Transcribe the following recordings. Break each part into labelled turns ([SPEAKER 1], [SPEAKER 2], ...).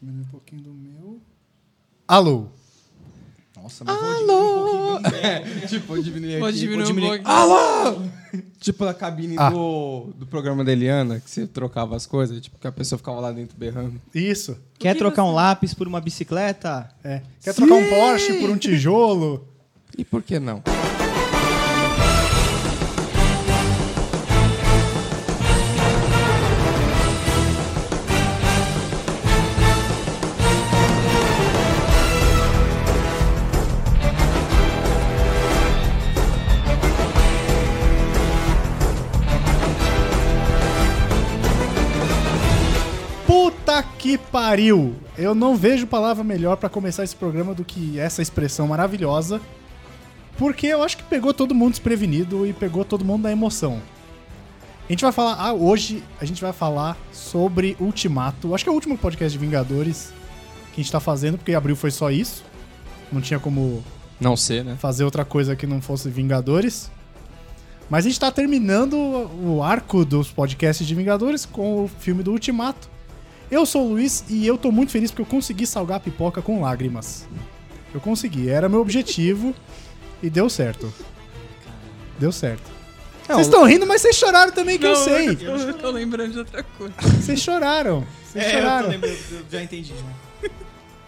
[SPEAKER 1] Diminui um pouquinho do meu.
[SPEAKER 2] Alô.
[SPEAKER 1] Nossa, mas Alô.
[SPEAKER 3] Tipo, eu diminuir
[SPEAKER 4] Pode
[SPEAKER 3] aqui.
[SPEAKER 4] diminuir um
[SPEAKER 3] vou diminuir...
[SPEAKER 4] pouco.
[SPEAKER 3] Alô! tipo, na cabine
[SPEAKER 2] Ah.
[SPEAKER 3] do, do programa da Eliana, que você trocava as coisas, tipo, que a pessoa ficava lá dentro berrando.
[SPEAKER 2] Isso.
[SPEAKER 4] O
[SPEAKER 5] Quer
[SPEAKER 4] que
[SPEAKER 5] trocar
[SPEAKER 4] você-
[SPEAKER 5] um lápis por uma bicicleta?
[SPEAKER 2] É. Quer trocar um Porsche por um tijolo?
[SPEAKER 3] E por que não?
[SPEAKER 2] Puta que pariu! Eu não vejo palavra melhor pra começar esse programa do que essa expressão maravilhosa, porque eu acho que pegou todo mundo desprevenido e pegou todo mundo na emoção. A gente vai falar. Ah, hoje a gente vai falar sobre Ultimato. Acho que é o último podcast de Vingadores que a gente tá fazendo, porque abril foi só isso. Não tinha como
[SPEAKER 3] Não ser, né?
[SPEAKER 2] fazer outra coisa que não fosse Vingadores. Mas a gente tá terminando o arco dos podcasts de Vingadores com o filme do Ultimato. Eu sou o Luiz e eu tô muito feliz porque eu consegui salgar a pipoca com lágrimas. Eu consegui, era meu objetivo e deu certo. Deu certo.
[SPEAKER 3] É, um
[SPEAKER 2] Vocês estão rindo, mas vocês choraram também, que eu
[SPEAKER 4] Não,
[SPEAKER 2] sei.
[SPEAKER 4] Eu, eu tô lembrando de outra coisa.
[SPEAKER 2] Vocês choraram. Vocês
[SPEAKER 5] É, eu, tô
[SPEAKER 2] choraram.
[SPEAKER 5] lembrando, eu já entendi. João.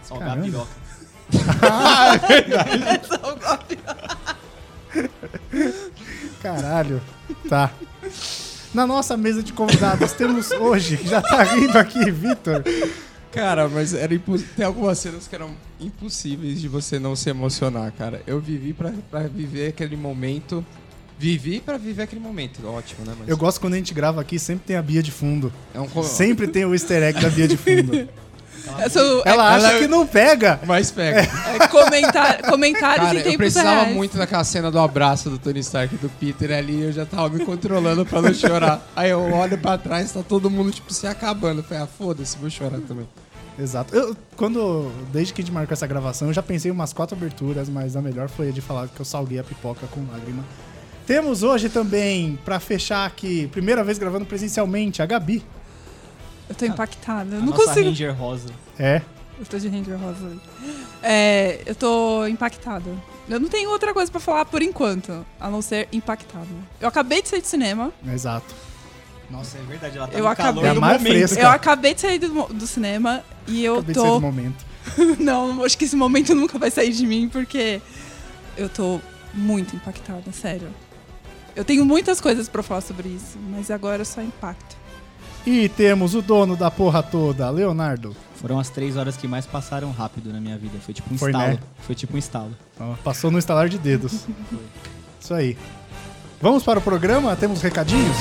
[SPEAKER 5] Salgar
[SPEAKER 2] Caramba.
[SPEAKER 5] a piroca.
[SPEAKER 2] Caralho. Tá. Na nossa mesa de convidados temos hoje, que já tá rindo aqui, Vitor.
[SPEAKER 3] Cara, mas era impo- tem algumas cenas que eram impossíveis de você não se emocionar, cara. Eu vivi pra, pra viver aquele momento. Vivi pra viver aquele momento. Ótimo, né? Mas
[SPEAKER 2] Eu gosto quando a gente grava aqui, sempre tem a Bia de fundo.
[SPEAKER 3] é um co-
[SPEAKER 2] Sempre tem o easter egg da Bia de fundo.
[SPEAKER 5] tá?
[SPEAKER 4] Essa é o- é-
[SPEAKER 2] Ela acha
[SPEAKER 3] ela-
[SPEAKER 2] que não pega.
[SPEAKER 3] Mas pega.
[SPEAKER 4] é comentar- comentários
[SPEAKER 3] Cara,
[SPEAKER 4] em tempos
[SPEAKER 3] eu precisava
[SPEAKER 4] reais.
[SPEAKER 3] muito daquela cena do abraço do Tony Stark e do Peter ali, eu já tava me controlando pra não chorar. Aí eu olho pra trás, tá todo mundo, tipo, se acabando. Eu falei, ah, foda-se, vou chorar também.
[SPEAKER 2] Exato. Eu, quando, desde que a gente marcou essa gravação, eu já pensei em umas quatro aberturas, mas a melhor foi a de falar que eu salguei a pipoca com lágrima. Temos hoje também, pra fechar aqui, primeira vez gravando presencialmente, a Gabi.
[SPEAKER 4] Eu tô impactada.
[SPEAKER 5] Ah, a
[SPEAKER 4] Eu não
[SPEAKER 5] nossa
[SPEAKER 4] consigo.
[SPEAKER 5] Ranger Rosa.
[SPEAKER 2] É.
[SPEAKER 4] Eu tô de Ranger Rosa. hoje. É, eu tô impactada. Eu não tenho outra coisa pra falar por enquanto, a não ser impactada. Eu acabei de sair do cinema.
[SPEAKER 2] Exato.
[SPEAKER 5] Nossa, é verdade, ela tá
[SPEAKER 4] Eu
[SPEAKER 5] no
[SPEAKER 4] acabei-
[SPEAKER 5] calor
[SPEAKER 2] É a
[SPEAKER 5] do
[SPEAKER 2] mais
[SPEAKER 5] momento.
[SPEAKER 2] fresca.
[SPEAKER 4] Eu acabei de sair do, mo- do cinema e eu
[SPEAKER 2] Acabei de sair
[SPEAKER 4] tô.
[SPEAKER 2] do momento.
[SPEAKER 4] não, acho que esse momento nunca vai sair de mim, porque eu tô muito impactada, sério. Eu tenho muitas coisas pra falar sobre isso, mas agora é só impacto.
[SPEAKER 2] E temos o dono da porra toda, Leonardo.
[SPEAKER 5] Foram as três horas que mais passaram rápido na minha vida. Foi tipo um
[SPEAKER 2] Foi,
[SPEAKER 5] estalo.
[SPEAKER 2] né?
[SPEAKER 5] Foi tipo um estalo.
[SPEAKER 2] Ó, Passou no estalar de dedos. Isso aí. Vamos para o programa? Temos recadinhos?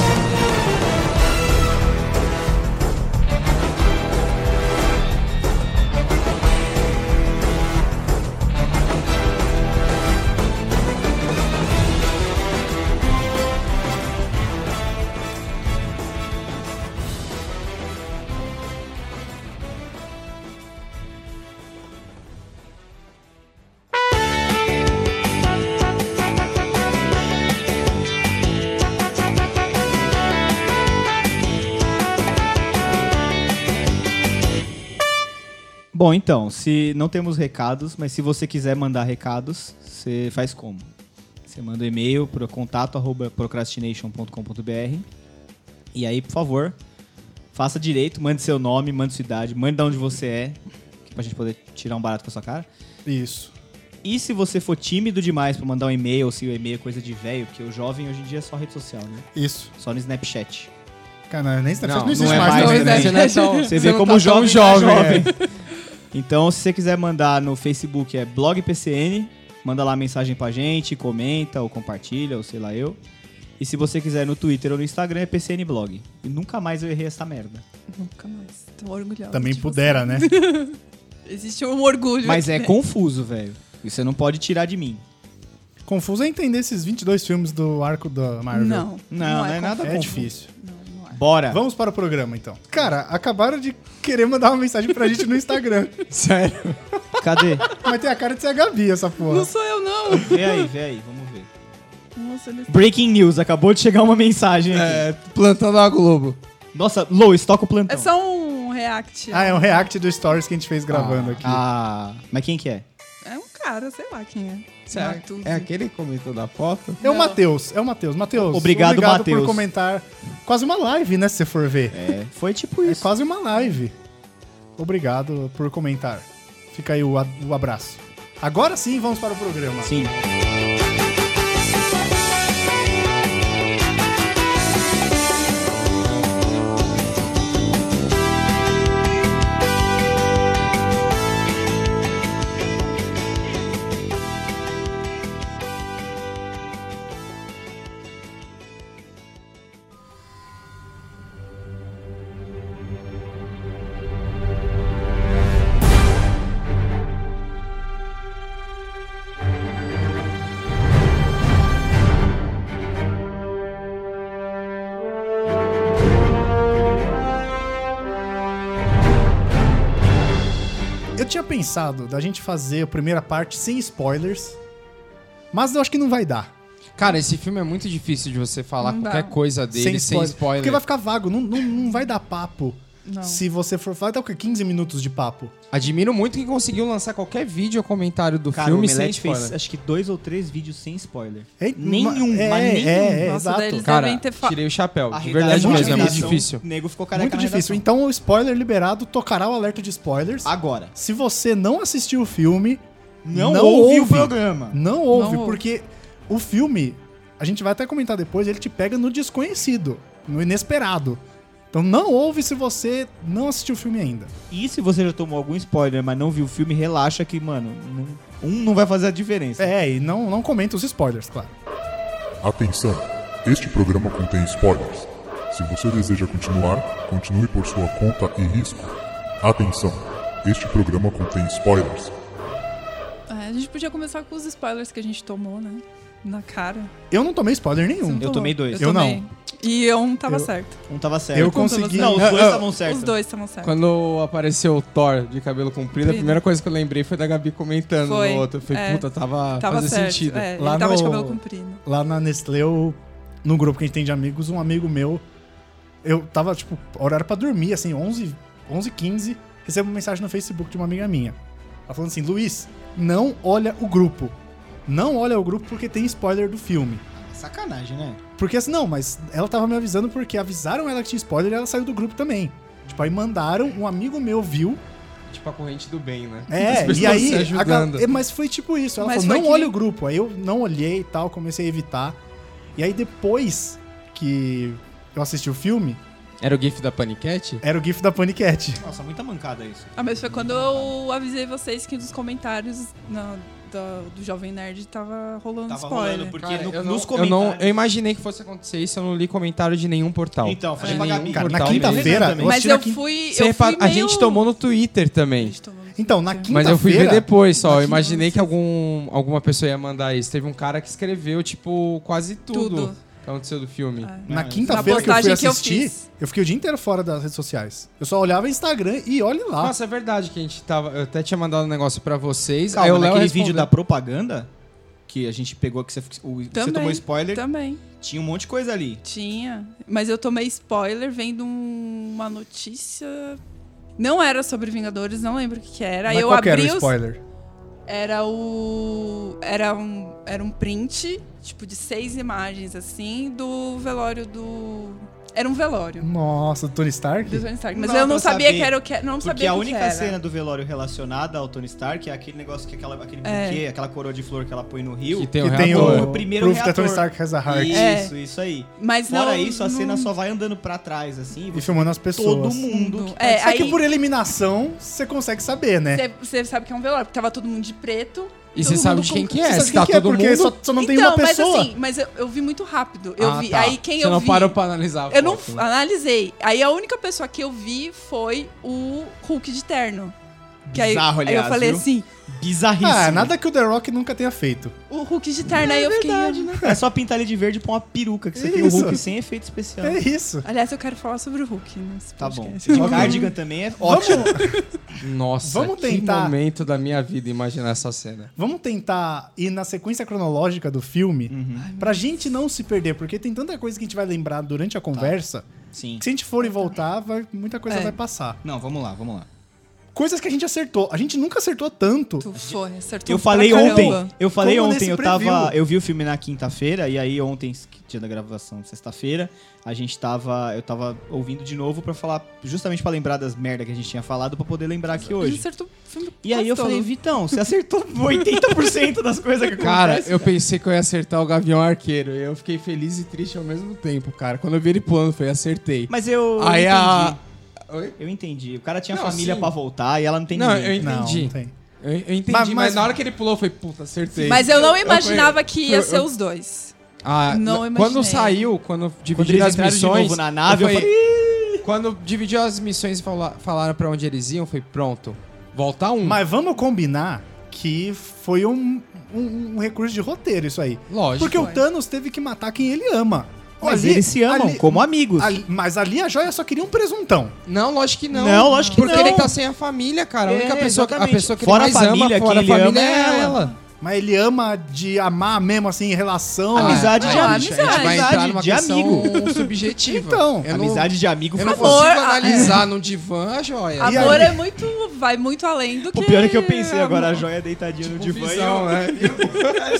[SPEAKER 5] Bom, então, se não temos recados, mas se você quiser mandar recados, você faz como? Você manda um e-mail para contato@procrastination.com.br. E aí, por favor, faça direito, mande seu nome, mande sua idade, mande de onde você é, que pra gente poder tirar um barato com a sua cara.
[SPEAKER 2] Isso.
[SPEAKER 5] E se você for tímido demais para mandar um e-mail, ou se o e-mail é coisa de velho, porque o jovem hoje em dia é só rede social, né?
[SPEAKER 2] Isso.
[SPEAKER 5] Só no Snapchat.
[SPEAKER 2] Cara, nem Snapchat não,
[SPEAKER 3] não
[SPEAKER 2] existe
[SPEAKER 3] é
[SPEAKER 2] mais.
[SPEAKER 3] mais,
[SPEAKER 2] né?
[SPEAKER 3] né? Você não é tão-
[SPEAKER 5] Você
[SPEAKER 3] você
[SPEAKER 5] vê
[SPEAKER 3] não
[SPEAKER 5] como
[SPEAKER 3] tá
[SPEAKER 5] o jovem,
[SPEAKER 3] tão
[SPEAKER 5] tá
[SPEAKER 3] jovem.
[SPEAKER 5] jovem. Então, se você quiser mandar no Facebook, é blog PCN, manda lá a mensagem pra gente, comenta ou compartilha, ou sei lá eu. E se você quiser no Twitter ou no Instagram, é PCN Blog. E nunca mais eu errei essa merda.
[SPEAKER 4] Nunca mais. Tô orgulhosa.
[SPEAKER 2] Também
[SPEAKER 4] de
[SPEAKER 2] pudera, né?
[SPEAKER 4] você. Existe um orgulho.
[SPEAKER 5] Mas é
[SPEAKER 4] aqui, né?
[SPEAKER 5] confuso, velho. E você não pode tirar de mim.
[SPEAKER 2] Confuso é entender esses 22 filmes do arco da Marvel.
[SPEAKER 4] Não. Não,
[SPEAKER 5] Não, não é nada
[SPEAKER 2] É
[SPEAKER 5] confuso.
[SPEAKER 2] difícil.
[SPEAKER 4] Não, não é.
[SPEAKER 5] Bora!
[SPEAKER 2] Vamos para o programa, então. Cara, acabaram de querer mandar uma mensagem pra gente no Instagram.
[SPEAKER 3] Sério.
[SPEAKER 5] Cadê?
[SPEAKER 2] Mas tem a cara de ser a Gabi, essa porra.
[SPEAKER 4] Não sou eu, não.
[SPEAKER 5] Vê aí, vê aí, vamos ver.
[SPEAKER 4] Nossa, eles...
[SPEAKER 5] Breaking news, acabou de chegar uma mensagem aqui.
[SPEAKER 3] É, plantando a Globo.
[SPEAKER 5] É. Nossa, Lois, toca o
[SPEAKER 4] É
[SPEAKER 5] plantão.
[SPEAKER 4] só um react.
[SPEAKER 2] Ah, é um react do Stories que a gente fez gravando
[SPEAKER 5] ah,
[SPEAKER 2] aqui.
[SPEAKER 5] Ah, mas quem que é?
[SPEAKER 4] É um cara, sei lá quem é.
[SPEAKER 3] Será
[SPEAKER 4] Matuzzi.
[SPEAKER 3] é aquele que comentou da foto?
[SPEAKER 2] É o
[SPEAKER 4] Não.
[SPEAKER 2] Matheus, é o Matheus. Matheus,
[SPEAKER 5] Obrigado,
[SPEAKER 2] por
[SPEAKER 5] Matheus.
[SPEAKER 2] comentar. Quase uma live, né, se você for ver.
[SPEAKER 5] É, foi tipo
[SPEAKER 2] É
[SPEAKER 5] isso.
[SPEAKER 2] quase uma live. Obrigado por comentar. Fica aí o, a- o abraço. Agora sim, vamos para o programa.
[SPEAKER 5] Sim.
[SPEAKER 2] Eu tinha pensado da gente fazer a primeira parte sem spoilers, mas eu acho que não vai dar.
[SPEAKER 3] Cara, esse filme é muito difícil de você falar
[SPEAKER 4] Não dá.
[SPEAKER 3] qualquer coisa dele sem
[SPEAKER 2] spoiler.
[SPEAKER 3] spoiler.
[SPEAKER 2] Porque vai ficar vago, não, não, não vai dar papo.
[SPEAKER 4] Não.
[SPEAKER 2] Se você for falar, dá o quê? 15 minutos de papo.
[SPEAKER 3] Admiro muito quem conseguiu lançar qualquer vídeo ou comentário do
[SPEAKER 5] Cara, o
[SPEAKER 3] filme sem
[SPEAKER 5] Omelete
[SPEAKER 3] spoiler.
[SPEAKER 5] fez acho que dois ou três vídeos sem spoiler.
[SPEAKER 2] É,
[SPEAKER 5] Nenhum,
[SPEAKER 2] é,
[SPEAKER 5] mas nenhum.
[SPEAKER 2] É, é,
[SPEAKER 4] Nossa,
[SPEAKER 2] exato.
[SPEAKER 4] daí eles
[SPEAKER 3] Cara,
[SPEAKER 4] devem ter fa-
[SPEAKER 3] tirei o chapéu.
[SPEAKER 5] A
[SPEAKER 3] De verdade
[SPEAKER 5] redação-
[SPEAKER 3] mesmo, é muito
[SPEAKER 5] a redação-
[SPEAKER 3] difícil.
[SPEAKER 5] O nego ficou careca
[SPEAKER 2] Muito
[SPEAKER 5] na
[SPEAKER 2] difícil.
[SPEAKER 5] redação.
[SPEAKER 2] Então, o spoiler liberado tocará o alerta de spoilers.
[SPEAKER 5] Agora,
[SPEAKER 2] Se você não assistiu o filme,
[SPEAKER 5] não,
[SPEAKER 2] Não
[SPEAKER 5] ouve, o
[SPEAKER 2] ouve.
[SPEAKER 5] programa.
[SPEAKER 2] não ouve,
[SPEAKER 4] ouve.
[SPEAKER 2] porque o filme, a gente vai até comentar depois, ele te pega no desconhecido, no inesperado. Então não ouve se você não assistiu o filme ainda.
[SPEAKER 5] E se você já tomou algum spoiler, mas não viu o filme, relaxa que, mano, não- um não vai fazer a diferença.
[SPEAKER 2] É, e não, não comenta os spoilers, claro.
[SPEAKER 6] Atenção! Este programa contém spoilers. Se você deseja continuar, continue por sua conta e risco. Atenção! Este programa contém spoilers.
[SPEAKER 4] É, a gente podia começar com os spoilers que a gente tomou, né? Na cara.
[SPEAKER 2] Eu não tomei spoiler
[SPEAKER 4] Você
[SPEAKER 2] nenhum.
[SPEAKER 4] não
[SPEAKER 5] Eu
[SPEAKER 4] tomou?
[SPEAKER 5] tomei dois.
[SPEAKER 2] Eu não.
[SPEAKER 4] tomei. E eu não tava
[SPEAKER 2] Eu-
[SPEAKER 4] certo.
[SPEAKER 5] Um tava certo.
[SPEAKER 2] Eu
[SPEAKER 5] Um tava
[SPEAKER 2] consegui-
[SPEAKER 5] certo. Não, os
[SPEAKER 3] Eu-
[SPEAKER 5] dois
[SPEAKER 3] eu-
[SPEAKER 5] estavam certos.
[SPEAKER 4] Os dois estavam certos.
[SPEAKER 3] Quando apareceu o Thor de cabelo comprido, a
[SPEAKER 4] Comprido.
[SPEAKER 3] primeira coisa que eu lembrei foi da Gabi comentando
[SPEAKER 4] Foi.
[SPEAKER 3] no outro. Eu falei,
[SPEAKER 4] É.
[SPEAKER 3] puta, tava,
[SPEAKER 4] Tava
[SPEAKER 3] fazendo
[SPEAKER 4] certo.
[SPEAKER 3] sentido.
[SPEAKER 4] É,
[SPEAKER 2] Lá
[SPEAKER 4] ele tava de
[SPEAKER 2] no-
[SPEAKER 4] cabelo comprido.
[SPEAKER 2] Lá na Nestlé, eu, no grupo que a gente tem de amigos, um amigo meu, eu tava, tipo, horário pra dormir, assim, 11, 11 15 recebo uma mensagem no Facebook de uma amiga minha. Ela falando assim, Luiz, não olha o grupo. Não olha o grupo porque tem spoiler do filme.
[SPEAKER 5] Sacanagem, né?
[SPEAKER 2] Porque assim, não, mas ela tava me avisando porque avisaram ela que tinha spoiler e ela saiu do grupo também. Tipo, aí mandaram, um amigo meu viu.
[SPEAKER 3] Tipo a corrente do bem, né? As
[SPEAKER 2] É,
[SPEAKER 3] pessoas
[SPEAKER 2] e
[SPEAKER 3] se
[SPEAKER 2] aí. a gal-
[SPEAKER 3] ajudando.
[SPEAKER 2] é, mas foi tipo isso. Ela
[SPEAKER 4] Mas
[SPEAKER 2] falou,
[SPEAKER 4] foi
[SPEAKER 2] não
[SPEAKER 4] que
[SPEAKER 2] olha
[SPEAKER 4] nem-
[SPEAKER 2] o grupo. Aí eu não olhei e tal, comecei a evitar. E aí depois que eu assisti o filme,
[SPEAKER 3] Era o GIF da Paniquete?
[SPEAKER 2] era o GIF da Panicat.
[SPEAKER 5] Nossa, muita mancada isso.
[SPEAKER 4] Ah, mas foi quando eu avisei vocês que nos comentários na- da- do Jovem Nerd tava rolando
[SPEAKER 5] Tava
[SPEAKER 4] spoiler.
[SPEAKER 5] rolando, porque
[SPEAKER 3] Cara,
[SPEAKER 5] no-
[SPEAKER 3] eu não-
[SPEAKER 5] nos
[SPEAKER 3] eu não-
[SPEAKER 5] comentários...
[SPEAKER 3] Eu imaginei que fosse acontecer isso, eu não li comentário de nenhum portal.
[SPEAKER 5] Então, falei
[SPEAKER 3] De
[SPEAKER 5] pra
[SPEAKER 3] nenhum
[SPEAKER 5] Gabi.
[SPEAKER 2] Cara, na
[SPEAKER 3] portal mesmo.
[SPEAKER 2] quinta-feira.
[SPEAKER 5] também.
[SPEAKER 2] eu
[SPEAKER 4] Mas
[SPEAKER 2] assisti na
[SPEAKER 4] eu
[SPEAKER 2] quin-
[SPEAKER 4] fui.
[SPEAKER 3] Você
[SPEAKER 4] eu fui
[SPEAKER 3] repara- a
[SPEAKER 4] meio-
[SPEAKER 3] gente tomou no Twitter
[SPEAKER 4] A
[SPEAKER 3] também.
[SPEAKER 4] gente tomou no-
[SPEAKER 2] Então, na quinta-feira.
[SPEAKER 3] Mas eu fui ver depois só. Eu imaginei que algum, alguma pessoa ia mandar isso. Teve um cara que escreveu, tipo, quase tudo,
[SPEAKER 4] Tudo. É.
[SPEAKER 3] que aconteceu do filme.
[SPEAKER 2] Na
[SPEAKER 5] Na
[SPEAKER 2] quinta-feira que eu fui
[SPEAKER 4] postagem que eu
[SPEAKER 2] assistir, eu,
[SPEAKER 4] fiz.
[SPEAKER 2] fiquei o dia inteiro fora das redes sociais. Eu só olhava Instagram e olhe lá.
[SPEAKER 3] Nossa, é verdade que a gente tava. Eu até tinha mandado um negócio pra vocês. aí
[SPEAKER 5] Calma,
[SPEAKER 3] o Léo
[SPEAKER 5] naquele
[SPEAKER 3] respondeu.
[SPEAKER 5] vídeo da propaganda, que a gente pegou, que você, o- que você
[SPEAKER 4] Também.
[SPEAKER 5] tomou spoiler,
[SPEAKER 4] Também.
[SPEAKER 5] tinha um monte de coisa ali.
[SPEAKER 4] Tinha. Mas eu tomei spoiler vendo um- uma notícia. Não era sobre Vingadores, não lembro o que, que era. Aí
[SPEAKER 2] Mas
[SPEAKER 4] eu
[SPEAKER 2] qual que era
[SPEAKER 4] abri
[SPEAKER 2] o
[SPEAKER 4] os.
[SPEAKER 2] spoiler?
[SPEAKER 4] Era o. Era um, era um print, tipo, de seis imagens, assim, do velório do. Era um velório.
[SPEAKER 2] Nossa, do Tony Stark?
[SPEAKER 4] Do Tony Stark. Mas
[SPEAKER 5] Não,
[SPEAKER 4] eu não
[SPEAKER 5] pra
[SPEAKER 4] sabia
[SPEAKER 5] saber.
[SPEAKER 4] que era o que. Não
[SPEAKER 5] Porque
[SPEAKER 4] sabia
[SPEAKER 5] a
[SPEAKER 4] o que né? que
[SPEAKER 5] única
[SPEAKER 4] era.
[SPEAKER 5] cena do velório relacionada ao Tony Stark é aquele negócio que aquela, aquele
[SPEAKER 4] É.
[SPEAKER 5] buquê, aquela coroa de flor que ela põe no rio.
[SPEAKER 3] Que tem um
[SPEAKER 2] que tem
[SPEAKER 3] reator.
[SPEAKER 2] o,
[SPEAKER 5] O
[SPEAKER 2] primeiro
[SPEAKER 5] primeiro
[SPEAKER 2] proof da
[SPEAKER 5] reator.
[SPEAKER 2] Tony Stark has a heart.
[SPEAKER 5] Isso,
[SPEAKER 2] E,
[SPEAKER 4] É.
[SPEAKER 5] isso aí.
[SPEAKER 4] Mas não.
[SPEAKER 5] Fora isso, a
[SPEAKER 4] não-
[SPEAKER 5] cena só vai andando pra trás, assim, e você-
[SPEAKER 2] filmando as pessoas.
[SPEAKER 5] todo mundo que
[SPEAKER 4] É,
[SPEAKER 2] Só que
[SPEAKER 4] aí-
[SPEAKER 2] por eliminação, você consegue saber, né?
[SPEAKER 4] Você- Você sabe que é um velório, porque tava todo mundo de preto.
[SPEAKER 3] E
[SPEAKER 4] todo
[SPEAKER 3] você sabe
[SPEAKER 4] mundo
[SPEAKER 3] de
[SPEAKER 4] com-
[SPEAKER 3] quem que
[SPEAKER 2] Você
[SPEAKER 3] é?
[SPEAKER 2] sabe
[SPEAKER 3] Se
[SPEAKER 2] quem
[SPEAKER 3] tá
[SPEAKER 2] que é,
[SPEAKER 3] todo
[SPEAKER 2] porque
[SPEAKER 3] mundo.
[SPEAKER 2] só, só não
[SPEAKER 4] então,
[SPEAKER 2] tem uma
[SPEAKER 4] mas
[SPEAKER 2] pessoa.
[SPEAKER 4] assim, mas eu, eu vi muito rápido. Eu
[SPEAKER 3] Ah,
[SPEAKER 4] vi.
[SPEAKER 3] tá.
[SPEAKER 4] Aí quem
[SPEAKER 3] você
[SPEAKER 4] eu
[SPEAKER 3] não
[SPEAKER 4] vi.
[SPEAKER 3] parou pra analisar. a
[SPEAKER 4] eu não
[SPEAKER 3] foto,
[SPEAKER 4] f-
[SPEAKER 3] né?
[SPEAKER 4] analisei. Aí a única pessoa que eu vi foi o Hulk de terno. Que aí,
[SPEAKER 5] Bizarro,
[SPEAKER 4] aí eu
[SPEAKER 5] aliás,
[SPEAKER 4] falei
[SPEAKER 5] viu?
[SPEAKER 4] assim,
[SPEAKER 5] bizarríssimo.
[SPEAKER 2] ah, nada que o The Rock nunca tenha feito.
[SPEAKER 4] o Hulk de terno, aí eu fiquei.
[SPEAKER 5] É só pintar ele de verde e pôr uma peruca, que você tem o
[SPEAKER 2] Isso.
[SPEAKER 5] Hulk sem efeito especial.
[SPEAKER 2] É isso.
[SPEAKER 4] Aliás, eu quero falar sobre o Hulk nesse
[SPEAKER 5] Tá bom.
[SPEAKER 4] podcast.
[SPEAKER 5] O cardigan também é ótimo.
[SPEAKER 2] Vamos,
[SPEAKER 3] Nossa,
[SPEAKER 2] Vamos
[SPEAKER 3] que
[SPEAKER 2] tentar.
[SPEAKER 3] momento da minha vida imaginar essa cena.
[SPEAKER 2] vamos tentar ir na sequência
[SPEAKER 5] Uhum.
[SPEAKER 2] cronológica do filme pra gente não se perder, porque tem tanta coisa que a gente vai lembrar durante a conversa
[SPEAKER 5] Sim.
[SPEAKER 2] Se a gente for e voltar, vai- muita coisa
[SPEAKER 4] É.
[SPEAKER 2] vai passar.
[SPEAKER 5] Não, vamos lá, vamos lá.
[SPEAKER 2] Coisas que a gente acertou. A gente nunca acertou tanto.
[SPEAKER 4] Tu foi, acertou
[SPEAKER 5] Eu
[SPEAKER 4] pra
[SPEAKER 5] falei ontem,
[SPEAKER 4] caramba.
[SPEAKER 5] eu falei
[SPEAKER 2] Como
[SPEAKER 5] ontem,
[SPEAKER 2] nesse
[SPEAKER 5] eu tava,
[SPEAKER 2] preview.
[SPEAKER 5] eu vi o filme na quinta-feira e aí ontem, que dia da gravação, sexta-feira, a gente tava, eu tava ouvindo de novo pra falar, justamente pra lembrar das merda que a gente tinha falado pra poder lembrar aqui
[SPEAKER 4] A gente
[SPEAKER 2] é
[SPEAKER 5] hoje.
[SPEAKER 4] acertou o filme
[SPEAKER 5] E aí eu
[SPEAKER 4] quase
[SPEAKER 5] falei,
[SPEAKER 4] todo.
[SPEAKER 5] Vitão, você acertou 80% das coisas que
[SPEAKER 3] Cara,
[SPEAKER 5] acontecem.
[SPEAKER 3] eu pensei que eu ia acertar o Gavião Arqueiro. E eu fiquei feliz e triste ao mesmo tempo, cara. Quando eu vi ele pulando, foi acertei.
[SPEAKER 5] mas eu
[SPEAKER 3] Aí
[SPEAKER 5] entendi.
[SPEAKER 3] a. Oi?
[SPEAKER 5] Eu entendi. O cara tinha
[SPEAKER 3] Não,
[SPEAKER 5] família
[SPEAKER 3] sim.
[SPEAKER 5] pra voltar e ela não tem
[SPEAKER 3] Não, eu
[SPEAKER 5] ninguém.
[SPEAKER 3] entendi.
[SPEAKER 2] Não, não tem.
[SPEAKER 3] Eu, eu entendi,
[SPEAKER 2] Mas-
[SPEAKER 3] mas,
[SPEAKER 2] mas-
[SPEAKER 3] na hora que ele pulou, eu falei, puta, acertei.
[SPEAKER 4] Mas eu não
[SPEAKER 3] Eu- eu-
[SPEAKER 4] imaginava que ia
[SPEAKER 3] eu-
[SPEAKER 4] ser
[SPEAKER 3] eu-
[SPEAKER 4] os dois.
[SPEAKER 3] Ah,
[SPEAKER 4] Não
[SPEAKER 3] n-
[SPEAKER 4] imaginei.
[SPEAKER 3] Quando saiu, quando
[SPEAKER 5] Quando
[SPEAKER 3] dividiram
[SPEAKER 5] eles
[SPEAKER 3] as
[SPEAKER 5] entraram de
[SPEAKER 3] missões.
[SPEAKER 5] novo na nave, eu falei,
[SPEAKER 3] Quando dividiu as missões e fala- falaram pra onde eles iam, foi pronto. Volta um.
[SPEAKER 2] Mas vamos combinar que foi um, um- um recurso de roteiro isso aí.
[SPEAKER 3] Lógico.
[SPEAKER 2] Porque o Thanos teve que matar quem ele ama.
[SPEAKER 5] mas
[SPEAKER 2] Ali-
[SPEAKER 5] eles se amam
[SPEAKER 2] ali-
[SPEAKER 5] como amigos.
[SPEAKER 2] ali- mas ali a joia só queria um presuntão.
[SPEAKER 3] Não, lógico que não.
[SPEAKER 5] Não, lógico que
[SPEAKER 3] Porque
[SPEAKER 5] não.
[SPEAKER 3] ele tá sem a família, cara. A
[SPEAKER 5] É,
[SPEAKER 3] única pessoa, que- a
[SPEAKER 5] exatamente.
[SPEAKER 3] pessoa que
[SPEAKER 5] Fora a
[SPEAKER 3] ele mais
[SPEAKER 5] família,
[SPEAKER 3] ama, fora a
[SPEAKER 5] quem ele
[SPEAKER 3] família,
[SPEAKER 5] ama
[SPEAKER 3] é
[SPEAKER 5] é ela.
[SPEAKER 3] ela.
[SPEAKER 2] Mas ele ama de amar mesmo, assim, em relação.
[SPEAKER 5] Ah, Amizade de
[SPEAKER 3] aí,
[SPEAKER 5] amigo.
[SPEAKER 3] bicho, A gente vai
[SPEAKER 5] Ah, Amizade
[SPEAKER 3] entrar numa
[SPEAKER 5] de
[SPEAKER 3] questão
[SPEAKER 5] amigo.
[SPEAKER 3] subjetiva.
[SPEAKER 2] Então,
[SPEAKER 3] Eu não-
[SPEAKER 5] Amizade de amigo
[SPEAKER 3] Eu não
[SPEAKER 5] foi-
[SPEAKER 3] consigo
[SPEAKER 4] Amor, ah,
[SPEAKER 3] analisar num divã a joia.
[SPEAKER 2] E
[SPEAKER 4] Amor
[SPEAKER 2] aí?
[SPEAKER 4] é muito. vai muito além do que.
[SPEAKER 5] O pior é que Tipo, eu pensei agora, a
[SPEAKER 4] amor.
[SPEAKER 5] joia deitadinha no divã e eu-
[SPEAKER 3] Confusão, né?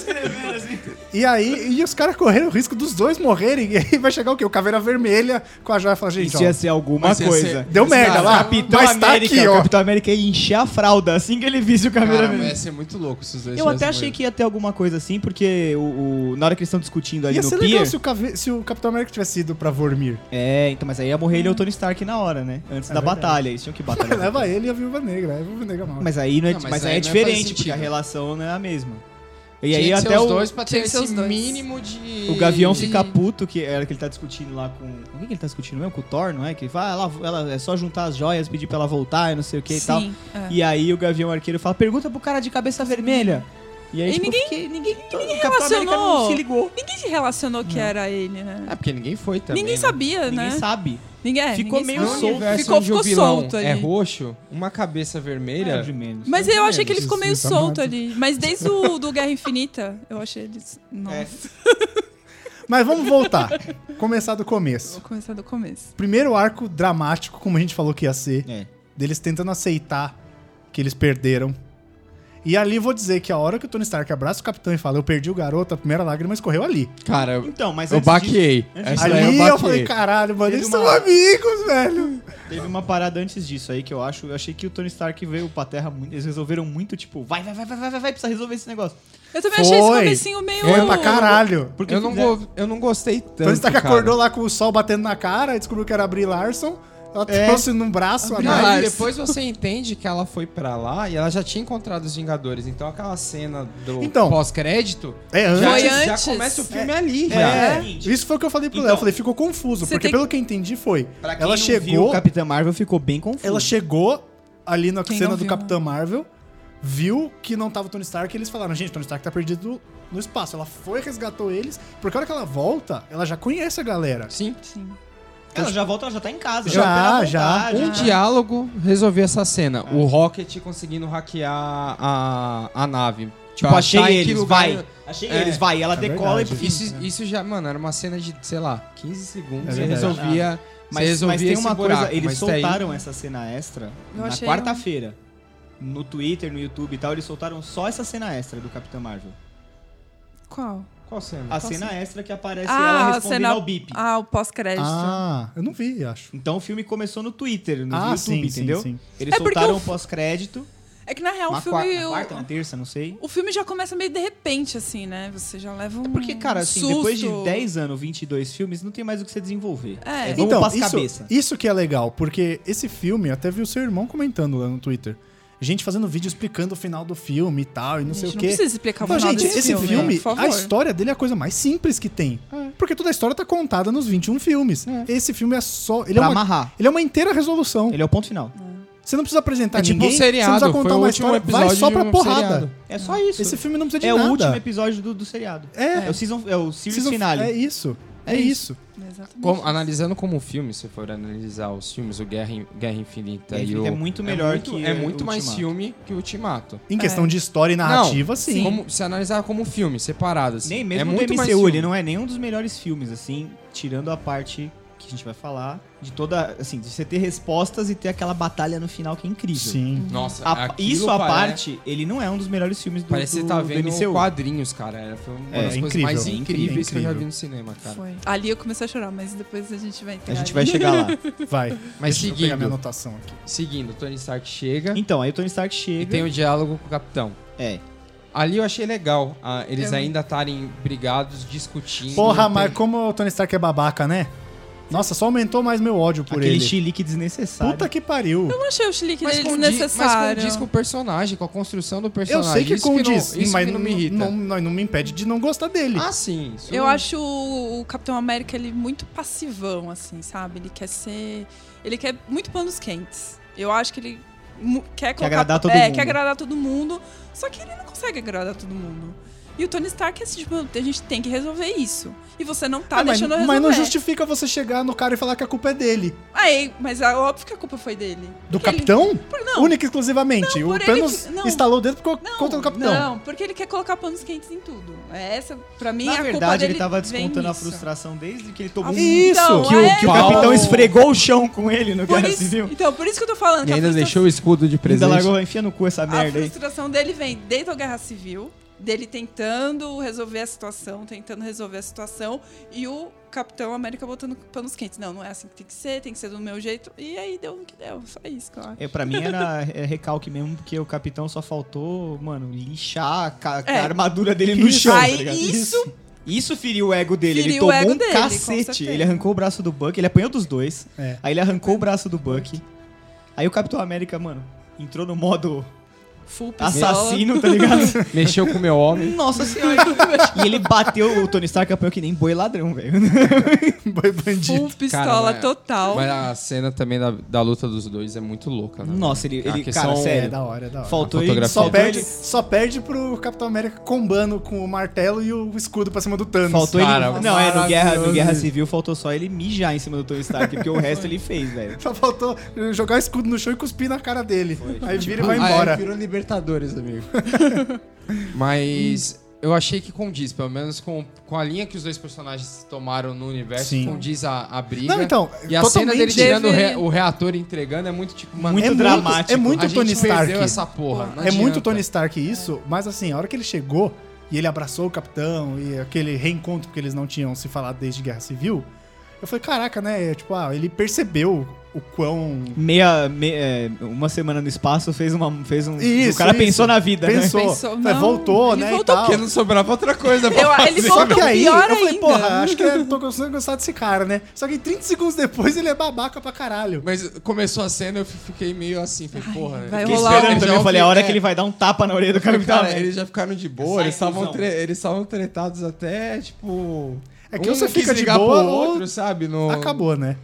[SPEAKER 2] E aí, e os caras correram o risco dos dois morrerem. E aí vai chegar o quê? O Caveira Vermelha com a joia e falar, gente,
[SPEAKER 5] Isso
[SPEAKER 2] ó,
[SPEAKER 5] Então, ia ser alguma
[SPEAKER 3] Mas ia
[SPEAKER 5] coisa.
[SPEAKER 3] ser-
[SPEAKER 2] deu merda
[SPEAKER 3] Cara,
[SPEAKER 2] lá.
[SPEAKER 5] Capitão
[SPEAKER 2] mas tá
[SPEAKER 5] América,
[SPEAKER 2] aqui,
[SPEAKER 5] o
[SPEAKER 2] ó.
[SPEAKER 5] Capitão América ia encher a fralda assim que ele visse o câmera
[SPEAKER 3] Cara, mas ia ser muito louco se os dois
[SPEAKER 5] Eu até achei que ia ter alguma coisa assim, porque o, o- na hora que eles estão discutindo ali
[SPEAKER 2] Ia
[SPEAKER 5] no
[SPEAKER 2] ser
[SPEAKER 5] pier...
[SPEAKER 2] legal se o, Cave- se o Capitão América tivesse ido pra Vormir.
[SPEAKER 5] É, então, mas aí ia morrer ele ou o Tony Stark na hora, né? Antes da
[SPEAKER 2] verdade.
[SPEAKER 5] batalha, eles tinham que batalhar.
[SPEAKER 2] Leva ele e a Viúva Negra. aí A Viúva Negra mal.
[SPEAKER 5] mas aí, não é,
[SPEAKER 3] Não,
[SPEAKER 5] mas
[SPEAKER 3] mas
[SPEAKER 5] aí
[SPEAKER 3] aí
[SPEAKER 5] é
[SPEAKER 3] não faz
[SPEAKER 5] diferente, porque
[SPEAKER 3] sentido.
[SPEAKER 5] a relação não é a mesma.
[SPEAKER 3] E
[SPEAKER 5] E aí até
[SPEAKER 3] os
[SPEAKER 5] o,
[SPEAKER 3] dois pra ter
[SPEAKER 4] Tinha que ser
[SPEAKER 3] esse
[SPEAKER 4] os dois.
[SPEAKER 3] mínimo de...
[SPEAKER 5] o Gavião
[SPEAKER 3] de-
[SPEAKER 5] fica puto, que era que ele tá discutindo lá com... Com quem que ele tá discutindo mesmo? Com o Thor, não é? Que ele fala, ah, ela, ela- é só juntar as joias, pedir pra ela voltar e não sei o que e tal.
[SPEAKER 4] Sim, é.
[SPEAKER 5] E aí o Gavião Arqueiro fala, pergunta pro cara de cabeça vermelha. E aí,
[SPEAKER 4] E
[SPEAKER 5] tipo,
[SPEAKER 4] ninguém-
[SPEAKER 5] fiquei- ninguém, o Capitão América
[SPEAKER 4] relacionou.
[SPEAKER 5] não se ligou.
[SPEAKER 4] Ninguém se relacionou que era ele, né?
[SPEAKER 3] É, porque ninguém foi também.
[SPEAKER 4] ninguém
[SPEAKER 3] né?
[SPEAKER 4] sabia, né?
[SPEAKER 5] Ninguém sabe.
[SPEAKER 4] Ninguém é,
[SPEAKER 5] Ficou
[SPEAKER 4] ninguém
[SPEAKER 5] meio
[SPEAKER 3] No
[SPEAKER 4] sabe.
[SPEAKER 5] solto. assim,
[SPEAKER 3] universo
[SPEAKER 4] Ficou,
[SPEAKER 3] onde o
[SPEAKER 4] ficou
[SPEAKER 3] vilão
[SPEAKER 4] solto ali.
[SPEAKER 3] é roxo, uma cabeça vermelha...
[SPEAKER 5] É, de menos.
[SPEAKER 4] Mas eu achei que ele
[SPEAKER 1] menos,
[SPEAKER 4] ficou meio
[SPEAKER 1] isso, amado.
[SPEAKER 4] solto ali. Mas desde o do Guerra Infinita, eu achei ele. Nossa,
[SPEAKER 2] Mas vamos voltar. Começar do começo.
[SPEAKER 4] vou começar do começo.
[SPEAKER 2] Primeiro arco dramático, como a gente falou que ia ser.
[SPEAKER 5] É.
[SPEAKER 2] Deles tentando aceitar que eles perderam. E ali vou dizer que a hora que o Tony Stark abraça o capitão e fala, eu perdi o garoto, a primeira lágrima escorreu ali.
[SPEAKER 3] Cara, eu,
[SPEAKER 5] Então, mas
[SPEAKER 3] eu
[SPEAKER 5] antes disso,
[SPEAKER 3] baqueei.
[SPEAKER 5] antes
[SPEAKER 3] Essa
[SPEAKER 5] disso-
[SPEAKER 3] daí
[SPEAKER 2] ali eu,
[SPEAKER 3] eu
[SPEAKER 2] falei,
[SPEAKER 3] baqueei.
[SPEAKER 2] caralho, mano,
[SPEAKER 5] Teve
[SPEAKER 2] eles
[SPEAKER 5] uma-
[SPEAKER 2] são amigos, velho.
[SPEAKER 5] teve uma parada antes disso aí que eu acho. Eu achei que o Tony Stark veio pra terra muito. Eles resolveram muito, tipo, vai, vai, vai, vai, vai, vai, vai, precisa resolver esse negócio.
[SPEAKER 4] Eu também achei esse
[SPEAKER 2] Foi.
[SPEAKER 4] comecinho meio.
[SPEAKER 2] Foi pra caralho.
[SPEAKER 5] Porque
[SPEAKER 3] eu, não
[SPEAKER 5] fizeram-
[SPEAKER 3] go- eu não gostei tanto,
[SPEAKER 2] Tony Stark
[SPEAKER 3] cara.
[SPEAKER 2] acordou lá Então tá com o sol batendo na cara, e descobriu que era a Brie Larson. Ela
[SPEAKER 5] É.
[SPEAKER 2] trouxe num braço a
[SPEAKER 5] Brie
[SPEAKER 2] Nike.
[SPEAKER 3] Não,
[SPEAKER 5] Mas-
[SPEAKER 3] e depois você entende que ela foi pra lá e ela já tinha encontrado os Vingadores. Então aquela cena do
[SPEAKER 2] Então.
[SPEAKER 3] pós-crédito
[SPEAKER 2] É antes.
[SPEAKER 3] já,
[SPEAKER 4] Foi
[SPEAKER 3] já
[SPEAKER 4] antes.
[SPEAKER 3] começa o filme ali.
[SPEAKER 5] É,
[SPEAKER 3] cara.
[SPEAKER 5] é o seguinte,
[SPEAKER 2] Isso foi o que eu falei pro Léo.
[SPEAKER 5] Então,
[SPEAKER 2] eu falei, ficou confuso.
[SPEAKER 4] você
[SPEAKER 2] Porque
[SPEAKER 4] tem que-
[SPEAKER 2] pelo que eu entendi foi.
[SPEAKER 5] pra quem
[SPEAKER 2] Ela
[SPEAKER 5] não Viu,
[SPEAKER 2] chegou.
[SPEAKER 5] o Capitão Marvel ficou bem confuso.
[SPEAKER 2] Ela chegou ali na
[SPEAKER 4] Quem
[SPEAKER 2] cena
[SPEAKER 4] não
[SPEAKER 2] do
[SPEAKER 4] viu, né?
[SPEAKER 2] Capitão Marvel, viu que não tava o Tony Stark e eles falaram, gente, o Tony Stark tá perdido no espaço. Ela foi, resgatou eles, porque a hora que ela volta, ela já conhece a galera.
[SPEAKER 3] Sim.
[SPEAKER 4] Sim.
[SPEAKER 5] Ela já volta, ela já tá em casa.
[SPEAKER 2] Já,
[SPEAKER 5] ela tá na
[SPEAKER 2] já.
[SPEAKER 5] vontade,
[SPEAKER 3] Um
[SPEAKER 5] já.
[SPEAKER 3] diálogo resolveu essa cena. O Rocket conseguindo hackear a, a nave.
[SPEAKER 5] Tipo,
[SPEAKER 2] Ah,
[SPEAKER 3] Pra
[SPEAKER 5] achei
[SPEAKER 2] tá
[SPEAKER 3] achar em que
[SPEAKER 5] eles,
[SPEAKER 3] lugar-
[SPEAKER 5] vai. Achei
[SPEAKER 3] É.
[SPEAKER 5] eles, vai. E ela
[SPEAKER 2] É
[SPEAKER 5] decola
[SPEAKER 2] verdade.
[SPEAKER 5] e.
[SPEAKER 3] Isso, isso já, mano, era uma cena de, sei lá, 15 segundos.
[SPEAKER 2] É
[SPEAKER 3] Você
[SPEAKER 2] verdade.
[SPEAKER 3] resolvia. você
[SPEAKER 5] Ah, Mas,
[SPEAKER 3] resolvia
[SPEAKER 5] mas tem
[SPEAKER 3] esse
[SPEAKER 5] uma
[SPEAKER 3] buraco,
[SPEAKER 5] coisa, eles
[SPEAKER 3] mas
[SPEAKER 2] tá
[SPEAKER 3] daí-
[SPEAKER 5] soltaram essa cena extra
[SPEAKER 4] Eu
[SPEAKER 5] na
[SPEAKER 4] achei
[SPEAKER 5] quarta-feira. No Twitter, no YouTube e tal, eles soltaram só essa cena extra do Capitão Marvel.
[SPEAKER 4] Qual?
[SPEAKER 3] Qual cena?
[SPEAKER 5] A
[SPEAKER 4] Qual
[SPEAKER 5] cena extra que aparece
[SPEAKER 4] Ah,
[SPEAKER 5] ela
[SPEAKER 4] a
[SPEAKER 5] respondendo
[SPEAKER 4] cena-
[SPEAKER 5] ao bip.
[SPEAKER 4] Ah, o pós-crédito.
[SPEAKER 2] Ah, eu não vi, acho.
[SPEAKER 5] Então o filme começou no Twitter, no
[SPEAKER 2] ah,
[SPEAKER 5] YouTube,
[SPEAKER 2] sim, sim,
[SPEAKER 5] entendeu?
[SPEAKER 2] sim.
[SPEAKER 5] Eles
[SPEAKER 4] É porque
[SPEAKER 5] soltaram
[SPEAKER 4] o-
[SPEAKER 5] o pós-crédito.
[SPEAKER 4] É que na real
[SPEAKER 5] uma
[SPEAKER 4] o filme.
[SPEAKER 5] quarta,
[SPEAKER 4] o-
[SPEAKER 5] quarta, uma terça, não sei.
[SPEAKER 4] O filme já começa meio de repente, assim, né? Você já leva um.
[SPEAKER 5] Porque, cara, assim,
[SPEAKER 4] susto.
[SPEAKER 5] depois de 10 anos, 22 filmes, não tem mais o que você desenvolver.
[SPEAKER 4] É.
[SPEAKER 5] vamos então,
[SPEAKER 2] então,
[SPEAKER 5] pras
[SPEAKER 2] isso,
[SPEAKER 5] cabeça.
[SPEAKER 2] isso que é legal, porque esse filme, eu até vi o seu irmão comentando lá no Twitter. Gente fazendo vídeo explicando o final do filme e tal, e não
[SPEAKER 4] A gente
[SPEAKER 2] sei o
[SPEAKER 4] não
[SPEAKER 2] quê.
[SPEAKER 4] precisa explicar o
[SPEAKER 2] Não,
[SPEAKER 4] final
[SPEAKER 2] gente,
[SPEAKER 4] desse
[SPEAKER 2] esse
[SPEAKER 4] filme, né?
[SPEAKER 2] filme,
[SPEAKER 4] por favor. É.
[SPEAKER 2] a história dele é a coisa mais simples que tem. Porque toda a história tá contada nos 21 filmes. Esse filme é só. Ele, é
[SPEAKER 5] pra
[SPEAKER 2] uma,
[SPEAKER 5] amarrar.
[SPEAKER 2] ele é uma inteira resolução.
[SPEAKER 5] Ele é o ponto final.
[SPEAKER 2] Você não precisa apresentar
[SPEAKER 3] É tipo
[SPEAKER 2] ninguém.
[SPEAKER 3] um seriado.
[SPEAKER 2] você não precisa contar
[SPEAKER 3] foi o
[SPEAKER 2] uma
[SPEAKER 3] último
[SPEAKER 2] história. Vai
[SPEAKER 3] episódio
[SPEAKER 2] só
[SPEAKER 3] de
[SPEAKER 2] pra
[SPEAKER 3] um
[SPEAKER 2] porrada.
[SPEAKER 3] seriado.
[SPEAKER 5] É só isso.
[SPEAKER 2] Esse filme não precisa de
[SPEAKER 5] é
[SPEAKER 2] nada.
[SPEAKER 5] o último episódio do, do seriado.
[SPEAKER 2] É.
[SPEAKER 5] É o season, é o series
[SPEAKER 2] Season-
[SPEAKER 5] finale.
[SPEAKER 2] É isso. É,
[SPEAKER 5] É
[SPEAKER 2] isso.
[SPEAKER 4] Exatamente.
[SPEAKER 3] Como- ah, analisando como filme, se for analisar os filmes, o Guerra, In- Guerra Infinita
[SPEAKER 5] Guerra
[SPEAKER 3] e
[SPEAKER 5] Infinita
[SPEAKER 3] o...
[SPEAKER 5] é muito melhor
[SPEAKER 3] muito-
[SPEAKER 5] que
[SPEAKER 3] É
[SPEAKER 5] o
[SPEAKER 3] muito mais
[SPEAKER 5] Ultimato.
[SPEAKER 3] filme que o Ultimato.
[SPEAKER 2] Em questão de história e narrativa,
[SPEAKER 3] É. Não,
[SPEAKER 2] sim.
[SPEAKER 3] Como, se analisar como filme, separado. assim.
[SPEAKER 5] Nem
[SPEAKER 3] é
[SPEAKER 5] mesmo
[SPEAKER 3] muito
[SPEAKER 5] o
[SPEAKER 3] mais
[SPEAKER 5] MCU,
[SPEAKER 3] filme.
[SPEAKER 5] ele não é nenhum dos melhores filmes, assim, tirando a parte que a gente vai falar, de toda, assim, de você ter respostas e ter aquela batalha no final que é incrível.
[SPEAKER 2] Sim.
[SPEAKER 3] Nossa,
[SPEAKER 5] A-
[SPEAKER 3] aquilo
[SPEAKER 5] isso à
[SPEAKER 3] pare-
[SPEAKER 5] parte, ele não é um dos melhores filmes do,
[SPEAKER 3] Parece que
[SPEAKER 5] do,
[SPEAKER 3] você tá
[SPEAKER 5] do
[SPEAKER 3] vendo
[SPEAKER 5] MCU.
[SPEAKER 3] quadrinhos, cara. Era- Foi uma
[SPEAKER 5] É,
[SPEAKER 3] das coisas
[SPEAKER 2] incrível.
[SPEAKER 3] mais
[SPEAKER 5] É
[SPEAKER 3] incríveis
[SPEAKER 5] incrível.
[SPEAKER 3] que eu já vi no cinema, cara.
[SPEAKER 4] Foi. Ali eu comecei a chorar, mas depois a gente vai entrar.
[SPEAKER 5] A gente
[SPEAKER 4] ali.
[SPEAKER 5] vai chegar lá.
[SPEAKER 2] Vai.
[SPEAKER 3] Mas
[SPEAKER 2] Deixa eu pegar minha
[SPEAKER 3] seguindo,
[SPEAKER 2] anotação aqui.
[SPEAKER 3] seguindo, Tony Stark chega
[SPEAKER 5] Então, aí o Tony Stark chega.
[SPEAKER 3] e tem o diálogo com o Capitão.
[SPEAKER 5] É.
[SPEAKER 3] Ali eu achei legal ah, eles
[SPEAKER 4] Eu-
[SPEAKER 3] ainda estarem brigados, discutindo.
[SPEAKER 2] Porra,
[SPEAKER 3] Tem-
[SPEAKER 2] mas como o Tony Stark é babaca, né? Nossa, só aumentou mais meu ódio por
[SPEAKER 5] aquele
[SPEAKER 2] ele.
[SPEAKER 5] chilique desnecessário.
[SPEAKER 2] Puta que pariu.
[SPEAKER 4] Eu não achei o chilique
[SPEAKER 3] Mas
[SPEAKER 4] dele
[SPEAKER 3] com, di- mas
[SPEAKER 4] desnecessário.
[SPEAKER 3] condiz com o personagem, com a construção do
[SPEAKER 2] Eu
[SPEAKER 3] personagem.
[SPEAKER 2] sei que
[SPEAKER 3] isso não-
[SPEAKER 2] condiz,
[SPEAKER 3] isso
[SPEAKER 2] mas
[SPEAKER 3] que não me irrita.
[SPEAKER 2] Não, não, não me impede de não gostar dele.
[SPEAKER 3] Ah, sim. isso
[SPEAKER 4] Eu
[SPEAKER 5] Hum.
[SPEAKER 3] não-
[SPEAKER 4] acho o o Capitão América ele muito passivão, assim, sabe? Ele quer ser. Ele quer muito panos quentes. Eu acho que ele mu- quer colocar.
[SPEAKER 5] agradar todo
[SPEAKER 4] é,
[SPEAKER 5] mundo.
[SPEAKER 4] quer agradar todo mundo. Só que ele não consegue agradar todo mundo. E o Tony Stark é assim, tipo, a gente tem que resolver isso. E você não
[SPEAKER 5] É,
[SPEAKER 4] tá
[SPEAKER 2] Ah, mas,
[SPEAKER 4] deixando eu resolver.
[SPEAKER 2] mas não justifica você chegar no cara e falar que a culpa é dele.
[SPEAKER 4] Aí, mas é óbvio que a culpa foi dele.
[SPEAKER 2] Do
[SPEAKER 4] Porque ele-
[SPEAKER 2] capitão?
[SPEAKER 4] Por- não.
[SPEAKER 2] Única e exclusivamente.
[SPEAKER 4] Não,
[SPEAKER 2] o
[SPEAKER 4] por
[SPEAKER 2] Thanos
[SPEAKER 4] ele que- não.
[SPEAKER 2] instalou o dedo por
[SPEAKER 4] Não,
[SPEAKER 2] conta do capitão.
[SPEAKER 4] Não, porque ele quer colocar panos quentes em tudo. É Essa, pra mim,
[SPEAKER 5] Na
[SPEAKER 4] a culpa
[SPEAKER 5] verdade,
[SPEAKER 4] dele
[SPEAKER 5] ele tava
[SPEAKER 4] vem
[SPEAKER 5] descontando a
[SPEAKER 4] nisso.
[SPEAKER 5] frustração desde que ele tomou
[SPEAKER 2] Ah,
[SPEAKER 5] um...
[SPEAKER 2] Isso,
[SPEAKER 4] Então,
[SPEAKER 5] Que o,
[SPEAKER 4] é,
[SPEAKER 5] que o
[SPEAKER 3] Paulo-
[SPEAKER 5] capitão esfregou o chão com ele no
[SPEAKER 4] Por
[SPEAKER 5] Guerra
[SPEAKER 4] isso-
[SPEAKER 5] Civil.
[SPEAKER 4] então, por isso que eu tô falando
[SPEAKER 3] E
[SPEAKER 4] que a
[SPEAKER 3] ainda
[SPEAKER 4] frustração-
[SPEAKER 3] deixou o escudo de
[SPEAKER 5] Ainda
[SPEAKER 3] presente.
[SPEAKER 5] largou, enfia no cu essa
[SPEAKER 4] A
[SPEAKER 5] merda aí.
[SPEAKER 4] frustração dele vem desde a Guerra Civil, dele tentando resolver a situação, tentando resolver a situação, e o Capitão América botando panos quentes. Não, não é assim que tem que ser, tem que ser do meu jeito. E aí deu o que deu, só isso, claro.
[SPEAKER 5] É, pra mim era é, recalque mesmo, porque o capitão só faltou, mano, lixar a, ca-
[SPEAKER 4] É.
[SPEAKER 5] a armadura dele no
[SPEAKER 2] Isso.
[SPEAKER 5] chão, tá
[SPEAKER 4] Aí
[SPEAKER 5] ligado?
[SPEAKER 4] isso,
[SPEAKER 5] Isso feriu o ego dele. ele
[SPEAKER 4] Feriu o
[SPEAKER 5] tomou
[SPEAKER 4] ego
[SPEAKER 5] um
[SPEAKER 4] dele, com
[SPEAKER 5] cacete.
[SPEAKER 4] certeza.
[SPEAKER 5] Ele arrancou o braço do Buck, ele apanhou dos dois.
[SPEAKER 2] É.
[SPEAKER 5] Aí ele arrancou o braço do Buck. Aí o Capitão América, mano, entrou no modo
[SPEAKER 4] full pistola.
[SPEAKER 5] assassino, tá ligado?
[SPEAKER 3] Mexeu com o meu homem.
[SPEAKER 5] Nossa senhora. e ele bateu, o Tony Stark apanhou que nem boi ladrão, velho.
[SPEAKER 2] Boi bandido.
[SPEAKER 4] Full pistola
[SPEAKER 3] Cara, mas-
[SPEAKER 4] total.
[SPEAKER 3] Mas a cena também da, da luta dos dois é muito louca, né?
[SPEAKER 5] Nossa, ele,
[SPEAKER 3] Ah,
[SPEAKER 5] ele
[SPEAKER 3] que
[SPEAKER 5] cara,
[SPEAKER 3] são-
[SPEAKER 2] É,
[SPEAKER 5] sério.
[SPEAKER 2] da hora, é da hora.
[SPEAKER 5] Faltou
[SPEAKER 3] A
[SPEAKER 5] ele,
[SPEAKER 3] fotografia
[SPEAKER 5] só
[SPEAKER 2] Só
[SPEAKER 3] Faltou
[SPEAKER 2] perde,
[SPEAKER 5] perde...
[SPEAKER 2] só perde pro Capitão América combando com o martelo e o escudo pra cima do Thanos.
[SPEAKER 5] Faltou ele.
[SPEAKER 3] um Cara,
[SPEAKER 5] não, é, no guerra, no
[SPEAKER 3] maravilhoso.
[SPEAKER 5] guerra Civil faltou só ele mijar em cima do Tony Stark, porque o resto ele fez, velho.
[SPEAKER 2] Só faltou jogar o escudo no chão e cuspir na cara dele. aí vira e vai
[SPEAKER 3] Ah, é,
[SPEAKER 2] embora.
[SPEAKER 3] virou Libertadores, amigo. Mas eu achei que condiz, pelo menos com, com a linha que os dois personagens tomaram no universo,
[SPEAKER 2] Sim.
[SPEAKER 3] condiz a, a briga.
[SPEAKER 2] Não, então,
[SPEAKER 3] e a cena dele
[SPEAKER 2] totalmente-
[SPEAKER 3] tirando o, re-
[SPEAKER 4] Deveria.
[SPEAKER 3] o reator e entregando é muito tipo, mano,
[SPEAKER 5] Muito
[SPEAKER 3] é
[SPEAKER 5] dramático.
[SPEAKER 2] é muito
[SPEAKER 3] a gente
[SPEAKER 2] Tony Stark.
[SPEAKER 3] perdeu essa porra. não
[SPEAKER 2] É muito
[SPEAKER 3] adianta.
[SPEAKER 2] Tony Stark isso, mas assim, a hora que ele chegou e ele abraçou o capitão e aquele reencontro, porque eles não tinham se falado desde Guerra Civil, eu falei, caraca, né? Tipo, ah, ele percebeu o quão.
[SPEAKER 5] Meia, me- é, uma semana no espaço fez uma fez um
[SPEAKER 2] Isso,
[SPEAKER 5] o cara
[SPEAKER 2] isso.
[SPEAKER 5] pensou na vida, né?
[SPEAKER 2] Pensou,
[SPEAKER 4] Pensou,
[SPEAKER 2] falei,
[SPEAKER 4] não,
[SPEAKER 2] voltou,
[SPEAKER 4] ele
[SPEAKER 2] né?
[SPEAKER 4] voltou
[SPEAKER 2] e tal.
[SPEAKER 3] Porque não sobrava outra coisa pra
[SPEAKER 4] Eu-
[SPEAKER 3] fazer.
[SPEAKER 4] ele
[SPEAKER 2] Só
[SPEAKER 4] voltou
[SPEAKER 2] que aí,
[SPEAKER 4] pior
[SPEAKER 2] eu falei,
[SPEAKER 4] ainda.
[SPEAKER 2] porra, acho que eu tô conseguindo gostar desse cara, né? Só que 30 segundos depois ele é babaca pra caralho.
[SPEAKER 3] Mas começou a cena, eu fiquei meio assim, falei, porra.
[SPEAKER 4] vai
[SPEAKER 3] eles
[SPEAKER 5] Fiquei
[SPEAKER 4] rolar
[SPEAKER 3] já-
[SPEAKER 5] esperando
[SPEAKER 4] um-
[SPEAKER 3] eles
[SPEAKER 5] também,
[SPEAKER 3] já
[SPEAKER 5] eu falei, a hora que
[SPEAKER 3] ouvi-
[SPEAKER 5] ele vai dar um tapa na orelha do Capitão
[SPEAKER 2] é.
[SPEAKER 3] Cara,
[SPEAKER 5] América.
[SPEAKER 3] eles já ficaram de boa, eles estavam
[SPEAKER 5] cuzão.
[SPEAKER 3] tre- eles estavam tretados até, tipo.
[SPEAKER 2] É que ou você
[SPEAKER 3] quis
[SPEAKER 2] fica de
[SPEAKER 3] ligar
[SPEAKER 2] boa
[SPEAKER 3] pro
[SPEAKER 2] ou-
[SPEAKER 3] outro, assim. sabe? No,
[SPEAKER 2] Acabou, né?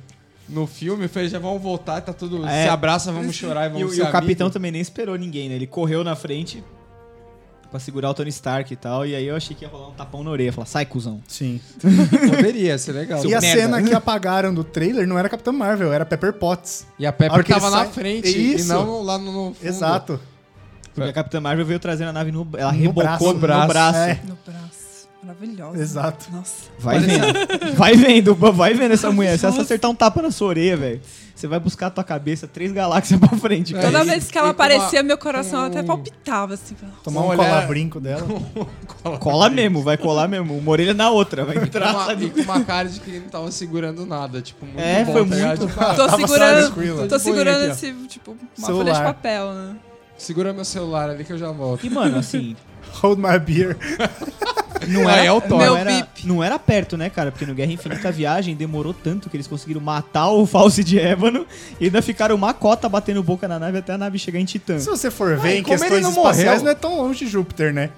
[SPEAKER 3] No filme, eu falei, já vão voltar, tá tudo.
[SPEAKER 5] É.
[SPEAKER 3] Se abraça, vamos chorar e
[SPEAKER 5] E,
[SPEAKER 3] vamos
[SPEAKER 5] o-
[SPEAKER 3] ser
[SPEAKER 5] e o capitão
[SPEAKER 3] amigo.
[SPEAKER 5] também nem esperou ninguém, né? Ele correu na frente pra segurar o Tony Stark e tal. E aí eu achei que ia rolar um tapão na orelha. Falar, sai, cuzão.
[SPEAKER 2] Sim.
[SPEAKER 3] Poderia ser legal.
[SPEAKER 5] Seu
[SPEAKER 2] E a
[SPEAKER 5] merda.
[SPEAKER 2] cena que apagaram do trailer não era Capitão Marvel, era Pepper Potts.
[SPEAKER 3] E
[SPEAKER 2] A
[SPEAKER 3] a
[SPEAKER 2] hora
[SPEAKER 3] Pepper
[SPEAKER 2] que ele
[SPEAKER 3] tava na
[SPEAKER 2] sai- é
[SPEAKER 3] frente
[SPEAKER 2] Isso.
[SPEAKER 3] e não lá no, no fundo.
[SPEAKER 2] Exato.
[SPEAKER 5] Porque a Capitã Marvel veio trazendo a nave no... Ela
[SPEAKER 2] No
[SPEAKER 5] rebocou
[SPEAKER 2] braço.
[SPEAKER 5] no
[SPEAKER 3] Braço.
[SPEAKER 5] braço.
[SPEAKER 2] É.
[SPEAKER 4] No braço. Maravilhosa.
[SPEAKER 2] Exato.
[SPEAKER 4] Nossa.
[SPEAKER 5] Vai
[SPEAKER 3] assim,
[SPEAKER 5] vendo. vai vendo, pô, vai vendo essa mulher. Se ela só acertar um tapa na sua orelha, velho, você vai buscar a tua cabeça três galáxias pra frente.
[SPEAKER 3] É,
[SPEAKER 4] Toda
[SPEAKER 3] e-
[SPEAKER 4] vez que ela
[SPEAKER 3] e com uma-
[SPEAKER 4] aparecia, meu coração
[SPEAKER 3] com-
[SPEAKER 4] até palpitava, assim. falava,
[SPEAKER 2] Tomar um
[SPEAKER 3] Olha-
[SPEAKER 2] colabrinco dela.
[SPEAKER 5] Cola mesmo, vai colar mesmo. Uma orelha na outra, vai
[SPEAKER 3] Com
[SPEAKER 5] entrar.
[SPEAKER 3] uma,
[SPEAKER 5] sabe?
[SPEAKER 3] e com uma cara de que não tava segurando nada. Tipo, muito
[SPEAKER 5] É,
[SPEAKER 3] bom,
[SPEAKER 5] foi
[SPEAKER 3] tá ligado?
[SPEAKER 5] muito-
[SPEAKER 3] Tipo, ah,
[SPEAKER 4] Tô
[SPEAKER 2] Tava
[SPEAKER 4] segurando,
[SPEAKER 2] tranquila.
[SPEAKER 4] tô
[SPEAKER 3] Tô de
[SPEAKER 4] segurando
[SPEAKER 3] boinha aqui,
[SPEAKER 4] esse, tipo, uma folha de
[SPEAKER 2] Celular.
[SPEAKER 4] papel, né?
[SPEAKER 3] segura meu celular ali que eu já volto.
[SPEAKER 5] E, mano, assim,
[SPEAKER 2] Hold my beer.
[SPEAKER 5] não
[SPEAKER 3] Ah,
[SPEAKER 5] era,
[SPEAKER 3] é o Thor.
[SPEAKER 4] Meu
[SPEAKER 5] não, era,
[SPEAKER 4] bip.
[SPEAKER 5] não era perto, né, cara? Porque no Guerra Infinita a viagem demorou tanto que eles conseguiram matar o False de Ébano e ainda ficaram uma cota batendo boca na nave até a nave chegar em Titã.
[SPEAKER 2] Se você for ver,
[SPEAKER 3] Ah, e
[SPEAKER 2] em
[SPEAKER 3] como ele
[SPEAKER 2] questões
[SPEAKER 3] não
[SPEAKER 2] espaciais
[SPEAKER 3] morreu?
[SPEAKER 2] não é tão longe de Júpiter, né?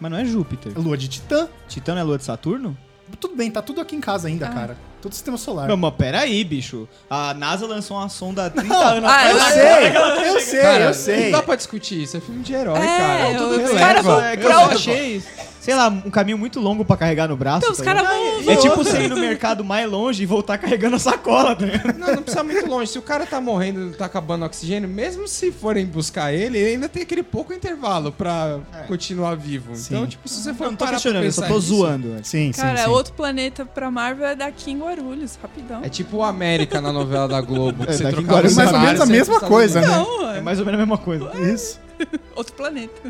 [SPEAKER 5] Mas não é Júpiter.
[SPEAKER 2] É Lua de Titã.
[SPEAKER 5] Titã não é lua de Saturno?
[SPEAKER 2] Tudo bem, tá tudo aqui em casa ainda, cara. Todo sistema solar.
[SPEAKER 5] Não, mas peraí, bicho. A NASA lançou uma sonda há 30 anos
[SPEAKER 4] Ah,
[SPEAKER 5] atrás.
[SPEAKER 2] eu,
[SPEAKER 4] eu-
[SPEAKER 2] sei, eu sei,
[SPEAKER 3] Cara,
[SPEAKER 2] eu sei,
[SPEAKER 3] Não dá pra discutir isso, é filme de herói,
[SPEAKER 4] É,
[SPEAKER 3] cara.
[SPEAKER 4] eu-
[SPEAKER 3] Tudo
[SPEAKER 4] os
[SPEAKER 3] bem,
[SPEAKER 4] caras
[SPEAKER 3] pô.
[SPEAKER 4] vão
[SPEAKER 5] É que
[SPEAKER 4] pra
[SPEAKER 5] eu
[SPEAKER 4] onde?
[SPEAKER 5] achei. sei lá, um caminho muito longo pra carregar no braço.
[SPEAKER 4] Então, os né?
[SPEAKER 5] tá
[SPEAKER 4] caras
[SPEAKER 5] ligado?
[SPEAKER 4] vão.
[SPEAKER 5] É tipo você ir no mercado mais longe e voltar carregando a sacola, tá ligado?
[SPEAKER 3] Não, não precisa muito longe. Se o cara tá morrendo, tá acabando o oxigênio, mesmo se forem buscar ele, ele ainda tem aquele pouco intervalo pra continuar vivo. Então, tipo, se você for
[SPEAKER 5] Não, não tô
[SPEAKER 3] parar pra
[SPEAKER 5] questionando, eu só
[SPEAKER 3] pensar
[SPEAKER 5] tô
[SPEAKER 3] nisso,
[SPEAKER 5] zoando. né?
[SPEAKER 2] Sim,
[SPEAKER 4] Cara, é
[SPEAKER 2] sim, sim.
[SPEAKER 4] outro planeta pra Marvel é daqui em Guarulhos, rapidão.
[SPEAKER 3] É tipo o América na novela da Globo. que
[SPEAKER 5] É,
[SPEAKER 3] você
[SPEAKER 5] daqui em
[SPEAKER 3] trocava
[SPEAKER 5] Guarulhos
[SPEAKER 3] o
[SPEAKER 2] Mais ou
[SPEAKER 3] cenário,
[SPEAKER 2] menos a
[SPEAKER 3] você um ia
[SPEAKER 2] mesma
[SPEAKER 3] pros
[SPEAKER 2] coisa, né?
[SPEAKER 4] Não,
[SPEAKER 5] É
[SPEAKER 4] é
[SPEAKER 5] mais ou menos a mesma coisa.
[SPEAKER 2] Isso.
[SPEAKER 4] outro planeta.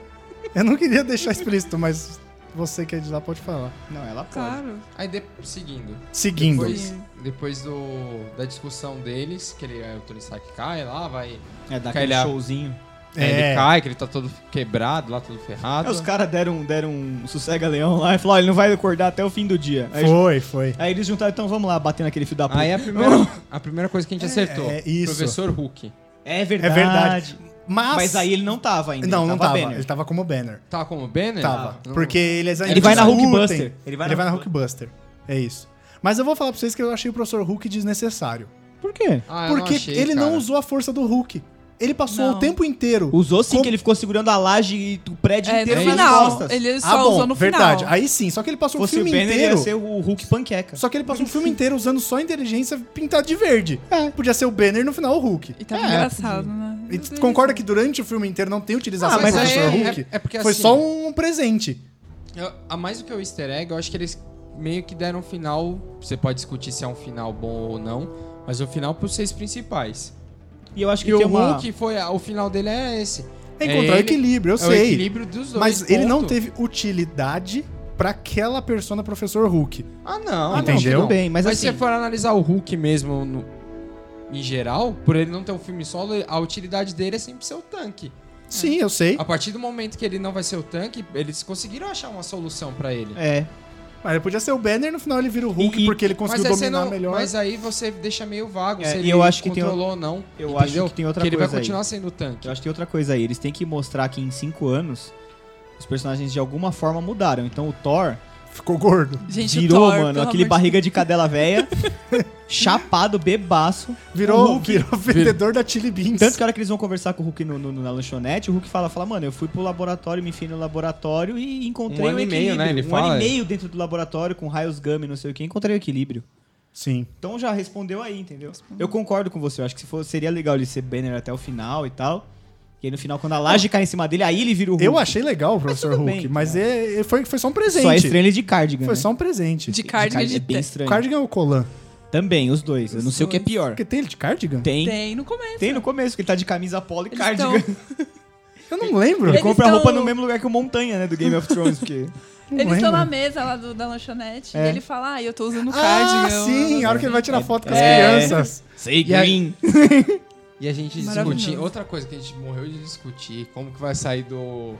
[SPEAKER 2] Eu não queria deixar explícito, mas você que é de lá pode falar.
[SPEAKER 5] Não, ela pode.
[SPEAKER 4] Claro.
[SPEAKER 3] Aí, de- seguindo.
[SPEAKER 2] Seguindo.
[SPEAKER 3] Depois, depois do, da discussão deles, que ele, aí o Tony Stark cai lá, vai.
[SPEAKER 5] É, dá aquele
[SPEAKER 3] Calhar.
[SPEAKER 5] showzinho.
[SPEAKER 3] aí
[SPEAKER 2] É.
[SPEAKER 3] Ele cai, que ele tá todo quebrado lá, todo
[SPEAKER 5] É,
[SPEAKER 3] ferrado.
[SPEAKER 5] os caras deram, deram um sossega-leão lá e falaram, ó, ele não vai acordar até o fim do dia. Aí,
[SPEAKER 2] Foi, foi.
[SPEAKER 5] aí eles juntaram, então vamos lá, bater naquele fio da puta.
[SPEAKER 3] Aí é a primeira, a primeira coisa que a gente acertou.
[SPEAKER 2] é isso.
[SPEAKER 3] Professor Hulk.
[SPEAKER 5] É
[SPEAKER 2] É verdade.
[SPEAKER 5] Mas... aí ele não tava ainda.
[SPEAKER 2] Não,
[SPEAKER 5] ele
[SPEAKER 2] não tava.
[SPEAKER 5] Banner.
[SPEAKER 2] Ele tava como Banner.
[SPEAKER 3] Tá como Banner?
[SPEAKER 2] Tava.
[SPEAKER 3] Não.
[SPEAKER 2] Porque é eles ainda
[SPEAKER 5] Ele vai na
[SPEAKER 2] discutem.
[SPEAKER 5] Hulkbuster.
[SPEAKER 2] Ele vai na Hulkbuster. É isso. Mas eu vou falar pra vocês que eu achei o professor Hulk desnecessário.
[SPEAKER 5] Por quê?
[SPEAKER 3] Ah, eu não
[SPEAKER 2] porque
[SPEAKER 3] achei,
[SPEAKER 2] ele não
[SPEAKER 3] cara.
[SPEAKER 2] usou a força do Hulk. Ele passou
[SPEAKER 4] Não.
[SPEAKER 2] o tempo inteiro.
[SPEAKER 5] Usou sim,
[SPEAKER 2] Como-
[SPEAKER 5] que ele ficou segurando a laje e o prédio
[SPEAKER 4] É,
[SPEAKER 5] inteiro
[SPEAKER 4] no
[SPEAKER 5] nas
[SPEAKER 4] final.
[SPEAKER 5] costas.
[SPEAKER 4] Ele
[SPEAKER 2] Ah,
[SPEAKER 4] só
[SPEAKER 2] bom,
[SPEAKER 4] usou no
[SPEAKER 2] verdade.
[SPEAKER 4] final.
[SPEAKER 2] Aí sim, só que ele
[SPEAKER 5] Se
[SPEAKER 2] passou o
[SPEAKER 5] fosse o
[SPEAKER 2] Um filme
[SPEAKER 5] Banner,
[SPEAKER 2] inteiro.
[SPEAKER 5] ia ser o Hulk panqueca.
[SPEAKER 2] Só que ele passou o filme inteiro usando só inteligência pintada de verde.
[SPEAKER 5] É.
[SPEAKER 2] Podia ser o Banner e no final o Hulk.
[SPEAKER 4] E tá engraçado, né?
[SPEAKER 2] E tu concorda que durante o filme inteiro não tem utilização
[SPEAKER 5] é Ah, mas
[SPEAKER 2] do
[SPEAKER 5] aí
[SPEAKER 2] professor
[SPEAKER 3] é-
[SPEAKER 2] Hulk?
[SPEAKER 3] é porque
[SPEAKER 2] Foi
[SPEAKER 3] assim-
[SPEAKER 2] só um presente.
[SPEAKER 3] Eu- a mais do que o easter egg, eu acho que eles meio que deram um final. Você pode discutir se é um final bom ou não, mas o final pros seis principais.
[SPEAKER 5] E eu acho que
[SPEAKER 3] E o
[SPEAKER 5] tem um uma...
[SPEAKER 3] Hulk foi. O final dele é esse.
[SPEAKER 2] É encontrar o
[SPEAKER 3] ele-
[SPEAKER 2] equilíbrio, eu
[SPEAKER 3] é o
[SPEAKER 2] sei.
[SPEAKER 3] equilíbrio dos dois.
[SPEAKER 2] mas ele não
[SPEAKER 3] ponto.
[SPEAKER 2] teve utilidade pra aquela persona professor Hulk.
[SPEAKER 3] Ah, não.
[SPEAKER 2] Entendeu?
[SPEAKER 3] Não, tudo
[SPEAKER 5] Bem, mas
[SPEAKER 3] mas
[SPEAKER 5] assim-
[SPEAKER 3] se você for analisar o Hulk mesmo no- em geral, por ele não ter um filme solo, a utilidade dele é sempre ser o tanque.
[SPEAKER 2] Sim, eu
[SPEAKER 5] Ah.
[SPEAKER 2] sei.
[SPEAKER 3] A partir do momento que ele não vai ser o tanque, eles conseguiram achar uma solução pra ele.
[SPEAKER 5] É.
[SPEAKER 2] Mas ele podia ser o Banner no final ele vira o Hulk
[SPEAKER 5] E- e-
[SPEAKER 2] porque ele conseguiu
[SPEAKER 3] aí você
[SPEAKER 2] dominar
[SPEAKER 3] não-
[SPEAKER 2] melhor.
[SPEAKER 3] mas aí você deixa meio vago
[SPEAKER 5] É,
[SPEAKER 3] se
[SPEAKER 5] e
[SPEAKER 3] ele
[SPEAKER 5] eu acho que tem
[SPEAKER 3] controlou ou não.
[SPEAKER 5] eu
[SPEAKER 3] entendeu?
[SPEAKER 5] acho que tem outra
[SPEAKER 3] ele vai
[SPEAKER 5] coisa aí.
[SPEAKER 3] continuar sendo o tanque.
[SPEAKER 5] Eu acho que tem outra coisa aí. Eles têm que mostrar que em cinco anos, os personagens de alguma forma mudaram. Então o Thor
[SPEAKER 2] Ficou gordo.
[SPEAKER 4] Gente,
[SPEAKER 5] virou,
[SPEAKER 4] o Thor,
[SPEAKER 5] mano,
[SPEAKER 4] pelo
[SPEAKER 5] aquele
[SPEAKER 4] amor de
[SPEAKER 5] barriga de cadela véia, chapado, bebaço. O
[SPEAKER 2] Virou,
[SPEAKER 5] Hulk-
[SPEAKER 2] virou vendedor da Chili Beans.
[SPEAKER 5] Tanto que a hora que eles vão conversar com o Hulk no, no- na lanchonete, o Hulk fala, fala, mano, eu fui pro laboratório, me enfiei no laboratório e encontrei
[SPEAKER 3] Um ano
[SPEAKER 5] o
[SPEAKER 3] e meio,
[SPEAKER 5] equilíbrio.
[SPEAKER 3] né? Ele
[SPEAKER 5] um ano
[SPEAKER 3] fala.
[SPEAKER 5] e meio dentro do laboratório, com raios gama e não sei o que, encontrei o equilíbrio.
[SPEAKER 2] Sim.
[SPEAKER 5] Então já respondeu aí, entendeu? Eu concordo com você, eu acho que se for- seria legal ele ser banner até o final e tal. E aí no final, quando a laje cai em cima dele, aí ele vira o Hulk.
[SPEAKER 2] Eu achei legal o professor
[SPEAKER 5] tudo
[SPEAKER 2] Hulk,
[SPEAKER 5] bem,
[SPEAKER 2] mas
[SPEAKER 5] cara.
[SPEAKER 2] é- é- foi, foi só um presente.
[SPEAKER 5] Só é estranho ele de cardigan,
[SPEAKER 2] Foi
[SPEAKER 5] né?
[SPEAKER 2] só um presente.
[SPEAKER 4] De cardigan
[SPEAKER 5] é
[SPEAKER 4] de
[SPEAKER 5] bem
[SPEAKER 4] tem.
[SPEAKER 2] O
[SPEAKER 5] estranho.
[SPEAKER 2] Cardigan ou Colan?
[SPEAKER 5] Também, os dois. Eu não
[SPEAKER 4] Os
[SPEAKER 5] sei o que é
[SPEAKER 4] dois.
[SPEAKER 5] pior.
[SPEAKER 2] Porque tem ele de cardigan?
[SPEAKER 5] Tem. Tem,
[SPEAKER 4] Tem no começo.
[SPEAKER 5] no começo, que ele tá de camisa polo e
[SPEAKER 4] Eles
[SPEAKER 5] cardigan.
[SPEAKER 4] tão-
[SPEAKER 2] Eu não lembro.
[SPEAKER 5] Ele
[SPEAKER 3] é
[SPEAKER 4] Eles
[SPEAKER 5] compra
[SPEAKER 4] tão-
[SPEAKER 5] roupa no mesmo lugar que o Montanha, né? Do Game of Thrones, porque...
[SPEAKER 2] Não
[SPEAKER 4] Eles
[SPEAKER 2] lembro.
[SPEAKER 4] estão na mesa lá do- da lanchonete
[SPEAKER 5] É.
[SPEAKER 4] e ele fala, ah, eu tô usando o
[SPEAKER 2] Ah,
[SPEAKER 4] cardigan.
[SPEAKER 2] sim, a hora que ele vai tirar foto com as
[SPEAKER 5] É.
[SPEAKER 2] crianças.
[SPEAKER 5] Sei,
[SPEAKER 3] E aí-
[SPEAKER 5] Green.
[SPEAKER 3] E a gente
[SPEAKER 4] Maravilhoso.
[SPEAKER 3] discutir. Outra coisa que a gente morreu de discutir, como que vai sair do.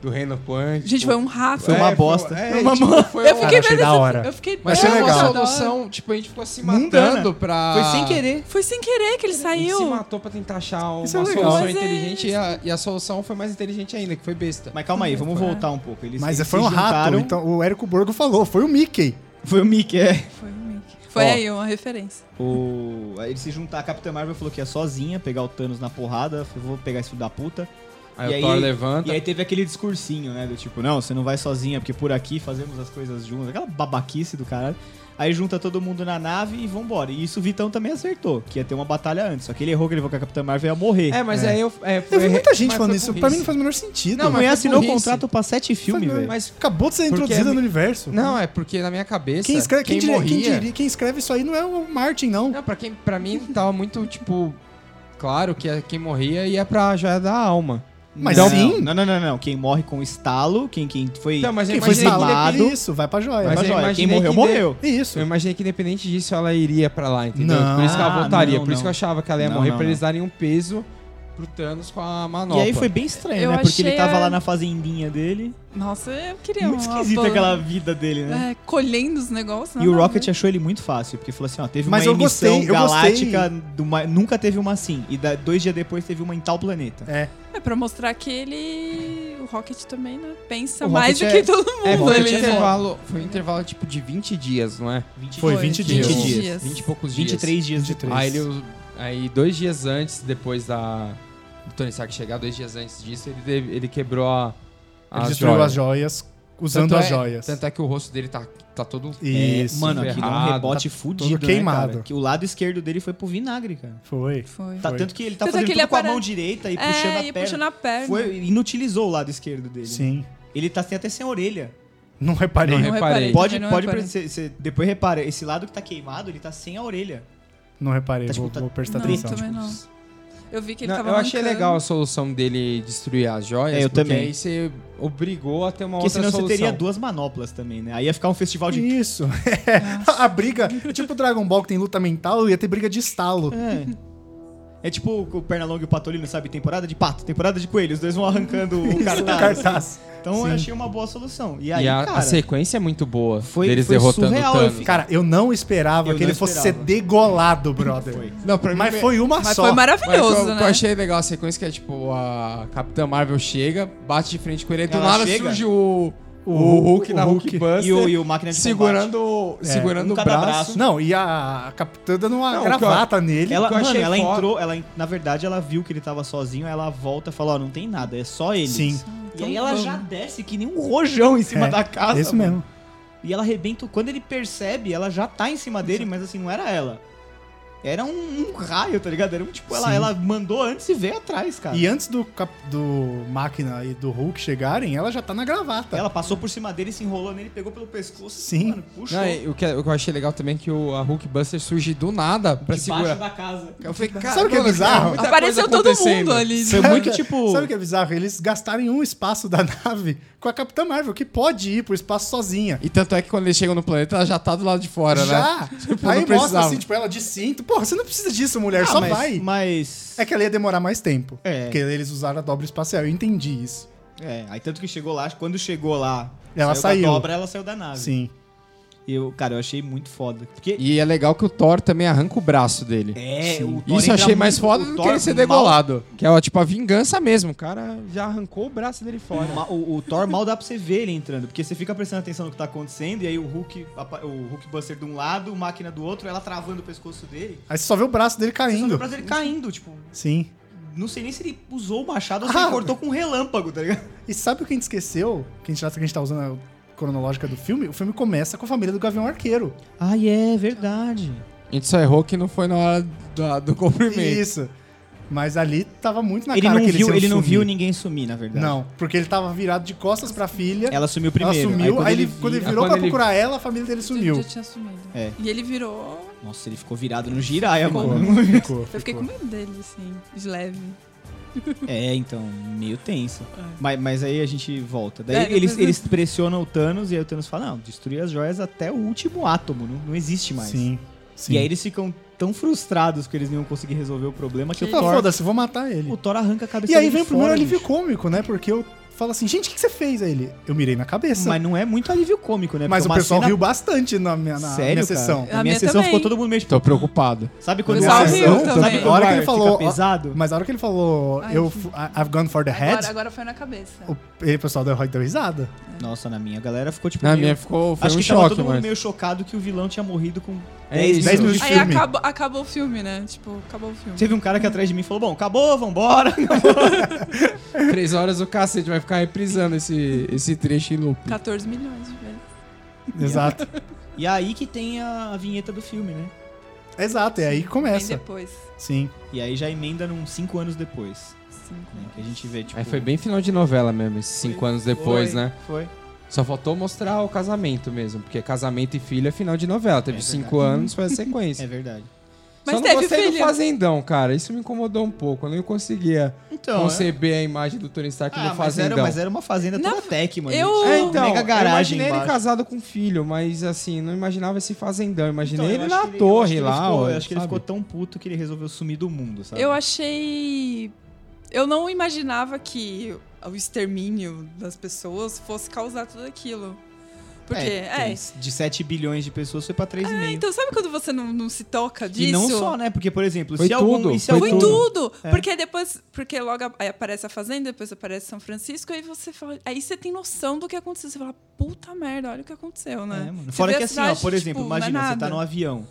[SPEAKER 3] Do Reino Quântico.
[SPEAKER 4] Gente, foi um rato.
[SPEAKER 5] Foi uma bosta.
[SPEAKER 3] É,
[SPEAKER 5] Foi uma
[SPEAKER 3] tipo,
[SPEAKER 5] bosta.
[SPEAKER 3] foi
[SPEAKER 4] Eu
[SPEAKER 3] um-
[SPEAKER 4] fiquei
[SPEAKER 2] achei
[SPEAKER 4] vendo
[SPEAKER 2] da
[SPEAKER 4] esse-
[SPEAKER 2] hora.
[SPEAKER 4] Eu fiquei
[SPEAKER 3] Mas é
[SPEAKER 4] eu
[SPEAKER 3] foi
[SPEAKER 2] achei
[SPEAKER 3] uma
[SPEAKER 2] é legal.
[SPEAKER 4] achei
[SPEAKER 2] é, né?
[SPEAKER 4] da hora.
[SPEAKER 3] solução, tipo, a gente ficou se
[SPEAKER 5] Mundana.
[SPEAKER 3] matando pra.
[SPEAKER 5] Foi
[SPEAKER 4] Ah.
[SPEAKER 5] sem querer.
[SPEAKER 4] Foi sem querer que ele
[SPEAKER 3] A gente se
[SPEAKER 4] saiu.
[SPEAKER 3] matou pra tentar achar uma
[SPEAKER 2] Isso é legal.
[SPEAKER 3] solução
[SPEAKER 4] Mas é
[SPEAKER 3] inteligente e a, e a solução foi mais inteligente ainda, que foi besta.
[SPEAKER 5] Mas calma aí, vamos voltar um pouco. Eles,
[SPEAKER 2] Mas
[SPEAKER 5] eles
[SPEAKER 2] foi
[SPEAKER 5] se
[SPEAKER 2] um rato.
[SPEAKER 5] juntaram-
[SPEAKER 2] Então, o Érico Borgo falou, foi o Mickey.
[SPEAKER 5] Foi o Mickey, é.
[SPEAKER 4] Foi o Mickey. Foi
[SPEAKER 5] Ó.
[SPEAKER 4] aí uma referência.
[SPEAKER 5] O... Aí eles se juntaram. A Capitã Marvel falou que ia sozinha pegar o Thanos na porrada. Eu vou pegar esse filho da puta.
[SPEAKER 3] Aí
[SPEAKER 5] E
[SPEAKER 3] o Thor levanta.
[SPEAKER 5] E aí teve aquele discursinho, né? Do tipo, não, você não vai sozinha, porque por aqui fazemos as coisas juntos. Aquela babaquice do caralho. Aí junta todo mundo na nave e vambora. E isso o Vitão também acertou, que ia ter uma batalha antes. Só que ele errou que ele falou que a Capitã Marvel ia morrer.
[SPEAKER 3] É, mas aí eu. É,
[SPEAKER 2] Eu
[SPEAKER 3] foi-
[SPEAKER 2] vi muita gente
[SPEAKER 3] mas
[SPEAKER 2] falando
[SPEAKER 3] foi
[SPEAKER 2] isso.
[SPEAKER 3] burrice.
[SPEAKER 2] Pra mim não faz o menor sentido.
[SPEAKER 5] não,
[SPEAKER 3] Não,
[SPEAKER 5] mas
[SPEAKER 3] mas foi
[SPEAKER 5] assinou o
[SPEAKER 3] burrice.
[SPEAKER 5] contrato pra sete filmes,
[SPEAKER 2] Faz-
[SPEAKER 5] velho.
[SPEAKER 3] Mas.
[SPEAKER 2] Acabou de ser
[SPEAKER 3] Porque
[SPEAKER 2] introduzida
[SPEAKER 3] é-
[SPEAKER 2] no universo.
[SPEAKER 3] Não, é porque na minha cabeça.
[SPEAKER 2] Quem escreve, quem, diria- quem
[SPEAKER 3] morria-
[SPEAKER 2] diria- quem escreve isso aí não é o Martin, não.
[SPEAKER 3] Não, pra, quem, pra mim tava muito, tipo. Claro que é- quem morria ia pra joia da alma.
[SPEAKER 2] Mas
[SPEAKER 5] não,
[SPEAKER 2] sim.
[SPEAKER 5] Não, não, não, não. Quem morre com estalo, quem, quem foi.
[SPEAKER 3] Então, mas eu
[SPEAKER 2] Quem foi
[SPEAKER 3] imaginei que
[SPEAKER 2] instalado.
[SPEAKER 3] dependente-
[SPEAKER 2] Isso, vai pra joia.
[SPEAKER 5] Mas
[SPEAKER 3] Mas eu
[SPEAKER 5] olha, quem
[SPEAKER 3] imaginei
[SPEAKER 5] morreu,
[SPEAKER 3] que
[SPEAKER 5] morreu.
[SPEAKER 2] Isso.
[SPEAKER 3] Eu imaginei que independente disso ela iria pra lá, entendeu?
[SPEAKER 2] Não.
[SPEAKER 3] por isso que ela
[SPEAKER 5] Ah,
[SPEAKER 3] voltaria.
[SPEAKER 5] não,
[SPEAKER 3] por isso que
[SPEAKER 5] não.
[SPEAKER 3] eu achava que ela ia
[SPEAKER 5] Não,
[SPEAKER 3] morrer
[SPEAKER 5] não,
[SPEAKER 3] pra eles
[SPEAKER 5] não.
[SPEAKER 3] darem um peso pro Thanos com a
[SPEAKER 5] E
[SPEAKER 3] manopla.
[SPEAKER 5] aí foi bem estranho,
[SPEAKER 4] Eu
[SPEAKER 5] né? Porque ele
[SPEAKER 4] achei
[SPEAKER 5] tava
[SPEAKER 4] a-
[SPEAKER 5] lá na fazendinha dele.
[SPEAKER 4] Nossa, eu queria
[SPEAKER 5] muito
[SPEAKER 4] uma
[SPEAKER 5] esquisita
[SPEAKER 4] boa-
[SPEAKER 5] aquela vida dele, né?
[SPEAKER 4] É, colhendo os negócios.
[SPEAKER 5] E
[SPEAKER 4] nada
[SPEAKER 5] o
[SPEAKER 4] a
[SPEAKER 5] Rocket
[SPEAKER 4] ver.
[SPEAKER 5] achou ele muito fácil, porque falou assim, ó, teve
[SPEAKER 2] Mas
[SPEAKER 5] uma
[SPEAKER 2] eu gostei,
[SPEAKER 5] emissão
[SPEAKER 2] eu gostei.
[SPEAKER 5] galáctica, de uma- nunca teve uma assim, e da- dois dias depois teve uma em tal planeta.
[SPEAKER 2] É.
[SPEAKER 4] É pra mostrar que ele... O Rocket também, né? Pensa
[SPEAKER 5] O
[SPEAKER 4] mais do
[SPEAKER 5] Rocket é-
[SPEAKER 4] que todo mundo.
[SPEAKER 3] É,
[SPEAKER 5] bom,
[SPEAKER 3] foi um
[SPEAKER 5] ele é
[SPEAKER 3] intervalo, foi um intervalo tipo de 20 dias, não é?
[SPEAKER 2] Foi
[SPEAKER 5] 20
[SPEAKER 2] 20
[SPEAKER 5] dias.
[SPEAKER 2] dias.
[SPEAKER 5] 20 dias.
[SPEAKER 3] 20 e poucos dias.
[SPEAKER 5] 23 dias depois.
[SPEAKER 2] 23.
[SPEAKER 3] Aí, ele, us- aí dois dias antes, depois da do Tony Stark chegar, dois dias antes disso, ele, teve- ele quebrou a.
[SPEAKER 2] Ele
[SPEAKER 3] as
[SPEAKER 2] destruiu
[SPEAKER 3] joias.
[SPEAKER 2] as joias usando
[SPEAKER 3] Tanto
[SPEAKER 2] as
[SPEAKER 3] é-
[SPEAKER 2] joias.
[SPEAKER 3] Tanto é que o rosto dele tá, tá todo.
[SPEAKER 2] Isso.
[SPEAKER 5] É, mano, aqui dá um
[SPEAKER 3] Ferrado,
[SPEAKER 5] rebote
[SPEAKER 3] tá
[SPEAKER 5] fudido,
[SPEAKER 2] todo
[SPEAKER 5] né,
[SPEAKER 2] queimado.
[SPEAKER 5] cara? Que o lado esquerdo dele foi pro vinagre, cara.
[SPEAKER 2] Foi.
[SPEAKER 4] Foi.
[SPEAKER 5] Tá,
[SPEAKER 2] Foi.
[SPEAKER 5] tanto que ele tá
[SPEAKER 4] Tanto é
[SPEAKER 5] fazendo
[SPEAKER 4] que ele
[SPEAKER 5] tudo com a
[SPEAKER 4] apare-
[SPEAKER 5] mão direita e
[SPEAKER 4] É,
[SPEAKER 5] puxando a
[SPEAKER 4] e
[SPEAKER 5] perna.
[SPEAKER 4] puxando a perna.
[SPEAKER 5] Foi, inutilizou o lado esquerdo dele.
[SPEAKER 2] Sim.
[SPEAKER 5] Ele tá sem- até sem a orelha.
[SPEAKER 2] Não reparei.
[SPEAKER 3] Não
[SPEAKER 2] Não,
[SPEAKER 4] Não
[SPEAKER 3] reparei.
[SPEAKER 4] reparei.
[SPEAKER 5] Pode,
[SPEAKER 4] também não
[SPEAKER 5] pode,
[SPEAKER 4] reparei.
[SPEAKER 5] cê- cê- depois repara, esse lado que tá queimado, ele tá sem a orelha.
[SPEAKER 2] reparei.
[SPEAKER 5] Tá, tipo,
[SPEAKER 2] vou,
[SPEAKER 5] tá-
[SPEAKER 2] vou prestar
[SPEAKER 4] Não,
[SPEAKER 2] atenção.
[SPEAKER 4] também não. Eu vi que ele
[SPEAKER 3] Não,
[SPEAKER 4] tava
[SPEAKER 3] eu achei
[SPEAKER 4] arrancando.
[SPEAKER 3] legal a solução dele destruir as joias,
[SPEAKER 5] É, eu
[SPEAKER 3] porque
[SPEAKER 5] também.
[SPEAKER 3] aí você obrigou a ter uma
[SPEAKER 5] Porque
[SPEAKER 3] outra
[SPEAKER 5] senão
[SPEAKER 3] solução.
[SPEAKER 5] você teria duas manoplas também, né? Aí ia ficar um festival
[SPEAKER 3] Tipo,
[SPEAKER 5] de.
[SPEAKER 2] Isso. a briga, tipo Dragon Ball que tem luta mental, ia ter briga de estalo.
[SPEAKER 5] É. É tipo o Pernalonga e o Patolino, sabe? Temporada de pato, temporada de coelho. Os dois vão arrancando o cartaz.
[SPEAKER 2] Cartaz.
[SPEAKER 5] Então
[SPEAKER 2] Sim.
[SPEAKER 5] eu achei uma boa solução. E aí,
[SPEAKER 3] E a, a
[SPEAKER 5] cara,
[SPEAKER 3] sequência é muito boa
[SPEAKER 5] foi-
[SPEAKER 3] deles
[SPEAKER 5] foi
[SPEAKER 3] derrotando
[SPEAKER 5] surreal,
[SPEAKER 3] o
[SPEAKER 5] eu
[SPEAKER 3] Thanos.
[SPEAKER 5] fiquei-
[SPEAKER 2] Cara, eu não esperava
[SPEAKER 5] Eu
[SPEAKER 2] que
[SPEAKER 5] não
[SPEAKER 2] ele fosse ser
[SPEAKER 5] esperava.
[SPEAKER 2] degolado, brother.
[SPEAKER 5] Foi.
[SPEAKER 3] Não, pra mim
[SPEAKER 2] Mas
[SPEAKER 5] é
[SPEAKER 3] foi-
[SPEAKER 2] foi uma
[SPEAKER 4] Mas
[SPEAKER 2] só.
[SPEAKER 4] foi
[SPEAKER 3] Mas o que eu,
[SPEAKER 4] é maravilhoso,
[SPEAKER 3] o que
[SPEAKER 4] né?
[SPEAKER 3] eu achei legal a sequência que é tipo, a Capitã Marvel chega, bate de frente com ele, e do
[SPEAKER 5] Ela
[SPEAKER 3] nada
[SPEAKER 5] chega?
[SPEAKER 3] surge o, o, Hulk
[SPEAKER 2] o
[SPEAKER 3] na
[SPEAKER 2] Hulk.
[SPEAKER 3] Hulk Buster,
[SPEAKER 5] E o, e o máquina de combate.
[SPEAKER 3] segurando,
[SPEAKER 2] É,
[SPEAKER 3] segurando
[SPEAKER 5] um
[SPEAKER 3] o
[SPEAKER 5] cada
[SPEAKER 3] braço.
[SPEAKER 5] braço.
[SPEAKER 2] Não, e a capitã dando uma
[SPEAKER 3] Não,
[SPEAKER 2] gravata nele.
[SPEAKER 5] Ela,
[SPEAKER 3] que eu
[SPEAKER 5] mano,
[SPEAKER 3] achei
[SPEAKER 5] ela
[SPEAKER 3] foda.
[SPEAKER 5] entrou, ela, na verdade, ela viu que ele tava sozinho, aí ela volta e fala, ó, não tem nada, é só ele.
[SPEAKER 2] Sim.
[SPEAKER 5] E aí ela já desce que nem um rojão em cima
[SPEAKER 2] É,
[SPEAKER 5] da casa.
[SPEAKER 2] Isso
[SPEAKER 5] mano.
[SPEAKER 2] mesmo.
[SPEAKER 5] E ela arrebenta. Quando ele percebe, ela já tá em cima dele, mas assim, não era ela. Era um, um raio, tá ligado? Era um tipo, ela,
[SPEAKER 2] Sim.
[SPEAKER 5] ela mandou antes e veio atrás, cara.
[SPEAKER 2] E antes do, cap- do Máquina e do Hulk chegarem, ela já tá na gravata.
[SPEAKER 5] Ela passou por cima dele, se enrolou nele, pegou pelo pescoço e,
[SPEAKER 2] Sim.
[SPEAKER 5] mano, puxou.
[SPEAKER 3] Não, e o, que, o que eu achei legal também é que o, a Hulk Buster surge do nada pra
[SPEAKER 5] debaixo
[SPEAKER 3] segurar.
[SPEAKER 5] da casa.
[SPEAKER 3] Eu falei, cara,
[SPEAKER 2] Sabe o que é
[SPEAKER 3] mano,
[SPEAKER 2] bizarro?
[SPEAKER 3] muita coisa
[SPEAKER 4] Apareceu todo
[SPEAKER 3] acontecendo.
[SPEAKER 4] mundo ali.
[SPEAKER 5] Foi muito tipo.
[SPEAKER 2] Sabe o que é bizarro? Eles gastarem um espaço da nave com a Capitã Marvel, que pode ir pro espaço sozinha.
[SPEAKER 3] E tanto é que quando eles chegam no planeta, ela já tá do lado de fora, né?
[SPEAKER 2] já!
[SPEAKER 3] Tipo, não
[SPEAKER 2] Aí mostra
[SPEAKER 3] precisava.
[SPEAKER 2] assim, tipo, ela de cinto. Porra, você não precisa disso, mulher,
[SPEAKER 5] Ah,
[SPEAKER 2] só
[SPEAKER 5] mas,
[SPEAKER 2] vai.
[SPEAKER 5] Mas.
[SPEAKER 2] É que ela ia demorar mais tempo.
[SPEAKER 5] É.
[SPEAKER 2] Porque eles usaram a dobra espacial, eu entendi isso.
[SPEAKER 5] É, aí tanto que chegou lá, quando chegou lá,
[SPEAKER 2] Ela saiu.
[SPEAKER 5] da dobra, ela saiu da nave.
[SPEAKER 2] Sim.
[SPEAKER 5] E eu, cara, eu achei muito foda. Porque
[SPEAKER 3] E é legal que o Thor também arranca o braço dele.
[SPEAKER 5] É,
[SPEAKER 3] Sim.
[SPEAKER 5] o Thor
[SPEAKER 3] Isso eu achei
[SPEAKER 5] entra
[SPEAKER 3] mais
[SPEAKER 5] muito-
[SPEAKER 3] foda
[SPEAKER 5] o
[SPEAKER 3] do
[SPEAKER 5] Thor
[SPEAKER 3] que ele ser
[SPEAKER 5] mal-
[SPEAKER 3] degolado. Que é tipo a vingança mesmo. O cara já arrancou o braço dele fora.
[SPEAKER 5] Ma- O, o Thor mal dá pra você ver ele entrando, porque você fica prestando atenção no que tá acontecendo, e aí o Hulk, apa- o Hulk Buster de um lado, o máquina do outro, ela travando o pescoço dele.
[SPEAKER 2] Aí você só vê o braço dele
[SPEAKER 5] O
[SPEAKER 2] caindo.
[SPEAKER 5] braço dele caindo, tipo,
[SPEAKER 2] Sim.
[SPEAKER 5] não sei nem se ele usou o machado ou se
[SPEAKER 2] Ah.
[SPEAKER 5] ele cortou com um relâmpago, tá ligado?
[SPEAKER 2] E sabe o que a gente esqueceu? Que a gente acha que a gente tá usando a cronológica do filme? O filme começa com a família do Gavião Arqueiro.
[SPEAKER 5] Ah, é, verdade.
[SPEAKER 3] A gente só errou que não foi na hora da- do cumprimento.
[SPEAKER 2] Isso. Mas ali tava muito na
[SPEAKER 5] ele
[SPEAKER 2] cara
[SPEAKER 5] não,
[SPEAKER 2] que eles
[SPEAKER 5] viu,
[SPEAKER 2] iam
[SPEAKER 5] ele não
[SPEAKER 2] sumir.
[SPEAKER 5] viu ninguém sumir, na verdade.
[SPEAKER 2] Não, porque ele tava virado de costas pra filha.
[SPEAKER 5] Ela sumiu primeiro.
[SPEAKER 2] ela
[SPEAKER 5] aí
[SPEAKER 2] sumiu, aí,
[SPEAKER 5] quando
[SPEAKER 2] ele,
[SPEAKER 5] ele
[SPEAKER 2] quando ele
[SPEAKER 5] vira-
[SPEAKER 2] virou
[SPEAKER 3] quando
[SPEAKER 2] pra
[SPEAKER 3] ele-
[SPEAKER 2] procurar ela, a família dele
[SPEAKER 4] Já
[SPEAKER 2] sumiu.
[SPEAKER 4] tinha sumido.
[SPEAKER 5] É.
[SPEAKER 4] E ele virou...
[SPEAKER 5] Ah, Nossa, ele ficou virado no giraia, mano.
[SPEAKER 2] Ficou,
[SPEAKER 4] Eu fiquei
[SPEAKER 2] ficou.
[SPEAKER 4] com medo dele, assim, de leve.
[SPEAKER 5] É, então, meio tenso.
[SPEAKER 4] É.
[SPEAKER 5] Mas, mas aí a gente volta. Daí
[SPEAKER 4] É,
[SPEAKER 5] eles,
[SPEAKER 4] depois-
[SPEAKER 5] eles pressionam o Thanos e aí o Thanos fala: Não, destruir as joias até o último átomo, não, não existe mais.
[SPEAKER 2] Sim, sim.
[SPEAKER 5] E aí eles ficam tão frustrados que eles não iam conseguir resolver o problema que,
[SPEAKER 4] Que-
[SPEAKER 5] o,
[SPEAKER 2] Ah,
[SPEAKER 5] Thor,
[SPEAKER 2] foda-se, vou matar ele.
[SPEAKER 5] o Thor arranca a cabeça
[SPEAKER 2] E aí
[SPEAKER 5] dele
[SPEAKER 2] vem o
[SPEAKER 5] fora,
[SPEAKER 2] primeiro alívio
[SPEAKER 5] bicho.
[SPEAKER 2] cômico, né? Porque eu falo assim, gente, o que que você fez? Aí ele, eu mirei na cabeça. Mas,
[SPEAKER 5] Mas não é muito alívio cômico, né? Porque
[SPEAKER 2] o
[SPEAKER 5] uma
[SPEAKER 2] pessoal
[SPEAKER 5] cena- é
[SPEAKER 2] riu bastante na minha, na
[SPEAKER 5] Sério,
[SPEAKER 2] minha
[SPEAKER 5] cara?
[SPEAKER 2] sessão.
[SPEAKER 5] Na
[SPEAKER 4] A
[SPEAKER 5] minha
[SPEAKER 4] minha
[SPEAKER 5] sessão
[SPEAKER 4] também.
[SPEAKER 5] ficou todo mundo meio tipo.
[SPEAKER 3] Tô preocupado.
[SPEAKER 5] Sabe quando
[SPEAKER 4] pessoal
[SPEAKER 5] a
[SPEAKER 4] riu
[SPEAKER 5] sessão-
[SPEAKER 4] também.
[SPEAKER 5] Sabe quando
[SPEAKER 4] A
[SPEAKER 2] hora que
[SPEAKER 5] o
[SPEAKER 2] ele
[SPEAKER 5] Thor
[SPEAKER 2] falou, ó,
[SPEAKER 5] Fica pesado?
[SPEAKER 2] Mas a hora que ele falou,
[SPEAKER 4] Ai,
[SPEAKER 2] eu,
[SPEAKER 4] que-
[SPEAKER 2] fu- I- I've gone for the head,
[SPEAKER 4] Agora, agora foi na cabeça.
[SPEAKER 2] o, e o pessoal deu, deu risada.
[SPEAKER 5] Nossa, na minha a galera ficou tipo.
[SPEAKER 3] Na
[SPEAKER 5] meio-
[SPEAKER 3] minha ficou foi
[SPEAKER 5] Acho
[SPEAKER 3] um
[SPEAKER 5] que tava
[SPEAKER 3] choque,
[SPEAKER 5] todo mundo
[SPEAKER 3] mas.
[SPEAKER 5] meio chocado que o vilão tinha morrido com
[SPEAKER 3] É
[SPEAKER 5] 10
[SPEAKER 3] isso.
[SPEAKER 5] minutos.
[SPEAKER 2] 10 minutos de
[SPEAKER 4] Aí
[SPEAKER 2] filme.
[SPEAKER 4] acabou, acabou o filme, né? Tipo, acabou o filme.
[SPEAKER 5] Teve um cara que atrás de mim falou: Bom, acabou, vambora.
[SPEAKER 3] Três horas o cacete vai ficar reprisando esse, esse trecho em loop.
[SPEAKER 4] 14 milhões de vezes.
[SPEAKER 2] Exato.
[SPEAKER 5] E é aí que tem a, a vinheta do filme, né?
[SPEAKER 2] Exato, é aí que
[SPEAKER 4] Bem
[SPEAKER 2] começa.
[SPEAKER 4] depois.
[SPEAKER 2] Sim.
[SPEAKER 5] E aí já emenda num 5 anos depois.
[SPEAKER 4] Cinco.
[SPEAKER 5] né? Que a gente vê, tipo.
[SPEAKER 3] Aí foi bem final de novela mesmo, esses cinco anos depois,
[SPEAKER 5] Foi,
[SPEAKER 3] né?
[SPEAKER 5] Foi.
[SPEAKER 3] Só faltou mostrar o casamento mesmo, porque casamento e filho é final de novela. Teve
[SPEAKER 5] É
[SPEAKER 3] cinco anos, foi a sequência.
[SPEAKER 5] É verdade.
[SPEAKER 3] Só
[SPEAKER 4] Mas
[SPEAKER 3] não
[SPEAKER 4] teve
[SPEAKER 3] gostei do
[SPEAKER 4] filho.
[SPEAKER 3] Fazendão, cara. Isso me incomodou um pouco. Eu não conseguia
[SPEAKER 5] Então. é-
[SPEAKER 3] conceber a imagem do Tony
[SPEAKER 2] é.
[SPEAKER 3] Stark
[SPEAKER 5] Ah,
[SPEAKER 3] no
[SPEAKER 5] mas
[SPEAKER 3] Fazendão.
[SPEAKER 5] era, mas era uma fazenda toda
[SPEAKER 4] Não,
[SPEAKER 5] tech, mano.
[SPEAKER 4] eu-
[SPEAKER 5] Tinha
[SPEAKER 3] É,
[SPEAKER 5] uma
[SPEAKER 3] então,
[SPEAKER 5] mega garagem
[SPEAKER 3] eu imaginei ele
[SPEAKER 5] embaixo.
[SPEAKER 3] casado com filho, mas assim, não imaginava esse fazendão. Eu
[SPEAKER 5] Então,
[SPEAKER 3] Imaginei
[SPEAKER 5] eu
[SPEAKER 3] ele
[SPEAKER 5] acho
[SPEAKER 3] na
[SPEAKER 5] que eu acho que
[SPEAKER 3] torre
[SPEAKER 5] ele
[SPEAKER 3] lá.
[SPEAKER 5] ficou-
[SPEAKER 3] ó,
[SPEAKER 5] eu acho que ele
[SPEAKER 3] sabe?
[SPEAKER 5] ficou tão puto que ele resolveu sumir do mundo, sabe?
[SPEAKER 4] Eu achei. Eu não imaginava que o extermínio das pessoas fosse causar tudo aquilo. Porque, é.
[SPEAKER 5] tem- De 7 bilhões de pessoas foi pra 3,5.
[SPEAKER 4] Então, sabe quando você não, não se toca disso?
[SPEAKER 5] E não só, né? Porque, por exemplo,
[SPEAKER 3] Foi
[SPEAKER 5] se algum.
[SPEAKER 3] tudo,
[SPEAKER 5] e se
[SPEAKER 3] foi
[SPEAKER 5] algum-
[SPEAKER 4] Foi tudo!
[SPEAKER 5] É.
[SPEAKER 4] Porque depois. Porque logo a- aí aparece a Fazenda, depois aparece São Francisco, aí você fala. Aí você tem noção do que aconteceu. Você fala, puta merda, olha o que aconteceu, né?
[SPEAKER 5] É, mano.
[SPEAKER 4] Você
[SPEAKER 5] Fora
[SPEAKER 4] vê
[SPEAKER 5] que
[SPEAKER 4] a
[SPEAKER 5] assim, ó,
[SPEAKER 4] cidade,
[SPEAKER 5] por exemplo,
[SPEAKER 4] tipo, não é
[SPEAKER 5] imagina, você tá
[SPEAKER 4] nada.
[SPEAKER 5] num avião.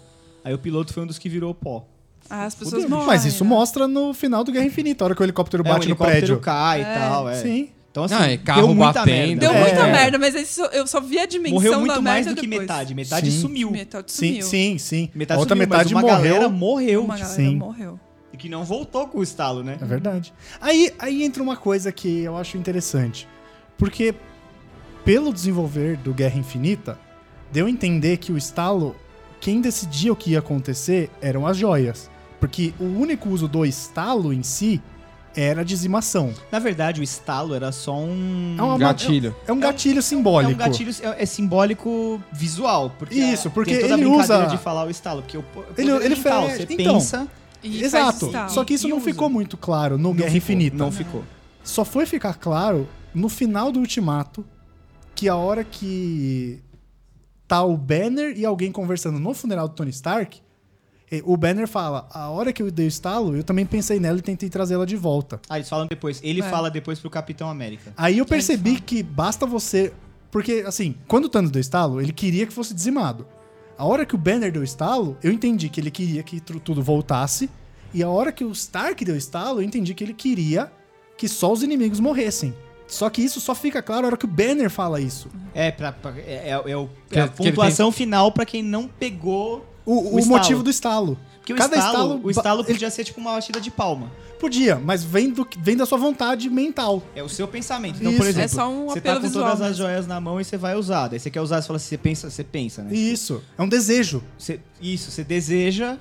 [SPEAKER 5] Aí o piloto foi um dos que virou pó.
[SPEAKER 4] Ah, as pessoas
[SPEAKER 2] Fudeu.
[SPEAKER 4] morrem.
[SPEAKER 2] Mas isso
[SPEAKER 4] né?
[SPEAKER 2] mostra no final do Guerra Infinita, a hora que o helicóptero
[SPEAKER 5] É, o
[SPEAKER 2] bate no
[SPEAKER 5] helicóptero
[SPEAKER 2] prédio.
[SPEAKER 5] cai e
[SPEAKER 4] É.
[SPEAKER 5] tal, é.
[SPEAKER 2] Sim.
[SPEAKER 5] Então, assim,
[SPEAKER 3] Não, é carro
[SPEAKER 5] deu muita
[SPEAKER 3] batendo.
[SPEAKER 5] merda.
[SPEAKER 4] Deu
[SPEAKER 2] É.
[SPEAKER 4] muita merda, mas isso- eu só vi a dimensão
[SPEAKER 5] Morreu
[SPEAKER 4] da
[SPEAKER 5] muito mais do
[SPEAKER 4] merda
[SPEAKER 5] que
[SPEAKER 4] depois.
[SPEAKER 5] metade. Metade
[SPEAKER 2] Sim.
[SPEAKER 5] sumiu.
[SPEAKER 4] Metade
[SPEAKER 2] Sim,
[SPEAKER 4] sumiu.
[SPEAKER 2] sim, sim.
[SPEAKER 5] Metade
[SPEAKER 2] a outra
[SPEAKER 5] sumiu,
[SPEAKER 2] metade
[SPEAKER 5] mas uma galera
[SPEAKER 2] morreu.
[SPEAKER 5] morreu.
[SPEAKER 4] Uma galera
[SPEAKER 2] Sim.
[SPEAKER 4] morreu.
[SPEAKER 5] E que não voltou com o estalo, né?
[SPEAKER 2] É verdade. Aí, aí entra uma coisa que eu acho interessante. Porque, pelo desenvolver do Guerra Infinita, deu a entender que o estalo, quem decidia o que ia acontecer eram as joias. Porque o único uso do estalo em si era a dizimação.
[SPEAKER 5] Na verdade, o estalo era só um.
[SPEAKER 2] É uma-
[SPEAKER 3] Gatilho.
[SPEAKER 2] É um gatilho simbólico.
[SPEAKER 5] É um gatilho, é, é simbólico visual. Porque
[SPEAKER 2] Isso,
[SPEAKER 5] a-
[SPEAKER 2] porque
[SPEAKER 5] tem toda a
[SPEAKER 2] ele
[SPEAKER 5] brincadeira
[SPEAKER 2] usa-
[SPEAKER 5] de falar o estalo. Porque o po- poder
[SPEAKER 2] Ele- ele
[SPEAKER 5] mental,
[SPEAKER 2] fez-
[SPEAKER 5] você
[SPEAKER 2] então,
[SPEAKER 5] pensa.
[SPEAKER 4] E faz
[SPEAKER 2] Exato.
[SPEAKER 4] estalo.
[SPEAKER 2] Só que isso
[SPEAKER 5] E
[SPEAKER 2] não
[SPEAKER 5] usa.
[SPEAKER 2] ficou muito claro no Guerra
[SPEAKER 5] ficou,
[SPEAKER 2] Infinita.
[SPEAKER 5] Não ficou.
[SPEAKER 2] Só foi ficar claro no final do Ultimato que a hora que tá o Banner e alguém conversando no funeral do Tony Stark, eh, o Banner fala: A hora que eu dei o estalo, eu também pensei nela e tentei trazê-la de volta.
[SPEAKER 5] Ah, eles falam depois. Ele
[SPEAKER 4] É.
[SPEAKER 5] fala depois pro Capitão América.
[SPEAKER 2] Aí eu percebi que basta você. Porque, assim, quando o Thanos deu estalo, ele queria que fosse dizimado. A hora que o Banner deu estalo, eu entendi que ele queria que tru- tudo voltasse. E a hora que o Stark deu estalo, eu entendi que ele queria que só os inimigos morressem. Só que isso só fica claro a hora que o Banner fala isso.
[SPEAKER 5] É, pra, pra- é, é, é o- é
[SPEAKER 3] Que-
[SPEAKER 5] a
[SPEAKER 3] que ele
[SPEAKER 5] pontuação final pra quem não pegou.
[SPEAKER 2] O, o
[SPEAKER 5] estalo.
[SPEAKER 2] motivo do estalo.
[SPEAKER 5] Porque
[SPEAKER 2] Cada
[SPEAKER 5] o estalo,
[SPEAKER 2] estalo
[SPEAKER 5] o estalo
[SPEAKER 2] ba-
[SPEAKER 5] podia ser tipo uma batida de palma.
[SPEAKER 2] Podia, mas vem, do, vem da sua vontade mental.
[SPEAKER 5] É o seu pensamento. Então, por
[SPEAKER 2] Isso.
[SPEAKER 5] exemplo,
[SPEAKER 4] É só um
[SPEAKER 5] você
[SPEAKER 4] apelo
[SPEAKER 5] tá com
[SPEAKER 4] visual
[SPEAKER 5] todas as
[SPEAKER 4] mesmo.
[SPEAKER 5] joias na mão e você vai usar. Daí você quer usar, você fala assim, você pensa, você pensa, né?
[SPEAKER 2] Isso. É um desejo.
[SPEAKER 5] Você- isso, você deseja,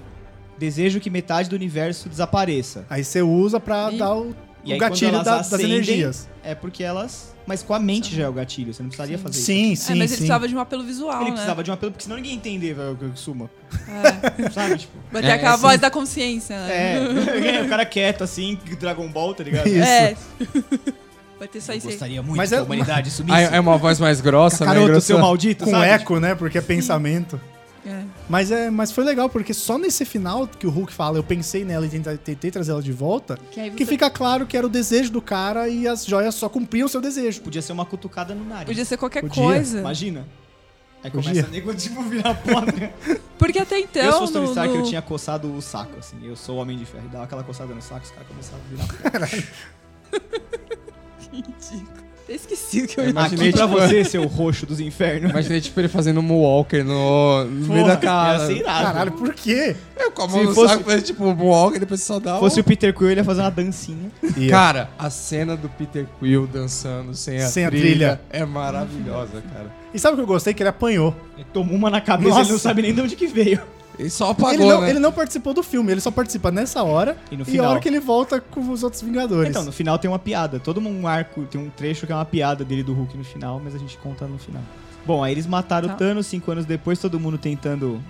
[SPEAKER 5] deseja que metade do universo desapareça.
[SPEAKER 2] Aí você usa pra
[SPEAKER 4] E-
[SPEAKER 2] dar o,
[SPEAKER 5] E
[SPEAKER 2] o
[SPEAKER 5] aí,
[SPEAKER 2] gatilho
[SPEAKER 5] quando elas
[SPEAKER 2] da- das
[SPEAKER 5] acendem,
[SPEAKER 2] energias.
[SPEAKER 5] É porque elas, mas com a mente já é o gatilho, você não precisaria fazer isso.
[SPEAKER 2] Sim, sim.
[SPEAKER 4] é, mas
[SPEAKER 2] sim.
[SPEAKER 4] ele precisava de um apelo visual,
[SPEAKER 5] Ele
[SPEAKER 4] né?
[SPEAKER 5] precisava de um apelo, porque senão ninguém ia entender, velho, que suma.
[SPEAKER 4] É.
[SPEAKER 5] Sabe, tipo...
[SPEAKER 4] Bater
[SPEAKER 3] É,
[SPEAKER 4] aquela
[SPEAKER 3] sim.
[SPEAKER 4] voz da consciência, né?
[SPEAKER 5] É, o cara quieto assim, Dragon Ball, tá ligado?
[SPEAKER 2] Isso.
[SPEAKER 4] É. Vai ter isso aí. sim.
[SPEAKER 5] muito
[SPEAKER 2] Mas é-
[SPEAKER 5] humanidade
[SPEAKER 3] Ah, é uma voz mais grossa, né?
[SPEAKER 5] Caroto, seu
[SPEAKER 3] grossona?
[SPEAKER 5] maldito,
[SPEAKER 2] com
[SPEAKER 5] sabe?
[SPEAKER 2] eco, né? Porque é pensamento.
[SPEAKER 4] É.
[SPEAKER 2] Mas, é, mas foi legal, porque só nesse final que o Hulk fala, eu pensei nela e tentei, tentei trazer ela de volta,
[SPEAKER 4] Que aí
[SPEAKER 2] que
[SPEAKER 4] você
[SPEAKER 2] fica claro que era o desejo do cara e as joias só cumpriam o seu desejo.
[SPEAKER 5] Podia ser uma cutucada no nariz.
[SPEAKER 4] Podia ser qualquer
[SPEAKER 2] Podia,
[SPEAKER 4] coisa.
[SPEAKER 5] Imagina. Aí
[SPEAKER 2] Podia.
[SPEAKER 5] começa a nego, tipo, virar a porta.
[SPEAKER 4] Porque até
[SPEAKER 5] eu
[SPEAKER 4] então.
[SPEAKER 5] sou o Tony
[SPEAKER 4] no-
[SPEAKER 5] Stark, eu
[SPEAKER 4] no-
[SPEAKER 5] tinha coçado o saco, assim. Eu sou o Homem de Ferro. E Dava aquela coçada no saco, os caras começavam a virar a porta.
[SPEAKER 4] Ridículo. Até esqueci o que eu
[SPEAKER 3] Eu
[SPEAKER 4] ia
[SPEAKER 3] imagino-
[SPEAKER 4] falar.
[SPEAKER 3] Imaginei,
[SPEAKER 5] Aqui pra
[SPEAKER 3] tipo-
[SPEAKER 5] você, seu roxo dos infernos.
[SPEAKER 3] Imaginei, tipo, ele fazendo um walker no, no meio
[SPEAKER 5] Porra,
[SPEAKER 3] da cara.
[SPEAKER 5] ia ser irado.
[SPEAKER 2] Caralho, por quê?
[SPEAKER 3] Eu como
[SPEAKER 5] Se
[SPEAKER 3] no
[SPEAKER 5] fosse-
[SPEAKER 3] saco, faz tipo um walker, depois só dá
[SPEAKER 5] Se
[SPEAKER 3] um-
[SPEAKER 5] fosse o Peter Quill, ele ia fazer uma dancinha.
[SPEAKER 3] Cara, a cena do Peter Quill dançando sem a,
[SPEAKER 2] Sem a
[SPEAKER 3] trilha,
[SPEAKER 2] trilha.
[SPEAKER 3] é maravilhosa, cara.
[SPEAKER 2] E sabe o que eu gostei? Que ele apanhou.
[SPEAKER 5] Ele tomou uma na cabeça,
[SPEAKER 2] Nossa.
[SPEAKER 5] ele não sabe nem de onde que veio.
[SPEAKER 3] Ele só apagou,
[SPEAKER 2] ele, não,
[SPEAKER 3] né?
[SPEAKER 2] ele não participou do filme, ele só participa nessa hora
[SPEAKER 5] E no
[SPEAKER 2] a
[SPEAKER 5] final.
[SPEAKER 2] hora que ele volta com os outros Vingadores.
[SPEAKER 5] Então, no final tem uma piada. Todo um arco, tem um trecho que é uma piada dele do Hulk no final, mas a gente conta no final. Bom, aí eles mataram
[SPEAKER 4] Tá.
[SPEAKER 5] o Thanos cinco anos depois, todo mundo tentando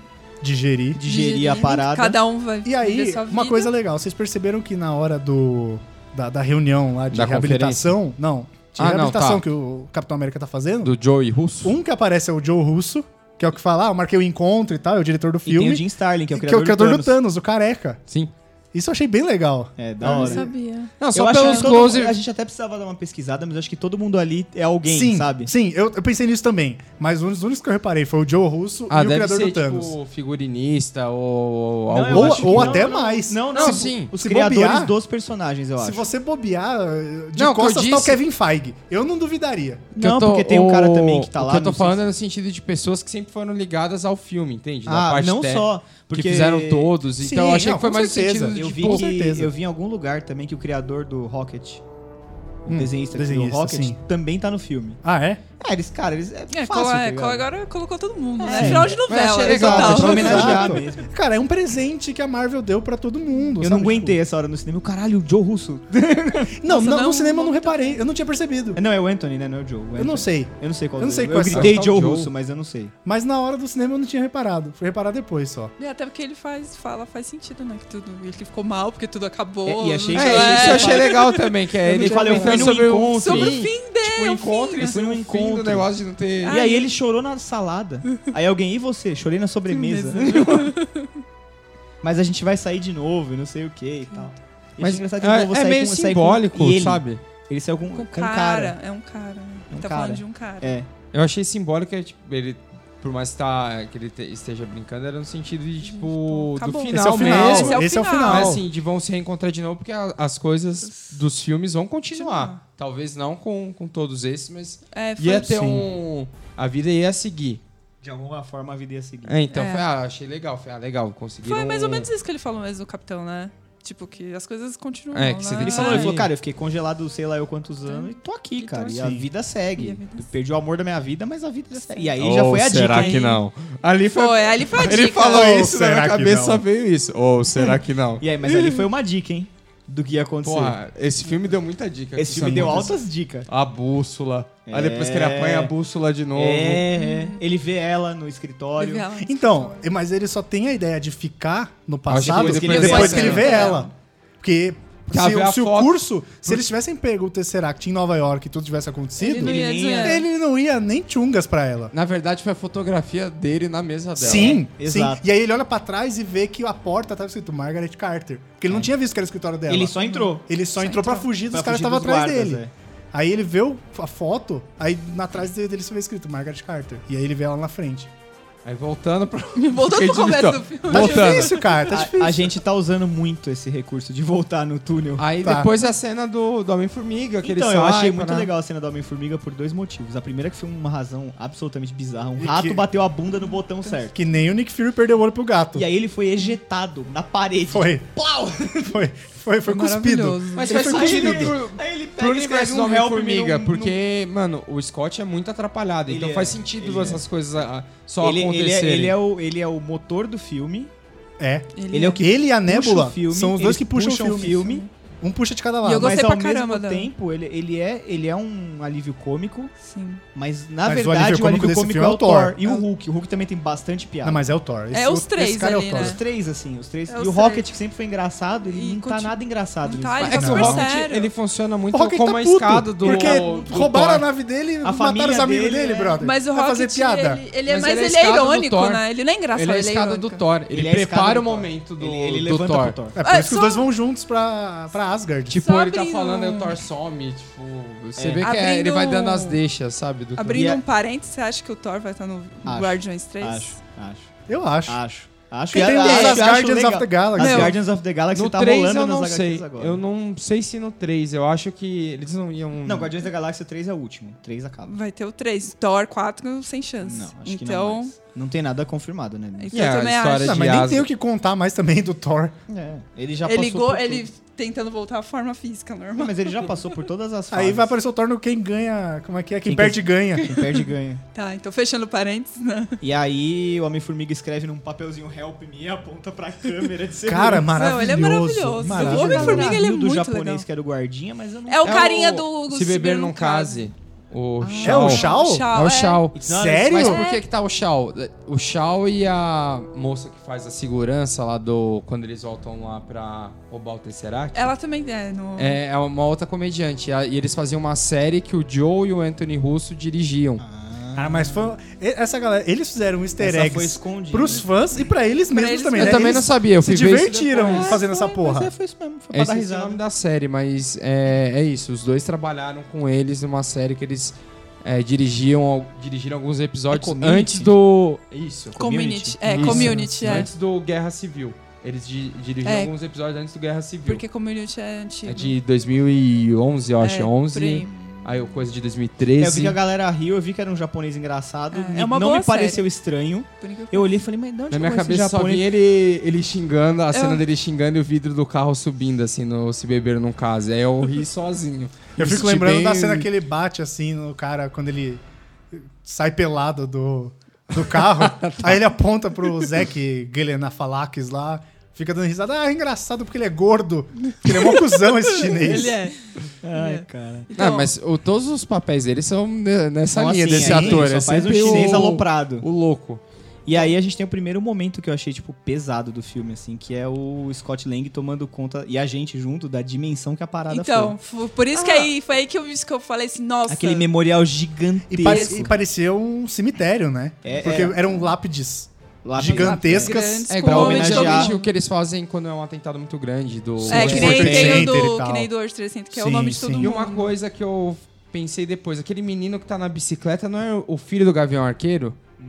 [SPEAKER 2] Digerir.
[SPEAKER 5] digerir, a parada.
[SPEAKER 4] Cada um vai.
[SPEAKER 2] E aí,
[SPEAKER 4] viver sua
[SPEAKER 2] uma
[SPEAKER 4] vida.
[SPEAKER 2] coisa legal, vocês perceberam que na hora do da, da reunião lá de
[SPEAKER 3] Da
[SPEAKER 2] reabilitação, não, de
[SPEAKER 3] Ah, não,
[SPEAKER 2] reabilitação
[SPEAKER 3] tá.
[SPEAKER 2] que o Capitão América tá fazendo,
[SPEAKER 3] Do Joey Russo?
[SPEAKER 2] Um que aparece é o Joe Russo, que é o que fala, ah, eu marquei o encontro e tal, é o diretor do
[SPEAKER 5] E tem
[SPEAKER 2] filme.
[SPEAKER 5] o Jim Starlin, que é o
[SPEAKER 2] que
[SPEAKER 5] criador,
[SPEAKER 2] do, Thanos.
[SPEAKER 5] do Thanos.
[SPEAKER 2] o careca.
[SPEAKER 3] Sim.
[SPEAKER 2] Isso eu achei bem legal.
[SPEAKER 5] É, da
[SPEAKER 4] Eu não
[SPEAKER 5] hora.
[SPEAKER 4] sabia.
[SPEAKER 3] Não,
[SPEAKER 5] Eu
[SPEAKER 3] só
[SPEAKER 5] acho que
[SPEAKER 3] pelos
[SPEAKER 5] todo
[SPEAKER 3] close...
[SPEAKER 5] mundo- a gente até precisava dar uma pesquisada, mas eu acho que todo mundo ali é alguém,
[SPEAKER 2] sim,
[SPEAKER 5] sabe?
[SPEAKER 2] Sim, eu, eu pensei nisso também. Mas um dos únicos que eu reparei foi o Joe Russo
[SPEAKER 3] Ah,
[SPEAKER 2] e o
[SPEAKER 3] deve
[SPEAKER 2] criador
[SPEAKER 3] ser,
[SPEAKER 2] do Thanos.
[SPEAKER 3] tipo, figurinista ou
[SPEAKER 5] Não,
[SPEAKER 3] algo. tipo.
[SPEAKER 5] eu
[SPEAKER 2] ou
[SPEAKER 5] acho que
[SPEAKER 2] ou
[SPEAKER 5] não,
[SPEAKER 2] até
[SPEAKER 5] não, não.
[SPEAKER 2] mais.
[SPEAKER 5] Não,
[SPEAKER 3] Não,
[SPEAKER 5] não,
[SPEAKER 3] sim.
[SPEAKER 5] Os
[SPEAKER 2] Se
[SPEAKER 5] criadores
[SPEAKER 2] bobear-
[SPEAKER 5] dos personagens, eu acho.
[SPEAKER 2] Se você bobear eh, de
[SPEAKER 3] Não, o que eu
[SPEAKER 2] costas, tá o
[SPEAKER 3] disse-
[SPEAKER 2] Kevin Feige. Eu não duvidaria.
[SPEAKER 3] Que eu
[SPEAKER 5] Não,
[SPEAKER 3] tô-
[SPEAKER 5] porque tem um
[SPEAKER 3] o-
[SPEAKER 5] cara também que tá lá.
[SPEAKER 3] O que eu tô
[SPEAKER 5] não sei
[SPEAKER 3] falando
[SPEAKER 5] se-
[SPEAKER 3] é no sentido de pessoas que sempre foram ligadas ao filme, entende? Da
[SPEAKER 5] Ah,
[SPEAKER 3] parte
[SPEAKER 5] não
[SPEAKER 3] técnica.
[SPEAKER 5] só. Porque
[SPEAKER 3] que fizeram todos. Então
[SPEAKER 2] Sim,
[SPEAKER 3] eu achei
[SPEAKER 2] não,
[SPEAKER 3] que foi
[SPEAKER 2] com
[SPEAKER 3] mais
[SPEAKER 2] certeza.
[SPEAKER 3] no sentido
[SPEAKER 5] Eu
[SPEAKER 3] de,
[SPEAKER 5] vi,
[SPEAKER 3] pô,
[SPEAKER 2] com
[SPEAKER 5] que,
[SPEAKER 2] certeza.
[SPEAKER 5] eu vi em algum lugar também que o criador do Rocket, o
[SPEAKER 2] Hum,
[SPEAKER 5] desenhista, que criou o
[SPEAKER 2] desenhista,
[SPEAKER 5] Rocket,
[SPEAKER 2] sim.
[SPEAKER 5] também tá no filme.
[SPEAKER 2] Ah, é?
[SPEAKER 5] É, eles, cara, eles. É,
[SPEAKER 4] É,
[SPEAKER 5] fácil,
[SPEAKER 4] cola-
[SPEAKER 5] tá
[SPEAKER 4] é,
[SPEAKER 5] ligado?
[SPEAKER 4] cola- agora colocou todo mundo.
[SPEAKER 5] É.
[SPEAKER 4] É final de
[SPEAKER 3] Mas achei
[SPEAKER 4] novela. é
[SPEAKER 3] legal,
[SPEAKER 4] total.
[SPEAKER 5] Exato, pra
[SPEAKER 2] Exato.
[SPEAKER 5] homenagear mesmo. tipo,
[SPEAKER 2] Cara, é um presente que a Marvel deu pra todo mundo.
[SPEAKER 5] Eu
[SPEAKER 2] sabe?
[SPEAKER 5] não aguentei essa hora no cinema. Eu, Caralho, o Joe Russo.
[SPEAKER 2] Tipo, não,
[SPEAKER 4] Nossa, um
[SPEAKER 2] não, no
[SPEAKER 4] não-
[SPEAKER 2] cinema eu não
[SPEAKER 4] não-
[SPEAKER 2] reparei. Eu não tinha percebido.
[SPEAKER 5] Não, é o Anthony, né? Não é o Joe. o
[SPEAKER 2] Eu não
[SPEAKER 5] Anthony.
[SPEAKER 2] sei.
[SPEAKER 5] Eu não sei qual
[SPEAKER 2] Eu não sei
[SPEAKER 5] é.
[SPEAKER 2] qual
[SPEAKER 5] Eu
[SPEAKER 2] é.
[SPEAKER 5] gritei
[SPEAKER 3] Acho que é
[SPEAKER 5] Joe
[SPEAKER 3] o Joe.
[SPEAKER 5] Russo, mas eu não sei.
[SPEAKER 2] Mas na hora do cinema eu não tinha reparado. Fui reparar depois só.
[SPEAKER 4] E É, até porque ele faz, fala, faz sentido, né? Que tudo. Ele ficou mal porque tudo acabou.
[SPEAKER 5] É, e achei-
[SPEAKER 3] É,
[SPEAKER 4] né?
[SPEAKER 3] isso eu achei legal também, que é
[SPEAKER 5] Eu
[SPEAKER 3] ele
[SPEAKER 5] não falei, eu fui
[SPEAKER 3] comentando
[SPEAKER 5] num
[SPEAKER 3] sobre o-
[SPEAKER 5] encontro.
[SPEAKER 4] Sobre o
[SPEAKER 5] Sim.
[SPEAKER 4] fim dele.
[SPEAKER 3] Tipo,
[SPEAKER 4] o
[SPEAKER 3] o
[SPEAKER 4] fim.
[SPEAKER 3] encontro e foi um encontro.
[SPEAKER 5] encontro. Ah,
[SPEAKER 3] do negócio de não ter.
[SPEAKER 5] e
[SPEAKER 4] Ai.
[SPEAKER 5] aí ele chorou na salada. aí alguém, e você? Chorei na sobremesa. mas a gente vai sair de novo e não sei o que e tal. E achei engraçado que eu vou
[SPEAKER 3] é, é
[SPEAKER 5] sair
[SPEAKER 3] meio
[SPEAKER 5] com- sair com
[SPEAKER 3] simbólico,
[SPEAKER 5] ele.
[SPEAKER 3] sabe?
[SPEAKER 5] Ele saiu com,
[SPEAKER 4] Com
[SPEAKER 5] com
[SPEAKER 4] cara. É um cara. né?
[SPEAKER 5] Um
[SPEAKER 4] tá
[SPEAKER 5] cara.
[SPEAKER 4] falando de um cara.
[SPEAKER 5] É.
[SPEAKER 3] Eu achei simbólico, é, tipo, ele por mais que, tá, que ele te- esteja brincando, era no sentido de, tipo, do
[SPEAKER 4] acabou.
[SPEAKER 3] final,
[SPEAKER 2] Esse é o final.
[SPEAKER 3] mesmo.
[SPEAKER 2] Esse é o final.
[SPEAKER 3] Mas assim, de vão se reencontrar de novo, porque a- as coisas dos filmes vão continuar. Talvez não com, com todos esses, mas
[SPEAKER 4] É, foi
[SPEAKER 3] ia ter
[SPEAKER 2] Sim.
[SPEAKER 3] um. A vida ia seguir.
[SPEAKER 5] De alguma forma a vida ia seguir.
[SPEAKER 3] É, então,
[SPEAKER 4] É.
[SPEAKER 3] foi, ah, achei legal. Foi, ah, legal, conseguiram.
[SPEAKER 4] Foi mais ou
[SPEAKER 3] um-
[SPEAKER 4] menos isso que ele falou mesmo do capitão, né? Tipo, que as coisas continuam.
[SPEAKER 3] É, que você tem
[SPEAKER 5] Ele
[SPEAKER 3] que
[SPEAKER 4] né?
[SPEAKER 5] falou, ele
[SPEAKER 3] Ai.
[SPEAKER 5] falou, cara, eu fiquei congelado sei lá eu quantos anos e tô aqui, cara. e a
[SPEAKER 2] assim.
[SPEAKER 5] vida segue.
[SPEAKER 4] E a vida
[SPEAKER 5] Eu
[SPEAKER 4] segue.
[SPEAKER 5] Perdi o amor da minha vida, mas a vida segue. E aí já foi a dica.
[SPEAKER 3] Oh, será
[SPEAKER 5] hein?
[SPEAKER 3] que não? Ali foi.
[SPEAKER 4] Foi, ali foi a
[SPEAKER 3] Ele
[SPEAKER 4] dica. né?
[SPEAKER 3] falou
[SPEAKER 2] Ou
[SPEAKER 3] isso, na minha
[SPEAKER 2] será que
[SPEAKER 3] cabeça
[SPEAKER 2] não?
[SPEAKER 3] só veio isso. Ou será que não?
[SPEAKER 5] E aí, mas ali foi uma dica, hein? Do que ia acontecer.
[SPEAKER 3] Porra, esse filme deu muita dica.
[SPEAKER 5] Esse
[SPEAKER 3] que
[SPEAKER 5] filme
[SPEAKER 3] isso
[SPEAKER 5] deu
[SPEAKER 3] aconteceu.
[SPEAKER 5] altas dicas.
[SPEAKER 3] A bússola. Aí
[SPEAKER 5] É.
[SPEAKER 3] depois que ele apanha a bússola de novo.
[SPEAKER 5] É, é. ele vê ela no
[SPEAKER 4] Ele
[SPEAKER 5] escritório.
[SPEAKER 4] vê ela.
[SPEAKER 2] Então, mas ele só tem a ideia de ficar no passado
[SPEAKER 3] Acho
[SPEAKER 2] depois,
[SPEAKER 3] que
[SPEAKER 2] que,
[SPEAKER 5] depois
[SPEAKER 2] ele
[SPEAKER 5] ele vê
[SPEAKER 2] vê
[SPEAKER 4] ela.
[SPEAKER 2] ela. Porque
[SPEAKER 3] Tá,
[SPEAKER 2] se,
[SPEAKER 3] vê
[SPEAKER 2] o-
[SPEAKER 3] a
[SPEAKER 2] se o
[SPEAKER 3] foto.
[SPEAKER 2] curso, se eles tivessem pego o Tesseract em Nova York e tudo tivesse acontecido,
[SPEAKER 4] Ele não
[SPEAKER 2] ele,
[SPEAKER 4] ia
[SPEAKER 5] nem
[SPEAKER 4] dizer.
[SPEAKER 5] ia-
[SPEAKER 2] não ia nem chungas pra ela.
[SPEAKER 3] Na verdade, foi a fotografia dele na mesa dela.
[SPEAKER 2] Sim,
[SPEAKER 5] É,
[SPEAKER 2] sim.
[SPEAKER 5] exato.
[SPEAKER 2] E aí ele olha pra trás e vê que a porta tava escrito Margaret Carter. Porque ele não tinha visto que era o escritório dela.
[SPEAKER 5] Ele só entrou.
[SPEAKER 2] Ele só, entrou, pra fugir dos
[SPEAKER 5] Pra
[SPEAKER 2] caras que
[SPEAKER 5] fugir
[SPEAKER 2] estavam
[SPEAKER 5] dos
[SPEAKER 2] atrás
[SPEAKER 5] guardas,
[SPEAKER 2] dele.
[SPEAKER 5] é.
[SPEAKER 2] Aí ele vê o- a foto, aí na trás dele dele só vê escrito Margaret Carter. E aí ele vê ela na frente.
[SPEAKER 3] Aí voltando pra.
[SPEAKER 4] Voltando pro começo do filme.
[SPEAKER 2] Tá
[SPEAKER 3] Voltando.
[SPEAKER 2] difícil, cara. Tá
[SPEAKER 5] A-
[SPEAKER 2] difícil.
[SPEAKER 5] A, gente tá usando muito esse recurso de voltar no túnel.
[SPEAKER 3] Aí
[SPEAKER 2] Tá.
[SPEAKER 3] depois a cena do, do Homem-Formiga, Ah, que
[SPEAKER 5] Então,
[SPEAKER 3] ele
[SPEAKER 5] eu
[SPEAKER 3] sai
[SPEAKER 5] achei
[SPEAKER 3] pra-
[SPEAKER 5] muito legal a cena do Homem-Formiga por dois motivos. A primeira que foi uma razão absolutamente bizarra. Um
[SPEAKER 2] E
[SPEAKER 5] rato
[SPEAKER 2] que-
[SPEAKER 5] bateu a bunda no botão certo.
[SPEAKER 2] Que nem o Nick Fury perdeu o olho pro gato.
[SPEAKER 5] E aí ele foi ejetado na parede.
[SPEAKER 2] Foi.
[SPEAKER 5] Pau!
[SPEAKER 2] Foi, foi, foi cuspido.
[SPEAKER 4] É Maravilhoso.
[SPEAKER 3] Mas faz
[SPEAKER 5] Aí ele-
[SPEAKER 3] sentido pro,
[SPEAKER 5] Aí ele
[SPEAKER 3] pro
[SPEAKER 5] pega e escreve
[SPEAKER 3] universo do
[SPEAKER 5] um help
[SPEAKER 3] Homem-Formiga,
[SPEAKER 5] me, um-
[SPEAKER 3] é porque, mano, o Scott é muito atrapalhado.
[SPEAKER 5] Ele
[SPEAKER 3] então
[SPEAKER 5] é,
[SPEAKER 3] faz sentido
[SPEAKER 5] ele
[SPEAKER 3] essas coisas ah, só
[SPEAKER 5] um- Ele, ele, é,
[SPEAKER 3] acontecerem.
[SPEAKER 5] ele é o, ele é o motor do filme.
[SPEAKER 2] É.
[SPEAKER 5] Ele é o que
[SPEAKER 2] Ele e a
[SPEAKER 5] puxa
[SPEAKER 2] Nebula
[SPEAKER 5] o filme,
[SPEAKER 2] são os dois
[SPEAKER 5] eles
[SPEAKER 2] que puxam, o filme.
[SPEAKER 5] filme. Ah,
[SPEAKER 2] Um puxa de cada
[SPEAKER 4] E
[SPEAKER 2] lado.
[SPEAKER 4] eu
[SPEAKER 5] Mas ao
[SPEAKER 4] gostei pra caramba
[SPEAKER 5] mesmo
[SPEAKER 4] dela.
[SPEAKER 5] tempo, ele, ele, é, ele é um alívio cômico,
[SPEAKER 4] Sim.
[SPEAKER 5] mas na
[SPEAKER 2] Mas o
[SPEAKER 5] verdade
[SPEAKER 2] alívio
[SPEAKER 5] o
[SPEAKER 2] cômico
[SPEAKER 5] alívio cômico,
[SPEAKER 2] desse filme
[SPEAKER 5] é o Thor. E
[SPEAKER 2] É.
[SPEAKER 5] o Hulk. O Hulk também tem bastante piada.
[SPEAKER 2] Não, mas é o Thor.
[SPEAKER 4] É os três
[SPEAKER 2] esse cara
[SPEAKER 4] ali,
[SPEAKER 2] é o Thor.
[SPEAKER 5] Os três, assim, os três. e
[SPEAKER 4] É, os
[SPEAKER 5] o
[SPEAKER 4] três.
[SPEAKER 5] Rocket, que sempre foi engraçado, ele
[SPEAKER 4] E
[SPEAKER 5] não tá
[SPEAKER 4] continu-
[SPEAKER 5] nada engraçado.
[SPEAKER 4] Não
[SPEAKER 5] nesse
[SPEAKER 4] tá,
[SPEAKER 5] filme.
[SPEAKER 4] ele
[SPEAKER 3] É
[SPEAKER 4] tá
[SPEAKER 3] que o
[SPEAKER 4] super
[SPEAKER 3] Rocket,
[SPEAKER 4] sério.
[SPEAKER 3] ele funciona muito
[SPEAKER 2] O Rocket
[SPEAKER 3] como
[SPEAKER 2] tá
[SPEAKER 3] a
[SPEAKER 2] puto,
[SPEAKER 3] escada do...
[SPEAKER 2] Porque
[SPEAKER 3] do
[SPEAKER 2] roubaram
[SPEAKER 3] Thor.
[SPEAKER 2] a nave dele e mataram os
[SPEAKER 5] família
[SPEAKER 2] amigos
[SPEAKER 5] dele,
[SPEAKER 2] dele,
[SPEAKER 5] é.
[SPEAKER 2] brother.
[SPEAKER 4] Mas o
[SPEAKER 2] Vai
[SPEAKER 4] Rocket,
[SPEAKER 2] fazer piada.
[SPEAKER 4] Ele, ele é,
[SPEAKER 3] Mas
[SPEAKER 4] mas,
[SPEAKER 3] ele é a
[SPEAKER 4] ele é
[SPEAKER 3] escada do
[SPEAKER 4] irônico,
[SPEAKER 3] Thor.
[SPEAKER 4] né? Ele não é engraçado,
[SPEAKER 3] Ele é a escada
[SPEAKER 4] irônico.
[SPEAKER 3] do Thor. Ele,
[SPEAKER 5] Ele é a escada
[SPEAKER 3] prepara
[SPEAKER 5] do
[SPEAKER 3] o
[SPEAKER 5] Thor.
[SPEAKER 3] momento do,
[SPEAKER 5] ele, ele
[SPEAKER 3] do
[SPEAKER 5] levanta
[SPEAKER 3] Thor.
[SPEAKER 5] pro Thor.
[SPEAKER 2] É por
[SPEAKER 4] É,
[SPEAKER 2] isso que os
[SPEAKER 4] só-
[SPEAKER 2] dois vão juntos pra, pra Asgard.
[SPEAKER 3] Tipo,
[SPEAKER 4] Só
[SPEAKER 3] ele tá
[SPEAKER 4] abrindo
[SPEAKER 3] falando aí o
[SPEAKER 4] um-
[SPEAKER 3] Thor some, tipo... Você
[SPEAKER 5] É.
[SPEAKER 3] vê que é, ele
[SPEAKER 4] Abrindo
[SPEAKER 3] vai dando
[SPEAKER 4] um-
[SPEAKER 3] as deixas, sabe? Do
[SPEAKER 4] Abrindo
[SPEAKER 5] E a-
[SPEAKER 4] um parênteses, você acha que o Thor vai estar no
[SPEAKER 5] Acho,
[SPEAKER 4] Guardiões 3?
[SPEAKER 5] Acho, acho,
[SPEAKER 2] Eu acho.
[SPEAKER 5] acho. Acho
[SPEAKER 2] Porque
[SPEAKER 5] e
[SPEAKER 2] tem
[SPEAKER 5] a-
[SPEAKER 2] os
[SPEAKER 5] acho- acho
[SPEAKER 2] Asgardians
[SPEAKER 5] legal.
[SPEAKER 2] of the Galaxy.
[SPEAKER 5] As
[SPEAKER 4] Não.
[SPEAKER 5] Guardians of the Galaxy
[SPEAKER 3] No
[SPEAKER 5] tá
[SPEAKER 3] 3
[SPEAKER 5] rolando
[SPEAKER 3] eu não
[SPEAKER 5] nas
[SPEAKER 3] sei.
[SPEAKER 5] HQs agora.
[SPEAKER 3] Eu não sei se no 3. Eu acho que eles não iam...
[SPEAKER 5] Não, Guardiões da Galáxia 3 é o último. 3 acaba.
[SPEAKER 4] Vai ter o 3. Thor 4, sem chance.
[SPEAKER 5] Não, acho que não
[SPEAKER 4] então,
[SPEAKER 5] mais. Não tem nada confirmado, né?
[SPEAKER 4] então eu
[SPEAKER 3] É, a
[SPEAKER 4] também
[SPEAKER 3] história
[SPEAKER 4] acho.
[SPEAKER 2] Não,
[SPEAKER 3] de
[SPEAKER 2] mas nem
[SPEAKER 3] Asgard.
[SPEAKER 2] tem o que contar mais também do Thor.
[SPEAKER 5] É, ele já
[SPEAKER 4] Ele,
[SPEAKER 5] passou
[SPEAKER 4] go-
[SPEAKER 5] por
[SPEAKER 4] ele
[SPEAKER 5] tudo.
[SPEAKER 4] tentando voltar à forma física
[SPEAKER 5] Não,
[SPEAKER 4] normal.
[SPEAKER 5] mas ele já passou por todas as fases.
[SPEAKER 2] Aí vai aparecer o Thor no quem ganha. Como é que é? Quem,
[SPEAKER 5] Quem
[SPEAKER 2] perde ganha.
[SPEAKER 5] Quem perde ganha.
[SPEAKER 4] Tá, então fechando parênteses, né?
[SPEAKER 5] E aí o Homem-Formiga escreve num papelzinho Help me e aponta pra câmera de segurança.
[SPEAKER 2] Cara, maravilhoso.
[SPEAKER 4] Não, ele é maravilhoso. O Homem-Formiga, ele é
[SPEAKER 5] Navio do
[SPEAKER 4] muito
[SPEAKER 5] japonês
[SPEAKER 4] legal.
[SPEAKER 5] que era o guardinha, mas eu não
[SPEAKER 4] É o
[SPEAKER 3] É
[SPEAKER 4] carinha do... Ah.
[SPEAKER 3] Se beber não case. O
[SPEAKER 2] É o
[SPEAKER 3] Shao.
[SPEAKER 2] Shao?
[SPEAKER 3] É o Shao.
[SPEAKER 5] It's not-
[SPEAKER 2] Sério?
[SPEAKER 3] Mas
[SPEAKER 4] É.
[SPEAKER 3] por que que tá o Shao? O Shao e a moça que faz a segurança lá do... Quando eles voltam lá pra roubar o Tesseract.
[SPEAKER 4] Ela também é no...
[SPEAKER 3] É, é uma outra comediante. E eles faziam uma série que o Joe e o Anthony Russo dirigiam.
[SPEAKER 2] Ah, mas foi. Essa galera, eles fizeram um easter
[SPEAKER 5] Essa foi
[SPEAKER 2] eggs
[SPEAKER 5] escondida.
[SPEAKER 2] pros fãs e pra eles mesmos
[SPEAKER 4] eles
[SPEAKER 2] também.
[SPEAKER 3] eu
[SPEAKER 2] né?
[SPEAKER 3] também
[SPEAKER 2] Eles
[SPEAKER 3] não sabia. Eu
[SPEAKER 2] Se
[SPEAKER 3] fui ver isso
[SPEAKER 2] divertiram fazendo essa porra.
[SPEAKER 5] Mas é, foi isso mesmo, foi pra
[SPEAKER 3] Esse
[SPEAKER 5] dar
[SPEAKER 3] é o
[SPEAKER 5] risada.
[SPEAKER 3] nome da série, mas é, é isso. Os dois trabalharam com eles numa série que eles é, dirigiam, al- dirigiram alguns episódios
[SPEAKER 5] É Community?
[SPEAKER 3] antes do. Isso,
[SPEAKER 4] Community. É,
[SPEAKER 3] Isso. né?
[SPEAKER 4] Community, é.
[SPEAKER 3] Antes do Guerra Civil. Eles di- dirigiram
[SPEAKER 4] É.
[SPEAKER 3] alguns episódios antes do Guerra Civil.
[SPEAKER 4] Porque Community é antigo.
[SPEAKER 3] É de 2011, eu acho.
[SPEAKER 4] É,
[SPEAKER 3] 11.
[SPEAKER 4] por aí.
[SPEAKER 3] Aí coisa de
[SPEAKER 5] É, Eu vi
[SPEAKER 3] 2013.
[SPEAKER 5] que a galera riu, eu vi que era um japonês engraçado.
[SPEAKER 4] É,
[SPEAKER 5] me-
[SPEAKER 4] é uma
[SPEAKER 5] não
[SPEAKER 4] boa
[SPEAKER 5] me pareceu estranho.
[SPEAKER 4] Por incrível que
[SPEAKER 5] Eu olhei e falei, mas de onde
[SPEAKER 3] Na
[SPEAKER 5] eu
[SPEAKER 3] minha
[SPEAKER 5] conheço
[SPEAKER 3] cabeça só
[SPEAKER 5] japonês?
[SPEAKER 3] vinha ele, ele xingando, a cena
[SPEAKER 4] Eu-
[SPEAKER 3] dele xingando e o vidro do carro subindo, assim, no Se Beber Num Caso. Aí eu ri sozinho.
[SPEAKER 2] Eu
[SPEAKER 3] Me
[SPEAKER 2] fico
[SPEAKER 3] senti
[SPEAKER 2] lembrando da
[SPEAKER 3] bem-
[SPEAKER 2] cena que ele bate assim no cara quando ele sai pelado do, do carro. Aí ele aponta pro Zack Glenafalakis lá, fica dando risada. Ah, é engraçado porque ele é gordo. Ele é mó cuzão esse chinês.
[SPEAKER 4] Ele é.
[SPEAKER 5] Ai, cara.
[SPEAKER 3] ah, mas o- todos os papéis dele são ne- nessa
[SPEAKER 5] Então,
[SPEAKER 3] linha
[SPEAKER 5] assim,
[SPEAKER 3] desse
[SPEAKER 5] é,
[SPEAKER 3] ator.
[SPEAKER 5] ele
[SPEAKER 3] é
[SPEAKER 5] Só faz um
[SPEAKER 3] sempre
[SPEAKER 5] chinês
[SPEAKER 3] o,
[SPEAKER 5] aloprado.
[SPEAKER 3] o louco.
[SPEAKER 5] E aí a gente tem o primeiro momento que eu achei, tipo, pesado do filme, assim, que é o Scott Lang tomando conta, e a gente junto, da dimensão que a parada
[SPEAKER 4] Então, fu- por isso que
[SPEAKER 3] Ah.
[SPEAKER 4] aí foi aí que eu, vi isso que eu falei assim, nossa.
[SPEAKER 5] foi. Aquele memorial
[SPEAKER 2] E,
[SPEAKER 5] gigantesco.
[SPEAKER 2] pare- e parecia um cemitério, né?
[SPEAKER 5] É,
[SPEAKER 2] porque
[SPEAKER 5] é.
[SPEAKER 2] eram lápides
[SPEAKER 5] Lá-
[SPEAKER 2] gigantescas.
[SPEAKER 4] Grandes
[SPEAKER 3] É igual
[SPEAKER 4] cores,
[SPEAKER 5] homenagear-
[SPEAKER 3] homenageamente
[SPEAKER 4] todo
[SPEAKER 3] o que eles fazem quando é um atentado muito grande. Do...
[SPEAKER 4] mundo. É, que nem,
[SPEAKER 2] World
[SPEAKER 4] tem o
[SPEAKER 2] Trade Tipo, um Center e
[SPEAKER 4] do,
[SPEAKER 2] tal.
[SPEAKER 4] que nem do World Trade Center, que é o
[SPEAKER 2] Sim,
[SPEAKER 4] nome de todo
[SPEAKER 2] sim.
[SPEAKER 4] mundo.
[SPEAKER 3] E um uma coisa que eu pensei depois, aquele menino que tá na bicicleta não é o filho do Gavião Arqueiro?
[SPEAKER 5] Não.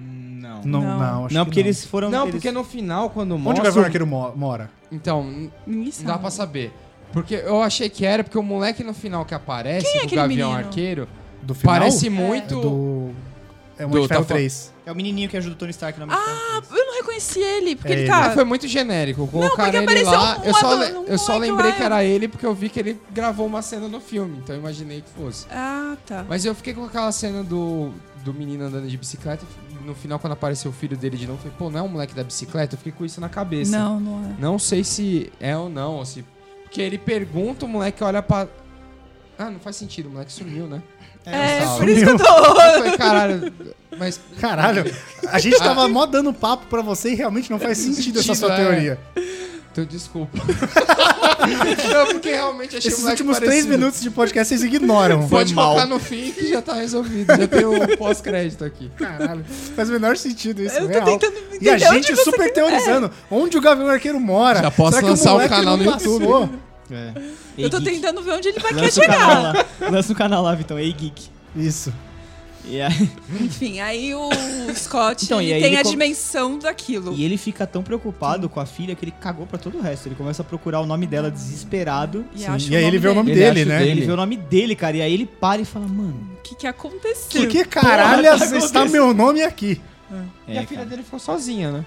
[SPEAKER 2] Não,
[SPEAKER 5] Não.
[SPEAKER 4] Não.
[SPEAKER 2] não, acho
[SPEAKER 5] não,
[SPEAKER 2] que
[SPEAKER 5] porque eles foram.
[SPEAKER 3] Não,
[SPEAKER 5] eles-
[SPEAKER 3] porque no final, quando
[SPEAKER 2] Onde
[SPEAKER 3] mostra...
[SPEAKER 2] o Gavião Arqueiro mo- mora?
[SPEAKER 3] Então, n-
[SPEAKER 4] Ninguém
[SPEAKER 3] não dá
[SPEAKER 4] sabe.
[SPEAKER 3] pra saber. Porque eu achei que era, porque o moleque no final que aparece,
[SPEAKER 4] Quem é
[SPEAKER 3] do
[SPEAKER 4] aquele
[SPEAKER 3] Gavião
[SPEAKER 4] menino?
[SPEAKER 3] Arqueiro,
[SPEAKER 2] Do final?
[SPEAKER 3] parece
[SPEAKER 2] É
[SPEAKER 3] muito...
[SPEAKER 2] do... É o
[SPEAKER 3] Do-
[SPEAKER 2] Homem de Ferro
[SPEAKER 3] tá fa-
[SPEAKER 2] 3.
[SPEAKER 5] É o menininho que ajuda o Tony Stark na
[SPEAKER 4] Ah, eu não reconheci ele, porque
[SPEAKER 2] É
[SPEAKER 4] ele
[SPEAKER 2] ele.
[SPEAKER 3] Ah,
[SPEAKER 4] tá.
[SPEAKER 3] foi muito genérico. Colocaram ele
[SPEAKER 4] apareceu
[SPEAKER 3] lá.
[SPEAKER 4] um
[SPEAKER 3] eu só,
[SPEAKER 4] moleque-
[SPEAKER 3] le-
[SPEAKER 4] um
[SPEAKER 3] eu só
[SPEAKER 4] moleque
[SPEAKER 3] lembrei
[SPEAKER 4] lá.
[SPEAKER 3] que era ele porque eu vi que ele gravou uma cena no filme. Então eu imaginei que fosse.
[SPEAKER 4] Ah, tá.
[SPEAKER 3] Mas eu fiquei com aquela cena do, do menino andando de bicicleta. No final, quando apareceu o filho dele de novo, eu falei, pô, não é um moleque da bicicleta? Eu fiquei com isso na cabeça.
[SPEAKER 4] Não, não é.
[SPEAKER 3] Não sei se é ou não, ou se. Porque ele pergunta, o moleque olha pra. Ah, não faz sentido, o moleque sumiu, né?
[SPEAKER 4] É,
[SPEAKER 3] sabe.
[SPEAKER 4] por isso que eu
[SPEAKER 3] Eu
[SPEAKER 4] tô.
[SPEAKER 3] falei, caralho. Mas.
[SPEAKER 2] Caralho, a gente tava mó dando papo pra você e realmente não faz sentido essa sua
[SPEAKER 3] Sentido, é.
[SPEAKER 2] teoria.
[SPEAKER 3] Então, desculpa. não, porque realmente achei
[SPEAKER 2] Esses
[SPEAKER 3] o um moleque
[SPEAKER 2] últimos três
[SPEAKER 3] parecido.
[SPEAKER 2] minutos de podcast vocês ignoram.
[SPEAKER 3] Pode
[SPEAKER 5] mal.
[SPEAKER 3] colocar no fim que já tá resolvido. Já tem o pós-crédito aqui.
[SPEAKER 2] Caralho, faz o menor sentido isso,
[SPEAKER 4] Eu tô
[SPEAKER 2] real.
[SPEAKER 4] tentando
[SPEAKER 2] E a
[SPEAKER 4] entender onde
[SPEAKER 2] gente
[SPEAKER 4] você
[SPEAKER 2] super teorizando. Onde o Gavião Arqueiro mora?
[SPEAKER 3] Já posso
[SPEAKER 2] Será que
[SPEAKER 3] lançar o
[SPEAKER 2] moleque
[SPEAKER 3] canal
[SPEAKER 2] não
[SPEAKER 3] no YouTube.
[SPEAKER 2] passou?
[SPEAKER 5] É.
[SPEAKER 4] Eu tô tentando ver onde ele vai querer
[SPEAKER 5] Lança o canal
[SPEAKER 4] chegar.
[SPEAKER 5] lá. Lança o canal lá, Vitão. Ei, Geek.
[SPEAKER 2] Isso.
[SPEAKER 5] E, aí-
[SPEAKER 4] Enfim, aí o Scott
[SPEAKER 5] Então, e
[SPEAKER 4] ele
[SPEAKER 5] aí
[SPEAKER 4] tem
[SPEAKER 5] ele
[SPEAKER 4] a
[SPEAKER 5] com-
[SPEAKER 4] dimensão daquilo.
[SPEAKER 5] e ele fica tão preocupado com a filha que ele cagou pra todo o resto. Ele começa a procurar o nome dela desesperado.
[SPEAKER 4] E,
[SPEAKER 2] Sim,
[SPEAKER 4] acha
[SPEAKER 2] e aí ele vê o nome
[SPEAKER 3] dele.
[SPEAKER 2] dele,
[SPEAKER 3] Ele acha
[SPEAKER 2] né?
[SPEAKER 3] dele.
[SPEAKER 5] Ele vê o nome dele, cara. E aí ele para e fala, mano.
[SPEAKER 4] O que, que aconteceu?
[SPEAKER 2] Por que caralho
[SPEAKER 5] Porra, tá
[SPEAKER 2] está
[SPEAKER 5] acontecendo?
[SPEAKER 2] meu nome aqui?
[SPEAKER 5] É,
[SPEAKER 3] e a filha
[SPEAKER 5] cara.
[SPEAKER 3] dele ficou sozinha, né?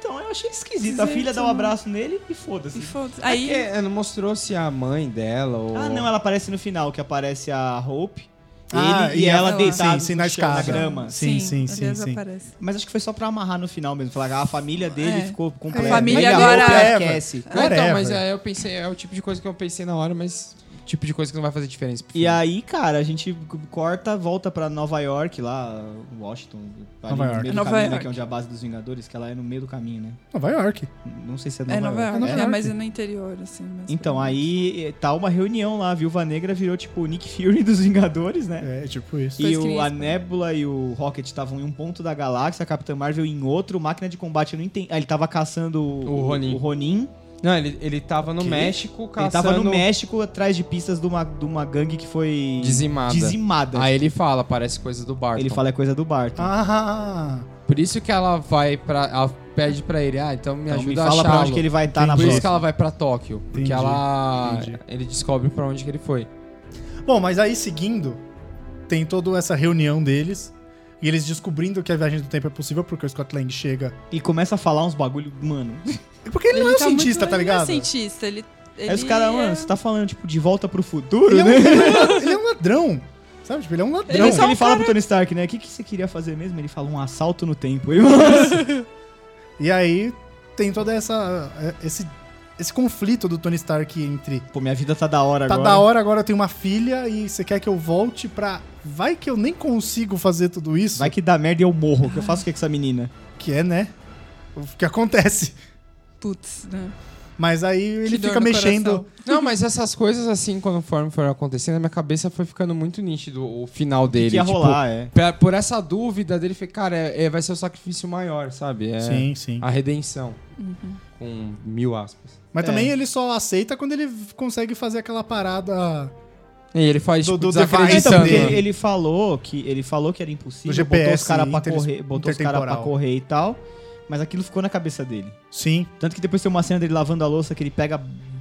[SPEAKER 5] Então eu achei esquisito. A
[SPEAKER 4] Esquisito,
[SPEAKER 5] filha dá um
[SPEAKER 4] né?
[SPEAKER 5] abraço nele e
[SPEAKER 4] E
[SPEAKER 5] foda-se.
[SPEAKER 4] foda-se. Aí
[SPEAKER 3] É, não mostrou se a mãe dela ou.
[SPEAKER 5] Ah, não, ela aparece no final, que aparece a Hope.
[SPEAKER 2] Ah,
[SPEAKER 5] ele e,
[SPEAKER 2] e
[SPEAKER 5] ela
[SPEAKER 4] ela-
[SPEAKER 5] deitada
[SPEAKER 2] sim, sim,
[SPEAKER 5] no
[SPEAKER 2] na
[SPEAKER 5] chão, na
[SPEAKER 2] escada.
[SPEAKER 5] grama.
[SPEAKER 2] Sim, sim, sim,
[SPEAKER 4] aliás,
[SPEAKER 2] sim.
[SPEAKER 4] aparece.
[SPEAKER 5] Mas acho que foi só pra amarrar no final mesmo. Falar que a família dele
[SPEAKER 4] É.
[SPEAKER 5] ficou completa.
[SPEAKER 4] família
[SPEAKER 5] E a
[SPEAKER 4] agora-
[SPEAKER 5] Hope aquece.
[SPEAKER 3] Não, então,
[SPEAKER 2] Whatever.
[SPEAKER 3] mas aí eu pensei, é o tipo de coisa que eu pensei na hora, mas tipo de coisa que não vai fazer diferença. pro
[SPEAKER 5] E
[SPEAKER 3] filme.
[SPEAKER 5] aí, cara, a gente corta, volta pra Nova York, lá, Washington. ali
[SPEAKER 2] Nova
[SPEAKER 5] no
[SPEAKER 2] York.
[SPEAKER 5] meio do
[SPEAKER 4] Nova
[SPEAKER 5] caminho, né,
[SPEAKER 4] York.
[SPEAKER 5] que é onde é a base dos Vingadores, que ela é no meio do caminho, né?
[SPEAKER 2] Nova York.
[SPEAKER 5] Não sei se é Nova,
[SPEAKER 4] É Nova York,
[SPEAKER 2] Nova
[SPEAKER 4] é,
[SPEAKER 2] York.
[SPEAKER 4] mas é no interior, assim. mas-
[SPEAKER 5] Então, aí eh, tá uma reunião lá, a Viúva Negra virou tipo o Nick Fury dos Vingadores, né?
[SPEAKER 2] É, tipo isso.
[SPEAKER 5] E
[SPEAKER 4] Dois
[SPEAKER 5] o, a
[SPEAKER 4] crianças.
[SPEAKER 5] Nebula e o Rocket estavam em um ponto da galáxia, a Capitã Marvel em outro, máquina de combate, eu não entendi. Ah, ele tava caçando o,
[SPEAKER 3] O Ronin.
[SPEAKER 5] o Ronin.
[SPEAKER 3] Não, ele, ele tava no México
[SPEAKER 5] Ele
[SPEAKER 3] caçando...
[SPEAKER 5] tava no México atrás de pistas de uma, de uma gangue que foi
[SPEAKER 3] Dizimada.
[SPEAKER 5] dizimada.
[SPEAKER 3] Aí ele fala, parece coisa do Barton.
[SPEAKER 5] Ele fala é coisa do Barton.
[SPEAKER 2] Ah,
[SPEAKER 3] Por isso que ela vai pra... Ela pede pra ele, ah, então me
[SPEAKER 5] Então
[SPEAKER 3] ajuda
[SPEAKER 5] me
[SPEAKER 3] a
[SPEAKER 5] fala
[SPEAKER 3] achá-lo.
[SPEAKER 5] pra onde que ele vai estar na
[SPEAKER 3] Por isso que
[SPEAKER 5] próxima.
[SPEAKER 3] ela vai pra Tóquio. Porque
[SPEAKER 2] Entendi,
[SPEAKER 3] ela...
[SPEAKER 2] entendi.
[SPEAKER 3] Ele descobre pra onde que ele foi.
[SPEAKER 2] Bom, mas aí seguindo, tem toda essa reunião deles. E eles descobrindo que a viagem do tempo é possível porque o Scott Lang chega.
[SPEAKER 5] E começa a falar uns bagulho, mano.
[SPEAKER 2] E Porque ele, não é um
[SPEAKER 4] tá muito-
[SPEAKER 2] cientista, tá ligado?
[SPEAKER 4] Ele não é cientista, ele. ele
[SPEAKER 5] Aí os caras, mano,
[SPEAKER 4] é-
[SPEAKER 5] você tá falando, tipo, de volta pro futuro,
[SPEAKER 2] Ele é, um,
[SPEAKER 5] né?
[SPEAKER 2] ele é um- ele é um ladrão. Sabe? Tipo, ele é um ladrão.
[SPEAKER 5] Não,
[SPEAKER 4] é
[SPEAKER 5] ele
[SPEAKER 4] só um
[SPEAKER 5] fala
[SPEAKER 4] cara-
[SPEAKER 5] pro Tony Stark, né? O que, que você queria fazer mesmo? Ele fala um assalto no tempo.
[SPEAKER 2] E aí tem toda essa. é, Esse, esse conflito do Tony Stark entre.
[SPEAKER 5] Pô, minha vida tá da hora
[SPEAKER 2] Tá
[SPEAKER 5] agora.
[SPEAKER 2] da hora, agora eu tenho uma filha e você quer que eu volte pra. Vai que eu nem consigo fazer tudo isso.
[SPEAKER 5] Vai que dá merda e eu morro. que eu faço o que com essa menina?
[SPEAKER 2] Que é, né? O que acontece.
[SPEAKER 4] Putz, né?
[SPEAKER 2] Mas aí ele
[SPEAKER 4] dor
[SPEAKER 2] fica
[SPEAKER 4] no
[SPEAKER 2] mexendo.
[SPEAKER 4] coração.
[SPEAKER 3] Não, mas essas coisas, assim, quando foram, foram acontecendo, a minha cabeça foi ficando muito nítido o final dele.
[SPEAKER 5] que ia
[SPEAKER 3] tipo,
[SPEAKER 5] rolar, é.
[SPEAKER 3] pe- Por essa dúvida dele, eu falei, cara, é- é- vai ser o sacrifício maior, sabe? É
[SPEAKER 2] Sim, sim.
[SPEAKER 5] Ah,
[SPEAKER 3] a redenção. Com mil aspas.
[SPEAKER 2] Mas
[SPEAKER 5] É.
[SPEAKER 2] também ele só aceita quando ele consegue fazer aquela parada.
[SPEAKER 3] E ele faz,
[SPEAKER 2] Do-
[SPEAKER 3] tipo,
[SPEAKER 2] do
[SPEAKER 5] É,
[SPEAKER 2] device
[SPEAKER 3] desacreditando.
[SPEAKER 5] Então, porque
[SPEAKER 2] Insano.
[SPEAKER 5] ele, ele falou que ele falou que era impossível,
[SPEAKER 2] Do GPS
[SPEAKER 5] botou os caras pra
[SPEAKER 2] inter-
[SPEAKER 5] correr, botou os cara pra
[SPEAKER 2] intertemporal.
[SPEAKER 5] correr e tal, mas aquilo ficou na cabeça dele.
[SPEAKER 2] Sim.
[SPEAKER 5] Tanto que depois tem uma cena dele lavando a louça que ele pega,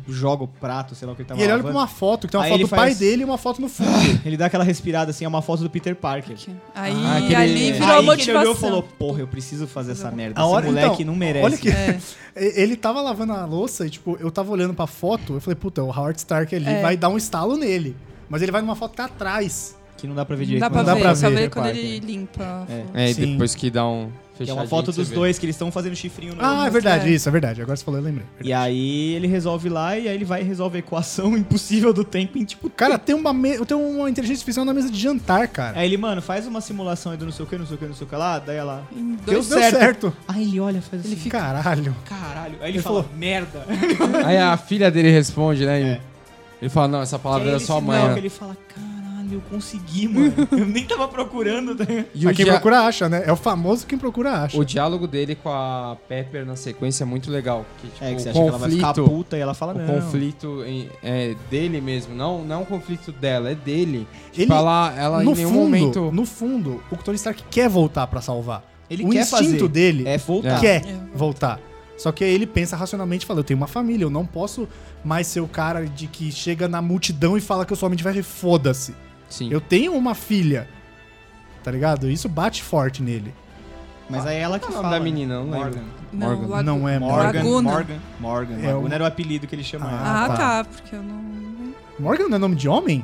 [SPEAKER 5] joga o prato, sei lá o que ele tava
[SPEAKER 2] E ele olha
[SPEAKER 5] lavando.
[SPEAKER 2] pra uma foto, que tem uma
[SPEAKER 5] Então,
[SPEAKER 2] foto
[SPEAKER 5] Aí ele
[SPEAKER 2] do pai
[SPEAKER 5] faz-
[SPEAKER 2] dele e uma foto no fundo.
[SPEAKER 5] Ele dá aquela respirada assim, é uma foto do Peter Parker. É.
[SPEAKER 4] Aí
[SPEAKER 3] Ah, aquele-
[SPEAKER 4] ali virou
[SPEAKER 5] Aí
[SPEAKER 4] a
[SPEAKER 5] que
[SPEAKER 4] motivação.
[SPEAKER 5] ele olhou e falou, porra, eu preciso fazer essa merda.
[SPEAKER 2] A hora-
[SPEAKER 5] Esse moleque
[SPEAKER 2] então,
[SPEAKER 5] não merece.
[SPEAKER 2] olha que-
[SPEAKER 4] É.
[SPEAKER 2] ele tava lavando a louça e, tipo, eu tava olhando pra foto, eu falei, puta, o Howard Stark ali
[SPEAKER 4] É.
[SPEAKER 2] vai dar um estalo nele. Mas ele vai numa foto que tá atrás.
[SPEAKER 5] Que não dá pra ver
[SPEAKER 4] Não
[SPEAKER 5] direito.
[SPEAKER 4] dá pra
[SPEAKER 5] mas
[SPEAKER 2] dá
[SPEAKER 4] ver,
[SPEAKER 2] pra
[SPEAKER 4] só
[SPEAKER 2] ver,
[SPEAKER 4] vê
[SPEAKER 3] né,
[SPEAKER 4] quando
[SPEAKER 3] Parker?
[SPEAKER 4] ele limpa.
[SPEAKER 5] É.
[SPEAKER 3] É, e
[SPEAKER 2] Sim.
[SPEAKER 3] depois que dá um
[SPEAKER 5] Que é
[SPEAKER 3] fechadinho,
[SPEAKER 5] uma foto
[SPEAKER 3] você
[SPEAKER 5] dos
[SPEAKER 3] vê.
[SPEAKER 5] dois que eles estão fazendo chifrinho no
[SPEAKER 2] Ah, é
[SPEAKER 5] no-
[SPEAKER 2] verdade,
[SPEAKER 4] é.
[SPEAKER 2] isso, é verdade. Agora você falou, eu lembrei.
[SPEAKER 5] E aí ele resolve lá e aí ele vai e resolve a equação impossível do tempo em tipo.
[SPEAKER 2] Cara, tem uma, me... tem uma inteligência artificial na mesa de jantar, cara.
[SPEAKER 5] Aí ele, mano, faz uma simulação aí do não sei o que, não sei o que, não sei o que lá, daí ela.
[SPEAKER 4] Em
[SPEAKER 5] Deu
[SPEAKER 4] dois...
[SPEAKER 5] certo.
[SPEAKER 2] certo.
[SPEAKER 5] Aí ele olha, faz assim.
[SPEAKER 2] Caralho.
[SPEAKER 5] Caralho. Aí ele,
[SPEAKER 2] Ele
[SPEAKER 5] fala,
[SPEAKER 2] falou,
[SPEAKER 5] merda.
[SPEAKER 3] Aí a filha dele responde, né? e
[SPEAKER 5] É.
[SPEAKER 3] Ele fala, não, essa
[SPEAKER 5] Aí
[SPEAKER 3] palavra
[SPEAKER 5] ele
[SPEAKER 3] é da sua
[SPEAKER 5] se-
[SPEAKER 3] mãe.
[SPEAKER 5] Não,
[SPEAKER 3] né?
[SPEAKER 5] que ele fala, caralho, eu consegui, mano. Eu nem tava procurando. tá ligado?
[SPEAKER 3] E o,
[SPEAKER 2] Mas quem
[SPEAKER 3] dia-
[SPEAKER 2] procura acha, né? É o famoso quem procura acha.
[SPEAKER 3] o diálogo dele com a Pepper na sequência é muito legal. Que, tipo,
[SPEAKER 5] É, que você
[SPEAKER 3] o
[SPEAKER 5] acha que ela vai ficar
[SPEAKER 3] conflito-
[SPEAKER 5] puta e ela fala,
[SPEAKER 3] O
[SPEAKER 5] não.
[SPEAKER 3] conflito em- é dele mesmo, não, não é um conflito dela, é dele.
[SPEAKER 2] Ele-
[SPEAKER 3] Tipo, ela, ela em
[SPEAKER 2] no
[SPEAKER 3] nenhum
[SPEAKER 2] fundo,
[SPEAKER 3] momento.
[SPEAKER 2] no fundo, o Tony Stark quer voltar pra salvar.
[SPEAKER 5] Ele
[SPEAKER 2] o
[SPEAKER 5] quer
[SPEAKER 2] instinto
[SPEAKER 5] fazer.
[SPEAKER 2] dele
[SPEAKER 5] É voltar.
[SPEAKER 2] quer
[SPEAKER 4] É.
[SPEAKER 2] voltar. Só que aí ele pensa racionalmente e fala: Eu tenho uma família, eu não posso mais ser o cara de que chega na multidão e fala que eu sou homem de ferro e foda-se.
[SPEAKER 3] Sim.
[SPEAKER 2] Eu tenho uma filha. Tá ligado? Isso bate forte nele.
[SPEAKER 5] Mas aí ela que
[SPEAKER 3] Qual é o
[SPEAKER 5] fala.
[SPEAKER 3] nome da
[SPEAKER 5] né?
[SPEAKER 3] menina? Não lembro.
[SPEAKER 5] Morgan.
[SPEAKER 4] Não,
[SPEAKER 3] Morgan.
[SPEAKER 4] Lago-
[SPEAKER 2] Não é
[SPEAKER 5] Morgan.
[SPEAKER 2] Morgan.
[SPEAKER 4] Laguna.
[SPEAKER 5] Morgan. Morgan.
[SPEAKER 2] É
[SPEAKER 5] Laguna
[SPEAKER 2] o-
[SPEAKER 5] era o apelido que ele chamava.
[SPEAKER 2] Ah,
[SPEAKER 4] Ah,
[SPEAKER 2] tá.
[SPEAKER 4] tá. porque eu não.
[SPEAKER 2] Morgan não é nome de homem?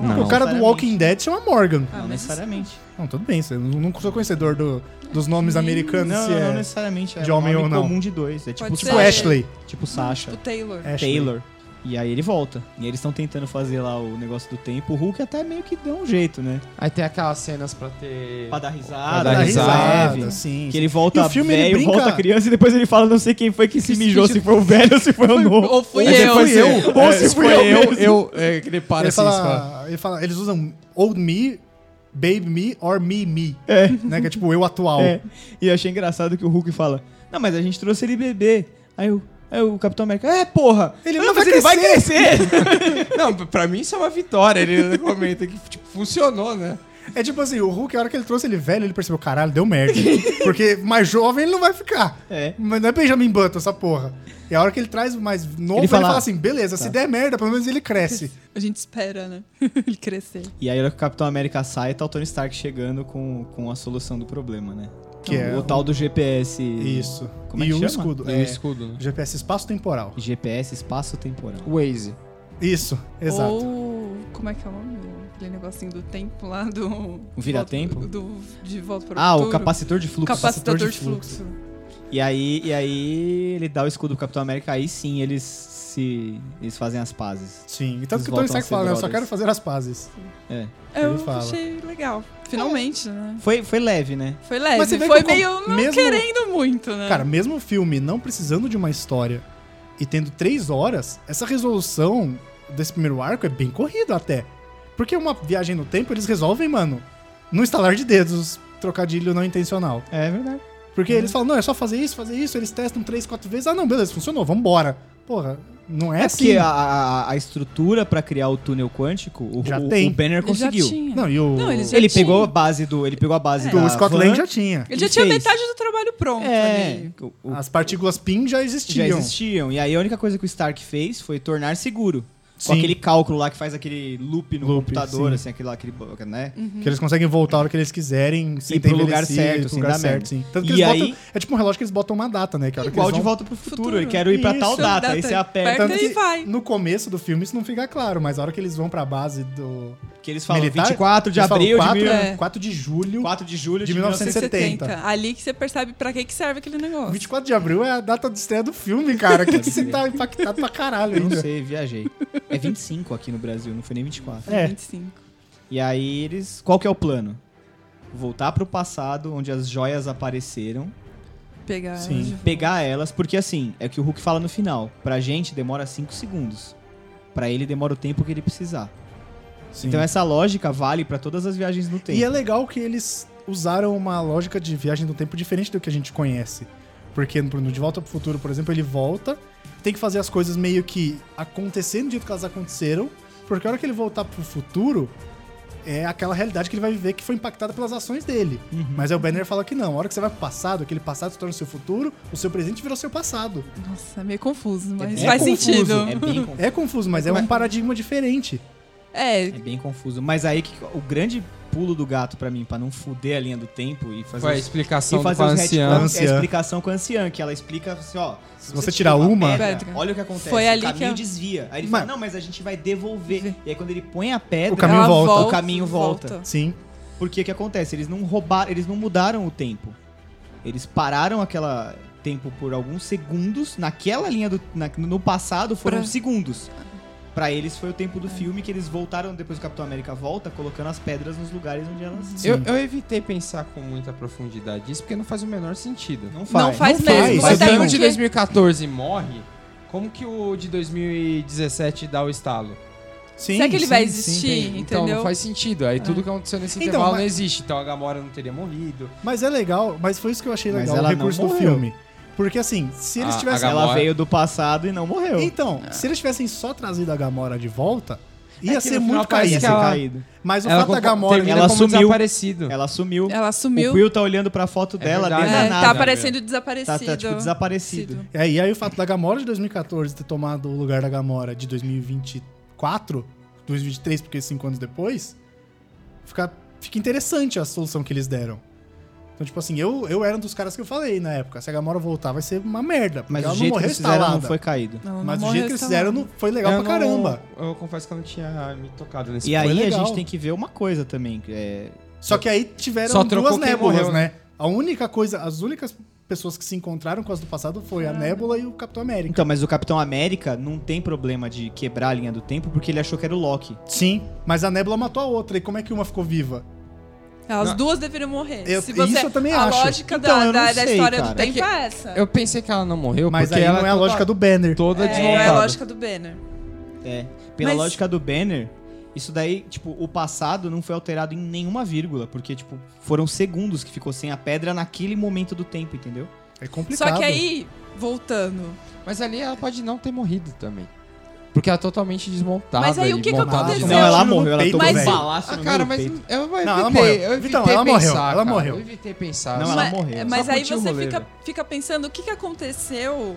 [SPEAKER 2] o
[SPEAKER 5] Não.
[SPEAKER 2] cara do
[SPEAKER 5] necessariamente.
[SPEAKER 2] Walking Dead chama Morgan.
[SPEAKER 4] Ah,
[SPEAKER 5] Não
[SPEAKER 4] mas isso-
[SPEAKER 5] necessariamente.
[SPEAKER 2] Não, tudo bem, você não, não sou conhecedor do- dos nomes
[SPEAKER 4] Sim.
[SPEAKER 2] americanos.
[SPEAKER 5] Não,
[SPEAKER 2] se
[SPEAKER 5] não
[SPEAKER 2] é,
[SPEAKER 5] necessariamente. É
[SPEAKER 2] de
[SPEAKER 5] um
[SPEAKER 2] homem
[SPEAKER 5] nome
[SPEAKER 2] ou não.
[SPEAKER 5] comum de dois. É tipo,
[SPEAKER 4] Pode
[SPEAKER 2] tipo
[SPEAKER 4] ser.
[SPEAKER 2] Ashley.
[SPEAKER 5] tipo Sasha,
[SPEAKER 4] O Taylor.
[SPEAKER 2] Ashley.
[SPEAKER 5] Taylor. E aí ele volta. E eles estão tentando fazer lá o negócio do tempo. O Hulk até meio que deu um jeito, né?
[SPEAKER 3] Aí tem aquelas cenas pra ter.
[SPEAKER 5] Pra dar
[SPEAKER 3] Pra
[SPEAKER 5] risada,
[SPEAKER 3] dar
[SPEAKER 2] Dá
[SPEAKER 5] pra
[SPEAKER 3] risada,
[SPEAKER 5] leve.
[SPEAKER 2] risada, assim, sim.
[SPEAKER 5] Que ele volta
[SPEAKER 2] E o filme, ele
[SPEAKER 5] velho,
[SPEAKER 2] brinca-
[SPEAKER 5] volta criança e depois ele fala não sei quem foi que se mijou, se foi o velho ou se foi o novo.
[SPEAKER 4] Ou fui
[SPEAKER 3] Ou se
[SPEAKER 4] eu.
[SPEAKER 3] foi eu.
[SPEAKER 5] Ou
[SPEAKER 3] É,
[SPEAKER 5] se fui
[SPEAKER 3] foi
[SPEAKER 5] eu
[SPEAKER 3] eu.
[SPEAKER 5] mesmo.
[SPEAKER 3] eu- é, que ele para
[SPEAKER 2] Ele
[SPEAKER 3] assim, fala,
[SPEAKER 2] fala, ele fala- eles usam old me, baby me or me me. Né, que é tipo eu atual.
[SPEAKER 5] É. E eu achei engraçado que o Hulk fala: Não, mas a gente trouxe ele bebê. Aí o, aí o Capitão América, é, porra!
[SPEAKER 2] Ele
[SPEAKER 5] Ah,
[SPEAKER 2] não
[SPEAKER 5] mas
[SPEAKER 2] vai
[SPEAKER 5] vai crescer!
[SPEAKER 3] Não, pra mim isso é uma vitória. Ele comenta que tipo, funcionou, né?
[SPEAKER 2] É tipo assim, o Hulk, a hora que ele trouxe ele velho, ele percebeu, caralho, deu merda. Porque mais jovem ele não vai ficar.
[SPEAKER 5] É.
[SPEAKER 2] Mas não é Benjamin Button essa porra. E a hora que ele traz o mais novo, ele fala,
[SPEAKER 5] fala- "Tá."
[SPEAKER 2] assim, beleza, se der merda, pelo menos ele cresce.
[SPEAKER 4] A gente espera, né? Ele crescer.
[SPEAKER 5] e aí a hora que o Capitão América sai, tá o Tony Stark chegando com, com a solução do problema, né?
[SPEAKER 2] Que é
[SPEAKER 5] o
[SPEAKER 2] o-
[SPEAKER 5] tal do GPS.
[SPEAKER 2] Isso.
[SPEAKER 5] Como é
[SPEAKER 2] e
[SPEAKER 5] que
[SPEAKER 2] um
[SPEAKER 5] chama?
[SPEAKER 2] escudo.
[SPEAKER 3] E
[SPEAKER 2] É,
[SPEAKER 3] o escudo, né?
[SPEAKER 2] GPS espaço-temporal.
[SPEAKER 5] GPS espaço-temporal.
[SPEAKER 3] Waze.
[SPEAKER 2] Isso, exato.
[SPEAKER 4] Ou. Como é que é o nome? Aquele negocinho do tempo lá do.
[SPEAKER 5] O vira-tempo?
[SPEAKER 4] Do, de volta para
[SPEAKER 5] Ah, o
[SPEAKER 4] futuro.
[SPEAKER 5] capacitor de fluxo.
[SPEAKER 4] Capacitador de fluxo.
[SPEAKER 5] E aí, e aí ele dá o escudo pro Capitão América, aí sim eles se. Eles fazem as pazes.
[SPEAKER 2] Sim, e tanto
[SPEAKER 5] Eles
[SPEAKER 2] que o Tony
[SPEAKER 5] voltam
[SPEAKER 2] Stark
[SPEAKER 5] a ser
[SPEAKER 2] fala, né, eu só
[SPEAKER 5] brothers.
[SPEAKER 2] quero fazer as pazes.
[SPEAKER 5] É.
[SPEAKER 4] Eu
[SPEAKER 2] Ele fala. É.
[SPEAKER 4] achei legal. Finalmente, né?
[SPEAKER 5] Foi, foi leve, né?
[SPEAKER 4] Foi leve.
[SPEAKER 2] Mas você vê
[SPEAKER 4] É, foi
[SPEAKER 2] que eu com-
[SPEAKER 4] meio não
[SPEAKER 2] mesmo-
[SPEAKER 4] querendo muito, né?
[SPEAKER 2] Cara, mesmo o filme não precisando de uma história e tendo três horas, essa resolução desse primeiro arco é bem corrida até. Porque uma viagem no tempo eles resolvem, mano, no estalar de dedos, trocadilho não intencional.
[SPEAKER 5] É verdade.
[SPEAKER 2] Porque eles falam, não, é só fazer isso, fazer isso, eles testam três, quatro vezes, ah não, beleza, funcionou, vambora. Porra, não é,
[SPEAKER 5] É
[SPEAKER 2] assim.
[SPEAKER 5] porque a, a, a estrutura pra criar o túnel quântico, o,
[SPEAKER 2] Já
[SPEAKER 5] o,
[SPEAKER 2] tem.
[SPEAKER 5] o Banner
[SPEAKER 4] Ele
[SPEAKER 5] conseguiu.
[SPEAKER 4] já tinha.
[SPEAKER 2] Não, e o
[SPEAKER 4] Não, eles já
[SPEAKER 5] Ele
[SPEAKER 4] tinha.
[SPEAKER 5] pegou a base do. Ele pegou a base
[SPEAKER 2] do
[SPEAKER 5] da
[SPEAKER 2] Scotland
[SPEAKER 5] Ah, van.
[SPEAKER 2] já tinha.
[SPEAKER 4] Ele já
[SPEAKER 5] ele
[SPEAKER 4] tinha
[SPEAKER 5] fez.
[SPEAKER 4] metade do trabalho pronto
[SPEAKER 5] É,
[SPEAKER 4] ali.
[SPEAKER 5] o- o-
[SPEAKER 2] As partículas PIN já
[SPEAKER 5] já
[SPEAKER 2] existiam.
[SPEAKER 5] existiam. E aí a única coisa que o Stark fez foi tornar seguro. Com
[SPEAKER 2] Sim.
[SPEAKER 5] aquele cálculo lá que faz aquele loop no
[SPEAKER 2] Loop,
[SPEAKER 5] computador,
[SPEAKER 2] sim.
[SPEAKER 5] assim, aquele lá, aquele, bo- né?
[SPEAKER 2] Que eles conseguem voltar a hora que eles quiserem, sem
[SPEAKER 5] E
[SPEAKER 2] ter
[SPEAKER 5] pro lugar
[SPEAKER 2] envelhecido,
[SPEAKER 5] certo,
[SPEAKER 2] pro
[SPEAKER 5] sem
[SPEAKER 2] lugar
[SPEAKER 5] dar
[SPEAKER 2] certo,
[SPEAKER 5] merda.
[SPEAKER 2] sim. Tanto que
[SPEAKER 5] E
[SPEAKER 2] eles
[SPEAKER 5] aí-
[SPEAKER 2] botam, é tipo um relógio que eles botam uma data, né? Que é a hora
[SPEAKER 5] Igual
[SPEAKER 2] que
[SPEAKER 5] de
[SPEAKER 2] eles vão-
[SPEAKER 5] volta pro futuro.
[SPEAKER 4] Futuro.
[SPEAKER 5] Eu quero ir pra
[SPEAKER 2] Isso,
[SPEAKER 5] tal data. é
[SPEAKER 4] data,
[SPEAKER 5] Aí você
[SPEAKER 4] aí
[SPEAKER 5] aperta.
[SPEAKER 4] aperta.
[SPEAKER 2] Tanto
[SPEAKER 4] Ele
[SPEAKER 2] que
[SPEAKER 4] vai.
[SPEAKER 2] no começo do filme isso não fica claro, mas a hora que eles vão pra base do
[SPEAKER 5] Que eles falam
[SPEAKER 2] militar,
[SPEAKER 5] 24 de
[SPEAKER 2] eles falam
[SPEAKER 5] abril de
[SPEAKER 2] 4,
[SPEAKER 5] mil-
[SPEAKER 4] É.
[SPEAKER 2] 4 de julho.
[SPEAKER 5] 4 de julho de,
[SPEAKER 2] De
[SPEAKER 5] 1900.
[SPEAKER 2] 1970.
[SPEAKER 4] Ali que você percebe pra que, que serve aquele negócio.
[SPEAKER 2] 24 de abril é a data de estreia do filme, cara. Que você tá impactado pra caralho
[SPEAKER 5] Eu não
[SPEAKER 2] ainda.
[SPEAKER 5] sei, um. viajei. É 25 aqui no Brasil, não foi nem 24.
[SPEAKER 2] É.
[SPEAKER 4] 25.
[SPEAKER 5] E aí eles. Qual que é o plano? Voltar pro passado, onde as joias apareceram,
[SPEAKER 4] Pegar.
[SPEAKER 2] Sim.
[SPEAKER 4] de-
[SPEAKER 5] pegar elas, porque assim, é o que o Hulk fala no final. Pra gente demora 5 segundos. Pra ele demora o tempo que ele precisar.
[SPEAKER 2] Sim.
[SPEAKER 5] Então essa lógica vale pra todas as viagens no tempo.
[SPEAKER 2] E é legal que eles usaram uma lógica de viagem do tempo diferente do que a gente conhece. Porque no no De Volta pro Futuro, por exemplo, ele volta, tem que fazer as coisas meio que acontecendo do jeito que elas aconteceram, porque a hora que ele voltar pro futuro, é aquela realidade que ele vai viver que foi impactada pelas ações dele.
[SPEAKER 4] Uhum.
[SPEAKER 2] Mas aí o Banner fala que não, a hora que você vai pro passado, aquele passado se torna o seu futuro, o seu presente virou seu passado.
[SPEAKER 4] Nossa, é meio confuso, mas
[SPEAKER 5] bem
[SPEAKER 4] faz
[SPEAKER 2] confuso.
[SPEAKER 4] sentido.
[SPEAKER 5] É bem confuso.
[SPEAKER 2] É confuso, mas é um
[SPEAKER 5] Mas-
[SPEAKER 2] paradigma diferente.
[SPEAKER 4] É,
[SPEAKER 5] É bem confuso. Mas aí que o grande pulo do gato pra mim, pra não fuder a linha do tempo e fazer
[SPEAKER 3] Foi é a
[SPEAKER 5] os-
[SPEAKER 3] explicação
[SPEAKER 5] e
[SPEAKER 3] do
[SPEAKER 5] fazer os
[SPEAKER 3] ancião.
[SPEAKER 5] retcons, é a
[SPEAKER 2] Anciã.
[SPEAKER 5] explicação com a anciã, que ela explica assim, ó.
[SPEAKER 2] Se você tirar uma-
[SPEAKER 5] pedra,
[SPEAKER 4] Pedra.
[SPEAKER 5] olha o que acontece.
[SPEAKER 4] Foi ali
[SPEAKER 5] o caminho
[SPEAKER 4] que eu-
[SPEAKER 5] desvia. Aí ele
[SPEAKER 2] Mas-
[SPEAKER 5] fala, não, mas a gente vai devolver. E aí quando ele põe a pedra,
[SPEAKER 2] O caminho
[SPEAKER 4] ela
[SPEAKER 2] volta.
[SPEAKER 5] O caminho volta.
[SPEAKER 2] Sim.
[SPEAKER 5] porque o que acontece? Eles não roubaram, eles não mudaram o tempo. Eles pararam aquela tempo por alguns segundos naquela linha do na- no passado foram
[SPEAKER 4] Pra- É.
[SPEAKER 5] segundos. Pra eles foi o tempo do filme que eles voltaram depois que o Capitão América volta, colocando as pedras nos lugares onde elas
[SPEAKER 3] Eu, eu evitei pensar com muita profundidade isso, porque não faz o menor sentido.
[SPEAKER 5] não
[SPEAKER 4] Não faz
[SPEAKER 2] não
[SPEAKER 4] mesmo.
[SPEAKER 2] faz. Mas
[SPEAKER 3] Se
[SPEAKER 4] Até
[SPEAKER 3] o
[SPEAKER 2] tem
[SPEAKER 3] filme
[SPEAKER 2] um
[SPEAKER 3] de
[SPEAKER 4] porque-
[SPEAKER 3] 2014 morre, como que o de 2017 dá o estalo?
[SPEAKER 2] Sim.
[SPEAKER 4] Será que ele
[SPEAKER 2] sim,
[SPEAKER 4] vai
[SPEAKER 2] sim.
[SPEAKER 4] existir? Sim,
[SPEAKER 3] Então
[SPEAKER 4] entendeu?
[SPEAKER 3] não faz sentido. Aí tudo que aconteceu nesse
[SPEAKER 2] Então,
[SPEAKER 3] intervalo
[SPEAKER 2] mas-
[SPEAKER 3] não existe. Então a Gamora não teria morrido.
[SPEAKER 2] Mas é legal, mas foi isso que eu achei
[SPEAKER 5] Mas
[SPEAKER 2] legal, o
[SPEAKER 5] ela não
[SPEAKER 2] recurso do
[SPEAKER 5] morreu.
[SPEAKER 2] filme. Porque assim, se eles
[SPEAKER 3] Ah,
[SPEAKER 2] tivessem.
[SPEAKER 3] a Gamora-
[SPEAKER 5] Ela veio do passado e não morreu.
[SPEAKER 2] Então, se eles tivessem só trazido a Gamora de volta, Ia
[SPEAKER 3] no
[SPEAKER 2] ser
[SPEAKER 3] final
[SPEAKER 2] muito
[SPEAKER 3] parece
[SPEAKER 2] caído.
[SPEAKER 3] É que ela-
[SPEAKER 5] caído.
[SPEAKER 2] Mas o
[SPEAKER 3] Ela
[SPEAKER 2] fato da Gamora.
[SPEAKER 5] termina
[SPEAKER 3] termina
[SPEAKER 5] ela
[SPEAKER 3] como
[SPEAKER 5] sumiu.
[SPEAKER 3] desaparecido.
[SPEAKER 5] Ela sumiu.
[SPEAKER 4] Ela sumiu.
[SPEAKER 5] O Quill tá olhando pra foto dela
[SPEAKER 3] verdade.
[SPEAKER 5] dentro da
[SPEAKER 4] É,
[SPEAKER 5] nave.
[SPEAKER 4] tá aparecendo desaparecido.
[SPEAKER 5] Tá, tá, tipo, desaparecido.
[SPEAKER 2] É, e aí o fato da Gamora de 2014 ter tomado o lugar da Gamora de 2024, 2023, porque cinco anos depois, fica, fica interessante a solução que eles deram. Então, tipo assim, eu, eu era um dos caras que eu falei na época. Se a Gamora voltar, vai ser uma merda. Porque
[SPEAKER 5] Mas
[SPEAKER 2] ela
[SPEAKER 5] o
[SPEAKER 2] não
[SPEAKER 5] jeito que
[SPEAKER 2] morreu
[SPEAKER 5] eles fizeram não
[SPEAKER 2] instalada.
[SPEAKER 5] foi caído.
[SPEAKER 4] Não, não
[SPEAKER 2] Mas o
[SPEAKER 4] morreu,
[SPEAKER 2] jeito que eles
[SPEAKER 4] tá
[SPEAKER 2] fizeram
[SPEAKER 4] lá.
[SPEAKER 2] não foi legal
[SPEAKER 3] Eu
[SPEAKER 2] pra
[SPEAKER 3] não-
[SPEAKER 2] caramba.
[SPEAKER 3] eu confesso que eu não tinha me tocado nesse
[SPEAKER 5] E aí
[SPEAKER 2] Foi
[SPEAKER 5] a
[SPEAKER 2] legal.
[SPEAKER 5] gente tem que ver uma coisa também. que É,
[SPEAKER 2] Só que aí tiveram
[SPEAKER 3] Só trocou
[SPEAKER 2] duas
[SPEAKER 3] quem
[SPEAKER 2] nébulas,
[SPEAKER 3] morreu,
[SPEAKER 2] né? A única coisa, as únicas pessoas que se encontraram com as do passado foi a Nébula e o Capitão América.
[SPEAKER 5] Então, mas o Capitão América não tem problema de quebrar a linha do tempo porque ele achou que era o Loki.
[SPEAKER 2] Sim, mas a Nébula matou a outra. E como é que uma ficou viva?
[SPEAKER 4] As
[SPEAKER 3] Não.
[SPEAKER 4] duas deveriam morrer.
[SPEAKER 2] Eu-
[SPEAKER 4] Se você-
[SPEAKER 2] isso eu também
[SPEAKER 4] a
[SPEAKER 2] acho.
[SPEAKER 4] lógica
[SPEAKER 5] Então,
[SPEAKER 4] da,
[SPEAKER 5] eu
[SPEAKER 4] da-
[SPEAKER 5] não
[SPEAKER 4] da
[SPEAKER 5] sei,
[SPEAKER 4] história do
[SPEAKER 5] cara.
[SPEAKER 4] tempo
[SPEAKER 3] É que
[SPEAKER 4] é essa.
[SPEAKER 3] Eu pensei que ela não morreu,
[SPEAKER 2] Mas
[SPEAKER 3] porque
[SPEAKER 2] aí
[SPEAKER 3] ela
[SPEAKER 2] não é a
[SPEAKER 3] toda-
[SPEAKER 2] lógica do Banner.
[SPEAKER 3] toda
[SPEAKER 4] É, não é a
[SPEAKER 3] desmontada.
[SPEAKER 4] lógica do Banner.
[SPEAKER 5] É. Pela
[SPEAKER 4] Mas-
[SPEAKER 5] lógica do Banner, isso daí, tipo, o passado não foi alterado em nenhuma vírgula, porque, tipo, foram segundos que ficou sem a pedra naquele momento do tempo, entendeu?
[SPEAKER 2] É complicado.
[SPEAKER 4] Só que aí, voltando.
[SPEAKER 3] Mas ali ela pode não ter morrido também. Porque ela é totalmente desmontada.
[SPEAKER 4] Mas é aí
[SPEAKER 3] e
[SPEAKER 4] o que que
[SPEAKER 3] montada de
[SPEAKER 4] aconteceu?
[SPEAKER 5] Tipo, Não,
[SPEAKER 2] Ela
[SPEAKER 5] ela
[SPEAKER 2] tiro no
[SPEAKER 5] morreu, ela
[SPEAKER 2] peito,
[SPEAKER 5] tomou um
[SPEAKER 4] velho.
[SPEAKER 5] balaço
[SPEAKER 3] Ah,
[SPEAKER 5] no
[SPEAKER 3] cara,
[SPEAKER 5] meio do
[SPEAKER 3] mas
[SPEAKER 5] peito.
[SPEAKER 3] eu evitei,
[SPEAKER 2] ela morreu.
[SPEAKER 3] eu evitei
[SPEAKER 2] Vitão, ela morreu,
[SPEAKER 3] pensar,
[SPEAKER 2] ela
[SPEAKER 3] cara.
[SPEAKER 2] morreu.
[SPEAKER 3] Eu evitei pensar.
[SPEAKER 5] Não, ela
[SPEAKER 3] sabe?
[SPEAKER 4] mas,
[SPEAKER 5] morreu.
[SPEAKER 4] é, Mas
[SPEAKER 3] É, Só
[SPEAKER 4] aí
[SPEAKER 3] curtiu o
[SPEAKER 4] você
[SPEAKER 3] rolê,
[SPEAKER 4] fica,
[SPEAKER 3] velho.
[SPEAKER 4] fica pensando o que, que aconteceu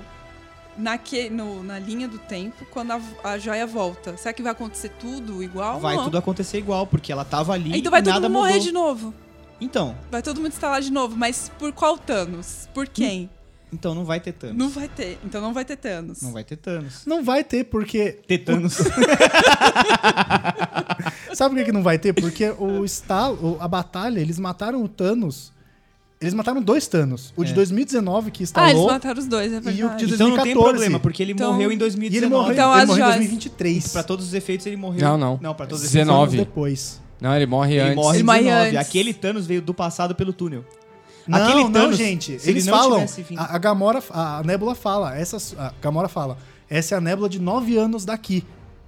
[SPEAKER 4] naque, no- na linha do tempo quando a, a joia volta. Será que vai acontecer tudo igual?
[SPEAKER 5] Vai
[SPEAKER 4] Não.
[SPEAKER 5] tudo acontecer igual, porque ela tava ali
[SPEAKER 4] Então vai
[SPEAKER 5] e
[SPEAKER 4] todo
[SPEAKER 5] nada
[SPEAKER 4] mundo morrer
[SPEAKER 5] mudou.
[SPEAKER 4] de novo.
[SPEAKER 5] Então,
[SPEAKER 4] Vai todo mundo instalar de novo. Mas por qual Thanos? Por quem?
[SPEAKER 5] então não vai ter Thanos.
[SPEAKER 4] Não vai ter. Então não vai ter Thanos.
[SPEAKER 5] Não vai ter Thanos.
[SPEAKER 2] Não vai ter, porque.
[SPEAKER 5] Tetanos.
[SPEAKER 2] Sabe por que, que não vai ter? Porque o estalo, o- a batalha, eles mataram o Thanos. Eles mataram dois Thanos. O de
[SPEAKER 5] É.
[SPEAKER 2] 2019, que
[SPEAKER 4] Ah, eles
[SPEAKER 2] instalou.
[SPEAKER 4] mataram os dois, é
[SPEAKER 2] E o
[SPEAKER 4] verdade.
[SPEAKER 2] de
[SPEAKER 5] então não tem
[SPEAKER 2] 2014.
[SPEAKER 5] problema, porque ele
[SPEAKER 4] Então-
[SPEAKER 5] morreu em
[SPEAKER 2] e
[SPEAKER 5] 2019.
[SPEAKER 2] ele morreu,
[SPEAKER 4] Então,
[SPEAKER 2] ele
[SPEAKER 4] as
[SPEAKER 2] morreu em
[SPEAKER 4] joias-
[SPEAKER 2] 2023.
[SPEAKER 5] Pra todos os efeitos ele morreu.
[SPEAKER 3] Não, não.
[SPEAKER 5] Não, pra todos os efeitos.
[SPEAKER 3] 19.
[SPEAKER 2] Anos um depois.
[SPEAKER 3] Não, ele morre
[SPEAKER 5] Ele
[SPEAKER 3] antes.
[SPEAKER 5] morre
[SPEAKER 4] Ele
[SPEAKER 5] em
[SPEAKER 4] morre
[SPEAKER 5] 19.
[SPEAKER 4] antes.
[SPEAKER 5] Aquele Thanos veio do passado pelo túnel.
[SPEAKER 2] Não,
[SPEAKER 5] Aquele
[SPEAKER 2] não,
[SPEAKER 5] Thanos,
[SPEAKER 2] gente.
[SPEAKER 5] se
[SPEAKER 2] eles
[SPEAKER 5] ele não
[SPEAKER 2] falam.
[SPEAKER 5] tivesse vindo-
[SPEAKER 2] A, a Gamora, a, a Nebula fala. Essa, a Gamora fala. Essa é a Nebula de 9 anos daqui.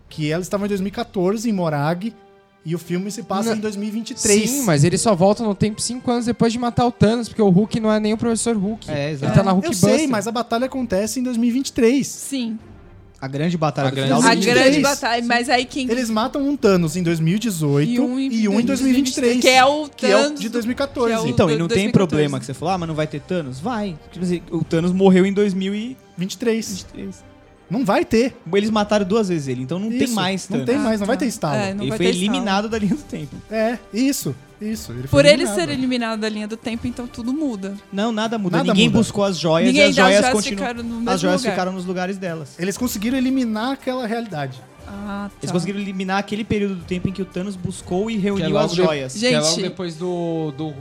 [SPEAKER 2] Que ela estava em 2014 em Morag. E o filme se passa
[SPEAKER 3] Não.
[SPEAKER 2] em 2023.
[SPEAKER 3] Sim, mas ele só volta no tempo 5 anos depois de matar o Thanos, porque o Hulk não é nem o professor Hulk.
[SPEAKER 5] É, exato.
[SPEAKER 3] Ele tá na Hulk
[SPEAKER 2] Eu sei, mas a batalha acontece em 2023.
[SPEAKER 4] Sim.
[SPEAKER 5] A grande batalha
[SPEAKER 3] A
[SPEAKER 5] do
[SPEAKER 3] grande-
[SPEAKER 5] final é do
[SPEAKER 4] A
[SPEAKER 2] Sim.
[SPEAKER 5] mundo.
[SPEAKER 4] grande
[SPEAKER 2] Sim.
[SPEAKER 4] batalha. Mas aí quem.
[SPEAKER 2] Eles matam um Thanos em 2018 e um em, 2023.
[SPEAKER 4] Que é o
[SPEAKER 2] que é o
[SPEAKER 4] Thanos
[SPEAKER 2] de
[SPEAKER 4] do-
[SPEAKER 2] 2014.
[SPEAKER 4] que é o-
[SPEAKER 5] Então, e não
[SPEAKER 4] 2014.
[SPEAKER 5] tem problema que você falou, ah, mas não vai ter Thanos? Vai. Tipo assim, o Thanos morreu em 2023.
[SPEAKER 2] 23. Não vai ter.
[SPEAKER 5] Eles mataram duas vezes ele, então não tem
[SPEAKER 2] Isso,
[SPEAKER 5] mais
[SPEAKER 2] Não
[SPEAKER 5] Thanos.
[SPEAKER 2] tem
[SPEAKER 4] Ah,
[SPEAKER 2] mais, não vai
[SPEAKER 4] tá.
[SPEAKER 2] ter estalo.
[SPEAKER 4] É,
[SPEAKER 2] É,
[SPEAKER 4] não
[SPEAKER 5] ele
[SPEAKER 4] vai
[SPEAKER 5] foi
[SPEAKER 4] ter estalo.
[SPEAKER 5] eliminado da linha do tempo.
[SPEAKER 2] isso. Isso. Ele foi
[SPEAKER 4] Por ele
[SPEAKER 2] eliminado.
[SPEAKER 4] ser eliminado da linha do tempo, então tudo muda.
[SPEAKER 5] Não, nada muda.
[SPEAKER 2] Nada
[SPEAKER 5] Ninguém
[SPEAKER 2] muda.
[SPEAKER 5] buscou as joias
[SPEAKER 4] Ninguém
[SPEAKER 5] e as
[SPEAKER 4] dá, as
[SPEAKER 5] joias,
[SPEAKER 4] joias
[SPEAKER 5] continuam.
[SPEAKER 4] ficaram no
[SPEAKER 5] as
[SPEAKER 4] mesmo
[SPEAKER 5] joias
[SPEAKER 4] lugar.
[SPEAKER 5] ficaram nos lugares delas.
[SPEAKER 2] Eles conseguiram eliminar aquela realidade.
[SPEAKER 4] Ah, tá.
[SPEAKER 5] Eles conseguiram eliminar aquele período do tempo em que o Thanos buscou e reuniu
[SPEAKER 3] logo
[SPEAKER 5] as
[SPEAKER 3] de-
[SPEAKER 5] joias.
[SPEAKER 3] Que é logo
[SPEAKER 4] Gente.
[SPEAKER 3] depois do, do,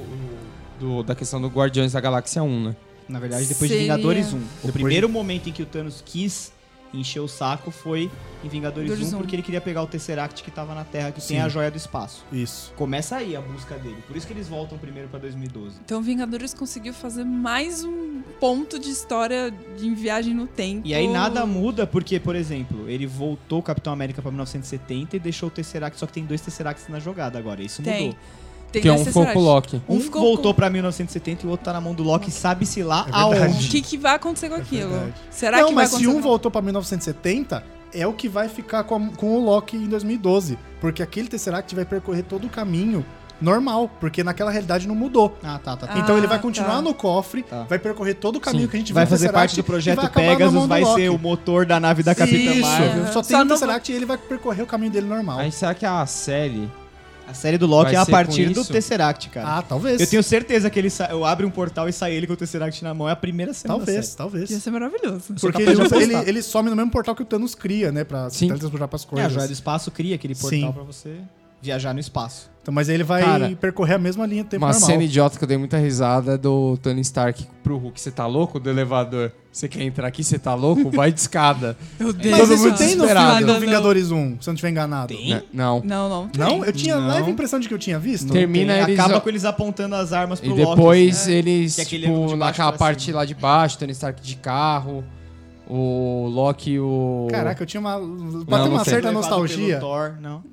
[SPEAKER 3] do- da questão do Guardiões da Galáxia 1, né?
[SPEAKER 5] Na verdade, depois de
[SPEAKER 4] Seria-
[SPEAKER 5] Vingadores 1. O primeiro momento em que o Thanos quis encher o saco foi em Vingadores
[SPEAKER 4] Vingadores
[SPEAKER 5] 1,
[SPEAKER 4] 1.
[SPEAKER 5] porque ele queria pegar o Tesseract que tava na Terra, que
[SPEAKER 2] Sim.
[SPEAKER 5] tem a joia do espaço.
[SPEAKER 2] Isso.
[SPEAKER 5] Começa aí a busca dele. Por isso que eles voltam primeiro pra 2012.
[SPEAKER 4] Então Vingadores conseguiu fazer mais um ponto de história de em viagem no tempo.
[SPEAKER 5] E aí nada muda, porque, por exemplo, ele voltou o Capitão América pra 1970 e deixou o Tesseract, só que tem dois Tesseracts na jogada agora. Isso
[SPEAKER 4] Tem.
[SPEAKER 5] mudou.
[SPEAKER 4] Tem
[SPEAKER 3] que é um
[SPEAKER 4] necessidade.
[SPEAKER 3] foco Loki.
[SPEAKER 5] Um,
[SPEAKER 4] Um ficou
[SPEAKER 5] voltou pra 1970 e o outro tá na mão do Loki, sabe-se lá
[SPEAKER 2] É verdade.
[SPEAKER 5] aonde.
[SPEAKER 4] O que, que vai acontecer
[SPEAKER 5] É
[SPEAKER 4] com aquilo?
[SPEAKER 2] verdade.
[SPEAKER 4] Será
[SPEAKER 2] não,
[SPEAKER 4] que
[SPEAKER 2] mas
[SPEAKER 4] vai
[SPEAKER 2] se
[SPEAKER 4] acontecer?
[SPEAKER 2] um
[SPEAKER 4] com-
[SPEAKER 2] voltou pra 1970, é o que vai ficar com, a- com o Loki em 2012. Porque aquele Tesseract vai percorrer todo o caminho normal. Porque naquela realidade não mudou.
[SPEAKER 5] Ah, tá, tá. tá.
[SPEAKER 4] Ah,
[SPEAKER 2] Então ele vai continuar
[SPEAKER 4] tá.
[SPEAKER 2] no cofre,
[SPEAKER 5] Tá.
[SPEAKER 2] vai percorrer todo o caminho
[SPEAKER 3] Sim.
[SPEAKER 2] Tipo, que a gente
[SPEAKER 5] Vai
[SPEAKER 2] viu no
[SPEAKER 5] fazer
[SPEAKER 2] Tesseract
[SPEAKER 5] parte do
[SPEAKER 2] e
[SPEAKER 5] projeto
[SPEAKER 2] vai acabar na mão
[SPEAKER 5] Pegasus,
[SPEAKER 2] do
[SPEAKER 5] vai
[SPEAKER 2] Loki.
[SPEAKER 5] ser o motor da nave da Capitã
[SPEAKER 2] Isso.
[SPEAKER 5] Marvel.
[SPEAKER 2] Só tem
[SPEAKER 4] Só
[SPEAKER 2] o
[SPEAKER 4] não-
[SPEAKER 2] Tesseract e ele vai percorrer o caminho dele normal.
[SPEAKER 3] Aí será que a série.
[SPEAKER 5] A série do Loki
[SPEAKER 3] Vai
[SPEAKER 5] é a
[SPEAKER 3] ser com
[SPEAKER 5] partir do
[SPEAKER 3] isso?
[SPEAKER 5] Tesseract, cara.
[SPEAKER 2] ah, talvez.
[SPEAKER 5] Eu tenho certeza que ele sa... eu abro um portal e sai ele com o Tesseract na mão. É a primeira cena da
[SPEAKER 2] Talvez,
[SPEAKER 5] série.
[SPEAKER 4] Ia
[SPEAKER 2] talvez.
[SPEAKER 4] ser maravilhoso.
[SPEAKER 5] sou
[SPEAKER 2] Porque
[SPEAKER 5] capaz
[SPEAKER 2] ele,
[SPEAKER 5] de
[SPEAKER 2] usa- ele,
[SPEAKER 5] apostar.
[SPEAKER 2] ele some no mesmo portal que o Thanos cria, né? Pra se
[SPEAKER 3] Sim.
[SPEAKER 2] teletransportar pras
[SPEAKER 5] É, a joia do
[SPEAKER 2] coisas.
[SPEAKER 5] espaço cria aquele portal
[SPEAKER 2] Sim.
[SPEAKER 5] pra você viajar no espaço.
[SPEAKER 2] Então, mas ele vai
[SPEAKER 3] Cara,
[SPEAKER 2] percorrer a mesma linha do tempo
[SPEAKER 3] Uma
[SPEAKER 2] normal.
[SPEAKER 3] cena idiota que eu dei muita risada é do Tony Stark pro Hulk. Você tá louco do elevador? Você quer entrar aqui? Você tá louco? Vai de escada.
[SPEAKER 4] Meu Deus.
[SPEAKER 2] Mas
[SPEAKER 3] Todo
[SPEAKER 2] isso
[SPEAKER 3] mundo
[SPEAKER 2] tem no
[SPEAKER 3] desesperado.
[SPEAKER 2] filme
[SPEAKER 4] Nada,
[SPEAKER 2] do
[SPEAKER 4] não.
[SPEAKER 2] Vingadores 1, se eu não estiver enganado. Né?
[SPEAKER 5] Tem?
[SPEAKER 3] N- Não.
[SPEAKER 4] Não, não. tem.
[SPEAKER 2] Não? Eu tinha
[SPEAKER 5] Não.
[SPEAKER 2] leve a impressão de que eu tinha visto.
[SPEAKER 3] Tem. Termina
[SPEAKER 5] Tem-
[SPEAKER 3] eles-
[SPEAKER 5] Acaba com eles apontando as armas pro
[SPEAKER 3] E
[SPEAKER 5] Loki.
[SPEAKER 3] depois
[SPEAKER 4] né?
[SPEAKER 5] assim.
[SPEAKER 3] eles,
[SPEAKER 5] Que é aquele ângulo
[SPEAKER 3] tipo,
[SPEAKER 5] de baixo
[SPEAKER 3] naquela
[SPEAKER 5] pra
[SPEAKER 3] parte
[SPEAKER 5] cima.
[SPEAKER 3] lá de baixo, Tony Stark de carro, o Loki e o...
[SPEAKER 2] Caraca, eu tinha uma. Bateu
[SPEAKER 3] não
[SPEAKER 2] uma certa
[SPEAKER 3] tem.
[SPEAKER 5] Levado pelo
[SPEAKER 2] nostalgia.
[SPEAKER 5] Thor, não.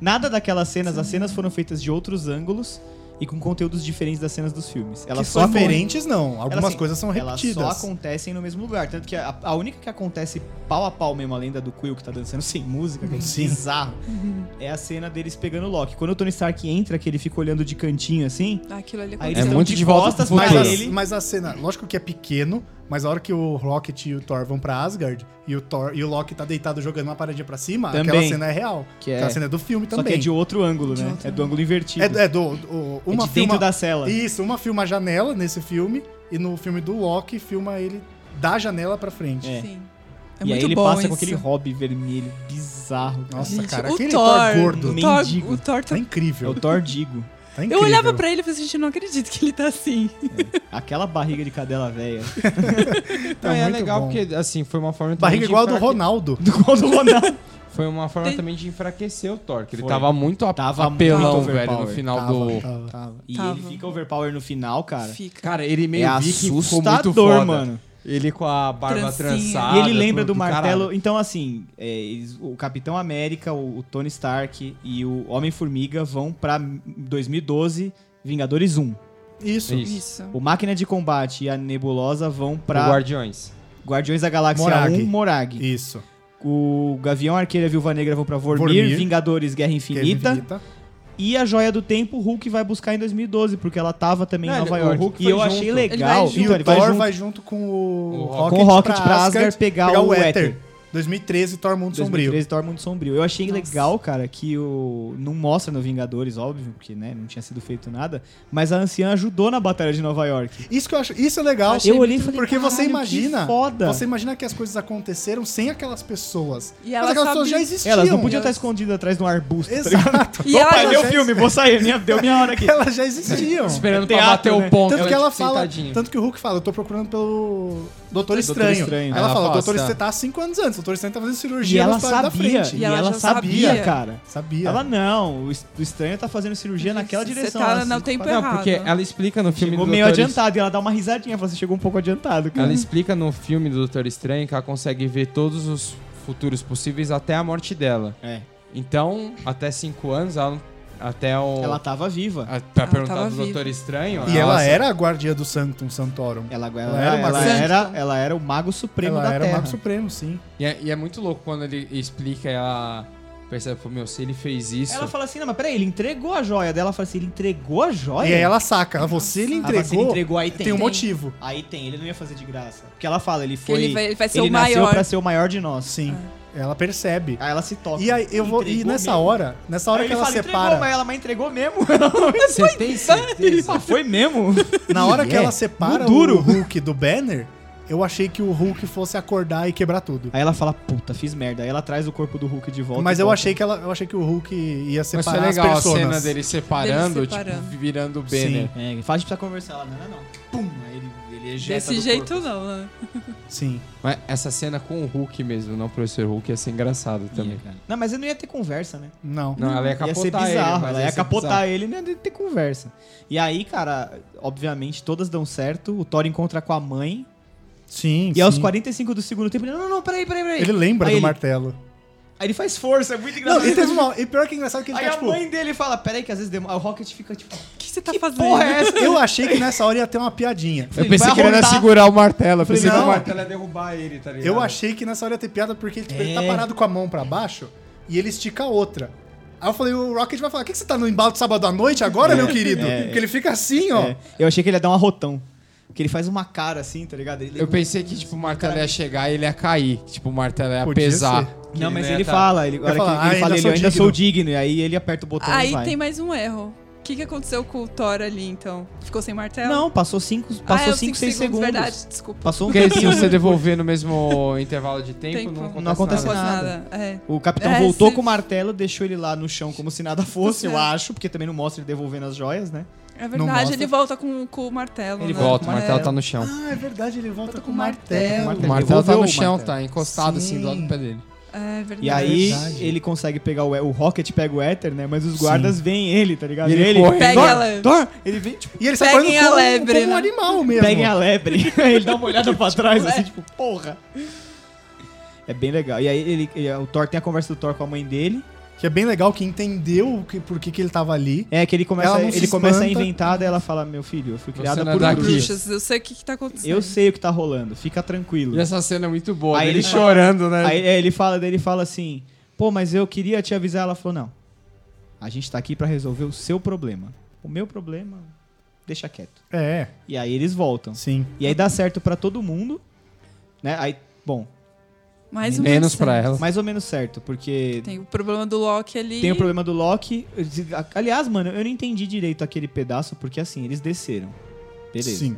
[SPEAKER 5] Nada daquelas cenas. As cenas foram feitas de outros ângulos. e com conteúdos diferentes das cenas dos filmes. Elas
[SPEAKER 2] que
[SPEAKER 5] só diferentes.
[SPEAKER 2] diferentes não. Algumas
[SPEAKER 5] Elas, assim,
[SPEAKER 2] coisas são
[SPEAKER 5] Elas
[SPEAKER 2] repetidas.
[SPEAKER 5] só acontecem no mesmo lugar. Tanto que a, a única que acontece pau a pau mesmo, além da do Quill que tá dançando sem música, que é
[SPEAKER 2] Sim.
[SPEAKER 5] bizarro,
[SPEAKER 4] Uhum.
[SPEAKER 5] é a cena deles pegando o Loki. Quando o Tony Stark entra, que ele fica olhando de cantinho assim,
[SPEAKER 4] Aquilo ali
[SPEAKER 5] aí
[SPEAKER 2] É
[SPEAKER 4] aconteceu.
[SPEAKER 5] eles estão
[SPEAKER 3] muito
[SPEAKER 5] de
[SPEAKER 3] de volta
[SPEAKER 5] costas
[SPEAKER 3] pro
[SPEAKER 5] pra
[SPEAKER 2] Mas,
[SPEAKER 3] futuro.
[SPEAKER 5] ele.
[SPEAKER 2] a, mas a cena, lógico que é pequeno, mas a hora que o Rocket e o Thor vão pra Asgard e o, Thor, e o Loki tá deitado jogando uma paradinha pra cima, aquela
[SPEAKER 5] Também.
[SPEAKER 2] cena é real.
[SPEAKER 5] Que é-
[SPEAKER 2] Aquela cena é do filme
[SPEAKER 5] Só
[SPEAKER 2] também.
[SPEAKER 5] que é de outro ângulo, né? é do ângulo invertido.
[SPEAKER 2] É, é do. do-
[SPEAKER 5] É
[SPEAKER 2] uma
[SPEAKER 5] de
[SPEAKER 2] filma,
[SPEAKER 5] dentro da cela.
[SPEAKER 2] Isso, uma filma a janela nesse filme, e no filme do Loki filma ele da janela pra frente.
[SPEAKER 5] É.
[SPEAKER 4] Sim. É
[SPEAKER 5] e aí
[SPEAKER 4] muito
[SPEAKER 5] ele
[SPEAKER 4] bom
[SPEAKER 5] passa
[SPEAKER 4] isso.
[SPEAKER 5] com aquele hobby vermelho bizarro. cara.
[SPEAKER 2] Nossa,
[SPEAKER 4] Gente,
[SPEAKER 2] cara,
[SPEAKER 4] o
[SPEAKER 2] aquele Thor,
[SPEAKER 4] Thor,
[SPEAKER 2] gordo.
[SPEAKER 4] O Thor,
[SPEAKER 5] Mendigo.
[SPEAKER 4] o Thor tá...
[SPEAKER 2] Tá
[SPEAKER 5] É
[SPEAKER 2] incrível.
[SPEAKER 5] o Thor Digo.
[SPEAKER 2] Tá incrível.
[SPEAKER 4] Eu olhava pra ele e falei assim, gente, eu não acredito que ele tá assim.
[SPEAKER 5] Aquela barriga de cadela velha.
[SPEAKER 2] Tá
[SPEAKER 3] Não, e é
[SPEAKER 2] muito
[SPEAKER 3] legal
[SPEAKER 2] bom.
[SPEAKER 3] porque, assim, foi uma forma também
[SPEAKER 2] Barriga
[SPEAKER 3] de
[SPEAKER 2] igual a do
[SPEAKER 3] enfraque-
[SPEAKER 2] Ronaldo.
[SPEAKER 5] Do qual do Ronaldo.
[SPEAKER 3] Foi uma forma
[SPEAKER 4] Tem-
[SPEAKER 3] também de enfraquecer o Thor, que ele
[SPEAKER 5] Foi.
[SPEAKER 3] tava muito a-
[SPEAKER 5] Tava
[SPEAKER 3] apelão,
[SPEAKER 5] muito
[SPEAKER 3] velho, no
[SPEAKER 5] overpower.
[SPEAKER 3] final
[SPEAKER 2] Tava,
[SPEAKER 3] do...
[SPEAKER 2] tava.
[SPEAKER 5] E
[SPEAKER 4] Tava.
[SPEAKER 5] ele fica overpower no final, cara.
[SPEAKER 4] Fica.
[SPEAKER 3] Cara, ele meio
[SPEAKER 5] É
[SPEAKER 3] viking ficou muito
[SPEAKER 5] assustador,
[SPEAKER 3] foda. Ah,
[SPEAKER 5] mano.
[SPEAKER 3] Ele com a barba
[SPEAKER 4] Trancinha.
[SPEAKER 3] trançada.
[SPEAKER 5] E ele lembra
[SPEAKER 3] tudo
[SPEAKER 5] do martelo.
[SPEAKER 3] caralho.
[SPEAKER 5] Então, assim, é, eles- o Capitão América, o, o Tony Stark e o Homem-Formiga vão pra 2012 Vingadores 1.
[SPEAKER 2] Isso.
[SPEAKER 3] Isso.
[SPEAKER 4] Isso.
[SPEAKER 5] O Máquina de Combate e a Nebulosa vão pra
[SPEAKER 3] Do Guardiões.
[SPEAKER 5] Guardiões da Galáxia
[SPEAKER 2] Morag.
[SPEAKER 5] 1, Morag.
[SPEAKER 2] Isso.
[SPEAKER 5] O Gavião Arqueira e a Viúva Negra vão pra Vormir,
[SPEAKER 2] Vormir.
[SPEAKER 5] Vingadores Guerra
[SPEAKER 2] Que é
[SPEAKER 5] Infinita,
[SPEAKER 2] Infinita.
[SPEAKER 5] E a Joia do Tempo, o Hulk vai buscar em 2012, porque ela tava também em
[SPEAKER 3] Não,
[SPEAKER 5] Nova
[SPEAKER 3] ele- o
[SPEAKER 5] York.
[SPEAKER 3] Hulk
[SPEAKER 5] E
[SPEAKER 3] foi
[SPEAKER 5] eu
[SPEAKER 3] junto.
[SPEAKER 5] achei
[SPEAKER 3] Ele
[SPEAKER 5] legal.
[SPEAKER 4] vai junto.
[SPEAKER 5] então, ele vai
[SPEAKER 2] Thor
[SPEAKER 5] junto.
[SPEAKER 2] vai junto com o,
[SPEAKER 3] O
[SPEAKER 2] Rocket,
[SPEAKER 5] com o Rocket
[SPEAKER 2] pra
[SPEAKER 5] pra
[SPEAKER 2] Asgard,
[SPEAKER 5] Asgard pegar o Éter.
[SPEAKER 2] 2013, Thor Mundo Sombrio.
[SPEAKER 5] 2013, Thor Mundo Sombrio. Eu achei
[SPEAKER 4] Nossa.
[SPEAKER 5] legal, cara, que o... não mostra no Vingadores, óbvio, porque né, não tinha sido feito nada, mas a anciã ajudou na Batalha de Nova York.
[SPEAKER 2] Isso que eu acho, isso é legal.
[SPEAKER 5] eu olhei e falei,
[SPEAKER 2] porque você
[SPEAKER 5] "Caralho, que
[SPEAKER 2] imagina,
[SPEAKER 5] foda.
[SPEAKER 2] você imagina que as coisas aconteceram sem aquelas pessoas.
[SPEAKER 4] E ela
[SPEAKER 2] Mas aquelas
[SPEAKER 4] sabia-
[SPEAKER 2] pessoas já existiam.
[SPEAKER 5] Elas não podiam estar
[SPEAKER 2] Elas-
[SPEAKER 5] escondidas atrás de um arbusto. tá ligado?
[SPEAKER 2] Exato.
[SPEAKER 4] E ela
[SPEAKER 5] Opa,
[SPEAKER 4] já-
[SPEAKER 5] deu filme, vou sair, minha, deu minha hora aqui.
[SPEAKER 2] Elas já existiam.
[SPEAKER 3] Esperando
[SPEAKER 5] teatro,
[SPEAKER 3] pra bater
[SPEAKER 5] né?
[SPEAKER 3] o ponto.
[SPEAKER 2] Tanto que ela
[SPEAKER 3] tipo,
[SPEAKER 2] fala.
[SPEAKER 3] sentadinha.
[SPEAKER 2] Tanto que o Hulk fala, eu tô procurando pelo Doutor
[SPEAKER 5] É, Doutor
[SPEAKER 2] Estranho.
[SPEAKER 5] Estranho.
[SPEAKER 2] Ela,
[SPEAKER 3] Ela
[SPEAKER 2] fala,
[SPEAKER 3] fala,
[SPEAKER 2] Doutor,
[SPEAKER 3] tá.
[SPEAKER 2] você tá há 5 anos antes, o Doutor Estranho tá fazendo
[SPEAKER 5] E
[SPEAKER 2] cirurgia no
[SPEAKER 5] ela
[SPEAKER 2] hospital da
[SPEAKER 5] sabia,
[SPEAKER 2] frente.
[SPEAKER 5] e
[SPEAKER 4] E ela
[SPEAKER 5] ela
[SPEAKER 4] já
[SPEAKER 5] sabia,
[SPEAKER 4] sabia.
[SPEAKER 5] cara.
[SPEAKER 2] Sabia.
[SPEAKER 5] Ela não, o est- o estranho tá fazendo cirurgia naquela
[SPEAKER 4] Você
[SPEAKER 5] direção.
[SPEAKER 4] tá
[SPEAKER 5] ela
[SPEAKER 4] no
[SPEAKER 5] se-
[SPEAKER 4] tempo
[SPEAKER 3] Não,
[SPEAKER 4] errado.
[SPEAKER 3] porque ela explica no filme
[SPEAKER 5] Chegou
[SPEAKER 3] do
[SPEAKER 5] meio
[SPEAKER 3] Doutor
[SPEAKER 5] adiantado, e ela dá uma risadinha, fala, você chegou um pouco adiantado, cara.
[SPEAKER 3] Ela explica no filme do Doutor Estranho que ela consegue ver todos os futuros possíveis até a morte dela.
[SPEAKER 5] É.
[SPEAKER 3] Então, até 5 anos, ela, até o.
[SPEAKER 5] Ela tava viva.
[SPEAKER 3] a- pra
[SPEAKER 4] Ela
[SPEAKER 3] perguntar do
[SPEAKER 4] tava viva.
[SPEAKER 3] Doutor Estranho.
[SPEAKER 2] E ela era a guardiã do Sanctum Santorum.
[SPEAKER 5] Ela, ela,
[SPEAKER 2] Ela
[SPEAKER 5] era,
[SPEAKER 2] era uma
[SPEAKER 5] ela,
[SPEAKER 4] santa.
[SPEAKER 5] era, ela era o mago supremo
[SPEAKER 2] ela
[SPEAKER 5] da
[SPEAKER 2] era
[SPEAKER 5] Terra.
[SPEAKER 2] o Mago Supremo, sim.
[SPEAKER 3] E é, e é muito louco quando ele explica e ela percebe, pô, meu, se ele fez isso.
[SPEAKER 5] Ela fala assim, não, mas peraí, ele entregou a joia dela. Ela fala assim, ele entregou a joia?
[SPEAKER 2] E aí ela saca, ela, você lhe
[SPEAKER 5] Ah, mas se ele
[SPEAKER 2] entregou,
[SPEAKER 5] entregou, aí tem.
[SPEAKER 2] tem um motivo.
[SPEAKER 5] Aí tem, ele não ia fazer de graça. Porque ela fala, ele
[SPEAKER 4] Que
[SPEAKER 5] foi...
[SPEAKER 4] ele vai, ele vai ser
[SPEAKER 5] ele
[SPEAKER 4] o
[SPEAKER 5] nasceu
[SPEAKER 4] maior.
[SPEAKER 5] pra ser o maior de nós.
[SPEAKER 2] Sim, ela percebe.
[SPEAKER 5] Aí Ah. ela se toca.
[SPEAKER 2] E aí eu vou e
[SPEAKER 5] Entregou
[SPEAKER 2] nessa
[SPEAKER 5] mesmo.
[SPEAKER 2] hora, nessa hora
[SPEAKER 5] Aí
[SPEAKER 2] que
[SPEAKER 5] ele
[SPEAKER 2] ela
[SPEAKER 5] fala,
[SPEAKER 2] separa,
[SPEAKER 5] Entregou, mas ela, mas entregou mesmo.
[SPEAKER 3] Você tem certeza?
[SPEAKER 5] Ah, foi mesmo?
[SPEAKER 2] na hora que
[SPEAKER 5] Yeah.
[SPEAKER 2] ela separa
[SPEAKER 5] No duro.
[SPEAKER 2] o Hulk do Banner, eu achei que o Hulk fosse acordar e quebrar tudo.
[SPEAKER 5] Aí ela fala, puta, fiz merda. Aí ela traz o corpo do Hulk de volta.
[SPEAKER 2] Mas
[SPEAKER 5] e
[SPEAKER 2] eu
[SPEAKER 5] bota.
[SPEAKER 2] achei que ela, eu achei que o Hulk ia
[SPEAKER 3] Mas foi
[SPEAKER 2] separar as
[SPEAKER 3] legal a
[SPEAKER 2] pessoas.
[SPEAKER 3] cena dele separando,
[SPEAKER 4] Dele separando.
[SPEAKER 3] tipo, virando o
[SPEAKER 2] Sim.
[SPEAKER 3] Banner.
[SPEAKER 5] É, ele fala, a gente precisa conversar. Ela, não, não, não. Pum, aí ele, ele ejeta
[SPEAKER 4] Desse
[SPEAKER 5] Tá do
[SPEAKER 4] jeito
[SPEAKER 5] corpo.
[SPEAKER 4] não, né?
[SPEAKER 2] Sim.
[SPEAKER 3] Mas essa cena com o Hulk mesmo, não o professor Hulk, ia ser engraçado também.
[SPEAKER 5] Ia, cara. Não, mas ele não ia ter conversa, né?
[SPEAKER 2] Não.
[SPEAKER 3] Não, ela ia
[SPEAKER 5] ia
[SPEAKER 3] capotar
[SPEAKER 5] ser bizarro.
[SPEAKER 3] ele. mas
[SPEAKER 5] ela ia
[SPEAKER 3] ser
[SPEAKER 5] capotar
[SPEAKER 3] bizarro.
[SPEAKER 5] ele e não ia ter conversa. E aí, cara, obviamente, todas dão certo. O Thor encontra com a mãe.
[SPEAKER 2] Sim.
[SPEAKER 5] E aos
[SPEAKER 2] sim.
[SPEAKER 5] 45 do segundo tempo, ele, não, não, não, peraí, peraí, peraí.
[SPEAKER 2] ele lembra
[SPEAKER 5] Aí
[SPEAKER 2] do
[SPEAKER 5] ele-
[SPEAKER 2] martelo.
[SPEAKER 5] Aí ele faz força, é muito engraçado.
[SPEAKER 2] Não, e teve uma- e pior que é engraçado que ele
[SPEAKER 5] Aí
[SPEAKER 2] tá
[SPEAKER 5] a
[SPEAKER 2] tipo,
[SPEAKER 5] mãe dele fala, peraí que às vezes demora. Aí O Rocket fica tipo,
[SPEAKER 4] O que você tá
[SPEAKER 5] que
[SPEAKER 4] fazendo?
[SPEAKER 5] porra é essa?
[SPEAKER 2] eu achei que nessa hora ia ter uma piadinha.
[SPEAKER 3] Eu
[SPEAKER 5] Ele vai
[SPEAKER 3] pensei que ele ia
[SPEAKER 5] arrotar.
[SPEAKER 3] segurar o martelo. Eu
[SPEAKER 2] Falei,
[SPEAKER 3] pensei que
[SPEAKER 2] não.
[SPEAKER 3] o martelo ia derrubar ele, tá ligado?
[SPEAKER 2] Eu achei que nessa hora ia ter piada porque tipo, ele tá
[SPEAKER 5] É.
[SPEAKER 2] parado com a mão pra baixo e ele estica a outra. Aí eu falei, o Rocket vai falar, o que, que você tá no embalo de sábado à noite agora, meu querido?
[SPEAKER 5] é.
[SPEAKER 2] Porque ele fica assim, ó.
[SPEAKER 5] É, eu achei que ele ia dar um arrotão. Porque ele faz uma cara assim, tá ligado? Ele-
[SPEAKER 3] Eu pensei que, tipo, o martelo ia chegar e ele ia cair. Tipo, o martelo ia
[SPEAKER 2] Podia
[SPEAKER 3] pesar.
[SPEAKER 2] ser.
[SPEAKER 3] Que
[SPEAKER 5] Não, mas
[SPEAKER 3] ia
[SPEAKER 5] ele
[SPEAKER 3] tá-
[SPEAKER 5] fala, ele, a hora
[SPEAKER 2] falar,
[SPEAKER 5] que
[SPEAKER 2] "Ah,
[SPEAKER 5] ele
[SPEAKER 2] ainda
[SPEAKER 5] fala, ele,
[SPEAKER 2] sou
[SPEAKER 5] eu ainda
[SPEAKER 2] digno."
[SPEAKER 5] sou digno. E aí Então ele aperta o botão e
[SPEAKER 4] Aí
[SPEAKER 5] vai.
[SPEAKER 4] tem mais um erro. O que, que aconteceu com o Thor ali, então? Ficou sem martelo?
[SPEAKER 5] Não, passou 5,
[SPEAKER 4] Ah,
[SPEAKER 5] passou
[SPEAKER 4] é,
[SPEAKER 5] 5,
[SPEAKER 4] cinco
[SPEAKER 5] 6 segundos.
[SPEAKER 4] Verdade, desculpa.
[SPEAKER 5] Passou um
[SPEAKER 3] Porque assim, se
[SPEAKER 5] tempinho.
[SPEAKER 3] você devolver no mesmo intervalo de tempo,
[SPEAKER 4] Tempo.
[SPEAKER 3] não acontece,
[SPEAKER 5] Não acontece
[SPEAKER 3] nada.
[SPEAKER 5] nada.
[SPEAKER 4] É.
[SPEAKER 5] O capitão
[SPEAKER 4] É,
[SPEAKER 5] voltou
[SPEAKER 4] se-
[SPEAKER 5] com o martelo, deixou ele lá no chão como se nada fosse, eu
[SPEAKER 4] Certo.
[SPEAKER 5] acho, porque também não mostra ele devolvendo as joias, né?
[SPEAKER 4] É
[SPEAKER 2] mostra.
[SPEAKER 4] verdade, ele volta com, com o martelo.
[SPEAKER 5] Ele
[SPEAKER 4] né?
[SPEAKER 3] Volta, o martelo
[SPEAKER 4] É.
[SPEAKER 3] tá no chão.
[SPEAKER 2] Ah, é verdade, ele volta
[SPEAKER 4] Volta
[SPEAKER 2] com
[SPEAKER 4] com
[SPEAKER 2] o martelo.
[SPEAKER 5] martelo.
[SPEAKER 3] O
[SPEAKER 5] Ele
[SPEAKER 3] martelo tá
[SPEAKER 5] devolveu
[SPEAKER 3] no
[SPEAKER 5] o
[SPEAKER 3] chão,
[SPEAKER 5] martelo.
[SPEAKER 3] tá encostado assim do lado
[SPEAKER 2] Sim.
[SPEAKER 3] do pé dele.
[SPEAKER 4] É verdade.
[SPEAKER 5] E aí
[SPEAKER 2] Verdade.
[SPEAKER 5] ele consegue pegar o, o Rocket, pega o Éter, né? Mas os guardas veem ele, tá ligado?
[SPEAKER 3] E ele
[SPEAKER 5] ele
[SPEAKER 3] corre.
[SPEAKER 4] Pega
[SPEAKER 5] Thor,
[SPEAKER 4] ela.
[SPEAKER 5] Thor, ele vem, tipo,
[SPEAKER 2] E ele sai
[SPEAKER 4] Peguem
[SPEAKER 2] correndo
[SPEAKER 4] a
[SPEAKER 2] como,
[SPEAKER 4] lebre,
[SPEAKER 2] como um
[SPEAKER 4] né?
[SPEAKER 2] animal mesmo.
[SPEAKER 5] peguem a lebre. Aí ele dá uma olhada pra trás, assim, tipo, porra. É bem legal. E aí ele, ele- o Thor tem a conversa do Thor com a mãe dele.
[SPEAKER 2] que é bem legal, que entendeu o que, por que, que ele tava ali.
[SPEAKER 5] É que ele começa,
[SPEAKER 2] Ela não se
[SPEAKER 5] ele começa a
[SPEAKER 2] espanta.
[SPEAKER 5] inventar, daí ela fala: Meu filho, eu fui criada
[SPEAKER 3] não é
[SPEAKER 5] por
[SPEAKER 3] daqui."
[SPEAKER 5] bruxas.
[SPEAKER 4] Bruxas, eu sei o que, que tá acontecendo.
[SPEAKER 5] Eu sei o que tá rolando, fica tranquilo.
[SPEAKER 3] E essa cena é muito boa.
[SPEAKER 5] Aí
[SPEAKER 3] Aí ele
[SPEAKER 5] ele fala-
[SPEAKER 3] chorando, né?
[SPEAKER 5] Aí é, ele fala, daí ele fala assim: "Pô, mas eu queria te avisar". Ela falou: "Não. A gente tá aqui pra resolver o seu problema. O meu problema, deixa quieto".
[SPEAKER 2] É,
[SPEAKER 5] E aí eles voltam.
[SPEAKER 2] sim.
[SPEAKER 5] E aí dá certo pra todo mundo, né? Aí, bom,
[SPEAKER 4] Mais um
[SPEAKER 3] Menos pra
[SPEAKER 4] certo.
[SPEAKER 3] ela.
[SPEAKER 5] mais ou menos certo, porque tem,
[SPEAKER 4] Tem o problema do Loki ali.
[SPEAKER 5] o problema do Loki. Aliás, mano, eu não entendi direito aquele pedaço porque assim, eles desceram. Beleza.
[SPEAKER 2] Sim,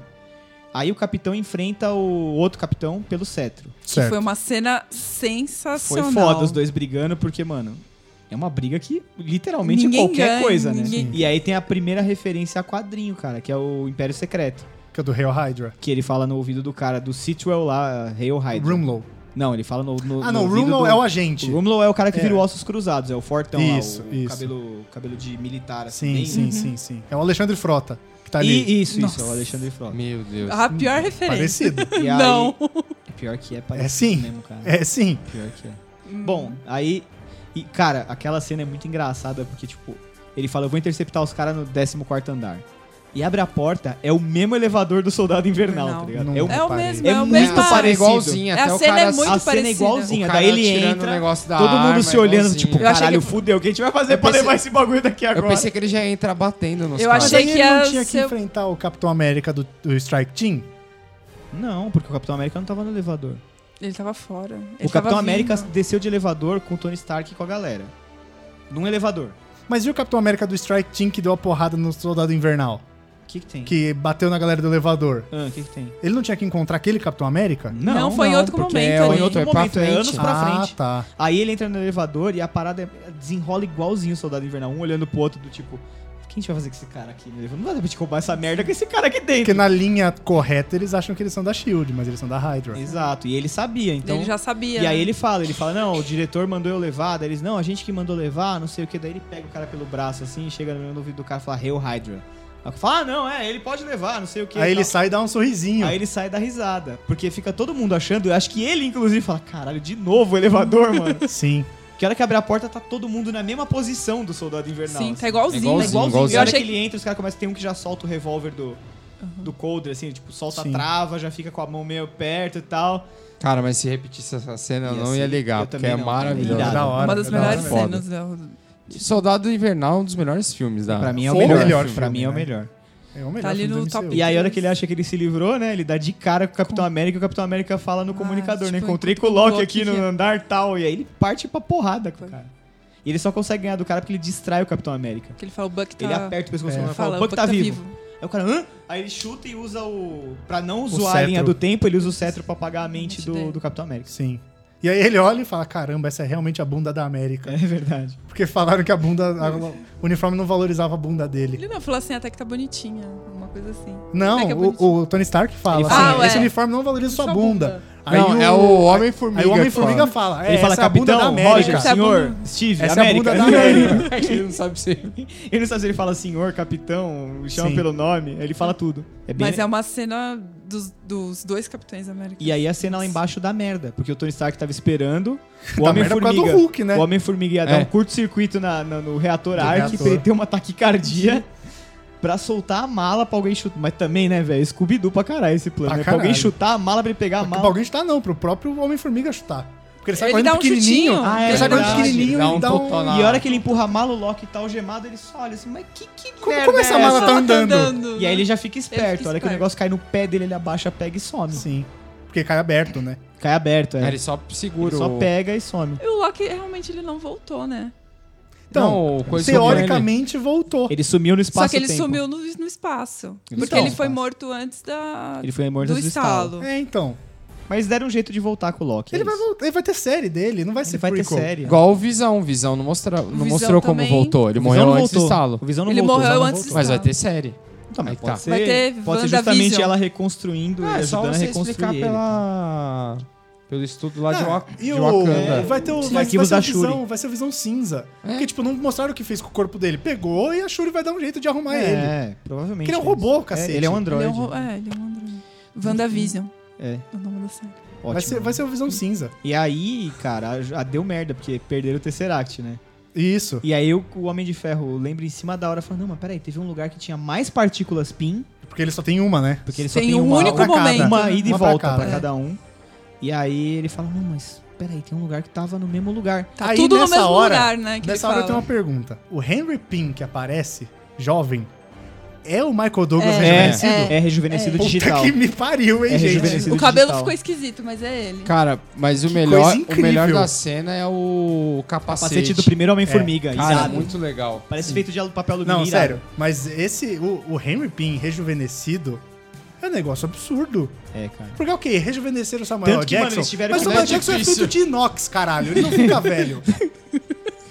[SPEAKER 5] Aí o capitão enfrenta o outro capitão pelo cetro.
[SPEAKER 4] Que
[SPEAKER 2] certo.
[SPEAKER 4] foi uma cena
[SPEAKER 5] Foi
[SPEAKER 4] sensacional.
[SPEAKER 5] foda os dois brigando, porque, mano, é uma briga que literalmente
[SPEAKER 4] Ninguém
[SPEAKER 5] qualquer
[SPEAKER 4] ganha,
[SPEAKER 5] coisa, né?
[SPEAKER 4] ninguém-
[SPEAKER 5] E aí tem a primeira referência a quadrinho, cara, que é o Império Secreto.
[SPEAKER 2] Que é do Hail Hydra.
[SPEAKER 5] Que ele fala no ouvido do cara do Sitwell lá, Hail Hydra.
[SPEAKER 2] Rumlow.
[SPEAKER 5] Não, ele fala no. no
[SPEAKER 2] Ah,
[SPEAKER 5] no
[SPEAKER 2] não, o
[SPEAKER 5] ouvido
[SPEAKER 2] Rumlow
[SPEAKER 5] do-
[SPEAKER 2] é o
[SPEAKER 5] O
[SPEAKER 2] agente.
[SPEAKER 5] Rumlow é o cara que
[SPEAKER 2] É.
[SPEAKER 5] vira o Ossos Cruzados, é o Fortão
[SPEAKER 2] Isso,
[SPEAKER 5] lá, o
[SPEAKER 2] isso.
[SPEAKER 5] Cabelo, cabelo de militar, assim.
[SPEAKER 2] Sim,
[SPEAKER 5] bem-
[SPEAKER 4] Uhum.
[SPEAKER 2] sim, sim, sim. É o Alexandre Frota, que tá ali.
[SPEAKER 5] E, isso, isso,
[SPEAKER 4] Nossa.
[SPEAKER 5] é o Alexandre Frota.
[SPEAKER 3] Meu Deus.
[SPEAKER 4] A pior referência.
[SPEAKER 2] Parecido.
[SPEAKER 5] E aí-
[SPEAKER 4] Não.
[SPEAKER 5] Pior que é parecido
[SPEAKER 2] sim.
[SPEAKER 5] mesmo, cara.
[SPEAKER 2] É, sim.
[SPEAKER 5] Pior que é. Bom, aí. E, cara, aquela cena é muito engraçada porque, tipo, ele fala: Eu vou interceptar os caras no 14 andar. E abre a porta, é o mesmo elevador do soldado invernal,
[SPEAKER 4] Infernal.
[SPEAKER 5] tá ligado?
[SPEAKER 2] Não
[SPEAKER 5] É o-
[SPEAKER 4] É o
[SPEAKER 2] Parei.
[SPEAKER 4] mesmo,
[SPEAKER 5] É
[SPEAKER 4] é o
[SPEAKER 5] muito
[SPEAKER 4] mesmo.
[SPEAKER 5] parecido.
[SPEAKER 3] igualzinho,
[SPEAKER 4] É,
[SPEAKER 3] até
[SPEAKER 4] a
[SPEAKER 3] o
[SPEAKER 4] cena
[SPEAKER 3] cara assim,
[SPEAKER 4] é muito
[SPEAKER 5] a cena é
[SPEAKER 4] parecida.
[SPEAKER 5] igualzinha.
[SPEAKER 3] o cara
[SPEAKER 5] Daí ele
[SPEAKER 3] tirando
[SPEAKER 5] entra,
[SPEAKER 3] o negócio da
[SPEAKER 5] Todo
[SPEAKER 3] arma,
[SPEAKER 5] mundo se olhando,
[SPEAKER 3] igualzinho.
[SPEAKER 5] tipo,
[SPEAKER 4] Eu achei
[SPEAKER 5] caralho,
[SPEAKER 4] que-
[SPEAKER 5] fudeu, o que a gente vai fazer
[SPEAKER 3] Eu
[SPEAKER 5] pra
[SPEAKER 3] pensei-
[SPEAKER 5] levar esse bagulho daqui agora?
[SPEAKER 3] Eu pensei que ele já ia entrar batendo nos
[SPEAKER 4] Eu
[SPEAKER 3] caras.
[SPEAKER 2] Mas
[SPEAKER 4] achei
[SPEAKER 2] aí
[SPEAKER 4] que
[SPEAKER 2] ele não
[SPEAKER 4] ia
[SPEAKER 2] tinha que
[SPEAKER 4] ser-
[SPEAKER 2] enfrentar o Capitão América do, do Strike Team?
[SPEAKER 5] Não, porque o Capitão América não tava no elevador.
[SPEAKER 4] Ele tava fora. Ele
[SPEAKER 5] o Capitão
[SPEAKER 4] tava
[SPEAKER 5] América
[SPEAKER 4] vindo.
[SPEAKER 5] desceu de elevador com o Tony Stark e com a galera. Num elevador.
[SPEAKER 2] Mas e o Capitão América do Strike Team que deu a porrada no Soldado Invernal?
[SPEAKER 5] O que, que tem?
[SPEAKER 2] Que bateu na galera do elevador?
[SPEAKER 5] Ah, o que, que tem?
[SPEAKER 2] Ele não tinha que encontrar aquele Capitão América?
[SPEAKER 4] Não, foi em outro
[SPEAKER 3] porque
[SPEAKER 4] momento.
[SPEAKER 3] é
[SPEAKER 4] ali. tipo,
[SPEAKER 5] em outro
[SPEAKER 3] Foi pra
[SPEAKER 5] momento, é
[SPEAKER 3] frente.
[SPEAKER 5] anos pra
[SPEAKER 2] ah,
[SPEAKER 5] frente.
[SPEAKER 2] tá.
[SPEAKER 5] Aí ele entra no elevador e a parada é- desenrola igualzinho o Soldado Invernal, um olhando pro outro, do tipo, o que a gente vai fazer com esse cara aqui no elevador? Não dá pra gente roubar essa merda com esse cara aqui
[SPEAKER 2] Porque
[SPEAKER 5] dentro.
[SPEAKER 2] na linha correta eles acham que eles são da SHIELD, mas eles são da Hydra.
[SPEAKER 5] Exato, e ele sabia, então.
[SPEAKER 4] Ele já sabia.
[SPEAKER 5] E aí
[SPEAKER 4] né?
[SPEAKER 5] ele fala, ele fala, não, o diretor mandou eu levar, daí eles, não, a gente que mandou levar, não sei o que, daí ele pega o cara pelo braço assim, chega no ouvido do cara e fala, Hail Hydra. Aí fala, ah, não, é, ele pode levar, não sei o que.
[SPEAKER 2] Aí ele sai e dá um sorrisinho.
[SPEAKER 5] tá- Aí ele sai da risada, porque fica todo mundo achando, eu acho que ele inclusive fala, caralho, de novo o elevador, mano.
[SPEAKER 2] Sim.
[SPEAKER 5] Que a hora que abre a porta, tá todo mundo na mesma posição do soldado invernal.
[SPEAKER 4] Sim,
[SPEAKER 5] assim.
[SPEAKER 2] É
[SPEAKER 4] tá igualzinho.
[SPEAKER 5] Tá
[SPEAKER 3] igualzinho,
[SPEAKER 5] igualzinho.
[SPEAKER 3] igualzinho.
[SPEAKER 5] Eu
[SPEAKER 4] Eu
[SPEAKER 5] achei
[SPEAKER 4] achei
[SPEAKER 5] que ele entra, os caras começam. Tem um que já solta o revólver do, do Colder, assim, tipo, solta
[SPEAKER 2] Sim.
[SPEAKER 5] a trava, já fica com a mão meio perto e tal.
[SPEAKER 3] Cara, mas se repetisse essa cena, eu
[SPEAKER 5] Ia
[SPEAKER 3] não
[SPEAKER 5] ser-
[SPEAKER 3] ia
[SPEAKER 5] eu
[SPEAKER 3] ligar, porque
[SPEAKER 5] também
[SPEAKER 3] é
[SPEAKER 5] não.
[SPEAKER 2] É
[SPEAKER 5] Irado.
[SPEAKER 2] da
[SPEAKER 3] maravilhoso.
[SPEAKER 2] hora.
[SPEAKER 4] Uma das
[SPEAKER 2] é da
[SPEAKER 4] melhores
[SPEAKER 2] hora.
[SPEAKER 3] Foda.
[SPEAKER 4] cenas. né?
[SPEAKER 3] Soldado Invernal é um dos melhores filmes da...
[SPEAKER 5] pra mim é o
[SPEAKER 2] Foi Ah, o
[SPEAKER 5] melhor.
[SPEAKER 2] melhor
[SPEAKER 5] pra
[SPEAKER 2] filme,
[SPEAKER 5] mim é o
[SPEAKER 2] né?
[SPEAKER 5] melhor.
[SPEAKER 2] É o melhor
[SPEAKER 4] Tá ali
[SPEAKER 2] filme
[SPEAKER 4] no
[SPEAKER 2] do
[SPEAKER 4] top.
[SPEAKER 2] MCU.
[SPEAKER 5] E aí, a hora que ele acha que ele se livrou, né? Ele dá de cara com o Capitão América e o Capitão América fala no
[SPEAKER 4] Ah,
[SPEAKER 5] comunicador, né?
[SPEAKER 4] tipo,
[SPEAKER 5] Encontrei com o
[SPEAKER 4] encontrei
[SPEAKER 5] Loki aqui no
[SPEAKER 4] aqui.
[SPEAKER 5] andar tal. E aí ele parte pra porrada com o
[SPEAKER 4] Foi.
[SPEAKER 5] cara. E ele só consegue ganhar do cara porque ele distrai o Capitão América.
[SPEAKER 4] Que ele fala, o Buck tá...
[SPEAKER 5] Ele aperta o pescoço
[SPEAKER 2] É.
[SPEAKER 5] do cara e fala, o Buck tá vivo. Aí o cara, hã? Aí ele chuta e usa o. Pra não zoar a
[SPEAKER 2] cetro.
[SPEAKER 5] linha do tempo, ele usa o cetro pra apagar a mente
[SPEAKER 4] Mente dele.
[SPEAKER 5] do, do Capitão América.
[SPEAKER 2] Sim. E aí ele olha e fala: caramba, essa é realmente a bunda da América.
[SPEAKER 5] É verdade.
[SPEAKER 2] Porque falaram que a bunda. a- o uniforme não valorizava a bunda dele.
[SPEAKER 4] Ele não falou assim, até que tá bonitinha. Uma coisa assim.
[SPEAKER 2] Não,
[SPEAKER 4] Até que é bonitinha.
[SPEAKER 2] o, o Tony Stark fala
[SPEAKER 5] Ele
[SPEAKER 2] assim:
[SPEAKER 4] fala,
[SPEAKER 2] esse
[SPEAKER 4] é.
[SPEAKER 2] uniforme não valoriza sua bunda. Aí
[SPEAKER 3] Não, é o Homem-Formiga.
[SPEAKER 2] Aí o Homem-Formiga
[SPEAKER 3] Homem-Formiga
[SPEAKER 2] fala: é,
[SPEAKER 5] ele fala,
[SPEAKER 2] essa é a bunda da
[SPEAKER 5] Capitão,
[SPEAKER 2] América.
[SPEAKER 5] Roger,
[SPEAKER 4] Essa é a
[SPEAKER 5] senhor, Steve,
[SPEAKER 2] Essa é a
[SPEAKER 5] América.
[SPEAKER 2] bunda da América.
[SPEAKER 3] Ele né? não sabe se...
[SPEAKER 5] ele não sabe se ele fala senhor, capitão, chama
[SPEAKER 2] Sim.
[SPEAKER 5] pelo nome, ele fala tudo. É bem...
[SPEAKER 4] Mas é uma cena dos, dos dois Capitães América.
[SPEAKER 5] E aí a cena lá embaixo dá merda, porque o Tony Stark tava esperando o
[SPEAKER 2] Da merda por causa do
[SPEAKER 5] Homem-Formiga.
[SPEAKER 2] Hulk, né?
[SPEAKER 5] O Homem-Formiga ia dar
[SPEAKER 3] É.
[SPEAKER 5] um curto-circuito na, na- no reator
[SPEAKER 2] No
[SPEAKER 5] Arc,
[SPEAKER 2] reator.
[SPEAKER 5] pra ele ter uma taquicardia. Pra soltar a mala pra alguém chutar. Mas também, né, velho? Scooby-Doo pra caralho esse plano.
[SPEAKER 2] Pra
[SPEAKER 5] né? Pra alguém
[SPEAKER 2] caralho.
[SPEAKER 5] chutar a mala pra ele pegar a
[SPEAKER 2] Porque
[SPEAKER 5] mala.
[SPEAKER 2] pra Tipo, alguém chutar, não, pro próprio Homem-Formiga chutar. Porque ele sai
[SPEAKER 4] Ele
[SPEAKER 2] correndo
[SPEAKER 4] dá um
[SPEAKER 2] pequenininho.
[SPEAKER 4] chutinho. Ah,
[SPEAKER 5] é
[SPEAKER 2] ele sai correndo
[SPEAKER 5] verdade.
[SPEAKER 2] pequenininho
[SPEAKER 3] Dá um
[SPEAKER 2] e dá um.
[SPEAKER 3] totó na-
[SPEAKER 5] E a hora que ele empurra a mala, o Loki tá algemado, ele só olha assim, mas que, que
[SPEAKER 2] Como-
[SPEAKER 5] merda
[SPEAKER 2] como
[SPEAKER 5] é
[SPEAKER 2] essa mala tá andando?
[SPEAKER 5] E aí ele já fica esperto.
[SPEAKER 4] fica
[SPEAKER 5] a hora que o
[SPEAKER 4] esperto.
[SPEAKER 5] negócio cai no pé dele, ele abaixa, pega e some.
[SPEAKER 2] Sim. Porque cai aberto, né?
[SPEAKER 5] Cai aberto, é.
[SPEAKER 3] Ele só
[SPEAKER 5] Ele
[SPEAKER 3] segura
[SPEAKER 5] só
[SPEAKER 3] o-
[SPEAKER 5] pega e some.
[SPEAKER 4] E o Loki, realmente, ele não voltou, né?
[SPEAKER 2] Então,
[SPEAKER 3] Não, o coisa
[SPEAKER 2] teoricamente voltou.
[SPEAKER 5] Ele sumiu no espaço
[SPEAKER 4] Só que ele sumiu no, no espaço.
[SPEAKER 5] Ele
[SPEAKER 4] porque
[SPEAKER 5] tá no
[SPEAKER 4] ele foi
[SPEAKER 5] espaço.
[SPEAKER 4] morto antes da...
[SPEAKER 5] Ele foi morto
[SPEAKER 4] do
[SPEAKER 5] antes do estalo.
[SPEAKER 4] estalo.
[SPEAKER 2] É, então.
[SPEAKER 5] Mas deram um jeito de voltar com o Loki.
[SPEAKER 2] Ele
[SPEAKER 5] é
[SPEAKER 2] vai,
[SPEAKER 5] isso.
[SPEAKER 2] voltar, ele vai ter série dele, não vai ser
[SPEAKER 5] Ele vai ter
[SPEAKER 2] prequel.
[SPEAKER 5] série.
[SPEAKER 3] é Igual o Visão. Visão não, mostra... não
[SPEAKER 4] Visão
[SPEAKER 3] mostrou como
[SPEAKER 4] também.
[SPEAKER 3] voltou. Ele
[SPEAKER 5] O Visão
[SPEAKER 3] morreu
[SPEAKER 5] não
[SPEAKER 3] antes do
[SPEAKER 5] voltou.
[SPEAKER 3] estalo.
[SPEAKER 5] O Visão não
[SPEAKER 4] Ele
[SPEAKER 5] voltou. o Visão
[SPEAKER 4] morreu
[SPEAKER 5] não
[SPEAKER 4] antes do
[SPEAKER 5] voltou.
[SPEAKER 3] Mas vai
[SPEAKER 4] Estalo.
[SPEAKER 3] ter série.
[SPEAKER 5] Então, mas
[SPEAKER 3] Aí
[SPEAKER 5] pode
[SPEAKER 3] tá.
[SPEAKER 5] ser,
[SPEAKER 4] Vai ter
[SPEAKER 5] pode ser justamente
[SPEAKER 4] WandaVision.
[SPEAKER 5] ela reconstruindo
[SPEAKER 2] Ah,
[SPEAKER 5] e
[SPEAKER 3] é só
[SPEAKER 5] tá ajudando a
[SPEAKER 3] você
[SPEAKER 5] reconstruir
[SPEAKER 3] explicar
[SPEAKER 5] ele.
[SPEAKER 3] pela... Pelo estudo lá de,
[SPEAKER 2] Ah,
[SPEAKER 3] Wak-
[SPEAKER 2] E
[SPEAKER 3] de
[SPEAKER 2] o,
[SPEAKER 3] Wakanda.
[SPEAKER 2] vai ter o,
[SPEAKER 5] Sim,
[SPEAKER 2] vai, vai
[SPEAKER 5] arquivos
[SPEAKER 2] ser o
[SPEAKER 5] da
[SPEAKER 2] visão,
[SPEAKER 5] Shuri. É.
[SPEAKER 2] vai ser o visão cinza. Porque, tipo, não mostraram o que fez com o corpo dele. Pegou e a Shuri vai dar um jeito de arrumar ele.
[SPEAKER 5] É, provavelmente.
[SPEAKER 2] Porque ele é um
[SPEAKER 5] isso.
[SPEAKER 2] robô,
[SPEAKER 5] É,
[SPEAKER 2] cacete.
[SPEAKER 5] Ele é um
[SPEAKER 4] Ele
[SPEAKER 5] androide.
[SPEAKER 4] é um... ro- É, ele é um androide. WandaVision.
[SPEAKER 5] É.
[SPEAKER 4] O nome da série.
[SPEAKER 5] Ótimo.
[SPEAKER 2] Vai ser, vai ser o visão cinza.
[SPEAKER 5] E aí, cara, a- a- deu merda, porque perderam o Tesseract, né?
[SPEAKER 2] Isso.
[SPEAKER 5] E aí o, o Homem de Ferro lembra em cima da hora, falando, não, mas peraí, teve um lugar que tinha mais partículas PIN,
[SPEAKER 2] Porque ele só tem uma, né?
[SPEAKER 5] porque ele só
[SPEAKER 4] Tem
[SPEAKER 5] tem,
[SPEAKER 4] um
[SPEAKER 5] uma,
[SPEAKER 4] único
[SPEAKER 5] uma, cada-
[SPEAKER 4] momento,
[SPEAKER 5] uma
[SPEAKER 4] né?
[SPEAKER 5] ida e
[SPEAKER 2] Uma pra
[SPEAKER 5] volta pra
[SPEAKER 2] cada.
[SPEAKER 5] cada, um. E aí ele fala, não, mas peraí, tem um lugar que tava no mesmo lugar.
[SPEAKER 4] Tá
[SPEAKER 2] Aí,
[SPEAKER 4] tudo no
[SPEAKER 2] nessa
[SPEAKER 4] mesmo
[SPEAKER 2] hora-
[SPEAKER 4] lugar, né? Que
[SPEAKER 2] Nessa
[SPEAKER 4] ele
[SPEAKER 2] hora eu
[SPEAKER 4] fala.
[SPEAKER 2] tenho uma pergunta. O Henry Pym que aparece, jovem, é o Michael Douglas
[SPEAKER 4] É.
[SPEAKER 2] rejuvenescido?
[SPEAKER 5] É, é rejuvenescido
[SPEAKER 2] Puta
[SPEAKER 5] digital.
[SPEAKER 2] que me pariu, hein,
[SPEAKER 5] É
[SPEAKER 2] gente?
[SPEAKER 5] rejuvenescido
[SPEAKER 4] O cabelo
[SPEAKER 5] digital.
[SPEAKER 4] ficou esquisito, mas é ele.
[SPEAKER 3] Cara, mas o melhor,
[SPEAKER 2] coisa
[SPEAKER 3] o melhor
[SPEAKER 2] incrível.
[SPEAKER 3] da cena é o capacete.
[SPEAKER 5] Capacete do primeiro Homem-Formiga,
[SPEAKER 3] Cara,
[SPEAKER 5] irado.
[SPEAKER 3] muito legal.
[SPEAKER 5] Parece feito de papel alumínio.
[SPEAKER 2] Não,
[SPEAKER 5] irado.
[SPEAKER 2] sério. Mas esse, o, o Henry Pym rejuvenescido é um negócio absurdo.
[SPEAKER 5] É, cara.
[SPEAKER 2] Porque, ok, rejuvenesceram o Samuel
[SPEAKER 5] Tanto que,
[SPEAKER 2] Jackson,
[SPEAKER 5] mano, eles tiveram
[SPEAKER 2] mas o
[SPEAKER 5] que-
[SPEAKER 2] Samuel
[SPEAKER 3] é
[SPEAKER 2] Jackson é
[SPEAKER 3] difícil.
[SPEAKER 2] feito de inox, caralho. Ele não fica velho.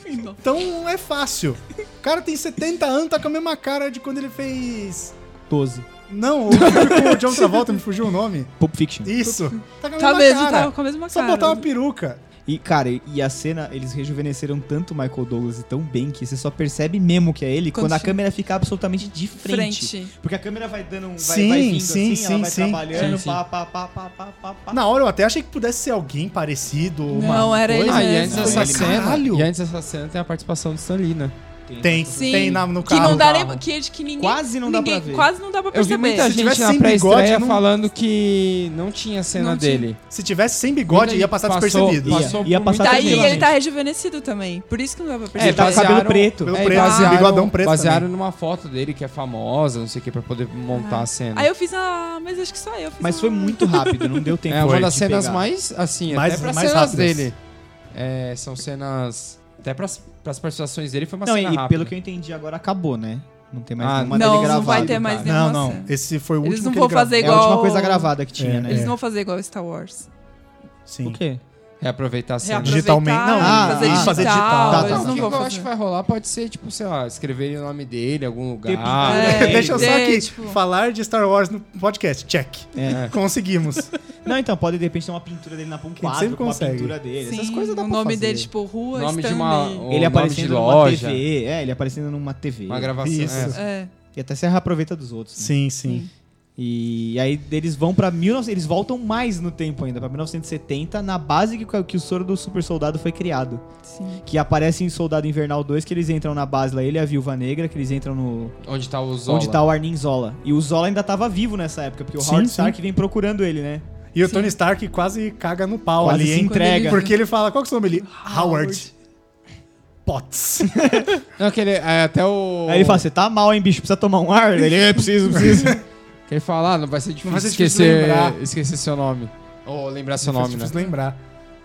[SPEAKER 2] Então é fácil. O cara tem 70 anos, tá com a mesma cara de quando ele fez...
[SPEAKER 5] 12.
[SPEAKER 2] Não, o filme com o John Travolta, me fugiu o nome.
[SPEAKER 5] Pulp Fiction.
[SPEAKER 2] Isso. Tá com a mesma
[SPEAKER 4] Tá mesmo,
[SPEAKER 2] cara.
[SPEAKER 4] tá com a mesma
[SPEAKER 2] Só
[SPEAKER 4] cara.
[SPEAKER 2] botar uma peruca.
[SPEAKER 5] E, cara, e a cena, eles rejuvenesceram tanto o Michael Douglas e tão bem que você só percebe mesmo que é ele quando,
[SPEAKER 4] Quando
[SPEAKER 5] a
[SPEAKER 4] fi-
[SPEAKER 5] câmera fica absolutamente de frente.
[SPEAKER 4] Frente.
[SPEAKER 5] Porque a câmera vai dando um. Vai,
[SPEAKER 2] Sim,
[SPEAKER 5] vai vindo
[SPEAKER 2] sim,
[SPEAKER 5] assim, ela
[SPEAKER 2] sim,
[SPEAKER 5] vai
[SPEAKER 2] sim.
[SPEAKER 5] trabalhando,
[SPEAKER 3] Sim,
[SPEAKER 5] pá, pá, pá, pá, pá, pá, pá.
[SPEAKER 2] Na hora eu até achei que pudesse ser alguém parecido. Uma
[SPEAKER 4] Não, era ele
[SPEAKER 5] é
[SPEAKER 2] coisa.
[SPEAKER 3] Ah, e
[SPEAKER 4] mesmo.
[SPEAKER 3] antes
[SPEAKER 2] Não,
[SPEAKER 3] dessa
[SPEAKER 2] ele-
[SPEAKER 3] cena,
[SPEAKER 2] Caralho.
[SPEAKER 3] e antes dessa cena tem a participação do né? Stanlina.
[SPEAKER 2] Tem,
[SPEAKER 4] Sim.
[SPEAKER 2] tem na, no
[SPEAKER 4] que
[SPEAKER 2] carro.
[SPEAKER 4] não dá nem,
[SPEAKER 5] carro.
[SPEAKER 4] que, é que ninguém,
[SPEAKER 5] Quase não dá
[SPEAKER 4] ninguém-
[SPEAKER 5] pra ver.
[SPEAKER 4] Quase não dá pra
[SPEAKER 3] Eu vi
[SPEAKER 4] perceber.
[SPEAKER 3] muita
[SPEAKER 2] Se
[SPEAKER 3] gente
[SPEAKER 2] tivesse
[SPEAKER 3] na
[SPEAKER 2] sem bigode,
[SPEAKER 3] pré-estreia
[SPEAKER 2] não-
[SPEAKER 3] falando que não tinha cena
[SPEAKER 4] Não tinha.
[SPEAKER 3] dele.
[SPEAKER 2] Se tivesse sem bigode,
[SPEAKER 3] Ele
[SPEAKER 2] ia passar
[SPEAKER 3] passou-
[SPEAKER 2] despercebido.
[SPEAKER 5] Ia.
[SPEAKER 3] Passou
[SPEAKER 5] Ia
[SPEAKER 3] por
[SPEAKER 5] passar
[SPEAKER 3] muita
[SPEAKER 5] Tá
[SPEAKER 4] Daí
[SPEAKER 5] tranquilo,
[SPEAKER 3] gente.
[SPEAKER 4] ele tá rejuvenescido também. Por isso que não dá pra perceber.
[SPEAKER 5] ele tá com o cabelo preto.
[SPEAKER 2] Pelo
[SPEAKER 3] É,
[SPEAKER 2] preto,
[SPEAKER 3] basearam,
[SPEAKER 2] bigodão preto
[SPEAKER 3] basearam
[SPEAKER 2] também.
[SPEAKER 3] numa foto dele que é famosa, não sei o que, pra poder montar a cena.
[SPEAKER 4] Aí eu fiz, ah, mas acho que só eu fiz.
[SPEAKER 5] Mas
[SPEAKER 4] ah.
[SPEAKER 5] foi muito rápido, não deu tempo.
[SPEAKER 3] é uma
[SPEAKER 5] de
[SPEAKER 3] das cenas
[SPEAKER 5] pegar.
[SPEAKER 3] mais, assim,
[SPEAKER 2] Mais-
[SPEAKER 3] até pra
[SPEAKER 2] mais
[SPEAKER 3] cenas
[SPEAKER 2] rápidas.
[SPEAKER 3] dele. É, são cenas... Até pras, pras participações dele foi uma
[SPEAKER 5] Não, e
[SPEAKER 3] cena rápida.
[SPEAKER 5] pelo que eu entendi agora, acabou, né? Não tem mais
[SPEAKER 3] Ah,
[SPEAKER 5] nenhuma
[SPEAKER 4] Não,
[SPEAKER 5] dele
[SPEAKER 4] não vai
[SPEAKER 5] gravada.
[SPEAKER 4] ter mais
[SPEAKER 5] cara.
[SPEAKER 2] Não,
[SPEAKER 4] Nossa.
[SPEAKER 2] não. Esse foi o
[SPEAKER 4] assim. Eles
[SPEAKER 2] último
[SPEAKER 4] não
[SPEAKER 2] que
[SPEAKER 4] vão
[SPEAKER 2] ele gravou.
[SPEAKER 4] fazer
[SPEAKER 5] É a última
[SPEAKER 4] Igual-
[SPEAKER 5] coisa gravada que tinha,
[SPEAKER 2] É,
[SPEAKER 5] né?
[SPEAKER 4] Eles
[SPEAKER 2] é.
[SPEAKER 4] não vão fazer igual Star Wars.
[SPEAKER 2] Sim.
[SPEAKER 5] O quê?
[SPEAKER 3] Reaproveitar a cena.
[SPEAKER 2] Reaproveitar. Digitalmente, não,
[SPEAKER 4] Reaproveitar,
[SPEAKER 5] ah,
[SPEAKER 4] fazer,
[SPEAKER 5] ah,
[SPEAKER 4] digital,
[SPEAKER 2] fazer digital.
[SPEAKER 3] Tá,
[SPEAKER 2] Eles
[SPEAKER 3] tá.
[SPEAKER 4] Eles
[SPEAKER 3] O
[SPEAKER 4] não
[SPEAKER 3] que
[SPEAKER 4] vão
[SPEAKER 3] eu
[SPEAKER 4] fazer.
[SPEAKER 3] acho que vai rolar pode ser, tipo, sei lá, escreverem o nome dele em algum lugar. né?
[SPEAKER 5] Ter pintado.
[SPEAKER 4] É,
[SPEAKER 2] Deixa eu só
[SPEAKER 4] é,
[SPEAKER 2] aqui
[SPEAKER 4] tipo-
[SPEAKER 2] falar de Star Wars no podcast. Check.
[SPEAKER 5] É.
[SPEAKER 2] Conseguimos.
[SPEAKER 5] Não, então, pode de repente ter uma pintura dele na um
[SPEAKER 2] gente
[SPEAKER 5] quadro,
[SPEAKER 2] sempre
[SPEAKER 5] com uma
[SPEAKER 2] consegue.
[SPEAKER 5] pintura dele.
[SPEAKER 4] Sim,
[SPEAKER 5] essas coisas dá
[SPEAKER 4] O
[SPEAKER 5] pra
[SPEAKER 4] nome
[SPEAKER 5] fazer.
[SPEAKER 4] dele, tipo,
[SPEAKER 2] É,
[SPEAKER 4] Rua
[SPEAKER 3] Nome de
[SPEAKER 4] Stanley.
[SPEAKER 3] uma- o
[SPEAKER 5] Ele
[SPEAKER 3] nome
[SPEAKER 5] aparecendo
[SPEAKER 3] de
[SPEAKER 5] numa
[SPEAKER 3] loja.
[SPEAKER 5] TV. É, ele aparecendo numa TV.
[SPEAKER 3] Uma gravação.
[SPEAKER 2] Isso.
[SPEAKER 3] é.
[SPEAKER 4] É.
[SPEAKER 5] E até se aproveita dos outros. né?
[SPEAKER 2] Sim, sim.
[SPEAKER 5] E aí eles vão pra 1900, eles voltam mais no tempo ainda, pra 1970, na base que, que o soro do super soldado foi criado.
[SPEAKER 4] Sim.
[SPEAKER 5] Que aparece em Soldado Invernal 2, que eles entram na base lá, ele e a Viúva Negra, que eles entram no...
[SPEAKER 3] Onde tá o Zola.
[SPEAKER 5] Onde tá o Arnim Zola. E o Zola ainda tava vivo nessa época, porque o
[SPEAKER 2] Sim,
[SPEAKER 5] Howard
[SPEAKER 2] sim.
[SPEAKER 5] Stark vem procurando ele, né?
[SPEAKER 2] E o
[SPEAKER 4] Sim.
[SPEAKER 2] Tony Stark quase caga no pau
[SPEAKER 5] Quase né?
[SPEAKER 2] ali,
[SPEAKER 5] se
[SPEAKER 2] hein?
[SPEAKER 5] entrega.
[SPEAKER 2] Porque ele fala, qual que é o nome dele? Howard. Potts.
[SPEAKER 3] Não, aquele, é, até o...
[SPEAKER 5] Aí ele fala, você tá mal, hein, bicho? Precisa tomar um ar? Ele, é, preciso, preciso.
[SPEAKER 3] Que ele fala, ah, não vai ser difícil,
[SPEAKER 2] vai ser difícil
[SPEAKER 3] esquecer,
[SPEAKER 2] lembrar.
[SPEAKER 3] esquecer seu nome. Ou lembrar seu
[SPEAKER 2] Foi
[SPEAKER 3] nome, né?
[SPEAKER 2] difícil lembrar.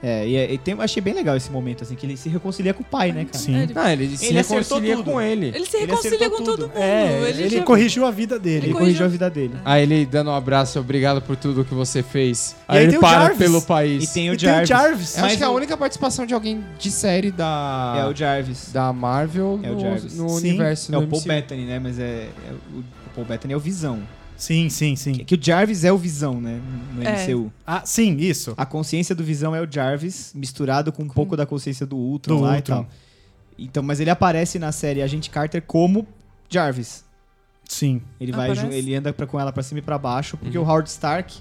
[SPEAKER 5] é, e, e tem, eu achei bem legal esse momento, assim, que ele se reconcilia com o pai, né, cara?
[SPEAKER 4] É,
[SPEAKER 2] Sim.
[SPEAKER 3] Não, ele se
[SPEAKER 5] Ele acertou
[SPEAKER 3] reconcilia
[SPEAKER 5] tudo.
[SPEAKER 3] com ele.
[SPEAKER 4] Ele se
[SPEAKER 5] Ele
[SPEAKER 4] reconcilia
[SPEAKER 5] acertou
[SPEAKER 4] com todo
[SPEAKER 5] tudo.
[SPEAKER 4] mundo.
[SPEAKER 2] É, ele,
[SPEAKER 4] já-
[SPEAKER 2] corrigiu a vida dele.
[SPEAKER 5] Ele
[SPEAKER 4] corrigiu-
[SPEAKER 5] corrigiu a vida dele.
[SPEAKER 3] Aí ele dando um abraço, obrigado por tudo que você fez. Aí,
[SPEAKER 2] aí
[SPEAKER 3] ele
[SPEAKER 2] tem o
[SPEAKER 3] para
[SPEAKER 2] Jarvis.
[SPEAKER 3] pelo país.
[SPEAKER 5] E tem
[SPEAKER 2] E
[SPEAKER 5] o Jarvis.
[SPEAKER 2] Tem o Jarvis.
[SPEAKER 3] Eu acho
[SPEAKER 5] Mas
[SPEAKER 3] que é a
[SPEAKER 5] o-
[SPEAKER 3] única participação de alguém de série da,
[SPEAKER 5] É o Jarvis.
[SPEAKER 3] da Marvel
[SPEAKER 5] É o
[SPEAKER 3] no,
[SPEAKER 5] Jarvis.
[SPEAKER 3] no
[SPEAKER 2] Sim,
[SPEAKER 3] universo
[SPEAKER 5] É
[SPEAKER 3] do
[SPEAKER 5] o Paul
[SPEAKER 3] MCU.
[SPEAKER 5] Bettany, né? Mas é, é o, o Paul Bettany é o Visão.
[SPEAKER 2] Sim, sim,
[SPEAKER 5] É
[SPEAKER 2] sim.
[SPEAKER 5] que o Jarvis é o Visão, né? No
[SPEAKER 4] É.
[SPEAKER 5] MCU.
[SPEAKER 2] Ah, sim, isso.
[SPEAKER 5] A consciência do Visão é o Jarvis, misturado com um pouco da consciência do Ultron
[SPEAKER 2] Do
[SPEAKER 5] lá
[SPEAKER 2] Ultron.
[SPEAKER 5] e tal. Então, mas ele aparece na série Agente Carter como Jarvis.
[SPEAKER 2] Sim.
[SPEAKER 5] Ele vai,
[SPEAKER 4] Aparece.
[SPEAKER 5] ju- ele anda pra, com ela pra cima e pra baixo, porque o Howard Stark,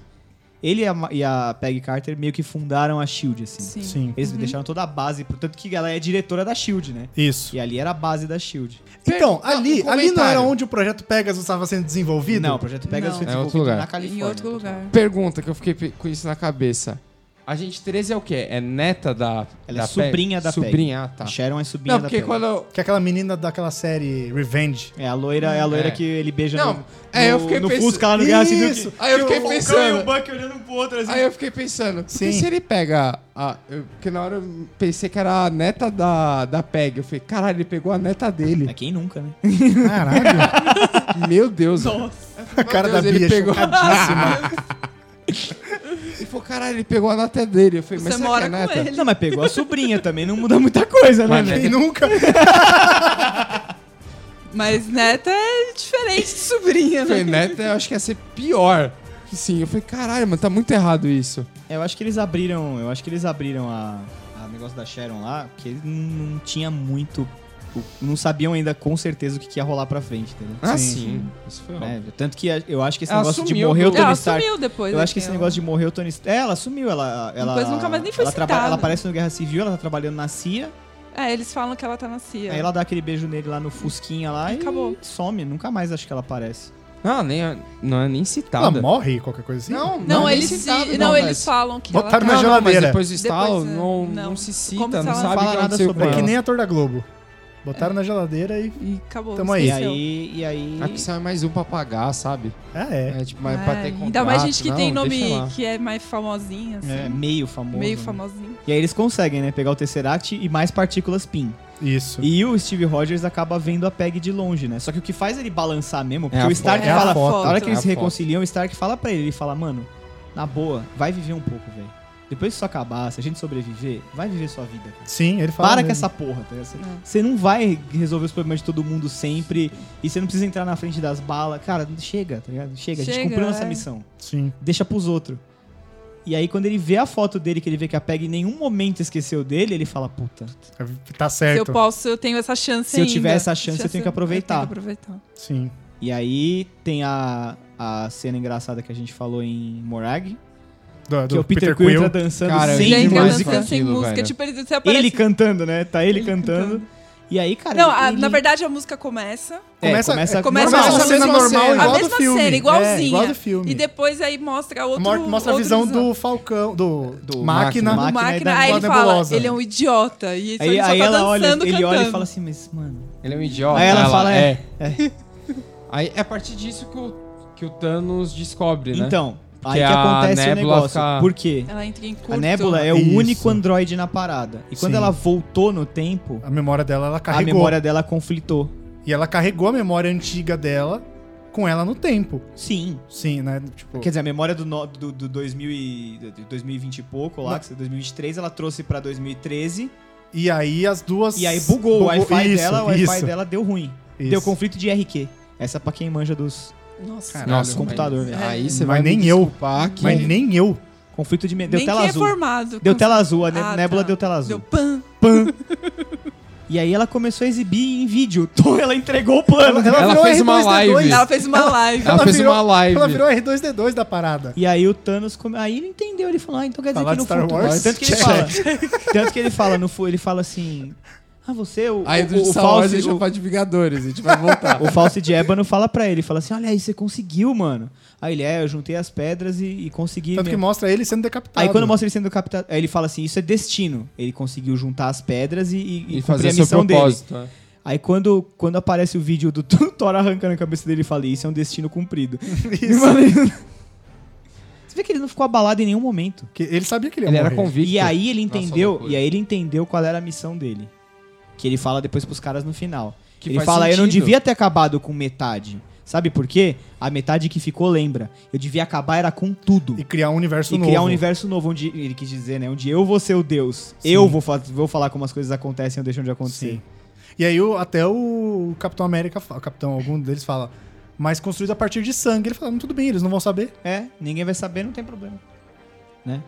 [SPEAKER 5] ele e a, Ma- e a Peggy Carter meio que fundaram a Shield assim.
[SPEAKER 4] Sim.
[SPEAKER 2] Sim.
[SPEAKER 5] Eles deixaram toda a base, portanto que ela é diretora da Shield, né?
[SPEAKER 2] Isso.
[SPEAKER 5] E ali era a base da Shield.
[SPEAKER 2] Então,
[SPEAKER 3] Não,
[SPEAKER 2] ali,
[SPEAKER 3] um
[SPEAKER 2] ali não era
[SPEAKER 3] comentário.
[SPEAKER 2] onde o projeto Pegasus estava sendo desenvolvido?
[SPEAKER 5] Não, o projeto Pegasus
[SPEAKER 4] Não.
[SPEAKER 5] foi
[SPEAKER 3] É outro
[SPEAKER 5] desenvolvido
[SPEAKER 3] lugar.
[SPEAKER 5] na Califórnia. tá
[SPEAKER 4] Em outro lugar.
[SPEAKER 3] Pergunta que eu fiquei pe- com isso na cabeça. A gente 13 é o quê? É neta da.
[SPEAKER 5] Ela
[SPEAKER 3] da
[SPEAKER 5] é sobrinha
[SPEAKER 3] Peg?
[SPEAKER 5] da Peg.
[SPEAKER 3] Sobrinha, ah, tá.
[SPEAKER 5] Sharon é sobrinha
[SPEAKER 3] Não,
[SPEAKER 5] da
[SPEAKER 3] porque
[SPEAKER 5] Peggy.
[SPEAKER 3] quando. eu-
[SPEAKER 2] Que é aquela menina daquela série Revenge.
[SPEAKER 5] É a loira, é a loira
[SPEAKER 3] É.
[SPEAKER 5] que ele beija
[SPEAKER 3] Não,
[SPEAKER 5] no,
[SPEAKER 3] é, eu
[SPEAKER 5] no-
[SPEAKER 3] fiquei
[SPEAKER 5] no
[SPEAKER 3] pensando-
[SPEAKER 5] Fusca lá no Guerra Civil.
[SPEAKER 2] Isso.
[SPEAKER 5] que-
[SPEAKER 3] Aí eu fiquei
[SPEAKER 5] que o Falcão e o
[SPEAKER 3] pensando.
[SPEAKER 5] Buck olhando pro outro assim.
[SPEAKER 3] Aí eu fiquei pensando.
[SPEAKER 2] Sim.
[SPEAKER 3] E se ele pega. A, eu- porque na hora eu pensei que era a neta da, da Peg. Eu falei, caralho, ele pegou a neta
[SPEAKER 5] É
[SPEAKER 3] dele.
[SPEAKER 5] quem nunca, né?
[SPEAKER 2] Caralho.
[SPEAKER 3] Meu Deus. Nossa.
[SPEAKER 2] a cara
[SPEAKER 3] Deus,
[SPEAKER 2] da
[SPEAKER 3] ele
[SPEAKER 2] Bia
[SPEAKER 3] pegou.
[SPEAKER 2] chocadíssima.
[SPEAKER 3] Ele falou, caralho, ele pegou a neta dele. Eu falei, mas
[SPEAKER 4] Você
[SPEAKER 3] será
[SPEAKER 4] mora
[SPEAKER 3] que é
[SPEAKER 4] com
[SPEAKER 3] neta?
[SPEAKER 4] ele.
[SPEAKER 5] Não, mas pegou a sobrinha também, não muda muita coisa, né?
[SPEAKER 3] Mas, né?
[SPEAKER 2] Quem nunca?
[SPEAKER 4] Mas neta é diferente de sobrinha,
[SPEAKER 3] Eu falei,
[SPEAKER 4] né?
[SPEAKER 3] neta, eu acho que ia ser pior. Sim, eu falei, caralho, mano, tá muito errado isso.
[SPEAKER 5] Eu acho que eles abriram, eu acho que eles abriram a, a negócio da Sharon lá, porque eles não não tinha muito, não sabiam ainda com certeza o que que ia rolar pra frente, entendeu?
[SPEAKER 3] Ah, sim. Isso foi óbvio.
[SPEAKER 5] É, tanto que a- eu acho que esse
[SPEAKER 3] Ela
[SPEAKER 5] negócio de
[SPEAKER 3] sumiu
[SPEAKER 5] morrer
[SPEAKER 3] do-
[SPEAKER 5] o Tony
[SPEAKER 4] Ela
[SPEAKER 5] Stark.
[SPEAKER 4] sumiu Ah, depois.
[SPEAKER 5] Eu acho que esse
[SPEAKER 4] daquela.
[SPEAKER 5] negócio de morrer o Tony Stark. É, ela sumiu, ela. ela
[SPEAKER 4] Depois um nunca mais nem foi
[SPEAKER 5] ela, traba-
[SPEAKER 4] citada.
[SPEAKER 5] ela aparece no Guerra Civil, ela tá trabalhando na CIA.
[SPEAKER 4] É, eles falam que ela tá na CIA.
[SPEAKER 5] Aí ela dá aquele beijo nele lá no Fusquinha lá e,
[SPEAKER 4] Acabou.
[SPEAKER 5] some, nunca mais acho que ela aparece.
[SPEAKER 3] Não, nem, não é nem citada.
[SPEAKER 2] Ela morre, qualquer coisa assim?
[SPEAKER 3] Não,
[SPEAKER 4] Não,
[SPEAKER 3] nem
[SPEAKER 4] eles, se-
[SPEAKER 3] citado,
[SPEAKER 4] não,
[SPEAKER 3] mas-
[SPEAKER 4] eles falam que
[SPEAKER 2] Botaram
[SPEAKER 4] ela
[SPEAKER 2] na
[SPEAKER 4] tá...
[SPEAKER 3] Não, não, mas
[SPEAKER 2] geladeira.
[SPEAKER 3] depois do estalo,
[SPEAKER 4] Depois, é,
[SPEAKER 3] não,
[SPEAKER 4] não.
[SPEAKER 3] não se
[SPEAKER 4] Como se
[SPEAKER 3] cita,
[SPEAKER 4] ela
[SPEAKER 3] não
[SPEAKER 4] não
[SPEAKER 3] sabe o
[SPEAKER 5] fala
[SPEAKER 3] que
[SPEAKER 5] nada
[SPEAKER 3] aconteceu
[SPEAKER 5] sobre
[SPEAKER 3] com
[SPEAKER 2] É que
[SPEAKER 3] ela.
[SPEAKER 2] nem ator da Globo. Botaram na geladeira e.
[SPEAKER 4] E acabou.
[SPEAKER 3] É
[SPEAKER 2] Tamo aí.
[SPEAKER 5] E
[SPEAKER 4] esqueceu.
[SPEAKER 5] aí, e aí.
[SPEAKER 3] A questão é mais um pra pagar, sabe?
[SPEAKER 2] Ah, é.
[SPEAKER 3] É, tipo, mas pra
[SPEAKER 4] Ai,
[SPEAKER 3] ter contrato.
[SPEAKER 4] Ainda mais gente que
[SPEAKER 3] não,
[SPEAKER 4] tem
[SPEAKER 3] deixa lá.
[SPEAKER 4] nome que é mais famosinha, assim.
[SPEAKER 5] É, meio famoso.
[SPEAKER 4] meio
[SPEAKER 5] né?
[SPEAKER 4] famosinho.
[SPEAKER 5] E aí eles conseguem, né? Pegar o Tesseract e mais partículas PIN.
[SPEAKER 3] Tá.
[SPEAKER 2] Isso.
[SPEAKER 5] E o Steve Rogers acaba vendo a Peg de longe, né? Só que o que faz ele balançar mesmo, porque
[SPEAKER 3] É a
[SPEAKER 5] o Stark
[SPEAKER 2] foto. É a
[SPEAKER 5] fala.
[SPEAKER 2] foto.
[SPEAKER 5] Na hora que
[SPEAKER 3] É
[SPEAKER 5] eles
[SPEAKER 3] a
[SPEAKER 5] se
[SPEAKER 3] foto.
[SPEAKER 5] reconciliam, o Stark fala pra ele, ele fala, mano, na boa, vai viver um pouco, velho. Depois que isso acabar, se a gente sobreviver, vai viver sua vida, cara.
[SPEAKER 2] Sim, ele fala.
[SPEAKER 5] Para com
[SPEAKER 4] né?
[SPEAKER 2] mesmo.
[SPEAKER 5] essa porra, tá ligado? Você-
[SPEAKER 4] É.
[SPEAKER 5] Você não vai resolver os problemas de todo mundo sempre. E você não precisa entrar na frente das balas. Cara, chega, tá ligado? Chega, a gente
[SPEAKER 4] Chega,
[SPEAKER 5] cumpriu nossa
[SPEAKER 4] é.
[SPEAKER 5] missão.
[SPEAKER 2] Sim.
[SPEAKER 5] Deixa pros outros. E aí, quando ele vê a foto dele, que ele vê que a Peg em nenhum momento esqueceu dele, ele fala, puta,
[SPEAKER 2] Tá
[SPEAKER 4] Se eu
[SPEAKER 2] certo.
[SPEAKER 4] posso, eu tenho essa chance
[SPEAKER 5] Se eu tiver
[SPEAKER 4] ainda.
[SPEAKER 5] essa chance, eu tenho que aproveitar.
[SPEAKER 4] Eu tenho que aproveitar.
[SPEAKER 2] Sim.
[SPEAKER 5] E aí tem a, a cena engraçada que a gente falou em Morag,
[SPEAKER 2] Do,
[SPEAKER 5] que é
[SPEAKER 2] do
[SPEAKER 5] o Peter, Quill tá dançando
[SPEAKER 3] Cara,
[SPEAKER 5] sem
[SPEAKER 4] Ele
[SPEAKER 3] Gente,
[SPEAKER 4] entra
[SPEAKER 3] demais,
[SPEAKER 5] música.
[SPEAKER 4] dançando
[SPEAKER 3] cara.
[SPEAKER 4] sem
[SPEAKER 3] Aquilo,
[SPEAKER 4] música.
[SPEAKER 3] velho.
[SPEAKER 4] Tipo, ele você aparece...
[SPEAKER 5] Ele cantando, né? Tá ele,
[SPEAKER 4] Ele
[SPEAKER 5] cantando.
[SPEAKER 4] cantando.
[SPEAKER 5] E aí, cara,
[SPEAKER 4] Não,
[SPEAKER 5] ele,
[SPEAKER 4] a-
[SPEAKER 5] Ah, ele-
[SPEAKER 4] na verdade a múca começa,
[SPEAKER 5] é,
[SPEAKER 2] Começa-
[SPEAKER 5] começa,
[SPEAKER 4] começa
[SPEAKER 2] Normal,
[SPEAKER 4] a
[SPEAKER 2] uma cena
[SPEAKER 4] mesma
[SPEAKER 2] normal,
[SPEAKER 4] cena.
[SPEAKER 2] igual
[SPEAKER 4] A
[SPEAKER 2] do
[SPEAKER 4] mesma
[SPEAKER 2] filme.
[SPEAKER 4] cena, igualzinha.
[SPEAKER 2] É, igual do filme.
[SPEAKER 4] e depois aí mostra outro...
[SPEAKER 2] Mor- Mostra a
[SPEAKER 4] outro
[SPEAKER 2] visão
[SPEAKER 4] visual.
[SPEAKER 2] do Falcão, do,
[SPEAKER 5] Do
[SPEAKER 2] máquina.
[SPEAKER 5] Máquina.
[SPEAKER 4] O
[SPEAKER 5] máquina e né, da
[SPEAKER 4] máquina, aí ele
[SPEAKER 2] Nebulosa.
[SPEAKER 4] fala, ele é um idiota. E
[SPEAKER 5] Aí,
[SPEAKER 4] ele só
[SPEAKER 5] aí
[SPEAKER 4] tá
[SPEAKER 5] ela
[SPEAKER 4] dançando,
[SPEAKER 5] olha,
[SPEAKER 4] cantando.
[SPEAKER 5] ele olha e fala assim, mas, mano.
[SPEAKER 3] Ele é um idiota.
[SPEAKER 5] Aí ela fala, é,
[SPEAKER 3] Aí é a partir disso que o, que o Thanos descobre, né?
[SPEAKER 5] Então, aí
[SPEAKER 3] Que
[SPEAKER 5] que
[SPEAKER 3] a
[SPEAKER 5] acontece o
[SPEAKER 3] nébula
[SPEAKER 5] negócio.
[SPEAKER 3] fica-
[SPEAKER 5] Por quê?
[SPEAKER 4] Ela entra em curto.
[SPEAKER 5] A Nebula é o
[SPEAKER 2] Isso.
[SPEAKER 5] único androide na parada. E quando
[SPEAKER 2] Sim.
[SPEAKER 5] ela voltou no tempo,
[SPEAKER 2] A memória dela, ela
[SPEAKER 5] a
[SPEAKER 2] carregou.
[SPEAKER 5] memória dela conflitou.
[SPEAKER 2] E ela carregou a memória antiga dela com ela no tempo.
[SPEAKER 5] Sim.
[SPEAKER 2] Sim, né? Tipo,
[SPEAKER 5] Quer dizer, a memória do, no- do, do 2000 e, de 2020 e pouco lá, que 2023, ela trouxe pra 2013.
[SPEAKER 2] e aí as duas.
[SPEAKER 5] E aí bugou, o Wi-Fi dela, o Wi-Fi dela deu ruim.
[SPEAKER 2] isso.
[SPEAKER 5] Deu conflito de RQ. Essa é pra quem manja dos
[SPEAKER 4] Nossa.
[SPEAKER 2] Nossa,
[SPEAKER 3] mas-
[SPEAKER 5] computador, velho.
[SPEAKER 3] Aí
[SPEAKER 4] É.
[SPEAKER 3] você
[SPEAKER 2] Mas
[SPEAKER 3] vai me
[SPEAKER 2] nem eu.
[SPEAKER 3] desculpar que...
[SPEAKER 2] Mas nem eu.
[SPEAKER 5] conflito de me- deu
[SPEAKER 4] Nem
[SPEAKER 5] tela
[SPEAKER 4] quem
[SPEAKER 5] azul.
[SPEAKER 4] é formado.
[SPEAKER 5] Deu tela azul, a ne-
[SPEAKER 4] Ah, tá.
[SPEAKER 5] nébula deu tela azul.
[SPEAKER 4] Deu pan.
[SPEAKER 5] E aí ela começou a exibir em vídeo. Então ela entregou o plano.
[SPEAKER 2] Ela-
[SPEAKER 3] Ela
[SPEAKER 2] virou
[SPEAKER 3] fez uma
[SPEAKER 2] R2D2.
[SPEAKER 3] live.
[SPEAKER 4] Ela fez uma live.
[SPEAKER 3] Ela fez
[SPEAKER 2] virou-
[SPEAKER 3] uma live.
[SPEAKER 2] Ela virou R2D2 da parada.
[SPEAKER 5] E aí o Thanos, come... aí ele entendeu, ele falou, ah, então quer dizer
[SPEAKER 2] Falar
[SPEAKER 5] que
[SPEAKER 2] de
[SPEAKER 5] no
[SPEAKER 2] Star
[SPEAKER 5] futuro...
[SPEAKER 2] Wars?
[SPEAKER 5] Tanto que ele
[SPEAKER 2] Check.
[SPEAKER 5] fala, tanto que ele fala, no fu- ele fala assim, ah, você, o,
[SPEAKER 3] Aí
[SPEAKER 5] o,
[SPEAKER 3] do
[SPEAKER 5] o,
[SPEAKER 3] Star Wars
[SPEAKER 5] Fauci-
[SPEAKER 3] a gente
[SPEAKER 5] o-
[SPEAKER 3] vai falar de Vingadores, a gente vai voltar.
[SPEAKER 5] O falso de ébano fala pra ele, fala assim, olha aí, você conseguiu, mano. Aí ele, é, eu juntei as pedras e, e consegui.
[SPEAKER 2] Tanto que
[SPEAKER 5] mesmo."
[SPEAKER 2] mostra ele sendo decapitado.
[SPEAKER 5] Aí quando mostra ele sendo captado, aí ele fala assim, isso é destino. Ele conseguiu juntar as pedras e, e, e
[SPEAKER 3] e
[SPEAKER 5] cumprir
[SPEAKER 3] fazer
[SPEAKER 5] a
[SPEAKER 3] seu
[SPEAKER 5] missão dele.
[SPEAKER 3] propósito. né?
[SPEAKER 5] Aí quando, quando aparece o vídeo do Thor arrancando a cabeça dele, ele fala, isso é um destino cumprido. você vê que ele não ficou abalado em nenhum momento.
[SPEAKER 2] Que ele sabia que ele ia
[SPEAKER 3] Ele era
[SPEAKER 2] morrer.
[SPEAKER 3] convicto.
[SPEAKER 5] E aí ele
[SPEAKER 3] Nossa,
[SPEAKER 5] entendeu,
[SPEAKER 3] loucura.
[SPEAKER 5] e aí ele entendeu qual era a missão dele. Que ele fala depois pros caras no final.
[SPEAKER 3] Que
[SPEAKER 5] ele
[SPEAKER 3] faz
[SPEAKER 5] fala, eu não
[SPEAKER 3] sentido."
[SPEAKER 5] devia ter acabado com metade. Sabe por quê? A metade que ficou lembra. Eu devia acabar era com tudo.
[SPEAKER 2] E
[SPEAKER 5] E,
[SPEAKER 2] criar um universo novo.
[SPEAKER 5] criar um universo novo onde ele quis dizer, né? Onde eu vou ser o Deus. Eu vou, fa- vou falar como as coisas acontecem ou deixam de acontecer.
[SPEAKER 2] Sim. E aí o- até o Capitão América, fa- o Capitão, algum deles fala, mas construído a partir de sangue. Ele fala, "Não, tudo bem, eles não vão saber.
[SPEAKER 5] É, ninguém vai saber, não tem problema. Né?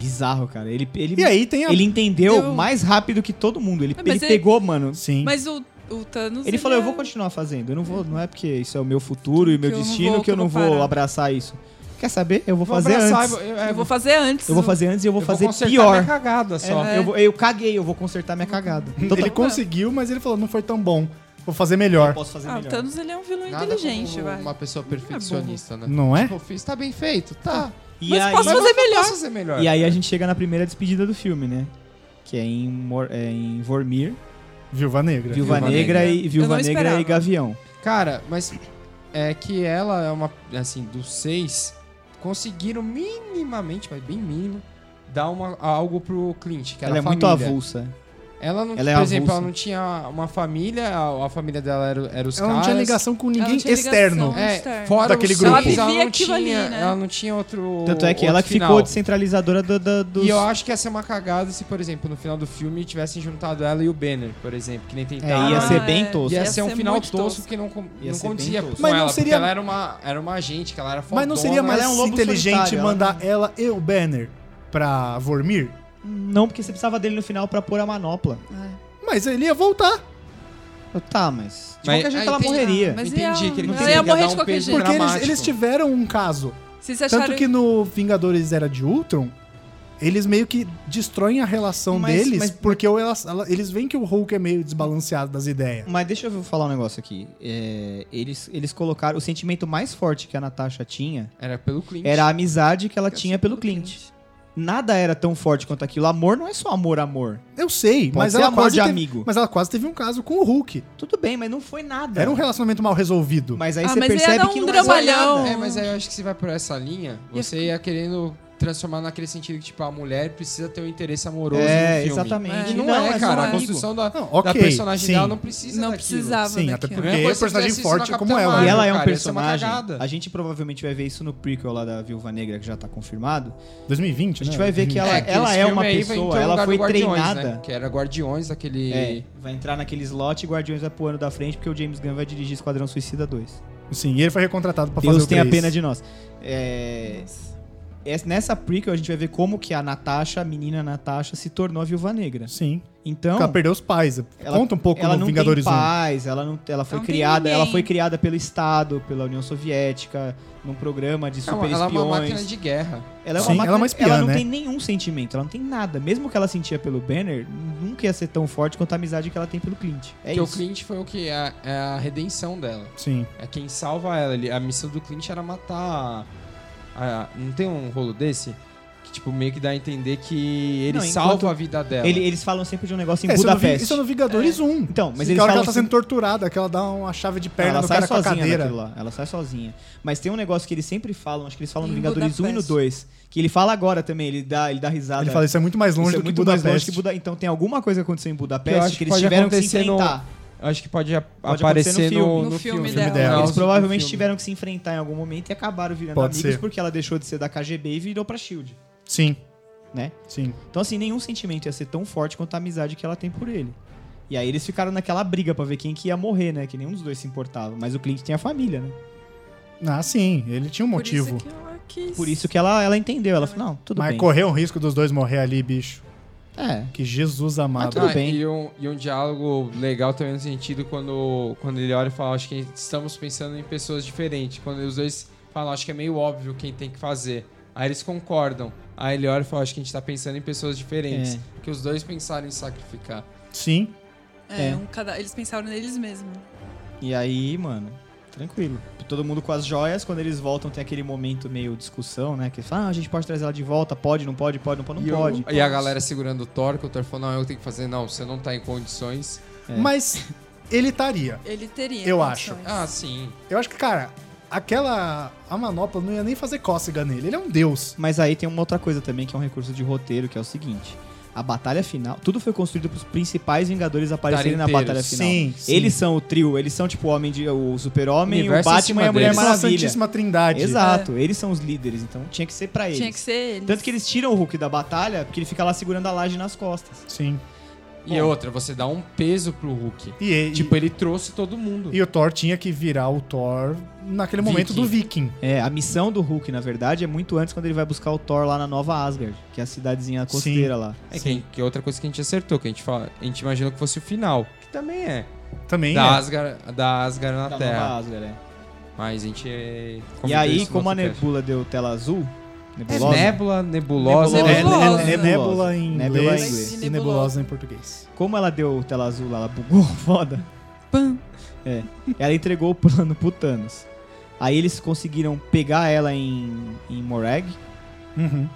[SPEAKER 5] Bizarro, cara. Ele, ele,
[SPEAKER 2] E aí tem a...
[SPEAKER 5] ele entendeu
[SPEAKER 4] Deu-
[SPEAKER 5] mais rápido que todo mundo. Ele,
[SPEAKER 4] É, mas
[SPEAKER 5] ele
[SPEAKER 4] ele-
[SPEAKER 5] pegou, mano.
[SPEAKER 2] Sim.
[SPEAKER 4] Mas o, o Thanos...
[SPEAKER 5] Ele falou, eu
[SPEAKER 4] é-
[SPEAKER 5] vou continuar fazendo. Eu não vou, não é porque isso é o meu futuro e meu
[SPEAKER 4] Que eu não
[SPEAKER 5] destino
[SPEAKER 4] vou,
[SPEAKER 5] que eu não vou,
[SPEAKER 4] parar."
[SPEAKER 5] abraçar isso. Quer saber? Eu vou
[SPEAKER 3] Vou
[SPEAKER 5] fazer
[SPEAKER 3] abraçar,
[SPEAKER 5] antes.
[SPEAKER 3] eu- eu-
[SPEAKER 4] Eu vou fazer antes.
[SPEAKER 5] Eu vou fazer antes e eu vou
[SPEAKER 3] eu
[SPEAKER 5] fazer
[SPEAKER 3] consertar
[SPEAKER 5] pior.
[SPEAKER 3] minha cagada só.
[SPEAKER 5] É, Eu, vou- eu caguei, eu vou consertar minha cagada. Então,
[SPEAKER 2] ele
[SPEAKER 5] tá-
[SPEAKER 2] conseguiu, mas ele falou, não foi tão bom. Vou fazer melhor.
[SPEAKER 5] posso fazer
[SPEAKER 4] Ah, o
[SPEAKER 5] melhor.
[SPEAKER 4] Thanos, ele é um vilão
[SPEAKER 3] Nada
[SPEAKER 4] inteligente,
[SPEAKER 3] como
[SPEAKER 4] vai.
[SPEAKER 3] uma pessoa perfeccionista, né?
[SPEAKER 2] Não é?
[SPEAKER 3] Tipo, eu fiz, tá bem feito, tá.
[SPEAKER 5] E
[SPEAKER 4] Mas
[SPEAKER 5] aí,
[SPEAKER 4] posso fazer melhor.
[SPEAKER 3] Posso fazer melhor.
[SPEAKER 5] e aí a gente chega na primeira despedida do filme, né? Que é em, Mor é em Vormir,
[SPEAKER 2] Viúva Negra.
[SPEAKER 5] Viúva,
[SPEAKER 3] Viúva
[SPEAKER 5] Negra,
[SPEAKER 4] Negra.
[SPEAKER 5] e
[SPEAKER 4] Eu
[SPEAKER 5] Viúva
[SPEAKER 4] não
[SPEAKER 5] Negra
[SPEAKER 4] esperava.
[SPEAKER 5] e Gavião.
[SPEAKER 3] Cara, mas é que ela é uma. Assim, dos seis, conseguiram minimamente, mas bem mínimo, dar uma, algo pro Clint, que era
[SPEAKER 5] Ela é
[SPEAKER 3] a
[SPEAKER 5] muito
[SPEAKER 3] família.
[SPEAKER 5] avulsa.
[SPEAKER 3] Ela não,
[SPEAKER 5] Ela é
[SPEAKER 3] por exemplo,
[SPEAKER 5] avulsa.
[SPEAKER 3] ela não tinha uma família, a, a família dela era, era os
[SPEAKER 2] Ela não
[SPEAKER 3] caras.
[SPEAKER 2] tinha ligação com
[SPEAKER 4] Ela
[SPEAKER 2] ninguém
[SPEAKER 4] não tinha
[SPEAKER 2] externo.
[SPEAKER 4] ligação.
[SPEAKER 3] É,
[SPEAKER 4] Externo.
[SPEAKER 3] fora
[SPEAKER 2] Daquele
[SPEAKER 3] os
[SPEAKER 2] grupo.
[SPEAKER 3] seis,
[SPEAKER 4] Ela
[SPEAKER 3] Ela,
[SPEAKER 4] vivia
[SPEAKER 3] não
[SPEAKER 4] aquilo
[SPEAKER 3] tinha,
[SPEAKER 4] ali, né?
[SPEAKER 3] ela não tinha outro.
[SPEAKER 5] Tanto é que
[SPEAKER 3] outro
[SPEAKER 5] ela que
[SPEAKER 3] final.
[SPEAKER 5] ficou descentralizadora da, da- dos...
[SPEAKER 3] E eu acho que ia ser uma cagada se, por exemplo, no final do filme tivessem juntado ela e o Banner, por exemplo, que nem tentaram.
[SPEAKER 5] É, ia ser
[SPEAKER 4] Ah,
[SPEAKER 5] bem
[SPEAKER 4] é.
[SPEAKER 5] tosco.
[SPEAKER 3] Ia,
[SPEAKER 4] Ia
[SPEAKER 3] ser um
[SPEAKER 4] ser
[SPEAKER 3] final
[SPEAKER 4] muito
[SPEAKER 3] tosco,
[SPEAKER 4] tosco.
[SPEAKER 3] que não, com,
[SPEAKER 5] Ia
[SPEAKER 3] não
[SPEAKER 5] ser bem
[SPEAKER 3] condizia com
[SPEAKER 5] tosco.
[SPEAKER 2] Mas não
[SPEAKER 3] ela,
[SPEAKER 2] seria-
[SPEAKER 3] porque ela era uma, era uma agente, que né? ela era fodona.
[SPEAKER 2] Mas não seria mais
[SPEAKER 5] ela é um lobo
[SPEAKER 2] inteligente
[SPEAKER 5] solitário,
[SPEAKER 2] mandar
[SPEAKER 5] ela
[SPEAKER 2] ela e o Banner pra Vormir?
[SPEAKER 5] Não, porque você precisava dele no final pra pôr a manopla.
[SPEAKER 2] Mas ele ia voltar.
[SPEAKER 5] Eu, Tá, mas. De
[SPEAKER 3] Mas-
[SPEAKER 5] qualquer jeito
[SPEAKER 3] aí
[SPEAKER 5] ela
[SPEAKER 3] tem-
[SPEAKER 5] morreria.
[SPEAKER 4] Mas
[SPEAKER 3] Entendi
[SPEAKER 4] ela-
[SPEAKER 3] que ele
[SPEAKER 4] ela
[SPEAKER 3] queria
[SPEAKER 4] ia morrer
[SPEAKER 3] dar
[SPEAKER 4] de
[SPEAKER 3] um
[SPEAKER 4] qualquer
[SPEAKER 3] peso
[SPEAKER 4] jeito.
[SPEAKER 2] Porque eles,
[SPEAKER 3] Dramático.
[SPEAKER 2] eles tiveram um caso.
[SPEAKER 4] Vocês acharam
[SPEAKER 2] Tanto que no Vingadores Era de Ultron, eles meio que destroem a relação
[SPEAKER 5] Mas-
[SPEAKER 2] deles,
[SPEAKER 5] mas-
[SPEAKER 2] porque o- elas- ela- eles veem que o Hulk é meio desbalanceado das ideias.
[SPEAKER 5] Mas deixa eu falar um negócio aqui. É, eles, eles colocaram o sentimento mais forte que a Natasha tinha
[SPEAKER 3] Era pelo Clint.
[SPEAKER 5] era a amizade que ela
[SPEAKER 4] assim
[SPEAKER 5] tinha pelo Clint. Nada era tão forte quanto aquilo. Amor não é só amor, amor.
[SPEAKER 2] Eu sei,
[SPEAKER 5] Pode
[SPEAKER 2] mas
[SPEAKER 5] ser
[SPEAKER 2] ela,
[SPEAKER 5] amor
[SPEAKER 2] quase
[SPEAKER 5] de
[SPEAKER 2] teve,
[SPEAKER 5] amigo.
[SPEAKER 2] mas ela quase teve um caso com o Hulk.
[SPEAKER 5] Tudo bem, mas não foi nada.
[SPEAKER 2] Era um relacionamento mal resolvido.
[SPEAKER 5] É. Mas aí
[SPEAKER 4] Ah,
[SPEAKER 5] você
[SPEAKER 4] mas ia
[SPEAKER 5] percebe
[SPEAKER 4] dar um
[SPEAKER 5] que não
[SPEAKER 3] Mas
[SPEAKER 5] é
[SPEAKER 3] aí-
[SPEAKER 4] trabalhão.
[SPEAKER 5] nada.
[SPEAKER 3] É, mas aí eu acho que se vai por essa linha, você ia querendo transformar naquele sentido que, tipo, a mulher precisa ter um interesse amoroso no
[SPEAKER 5] É,
[SPEAKER 3] filme.
[SPEAKER 5] exatamente.
[SPEAKER 3] E não,
[SPEAKER 5] Não,
[SPEAKER 3] é,
[SPEAKER 5] é só
[SPEAKER 3] cara.
[SPEAKER 5] um
[SPEAKER 3] A
[SPEAKER 5] amigo.
[SPEAKER 3] construção da,
[SPEAKER 2] Não, ok,
[SPEAKER 3] da personagem
[SPEAKER 2] sim.
[SPEAKER 3] dela não precisa
[SPEAKER 4] Não
[SPEAKER 3] daquilo.
[SPEAKER 4] precisava
[SPEAKER 2] Sim,
[SPEAKER 3] né,
[SPEAKER 2] até
[SPEAKER 4] daquilo.
[SPEAKER 2] porque
[SPEAKER 3] Mesma
[SPEAKER 2] é
[SPEAKER 3] coisa
[SPEAKER 2] um
[SPEAKER 3] se
[SPEAKER 2] personagem
[SPEAKER 3] fizesse isso na
[SPEAKER 2] forte
[SPEAKER 3] Capitã
[SPEAKER 2] como ela.
[SPEAKER 5] E
[SPEAKER 3] Marvel.
[SPEAKER 5] ela é um
[SPEAKER 3] cara, isso é uma
[SPEAKER 5] personagem.
[SPEAKER 3] cagada.
[SPEAKER 5] a gente provavelmente vai ver isso no prequel lá da Viúva Negra, que já tá confirmado.
[SPEAKER 2] 2020,
[SPEAKER 5] A gente
[SPEAKER 2] né?
[SPEAKER 5] vai ver que ela é,
[SPEAKER 3] que esse
[SPEAKER 5] uma
[SPEAKER 3] filme aí vai
[SPEAKER 5] pessoa,
[SPEAKER 3] entrar no
[SPEAKER 5] ela
[SPEAKER 3] lugar
[SPEAKER 5] foi
[SPEAKER 3] do Guardiões,
[SPEAKER 5] treinada.
[SPEAKER 3] né? Que era Guardiões, aquele...
[SPEAKER 5] É, vai entrar naquele slot e Guardiões vai pro ano da frente, porque o James Gunn vai dirigir Esquadrão Suicida 2.
[SPEAKER 2] Sim, e ele foi recontratado pra fazer
[SPEAKER 5] Deus
[SPEAKER 2] o
[SPEAKER 5] tem a
[SPEAKER 2] três.
[SPEAKER 5] pena de nós. É, es- nessa prequel a gente vai ver como que a Natasha, a menina Natasha, se tornou a Viúva Negra.
[SPEAKER 2] Sim,
[SPEAKER 5] Então,
[SPEAKER 2] porque ela perdeu os pais.
[SPEAKER 5] ela-
[SPEAKER 2] Conta um pouco
[SPEAKER 5] ela
[SPEAKER 2] no
[SPEAKER 5] não
[SPEAKER 2] Vingadores
[SPEAKER 5] tem
[SPEAKER 2] 1.
[SPEAKER 5] paz, ela não, ela foi
[SPEAKER 4] Não tem
[SPEAKER 5] criada, ela
[SPEAKER 4] ninguém.
[SPEAKER 5] foi criada pelo Estado, pela União Soviética, num programa de
[SPEAKER 3] É uma-
[SPEAKER 5] super
[SPEAKER 3] ela é uma
[SPEAKER 5] espiões.
[SPEAKER 3] máquina de guerra.
[SPEAKER 5] Ela
[SPEAKER 2] Sim, ela é uma espiã,
[SPEAKER 5] não
[SPEAKER 2] né?
[SPEAKER 5] tem nenhum sentimento, ela não tem nada. Mesmo que ela sentia pelo Banner, nunca ia ser tão forte quanto a amizade que ela tem pelo Clint. É
[SPEAKER 3] Porque o
[SPEAKER 5] isso.
[SPEAKER 3] Clint foi o que? É, é a redenção dela.
[SPEAKER 2] Sim.
[SPEAKER 3] É quem salva ela. Ele- a missão do Clint era matar. a- a- não tem um rolo desse? Que tipo, meio que dá a entender que ele
[SPEAKER 5] Não, enquanto-
[SPEAKER 3] salva a vida dela.
[SPEAKER 5] Ele- eles falam sempre de um negócio em
[SPEAKER 2] É, isso, é no, Vi-
[SPEAKER 5] Budapeste.
[SPEAKER 2] isso é no Vingadores 1.
[SPEAKER 5] Então, mas
[SPEAKER 2] Sim,
[SPEAKER 5] eles
[SPEAKER 2] que a hora que
[SPEAKER 5] falam
[SPEAKER 2] ela tá
[SPEAKER 5] assim-
[SPEAKER 2] sendo torturada, que ela dá uma chave de perna
[SPEAKER 5] ela
[SPEAKER 2] no
[SPEAKER 5] sai
[SPEAKER 2] cara com a
[SPEAKER 5] sozinha
[SPEAKER 2] cadeira.
[SPEAKER 5] naquilo lá. Ela sai sozinha. Mas tem um negócio que eles sempre falam, acho que eles falam no
[SPEAKER 4] Em
[SPEAKER 5] Vingadores 1 e no
[SPEAKER 4] Budapeste.
[SPEAKER 5] 2. Que ele fala agora também, ele dá, ele dá risada.
[SPEAKER 2] Ele fala, isso é muito mais longe
[SPEAKER 5] Isso é
[SPEAKER 2] do que
[SPEAKER 5] muito mais longe
[SPEAKER 2] Budapeste.
[SPEAKER 5] que Buda- Então tem alguma coisa que aconteceu em
[SPEAKER 3] Que eu
[SPEAKER 5] Budapeste
[SPEAKER 3] acho
[SPEAKER 5] que,
[SPEAKER 3] que
[SPEAKER 5] eles
[SPEAKER 3] pode
[SPEAKER 5] tiveram que se
[SPEAKER 3] acontecer no-
[SPEAKER 5] enfrentar.
[SPEAKER 3] Eu acho que pode, a-
[SPEAKER 5] Pode
[SPEAKER 3] aparecer
[SPEAKER 5] acontecer no
[SPEAKER 3] no,
[SPEAKER 5] filme.
[SPEAKER 4] No
[SPEAKER 2] dela.
[SPEAKER 4] filme
[SPEAKER 3] No
[SPEAKER 5] Eles
[SPEAKER 3] filme.
[SPEAKER 5] provavelmente
[SPEAKER 3] No filme.
[SPEAKER 5] tiveram que se enfrentar em algum momento e acabaram virando
[SPEAKER 2] Pode
[SPEAKER 5] amigos
[SPEAKER 2] ser.
[SPEAKER 5] porque ela deixou de ser da KGB e virou pra Shield,
[SPEAKER 2] Sim,
[SPEAKER 5] né?
[SPEAKER 2] sim.
[SPEAKER 5] Então assim, nenhum sentimento ia ser tão forte quanto a amizade que ela tem por ele. E aí eles ficaram naquela briga pra ver quem que ia morrer, né? Que nenhum dos dois se importava, mas o Clint tem a família, né?
[SPEAKER 2] Ah, sim, ele tinha um motivo.
[SPEAKER 4] Por isso que ela quis.
[SPEAKER 5] Por isso que ela, ela entendeu, ela falou: "Não, tudo
[SPEAKER 2] Mas
[SPEAKER 5] bem".
[SPEAKER 2] correu um risco dos dois morrer ali, bicho.
[SPEAKER 5] É.
[SPEAKER 2] Que Jesus amado.
[SPEAKER 5] Tá tudo
[SPEAKER 3] Ah,
[SPEAKER 5] bem.
[SPEAKER 3] E um, e um diálogo legal também no sentido quando, quando ele olha e fala, acho que estamos pensando em pessoas diferentes. Quando os dois falam, acho que é meio óbvio quem tem que fazer. Aí eles concordam. Aí ele olha e fala, acho que a gente tá pensando em pessoas diferentes. Que os dois pensaram em sacrificar.
[SPEAKER 2] Sim.
[SPEAKER 4] É,
[SPEAKER 5] É.
[SPEAKER 4] um cada- Eles pensaram neles mesmos.
[SPEAKER 5] E aí, mano, tranquilo. Todo mundo com as joias, quando eles voltam tem aquele momento meio discussão, né? Que eles falam, ah, a gente pode trazer ela de volta, pode, não pode, pode, não pode, não
[SPEAKER 3] e o-
[SPEAKER 5] pode.
[SPEAKER 3] e a galera segurando o Thor, que o Thor falou, não, eu tenho que fazer. Não, você não tá em condições.
[SPEAKER 5] É.
[SPEAKER 2] Mas ele estaria.
[SPEAKER 4] Ele teria.
[SPEAKER 2] Eu
[SPEAKER 4] condições.
[SPEAKER 3] Ah, sim.
[SPEAKER 2] Eu acho que, cara, aquela. A manopla não ia nem fazer cócega nele. Ele é um deus.
[SPEAKER 5] Mas aí tem uma outra coisa também que é um recurso de roteiro, que é o seguinte. A batalha final, tudo foi construído pros principais Vingadores aparecerem na
[SPEAKER 3] Tarinteiros.
[SPEAKER 5] batalha é final.
[SPEAKER 2] Sim, sim.
[SPEAKER 5] Eles são o trio, eles são tipo o homem de, o Super-Homem, o
[SPEAKER 3] Universo em
[SPEAKER 5] Batman
[SPEAKER 3] cima
[SPEAKER 5] e a Mulher
[SPEAKER 2] Eles
[SPEAKER 3] deles.
[SPEAKER 2] são a
[SPEAKER 5] é Maravilha.
[SPEAKER 2] é Santíssima Trindade.
[SPEAKER 5] Exato, eles são os líderes, então tinha que ser pra eles.
[SPEAKER 4] Tinha que ser ele.
[SPEAKER 5] Tanto que eles tiram o Hulk da batalha porque ele fica lá segurando a laje nas costas.
[SPEAKER 2] Sim.
[SPEAKER 3] E outra, você dá um peso pro Hulk.
[SPEAKER 2] E, e-
[SPEAKER 3] Tipo, ele trouxe todo mundo.
[SPEAKER 2] e o Thor tinha que virar o Thor naquele momento
[SPEAKER 3] Viking.
[SPEAKER 2] do Viking.
[SPEAKER 5] É, a missão do Hulk, na verdade, é muito antes quando ele vai buscar o Thor lá na Nova Asgard, que é a cidadezinha costeira lá.
[SPEAKER 3] É que, que é outra coisa que a gente acertou, que a gente, fala, a gente imaginou que fosse o final. Que também é.
[SPEAKER 2] Também.
[SPEAKER 3] da,
[SPEAKER 2] é.
[SPEAKER 3] Asgard, da Asgard na
[SPEAKER 5] Da Nova
[SPEAKER 3] Terra.
[SPEAKER 5] Asgard, é.
[SPEAKER 3] Mas a gente. é,
[SPEAKER 5] E
[SPEAKER 3] comentou
[SPEAKER 5] aí,
[SPEAKER 3] isso no
[SPEAKER 5] como a
[SPEAKER 3] outro cast.
[SPEAKER 5] nebula deu tela azul,
[SPEAKER 3] É
[SPEAKER 5] nebulosa,
[SPEAKER 3] nébula, nebulosa.
[SPEAKER 5] Nebulosa.
[SPEAKER 2] É,
[SPEAKER 4] Nebulosa.
[SPEAKER 2] é- é nébula em
[SPEAKER 5] Nebula
[SPEAKER 2] inglês
[SPEAKER 5] em inglês.
[SPEAKER 2] e nebulosa em português.
[SPEAKER 5] como ela deu tela azul lá, ela bugou foda, É,
[SPEAKER 4] Pam.
[SPEAKER 5] ela entregou o plano pro Thanos. Aí eles conseguiram pegar ela em, em Morag
[SPEAKER 2] Uhum.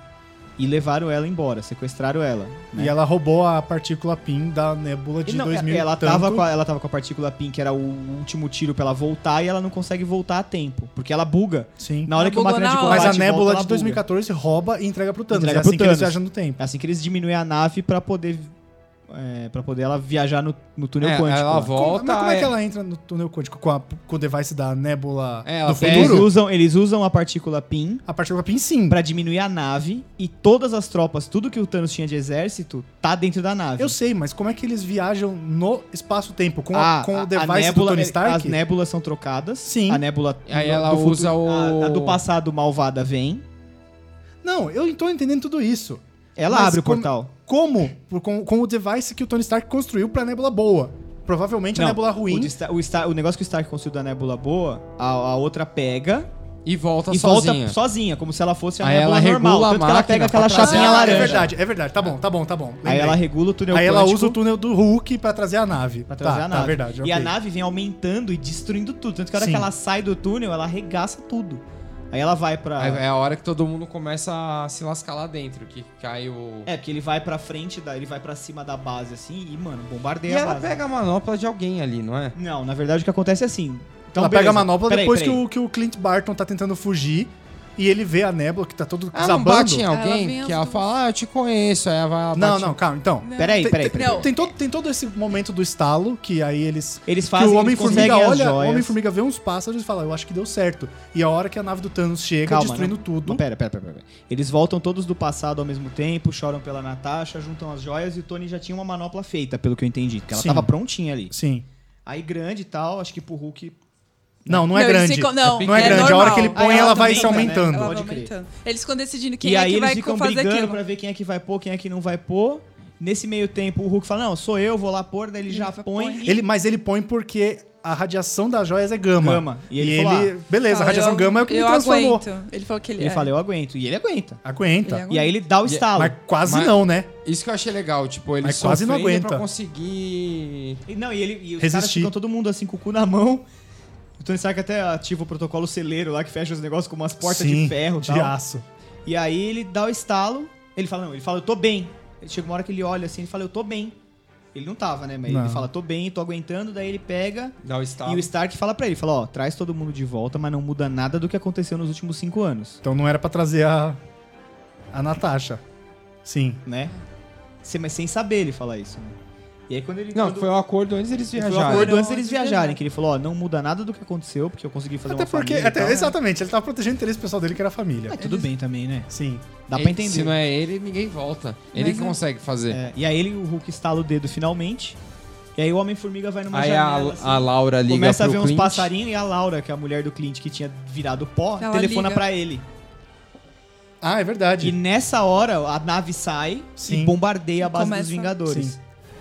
[SPEAKER 5] e levaram ela embora, sequestraram ela. né?
[SPEAKER 2] E ela roubou a partícula PIN da nébula
[SPEAKER 5] E
[SPEAKER 2] de
[SPEAKER 5] não, é,
[SPEAKER 2] 2000
[SPEAKER 5] ela,
[SPEAKER 2] e tanto.
[SPEAKER 5] tava com a, ela tava com a partícula PIN, que era o último tiro pra ela voltar, e ela não consegue voltar a tempo, porque ela buga.
[SPEAKER 2] Sim.
[SPEAKER 5] Na hora
[SPEAKER 4] Ela
[SPEAKER 5] que o
[SPEAKER 4] bugou
[SPEAKER 5] máquina de
[SPEAKER 4] na hora.
[SPEAKER 5] combate
[SPEAKER 2] Mas a
[SPEAKER 5] volta,
[SPEAKER 2] nébula
[SPEAKER 5] ela
[SPEAKER 2] de
[SPEAKER 5] buga.
[SPEAKER 2] 2014 rouba e entrega pro Thanos. é
[SPEAKER 5] Entrega
[SPEAKER 2] assim
[SPEAKER 5] pro
[SPEAKER 2] que eles
[SPEAKER 5] Thanos.
[SPEAKER 2] viajam no tempo.
[SPEAKER 5] É assim que eles diminuem a nave pra poder é, para poder ela viajar no, no túnel
[SPEAKER 3] É,
[SPEAKER 5] quântico.
[SPEAKER 3] ela
[SPEAKER 5] lá.
[SPEAKER 3] volta.
[SPEAKER 2] Mas como é
[SPEAKER 3] é-
[SPEAKER 2] que ela entra no túnel quântico com, a- com o device da nébula
[SPEAKER 3] É, ela
[SPEAKER 2] do
[SPEAKER 3] pega-
[SPEAKER 5] Eles
[SPEAKER 2] futuro?
[SPEAKER 5] usam, eles usam a partícula PIN
[SPEAKER 2] A partícula PIN sim.
[SPEAKER 5] pra diminuir a nave e todas as tropas, tudo que o Thanos tinha de exército, tá dentro da nave.
[SPEAKER 2] Eu sei, mas como é que eles viajam no espaço-tempo? Com, a-
[SPEAKER 5] Ah,
[SPEAKER 2] com
[SPEAKER 5] a-
[SPEAKER 2] o device
[SPEAKER 5] a
[SPEAKER 2] do
[SPEAKER 5] nébula,
[SPEAKER 2] Tony
[SPEAKER 5] As
[SPEAKER 2] Stark?
[SPEAKER 5] nébulas são trocadas.
[SPEAKER 2] Sim.
[SPEAKER 5] A nébula
[SPEAKER 3] Aí
[SPEAKER 5] no-
[SPEAKER 3] ela
[SPEAKER 5] do futuro-
[SPEAKER 3] usa o-
[SPEAKER 5] a, a do passado malvada vem.
[SPEAKER 2] Não, eu tô entendendo tudo isso.
[SPEAKER 5] Ela
[SPEAKER 2] Mas
[SPEAKER 5] abre
[SPEAKER 2] como-
[SPEAKER 5] o portal.
[SPEAKER 2] Como? Por- Com, com o device que o Tony Stark construiu pra nébula boa. Provavelmente a
[SPEAKER 5] Não,
[SPEAKER 2] nébula
[SPEAKER 5] O,
[SPEAKER 2] ruim. Ah,
[SPEAKER 5] de Star- o Star- o negócio que o Stark construiu da nébula boa, a, a outra pega
[SPEAKER 3] E volta
[SPEAKER 5] e
[SPEAKER 3] sozinha.
[SPEAKER 5] volta sozinha, como se ela fosse a
[SPEAKER 3] Aí ela
[SPEAKER 5] névoa normal.
[SPEAKER 3] regula a
[SPEAKER 5] Tanto que ela
[SPEAKER 3] máquina "Tá,
[SPEAKER 5] pega aquela
[SPEAKER 3] pra trazer
[SPEAKER 5] chapinha
[SPEAKER 3] a-
[SPEAKER 2] Ah,
[SPEAKER 5] laranja.
[SPEAKER 2] É verdade, é verdade. Tá bom, tá bom, tá bom.
[SPEAKER 3] é
[SPEAKER 5] Aí
[SPEAKER 2] Lembrei.
[SPEAKER 5] ela regula o túnel
[SPEAKER 2] Aí ela
[SPEAKER 5] quântico
[SPEAKER 2] usa o túnel do Hulk pra trazer a nave.
[SPEAKER 5] pra trazer
[SPEAKER 2] tá,
[SPEAKER 5] a nave.
[SPEAKER 2] Tá, verdade.
[SPEAKER 5] e
[SPEAKER 2] ok.
[SPEAKER 5] a nave vem aumentando e destruindo tudo. Tanto que a hora
[SPEAKER 2] Sim.
[SPEAKER 5] que ela sai do túnel, ela arregaça tudo. Aí ela vai pra...
[SPEAKER 3] Aí É a hora que todo mundo começa a se lascar lá dentro, que cai o.
[SPEAKER 5] É, porque ele vai pra frente, da, ele vai pra cima da base assim e, mano,
[SPEAKER 3] E
[SPEAKER 5] bombardeia a
[SPEAKER 3] ela
[SPEAKER 5] base.
[SPEAKER 3] pega a manopla de alguém ali, não é?
[SPEAKER 5] Não, na verdade o que acontece é assim. Então,
[SPEAKER 2] ela
[SPEAKER 5] beleza.
[SPEAKER 2] pega a manopla
[SPEAKER 5] Peraí,
[SPEAKER 2] depois
[SPEAKER 5] peraí.
[SPEAKER 2] Que, o, que o Clint Barton tá tentando fugir e ele vê a nébula que tá todo
[SPEAKER 5] Ah,
[SPEAKER 3] Ela não
[SPEAKER 2] desabando.
[SPEAKER 3] bate em
[SPEAKER 4] Ela
[SPEAKER 3] alguém
[SPEAKER 4] vem
[SPEAKER 3] que
[SPEAKER 4] as
[SPEAKER 3] ela
[SPEAKER 4] duas.
[SPEAKER 3] fala, ah, eu te conheço. Aí ela vai ela
[SPEAKER 2] Não,
[SPEAKER 3] bate-
[SPEAKER 2] não, calma, então.
[SPEAKER 5] Peraí,
[SPEAKER 2] Tem-
[SPEAKER 5] peraí,
[SPEAKER 2] tem-
[SPEAKER 5] peraí.
[SPEAKER 4] Não.
[SPEAKER 2] Tem todo, tem todo esse momento do estalo, que aí eles.
[SPEAKER 5] Eles
[SPEAKER 2] Que
[SPEAKER 5] fazem
[SPEAKER 2] o
[SPEAKER 5] eles conseguem
[SPEAKER 2] Homem-Formiga
[SPEAKER 5] as
[SPEAKER 2] olha, o
[SPEAKER 5] joias.
[SPEAKER 2] Homem-Formiga vê uns pássaros e fala, eu acho que deu certo. E a hora que a nave do Thanos chega,
[SPEAKER 5] Calma,
[SPEAKER 2] destruindo
[SPEAKER 5] não.
[SPEAKER 2] tudo.
[SPEAKER 5] Não, pera, pera, pera, pera. Eles voltam todos do passado ao mesmo tempo, choram pela Natasha, juntam as joias e o Tony já tinha uma manopla feita, pelo que eu entendi. Porque ela
[SPEAKER 2] Sim.
[SPEAKER 5] tava prontinha ali.
[SPEAKER 2] Sim.
[SPEAKER 5] Aí grande e tal, acho que pro Hulk.
[SPEAKER 2] Não, não é
[SPEAKER 4] eles
[SPEAKER 2] grande.
[SPEAKER 4] ficam- não,
[SPEAKER 2] não é,
[SPEAKER 4] é
[SPEAKER 2] grande. A hora
[SPEAKER 4] normal.
[SPEAKER 2] que ele põe,
[SPEAKER 5] Aí
[SPEAKER 2] ela,
[SPEAKER 5] ela
[SPEAKER 2] vai se
[SPEAKER 5] também, né?
[SPEAKER 2] aumentando.
[SPEAKER 4] Ela vai
[SPEAKER 5] Pode crer.
[SPEAKER 4] aumentando. Eles ficam decidindo quem
[SPEAKER 5] e
[SPEAKER 4] é
[SPEAKER 5] aí
[SPEAKER 4] que
[SPEAKER 5] eles
[SPEAKER 4] vai
[SPEAKER 5] ficam
[SPEAKER 4] fazer
[SPEAKER 5] brigando
[SPEAKER 4] aquilo.
[SPEAKER 5] pra ver quem é que vai pôr, quem é que não vai pôr. Nesse meio tempo, o Hulk fala: Não, sou eu, vou lá pôr. Daí ele,
[SPEAKER 4] Ele
[SPEAKER 5] já
[SPEAKER 4] vai
[SPEAKER 5] põe.
[SPEAKER 4] pôr.
[SPEAKER 5] e-
[SPEAKER 2] Ele, mas ele põe porque a radiação das joias é gama.
[SPEAKER 5] Gama.
[SPEAKER 2] E
[SPEAKER 5] E
[SPEAKER 2] ele.
[SPEAKER 5] ele falou, "Ah,
[SPEAKER 2] beleza, a
[SPEAKER 4] Fala,
[SPEAKER 2] radiação
[SPEAKER 4] eu-
[SPEAKER 2] gama é o que ele
[SPEAKER 4] eu
[SPEAKER 2] transformou.
[SPEAKER 4] aguento. Ele falou que ele,
[SPEAKER 5] ele
[SPEAKER 4] é.
[SPEAKER 5] fala: Eu aguento. E ele aguenta.
[SPEAKER 2] Aguenta.
[SPEAKER 4] Ele aguenta.
[SPEAKER 5] E aí ele é dá o
[SPEAKER 3] E-
[SPEAKER 5] estalo.
[SPEAKER 2] Mas quase
[SPEAKER 3] Mas-
[SPEAKER 2] não, né?
[SPEAKER 3] Isso que eu achei legal, tipo, ele
[SPEAKER 2] Mas quase não
[SPEAKER 3] sofrendo
[SPEAKER 2] aguenta.
[SPEAKER 3] pra conseguir.
[SPEAKER 5] E, não, e ele e os caras
[SPEAKER 2] Resistir.
[SPEAKER 5] ficam todo mundo assim com o cu na mão. O Tony Stark até ativa o protocolo celeiro lá que fecha os negócios com umas portas
[SPEAKER 2] Sim,
[SPEAKER 5] de ferro e
[SPEAKER 2] De
[SPEAKER 5] tal.
[SPEAKER 2] aço.
[SPEAKER 5] E aí ele dá o estalo, ele fala, não, ele fala, eu tô bem. Ele chega uma hora que ele olha assim, ele fala, eu tô bem. Ele não tava, né? Mas
[SPEAKER 2] Não.
[SPEAKER 5] ele fala, tô bem, tô aguentando, daí ele pega.
[SPEAKER 3] Dá o estalo.
[SPEAKER 5] E o Stark fala pra ele, fala, ó, traz todo mundo de volta, mas não muda nada do que aconteceu nos últimos cinco anos,
[SPEAKER 2] Então não era pra trazer a. A Natasha. Sim.
[SPEAKER 5] né? Se- mas sem saber ele fala isso, né? E aí quando ele.
[SPEAKER 3] Não,
[SPEAKER 5] quando-
[SPEAKER 3] foi um acordo antes deles
[SPEAKER 5] foi um
[SPEAKER 3] viajarem.
[SPEAKER 5] acordo antes
[SPEAKER 4] Não,
[SPEAKER 5] deles
[SPEAKER 4] antes de
[SPEAKER 5] viajarem,
[SPEAKER 4] viajar.
[SPEAKER 5] que ele falou, ó, não muda nada do que aconteceu, porque eu consegui fazer
[SPEAKER 2] Até
[SPEAKER 5] uma
[SPEAKER 2] porque.
[SPEAKER 5] família e
[SPEAKER 2] até-
[SPEAKER 5] tal. né?
[SPEAKER 2] exatamente, ele tava protegendo o interesse pessoal dele, que era a família.
[SPEAKER 5] É, tudo bem também, né?
[SPEAKER 2] Sim.
[SPEAKER 5] Dá
[SPEAKER 3] Ele-
[SPEAKER 5] pra entender.
[SPEAKER 3] Se não é ele, ninguém volta. Ele
[SPEAKER 4] Mas
[SPEAKER 3] que
[SPEAKER 4] é-
[SPEAKER 3] consegue fazer.
[SPEAKER 5] É, e aí ele, o Hulk estala o dedo finalmente. E aí o Homem-Formiga vai numa
[SPEAKER 3] Aí a,
[SPEAKER 5] janela. assim,
[SPEAKER 3] a Laura liga
[SPEAKER 5] começa a
[SPEAKER 3] pro
[SPEAKER 5] ver uns
[SPEAKER 3] Clint.
[SPEAKER 5] passarinhos e a Laura, que é a mulher do Clint que tinha virado pó,
[SPEAKER 4] Ela
[SPEAKER 5] telefona
[SPEAKER 4] liga.
[SPEAKER 5] pra ele.
[SPEAKER 2] Ah, é verdade.
[SPEAKER 5] E nessa hora a nave sai
[SPEAKER 2] Sim.
[SPEAKER 5] e bombardeia a base dos
[SPEAKER 4] Começa-
[SPEAKER 5] Vingadores.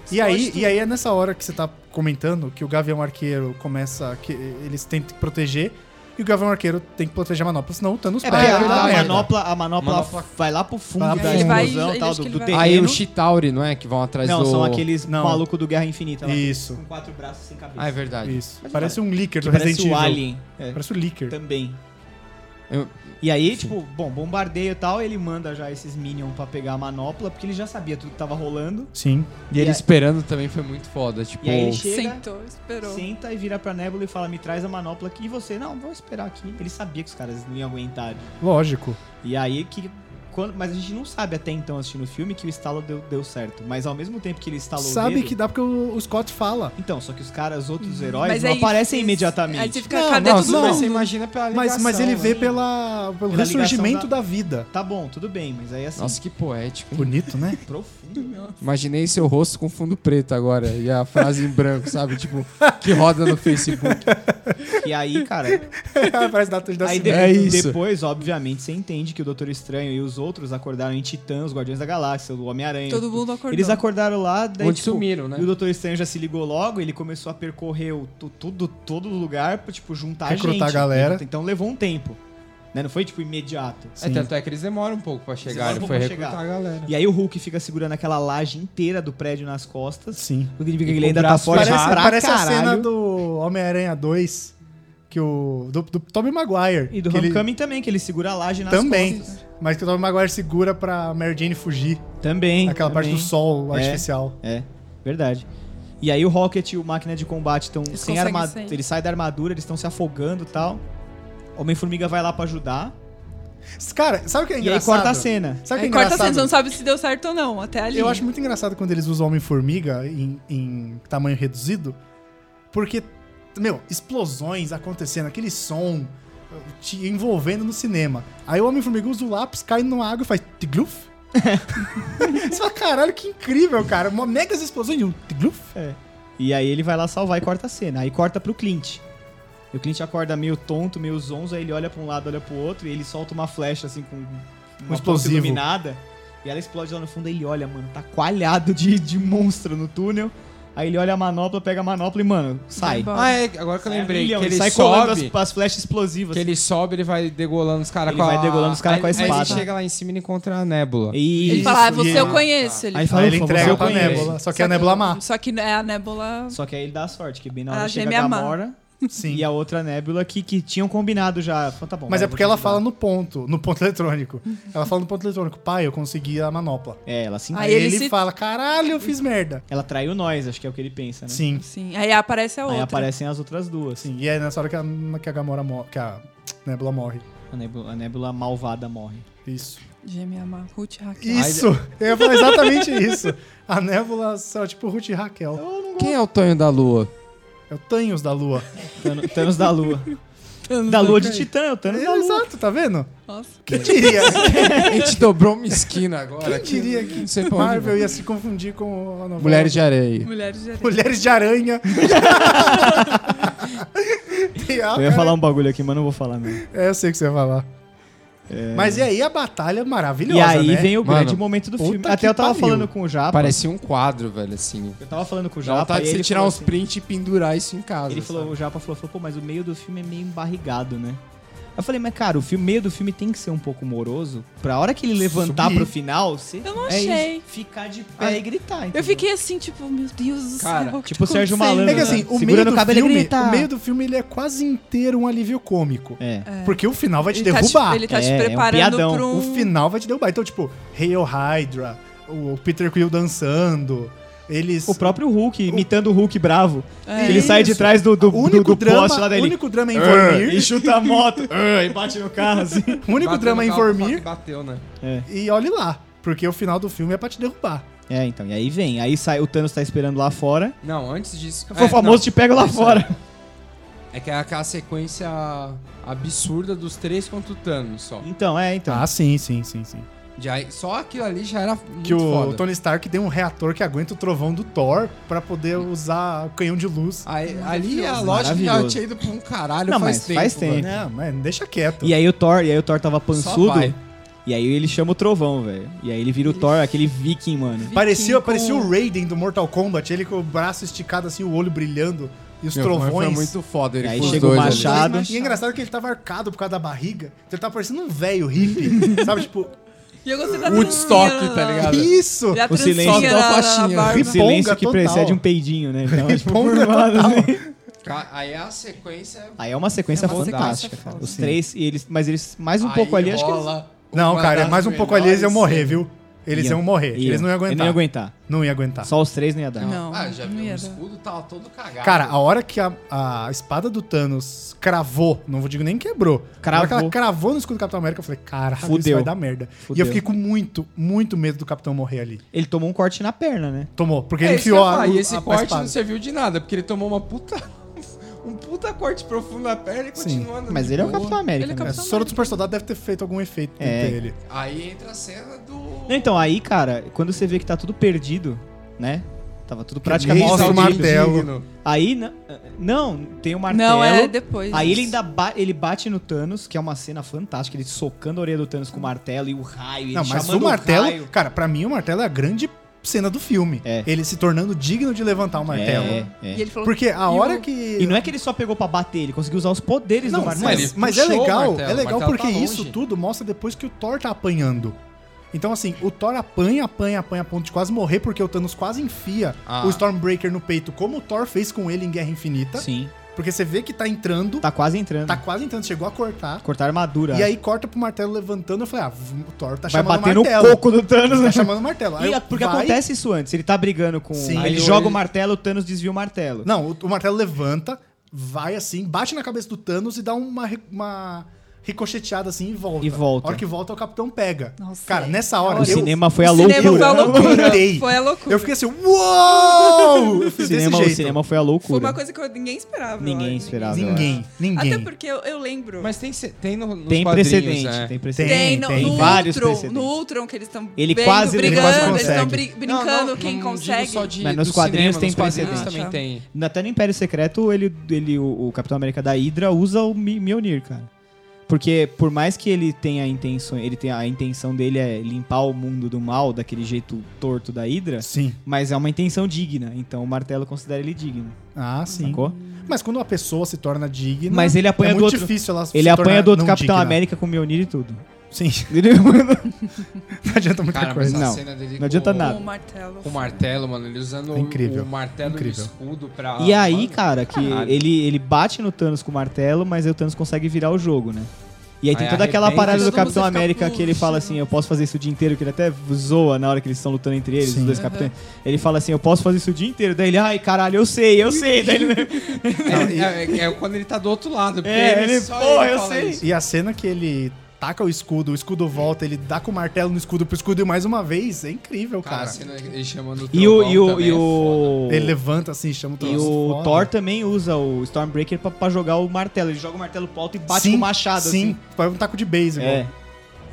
[SPEAKER 2] Sim. E aí,
[SPEAKER 4] Explode
[SPEAKER 2] e aí é nessa hora que você tá comentando que o Gavião Arqueiro começa. que eles têm que proteger. E o Gavião Arqueiro tem que proteger a manopla, senão o Thanos
[SPEAKER 5] É porque
[SPEAKER 2] pega
[SPEAKER 5] a,
[SPEAKER 2] e dá
[SPEAKER 5] a
[SPEAKER 2] merda.
[SPEAKER 5] manopla, a manopla
[SPEAKER 3] Manopla-
[SPEAKER 5] vai lá pro fundo
[SPEAKER 2] Vai lá pro
[SPEAKER 5] da
[SPEAKER 2] fundo.
[SPEAKER 5] explosão
[SPEAKER 4] Ele vai-
[SPEAKER 5] tal,
[SPEAKER 4] ele
[SPEAKER 5] do,
[SPEAKER 4] acha
[SPEAKER 5] do
[SPEAKER 4] que ele
[SPEAKER 5] terreno.
[SPEAKER 4] vai-
[SPEAKER 3] Aí o Chitauri, não é? Que vão atrás
[SPEAKER 5] Não,
[SPEAKER 3] do.
[SPEAKER 5] são aqueles
[SPEAKER 2] Não.
[SPEAKER 5] malucos do Guerra Infinita lá. é
[SPEAKER 2] Isso.
[SPEAKER 5] Com quatro braços sem cabeça.
[SPEAKER 3] Ah, é verdade.
[SPEAKER 2] Isso. Parece um leaker do Resident
[SPEAKER 5] Parece
[SPEAKER 2] Evil.
[SPEAKER 5] o Alien. É,
[SPEAKER 2] Parece o leaker.
[SPEAKER 5] também.
[SPEAKER 3] Eu-
[SPEAKER 5] E aí, tipo, bom, bombardeio e tal, ele manda já esses Minions pra pegar a manopla, porque ele já sabia tudo que tava rolando.
[SPEAKER 2] Sim.
[SPEAKER 3] E ele
[SPEAKER 5] aí-
[SPEAKER 3] esperando também foi muito foda. Tipo,
[SPEAKER 5] E aí ele chega,
[SPEAKER 4] Sentou, esperou.
[SPEAKER 5] senta e vira pra Nebula e fala, me traz a manopla aqui. E você, não, vou esperar aqui. Ele sabia que os caras não iam aguentar.
[SPEAKER 2] Lógico.
[SPEAKER 5] E aí que... Quando, mas a gente não sabe até então assistindo o filme que o estalo deu, deu certo. Mas ao mesmo tempo que ele estalou o
[SPEAKER 2] Sabe
[SPEAKER 5] dedo-
[SPEAKER 2] que dá porque o, o Scott fala.
[SPEAKER 5] Então, só que os caras, os outros heróis,
[SPEAKER 4] Uhum. Mas
[SPEAKER 5] não
[SPEAKER 4] aí-
[SPEAKER 5] aparecem
[SPEAKER 4] isso-
[SPEAKER 5] imediatamente.
[SPEAKER 4] Aí você fica,
[SPEAKER 2] Não,
[SPEAKER 4] cadê
[SPEAKER 2] não,
[SPEAKER 4] todo
[SPEAKER 2] não.
[SPEAKER 4] mundo?
[SPEAKER 3] você imagina pela
[SPEAKER 2] Mas,
[SPEAKER 3] ligação,
[SPEAKER 2] mas ele vê
[SPEAKER 3] né?
[SPEAKER 2] pela, pelo
[SPEAKER 5] Pela
[SPEAKER 2] ressurgimento
[SPEAKER 5] ligação da-
[SPEAKER 2] da vida.
[SPEAKER 5] Tá bom, tudo bem, mas aí assim...
[SPEAKER 3] Nossa, que poético. hein?
[SPEAKER 2] Bonito, né?
[SPEAKER 5] Profundo, meu.
[SPEAKER 3] Imaginei seu rosto com fundo preto agora. E a frase em branco, sabe? Tipo, que roda no Facebook.
[SPEAKER 5] E aí, cara,
[SPEAKER 2] Parece data de
[SPEAKER 5] Aí
[SPEAKER 2] nascimento.
[SPEAKER 5] de-
[SPEAKER 3] É isso.
[SPEAKER 5] depois, obviamente, você entende que o Doutor Estranho e os outros acordaram em Titã, os Guardiões da Galáxia, o Homem-Aranha.
[SPEAKER 4] Todo mundo acordou.
[SPEAKER 5] Eles acordaram lá, daí
[SPEAKER 3] Onde
[SPEAKER 5] tipo,
[SPEAKER 3] sumiram, né?
[SPEAKER 5] E o Doutor Estranho já se ligou logo, ele começou a percorrer o, tu- tudo, todo lugar pra, tipo, juntar
[SPEAKER 2] Recrutar
[SPEAKER 5] gente.
[SPEAKER 2] a galera.
[SPEAKER 5] Então levou um tempo. né? Não foi, tipo, imediato.
[SPEAKER 3] É, tanto é que eles demoram um pouco pra chegar.
[SPEAKER 5] Demora um
[SPEAKER 3] foi
[SPEAKER 5] pouco pra
[SPEAKER 3] recrutar
[SPEAKER 5] chegar.
[SPEAKER 3] a galera.
[SPEAKER 5] E aí o Hulk fica segurando aquela laje inteira do prédio nas costas.
[SPEAKER 2] Sim.
[SPEAKER 5] O que significa
[SPEAKER 3] E
[SPEAKER 5] que
[SPEAKER 3] com
[SPEAKER 5] ele
[SPEAKER 3] o
[SPEAKER 5] ainda tá
[SPEAKER 3] braço
[SPEAKER 5] forte
[SPEAKER 2] parece
[SPEAKER 5] pra
[SPEAKER 2] parece a
[SPEAKER 5] caralho.
[SPEAKER 2] cena do Homem-Aranha 2, que o. Do, do Tobey Maguire.
[SPEAKER 5] E do
[SPEAKER 2] que ele-
[SPEAKER 5] Homecoming também, que ele segura a laje nas
[SPEAKER 2] Também.
[SPEAKER 5] costas.
[SPEAKER 2] Mas que o Tobey Maguire segura pra Mary Jane fugir.
[SPEAKER 5] Também.
[SPEAKER 2] Aquela parte
[SPEAKER 5] também.
[SPEAKER 2] do sol
[SPEAKER 5] É.
[SPEAKER 2] artificial.
[SPEAKER 5] É, verdade. E aí o Rocket e o Máquina de Combate estão sem
[SPEAKER 4] conseguem
[SPEAKER 5] armadura.
[SPEAKER 4] sair.
[SPEAKER 5] Ele sai da armadura, eles estão se afogando e tal. Homem-Formiga vai lá pra ajudar.
[SPEAKER 2] Cara, sabe o que é
[SPEAKER 5] E aí
[SPEAKER 2] engraçado?
[SPEAKER 5] corta a cena.
[SPEAKER 2] Sabe o que é
[SPEAKER 4] Aí corta a cena,
[SPEAKER 2] engraçado?
[SPEAKER 4] você não sabe se deu certo ou não, até ali.
[SPEAKER 2] Eu acho muito engraçado quando eles usam Homem-Formiga em, em tamanho reduzido, porque, meu, explosões acontecendo, aquele som uh, te envolvendo no cinema. Aí o Homem-Formiga usa o lápis, cai na água e faz tigluf. Você fala, caralho, que incrível, cara. Uma mega explosão de um tigluf.
[SPEAKER 5] E aí ele vai lá salvar e corta a cena. Aí corta pro Clint. E o Clint acorda meio tonto, meio zonzo, aí ele olha pra um lado, olha pro outro, e ele solta uma flecha assim com uma ponta
[SPEAKER 2] Um explosivo.
[SPEAKER 5] iluminada. E ela explode lá no fundo, aí ele olha, mano, tá coalhado de, de monstro no túnel. Aí ele olha a manopla, pega a manopla e, mano, sai.
[SPEAKER 4] embora.
[SPEAKER 3] Ah, é, agora que eu
[SPEAKER 5] Sai a
[SPEAKER 3] lembrei.
[SPEAKER 5] milhão,
[SPEAKER 3] que ele
[SPEAKER 5] sai colando
[SPEAKER 3] sobe,
[SPEAKER 5] as, as flechas explosivas.
[SPEAKER 3] que ele sobe, ele vai degolando os caras
[SPEAKER 5] Ele
[SPEAKER 3] com a...
[SPEAKER 5] vai degolando os caras com a
[SPEAKER 3] Aí- Aí
[SPEAKER 5] espada.
[SPEAKER 3] ele chega lá em cima e ele encontra a nébula.
[SPEAKER 5] Isso.
[SPEAKER 4] Ele fala, ah,
[SPEAKER 2] e
[SPEAKER 4] você
[SPEAKER 2] ele-
[SPEAKER 4] eu conheço. Ele
[SPEAKER 5] Aí
[SPEAKER 4] fala.
[SPEAKER 5] fala,
[SPEAKER 2] Aí ele
[SPEAKER 5] "Por favor,
[SPEAKER 2] entrega
[SPEAKER 5] eu
[SPEAKER 2] pra
[SPEAKER 5] conheço."
[SPEAKER 2] Nébula, só que é a
[SPEAKER 4] Só que-
[SPEAKER 2] Nébula má.
[SPEAKER 4] Só que é a nébula.
[SPEAKER 5] Só que aí ele dá sorte, que bem na
[SPEAKER 4] A
[SPEAKER 5] hora chega
[SPEAKER 4] Ah, gêmea
[SPEAKER 5] a
[SPEAKER 4] má.
[SPEAKER 5] Gamora
[SPEAKER 2] Sim.
[SPEAKER 5] e a outra Nebula que, que tinham combinado já. Então tá bom.
[SPEAKER 2] Mas é
[SPEAKER 5] vai, eu
[SPEAKER 2] porque
[SPEAKER 5] vou
[SPEAKER 2] ela
[SPEAKER 5] te
[SPEAKER 2] fala
[SPEAKER 5] dar.
[SPEAKER 2] no ponto, no ponto eletrônico. Ela fala no ponto eletrônico, pai, eu consegui a manopla.
[SPEAKER 5] É, ela se
[SPEAKER 4] Aí
[SPEAKER 2] Aí
[SPEAKER 4] ele
[SPEAKER 2] ele,
[SPEAKER 4] se-
[SPEAKER 2] fala, caralho, eu fiz merda.
[SPEAKER 5] Ela traiu nós, acho que é o que ele pensa, né?
[SPEAKER 2] Sim,
[SPEAKER 4] Sim. Aí aparece a
[SPEAKER 5] Aí
[SPEAKER 4] outra.
[SPEAKER 5] aparecem as outras duas. assim.
[SPEAKER 2] sim. E é nessa hora que a, que a Gamora morre, que a Nebula morre.
[SPEAKER 5] A Nebula, a Nebula malvada morre.
[SPEAKER 2] Isso.
[SPEAKER 4] Gêmea má. Ruth Hack.
[SPEAKER 2] Isso! Eu ia falar exatamente isso. A Nébula só tipo Ruth e Raquel.
[SPEAKER 3] Quem é o Tonho da Lua?
[SPEAKER 2] É o Tanhos da Lua.
[SPEAKER 5] Tano- Thanos da Lua. da Lua de Titã, é o Thanos da Lua.
[SPEAKER 2] Exato, tá vendo?
[SPEAKER 4] Nossa.
[SPEAKER 2] Quem diria?
[SPEAKER 3] A gente dobrou uma esquina agora.
[SPEAKER 2] Quem diria que
[SPEAKER 3] Não sei pra onde
[SPEAKER 2] Marvel
[SPEAKER 3] vai.
[SPEAKER 2] ia se confundir com a novela?
[SPEAKER 3] Mulheres de Areia.
[SPEAKER 4] Mulheres de areia.
[SPEAKER 2] Mulheres de Aranha. Tem a
[SPEAKER 5] Eu ia
[SPEAKER 2] cara-
[SPEAKER 5] falar um bagulho aqui, mas não vou falar não.
[SPEAKER 2] É, eu sei o que você ia falar. Mas e aí a batalha é maravilhosa,
[SPEAKER 5] e aí
[SPEAKER 2] né?
[SPEAKER 5] vem o
[SPEAKER 3] Mano,
[SPEAKER 5] grande momento do
[SPEAKER 2] puta
[SPEAKER 5] filme.
[SPEAKER 2] que
[SPEAKER 5] Até eu tava
[SPEAKER 2] pariu.
[SPEAKER 5] falando com o Japa.
[SPEAKER 3] Parecia um quadro, velho, assim.
[SPEAKER 5] Eu tava falando com o
[SPEAKER 3] Já
[SPEAKER 5] Japa.
[SPEAKER 3] vontade
[SPEAKER 5] e
[SPEAKER 3] de você
[SPEAKER 5] ele
[SPEAKER 3] tirar
[SPEAKER 5] falou
[SPEAKER 3] uns
[SPEAKER 5] assim-
[SPEAKER 3] prints e pendurar isso em casa.
[SPEAKER 5] Ele falou,
[SPEAKER 3] sabe?
[SPEAKER 5] o Japa falou, falou, pô, mas o meio do filme é meio embarrigado, né? Eu falei, mas cara, o filme, meio do filme tem que ser um pouco moroso pra hora que ele levantar
[SPEAKER 2] Subir.
[SPEAKER 5] pro final, você
[SPEAKER 4] Eu não
[SPEAKER 5] é isso,
[SPEAKER 4] achei.
[SPEAKER 5] ficar de pé e gritar. entendeu?
[SPEAKER 4] Eu fiquei assim, tipo, meu Deus do
[SPEAKER 3] Cara,
[SPEAKER 4] céu. o que
[SPEAKER 5] tipo
[SPEAKER 4] tá
[SPEAKER 5] o Sérgio
[SPEAKER 4] acontecendo?
[SPEAKER 2] É
[SPEAKER 5] Malandro,
[SPEAKER 2] que assim, o
[SPEAKER 5] Segura
[SPEAKER 2] meio,
[SPEAKER 5] no
[SPEAKER 2] do
[SPEAKER 5] cabelo e
[SPEAKER 2] filme,
[SPEAKER 5] grita.
[SPEAKER 2] o meio do filme ele é quase inteiro um alívio cômico.
[SPEAKER 5] É.
[SPEAKER 2] Porque o final vai te
[SPEAKER 4] Ele tá te-
[SPEAKER 3] tipo,
[SPEAKER 2] derrubar.
[SPEAKER 4] ele tá
[SPEAKER 5] É, é
[SPEAKER 4] te
[SPEAKER 5] um
[SPEAKER 4] preparando
[SPEAKER 5] piadão.
[SPEAKER 4] pra
[SPEAKER 3] tá
[SPEAKER 4] um.
[SPEAKER 2] O final vai te derrubar. Então, tipo, Hail Hydra, o Peter Quill dançando, eles...
[SPEAKER 5] O próprio Hulk, imitando o Hulk bravo.
[SPEAKER 4] É.
[SPEAKER 5] Ele sai de
[SPEAKER 2] Isso.
[SPEAKER 5] trás do, do,
[SPEAKER 2] o único
[SPEAKER 5] do, do
[SPEAKER 2] drama,
[SPEAKER 5] poste lá
[SPEAKER 2] O
[SPEAKER 5] dele.
[SPEAKER 2] único drama em
[SPEAKER 5] E
[SPEAKER 2] Vormir.
[SPEAKER 5] chuta a moto. ah, e bate no carro assim.
[SPEAKER 2] O único
[SPEAKER 3] Bateu
[SPEAKER 2] drama é
[SPEAKER 3] no
[SPEAKER 2] em
[SPEAKER 3] carro,
[SPEAKER 2] Vormir.
[SPEAKER 3] Bateu, né?
[SPEAKER 2] E olhe lá. Porque o final do filme é pra te derrubar.
[SPEAKER 5] É, então. E aí vem. Aí sai, o Thanos tá esperando lá fora.
[SPEAKER 3] Não, antes disso.
[SPEAKER 5] Foi
[SPEAKER 3] é,
[SPEAKER 2] então.
[SPEAKER 5] famoso, te pega lá
[SPEAKER 3] Isso
[SPEAKER 5] fora.
[SPEAKER 3] não, é que é aquela sequência absurda dos três contra o Thanos só.
[SPEAKER 5] Então, é, então.
[SPEAKER 2] Ah, sim, sim, sim, sim.
[SPEAKER 3] Já, só aquilo ali já era muito
[SPEAKER 2] Que o
[SPEAKER 3] foda.
[SPEAKER 2] Tony Stark tem um reator que aguenta o trovão do Thor pra poder usar o canhão de luz.
[SPEAKER 3] Aí- ali é a lógica já
[SPEAKER 5] Maravilhoso.
[SPEAKER 3] tinha ido pra um caralho
[SPEAKER 5] Não,
[SPEAKER 3] faz
[SPEAKER 5] mas
[SPEAKER 3] tempo.
[SPEAKER 5] faz tempo. um
[SPEAKER 3] velho.
[SPEAKER 2] Não, mas deixa quieto.
[SPEAKER 5] E aí o Thor, e aí o Thor tava pançudo.
[SPEAKER 3] vai.
[SPEAKER 2] um
[SPEAKER 5] E aí ele chama o trovão, velho. E aí ele vira o Thor, aquele viking, mano.
[SPEAKER 2] Parecia,
[SPEAKER 4] Viking
[SPEAKER 2] parecia
[SPEAKER 4] com-
[SPEAKER 2] o Raiden do Mortal Kombat, ele com o braço esticado assim, o olho brilhando e os
[SPEAKER 3] Meu, mas
[SPEAKER 2] trovões.
[SPEAKER 3] Foi muito foda ele
[SPEAKER 5] E aí
[SPEAKER 3] com os
[SPEAKER 5] chega o
[SPEAKER 3] dois ali.
[SPEAKER 5] machado.
[SPEAKER 2] E é engraçado que ele tava arcado por causa da barriga. Então ele tava parecendo um velho hippie. sabe, tipo,
[SPEAKER 4] E eu gostei da
[SPEAKER 3] Woodstock,
[SPEAKER 4] trancinha
[SPEAKER 3] tá
[SPEAKER 4] na-
[SPEAKER 3] ligado?
[SPEAKER 2] que isso?
[SPEAKER 4] E a
[SPEAKER 5] O né? silêncio
[SPEAKER 4] trancinha
[SPEAKER 3] da
[SPEAKER 4] na- na
[SPEAKER 3] faixinha.
[SPEAKER 4] barba.
[SPEAKER 5] O
[SPEAKER 2] Riponga
[SPEAKER 5] silêncio que
[SPEAKER 2] total.
[SPEAKER 5] precede um peidinho, né? Então, tipo,
[SPEAKER 2] Riponga
[SPEAKER 5] formado,
[SPEAKER 2] total.
[SPEAKER 5] assim.
[SPEAKER 3] Ca- Aí a sequência.
[SPEAKER 5] Aí é uma sequência
[SPEAKER 3] É uma sequência
[SPEAKER 5] fantástica,
[SPEAKER 3] foda.
[SPEAKER 5] cara. Os três, e eles, mas eles, mais um pouco ali, acho que eles...
[SPEAKER 2] Não, cara, mais um pouco ali eles iam morrer, viu? Eles
[SPEAKER 5] Iam.
[SPEAKER 2] iam morrer. Eles não iam
[SPEAKER 5] Não
[SPEAKER 2] aguentar.
[SPEAKER 5] ia aguentar.
[SPEAKER 2] Não ia aguentar.
[SPEAKER 5] Só os três não ia dar.
[SPEAKER 4] Não,
[SPEAKER 3] Ah, já
[SPEAKER 4] não
[SPEAKER 3] viu o
[SPEAKER 4] ia dar.
[SPEAKER 3] escudo tava todo cagado.
[SPEAKER 2] Cara, a hora que a, a espada do Thanos cravou, não vou digo nem quebrou. A hora que
[SPEAKER 5] Cravou.
[SPEAKER 2] ela cravou no escudo do Capitão América, eu falei, caralho, isso
[SPEAKER 5] Fudeu.
[SPEAKER 2] vai dar merda. E
[SPEAKER 5] Fudeu.
[SPEAKER 2] eu fiquei com muito, muito medo do Capitão morrer ali.
[SPEAKER 5] Ele tomou um corte na perna, né?
[SPEAKER 2] Tomou, porque
[SPEAKER 3] É
[SPEAKER 2] ele
[SPEAKER 3] isso que eu
[SPEAKER 2] enfiou
[SPEAKER 3] ia
[SPEAKER 2] a,
[SPEAKER 3] falar, E esse
[SPEAKER 2] a- a
[SPEAKER 3] corte
[SPEAKER 2] espada. É,
[SPEAKER 3] não serviu de nada, porque ele tomou uma puta. um puta corte profundo na perna e
[SPEAKER 2] Sim.
[SPEAKER 3] continua andando.
[SPEAKER 5] Mas
[SPEAKER 3] de
[SPEAKER 5] ele é o
[SPEAKER 3] boa.
[SPEAKER 5] Capitão América,
[SPEAKER 4] Ele é
[SPEAKER 5] né?
[SPEAKER 2] É,
[SPEAKER 4] Capitão-
[SPEAKER 2] o soro do super soldado deve ter feito algum efeito com
[SPEAKER 5] É.
[SPEAKER 2] ele.
[SPEAKER 3] Aí entra a cena do.
[SPEAKER 5] Não, Então, aí, cara, quando você vê que tá tudo perdido, né? Tava tudo
[SPEAKER 2] nem
[SPEAKER 5] praticamente
[SPEAKER 2] mostra o
[SPEAKER 5] perdido.
[SPEAKER 2] martelo.
[SPEAKER 5] Aí, na- não, tem o martelo.
[SPEAKER 4] Não, é depois.
[SPEAKER 5] Aí ele
[SPEAKER 4] disso.
[SPEAKER 5] ainda ba- ele bate no Thanos, que é uma cena fantástica, ele socando a orelha do Thanos com o martelo e o raio,
[SPEAKER 2] Não,
[SPEAKER 5] ele
[SPEAKER 2] mas
[SPEAKER 5] chamando
[SPEAKER 2] o martelo,
[SPEAKER 5] raio.
[SPEAKER 2] cara, pra mim o martelo é a grande cena do filme.
[SPEAKER 5] É.
[SPEAKER 2] Ele se tornando digno de levantar o martelo.
[SPEAKER 5] É, é.
[SPEAKER 4] E ele falou
[SPEAKER 2] Porque a
[SPEAKER 4] E
[SPEAKER 2] hora
[SPEAKER 4] o-
[SPEAKER 2] que
[SPEAKER 5] E não é que ele só pegou pra bater, ele conseguiu usar os poderes
[SPEAKER 2] Não,
[SPEAKER 5] do martelo.
[SPEAKER 2] mas,
[SPEAKER 3] ele
[SPEAKER 2] mas é
[SPEAKER 3] puxou o
[SPEAKER 2] legal,
[SPEAKER 3] martelo,
[SPEAKER 2] é
[SPEAKER 3] o
[SPEAKER 2] legal
[SPEAKER 3] martelo
[SPEAKER 2] porque
[SPEAKER 3] tá longe.
[SPEAKER 2] isso tudo mostra depois que o Thor tá apanhando. Então, assim, o Thor apanha, apanha, apanha a ponto de quase morrer, porque o Thanos quase enfia
[SPEAKER 3] Ah.
[SPEAKER 2] o Stormbreaker no peito, como o Thor fez com ele em Guerra Infinita.
[SPEAKER 5] Sim,
[SPEAKER 2] Porque você vê que tá entrando, tá,
[SPEAKER 5] tá quase entrando.
[SPEAKER 2] quase entrando, chegou a cortar.
[SPEAKER 5] Cortar a armadura.
[SPEAKER 2] E aí corta pro martelo levantando. Eu falei, ah, v- o Thor tá
[SPEAKER 5] vai
[SPEAKER 2] chamando
[SPEAKER 5] bater
[SPEAKER 2] o
[SPEAKER 5] no
[SPEAKER 2] martelo.
[SPEAKER 5] coco do Thanos, né?
[SPEAKER 2] Tá chamando o martelo. Aí
[SPEAKER 5] E
[SPEAKER 2] eu-
[SPEAKER 5] a- porque
[SPEAKER 2] vai-
[SPEAKER 5] acontece isso antes, ele tá brigando com.
[SPEAKER 2] Sim.
[SPEAKER 5] Aí ele
[SPEAKER 3] Aí
[SPEAKER 5] joga
[SPEAKER 3] ele-
[SPEAKER 5] o martelo, o Thanos desvia o martelo.
[SPEAKER 2] Não, o, o martelo levanta, vai assim, bate na cabeça do Thanos e dá uma, ri- uma ricocheteada assim e volta.
[SPEAKER 5] E
[SPEAKER 2] A
[SPEAKER 5] volta.
[SPEAKER 2] hora que volta, o capitão pega.
[SPEAKER 4] Nossa,
[SPEAKER 2] Cara,
[SPEAKER 4] é.
[SPEAKER 2] nessa hora.
[SPEAKER 5] O
[SPEAKER 2] eu-
[SPEAKER 5] cinema foi a
[SPEAKER 4] O cinema
[SPEAKER 5] loucura.
[SPEAKER 4] foi a
[SPEAKER 2] Eu
[SPEAKER 4] loucura.
[SPEAKER 2] gritei.
[SPEAKER 4] Foi a loucura.
[SPEAKER 2] Eu fiquei assim, uou! Eu
[SPEAKER 5] O
[SPEAKER 2] fiz
[SPEAKER 5] cinema, o
[SPEAKER 2] desse jeito.
[SPEAKER 5] cinema foi a
[SPEAKER 4] Foi
[SPEAKER 5] loucura.
[SPEAKER 4] uma coisa que eu- ninguém esperava.
[SPEAKER 5] assim, Ninguém
[SPEAKER 4] olha,
[SPEAKER 5] esperava.
[SPEAKER 2] Ninguém, ninguém.
[SPEAKER 4] Até porque eu, eu lembro.
[SPEAKER 3] Mas tem, ce- tem no, nos
[SPEAKER 5] Tem
[SPEAKER 3] quadrinhos,
[SPEAKER 5] precedente,
[SPEAKER 3] né?
[SPEAKER 5] tem
[SPEAKER 2] Tem,
[SPEAKER 5] precedente.
[SPEAKER 4] tem, no,
[SPEAKER 2] tem.
[SPEAKER 4] no
[SPEAKER 5] Vários
[SPEAKER 4] Ultron,
[SPEAKER 5] precedentes.
[SPEAKER 4] no Ultron que eles estão
[SPEAKER 5] Ele
[SPEAKER 4] vendo,
[SPEAKER 5] quase- ele
[SPEAKER 4] brigando,
[SPEAKER 2] quase
[SPEAKER 4] eles estão
[SPEAKER 2] consegue.
[SPEAKER 4] bri- brincando,
[SPEAKER 3] Não, não,
[SPEAKER 4] quem
[SPEAKER 3] não
[SPEAKER 4] consegue.
[SPEAKER 3] digo só de-
[SPEAKER 5] Mas nos
[SPEAKER 3] do
[SPEAKER 5] quadrinhos tem
[SPEAKER 3] nos quadrinhos
[SPEAKER 4] precedente.
[SPEAKER 3] também tem.
[SPEAKER 5] Até no Império Secreto, ele, ele, o, o Capitão América da Hydra usa o Mi- Mjolnir, cara. Porque por mais que ele tenha a intenção, ele tenha a intenção dele é limpar o mundo do mal daquele jeito torto da Hidra,
[SPEAKER 2] Sim.
[SPEAKER 5] mas é uma intenção digna, então o martelo considera ele digno,
[SPEAKER 2] Ah, sim.
[SPEAKER 5] sacou?
[SPEAKER 2] Mas quando uma pessoa se torna digna.
[SPEAKER 5] Mas ele apanha
[SPEAKER 2] é
[SPEAKER 5] do
[SPEAKER 2] muito
[SPEAKER 5] outro,
[SPEAKER 2] difícil ela se
[SPEAKER 5] ele apanha
[SPEAKER 2] tornar
[SPEAKER 5] do outro
[SPEAKER 2] não
[SPEAKER 5] Capitão
[SPEAKER 2] digna.
[SPEAKER 5] América com o Mjolnir e tudo.
[SPEAKER 2] Sim,
[SPEAKER 5] Ele-
[SPEAKER 2] não adianta muita
[SPEAKER 3] Cara, mas
[SPEAKER 2] coisa.
[SPEAKER 3] a
[SPEAKER 5] Não,
[SPEAKER 3] cena dele
[SPEAKER 5] não adianta
[SPEAKER 3] com,
[SPEAKER 5] nada.
[SPEAKER 4] O martelo.
[SPEAKER 3] Com o martelo, mano, ele usando
[SPEAKER 2] É incrível,
[SPEAKER 3] o martelo
[SPEAKER 2] incrível.
[SPEAKER 3] e o escudo pra.
[SPEAKER 5] E aí,
[SPEAKER 3] mano,
[SPEAKER 5] cara, que
[SPEAKER 3] caralho.
[SPEAKER 5] ele, ele bate no Thanos com o martelo, mas aí o Thanos consegue virar o jogo, né? E aí tem
[SPEAKER 3] Aí
[SPEAKER 5] toda aquela
[SPEAKER 3] arrebenta,
[SPEAKER 5] parada do
[SPEAKER 4] todo mundo
[SPEAKER 5] Capitão
[SPEAKER 4] fica
[SPEAKER 5] América que ele
[SPEAKER 4] puto.
[SPEAKER 5] fala assim, eu posso fazer isso o dia inteiro, que ele até zoa na hora que eles estão lutando entre eles,
[SPEAKER 2] Sim.
[SPEAKER 5] os dois capitães. Ele fala assim, eu posso fazer isso o dia inteiro. Daí ele, ai, caralho, eu sei, eu sei. Daí ele, né?
[SPEAKER 3] É, é- é quando ele tá do outro lado. porque
[SPEAKER 5] É, ele,
[SPEAKER 3] só
[SPEAKER 5] "Porra, eu
[SPEAKER 3] fala
[SPEAKER 5] sei."
[SPEAKER 3] isso.
[SPEAKER 2] E a cena que ele taca o escudo, o escudo volta, ele dá com o martelo no escudo pro escudo e mais uma vez, é incrível,
[SPEAKER 3] Cara,
[SPEAKER 2] cara.
[SPEAKER 3] a cena ele chamando o
[SPEAKER 5] e o...
[SPEAKER 3] trovão
[SPEAKER 5] E o,
[SPEAKER 3] também
[SPEAKER 5] e
[SPEAKER 3] é foda.
[SPEAKER 5] o...
[SPEAKER 2] Ele levanta assim, chama o
[SPEAKER 5] Tipo, E
[SPEAKER 2] troço,
[SPEAKER 5] o
[SPEAKER 2] foda.
[SPEAKER 5] Thor também usa o Stormbreaker pra, pra jogar o martelo. Ele joga o martelo pro alto e bate
[SPEAKER 2] Sim,
[SPEAKER 5] com o machado,
[SPEAKER 2] Sim,
[SPEAKER 5] assim.
[SPEAKER 2] foi um taco de beisebol.
[SPEAKER 5] É.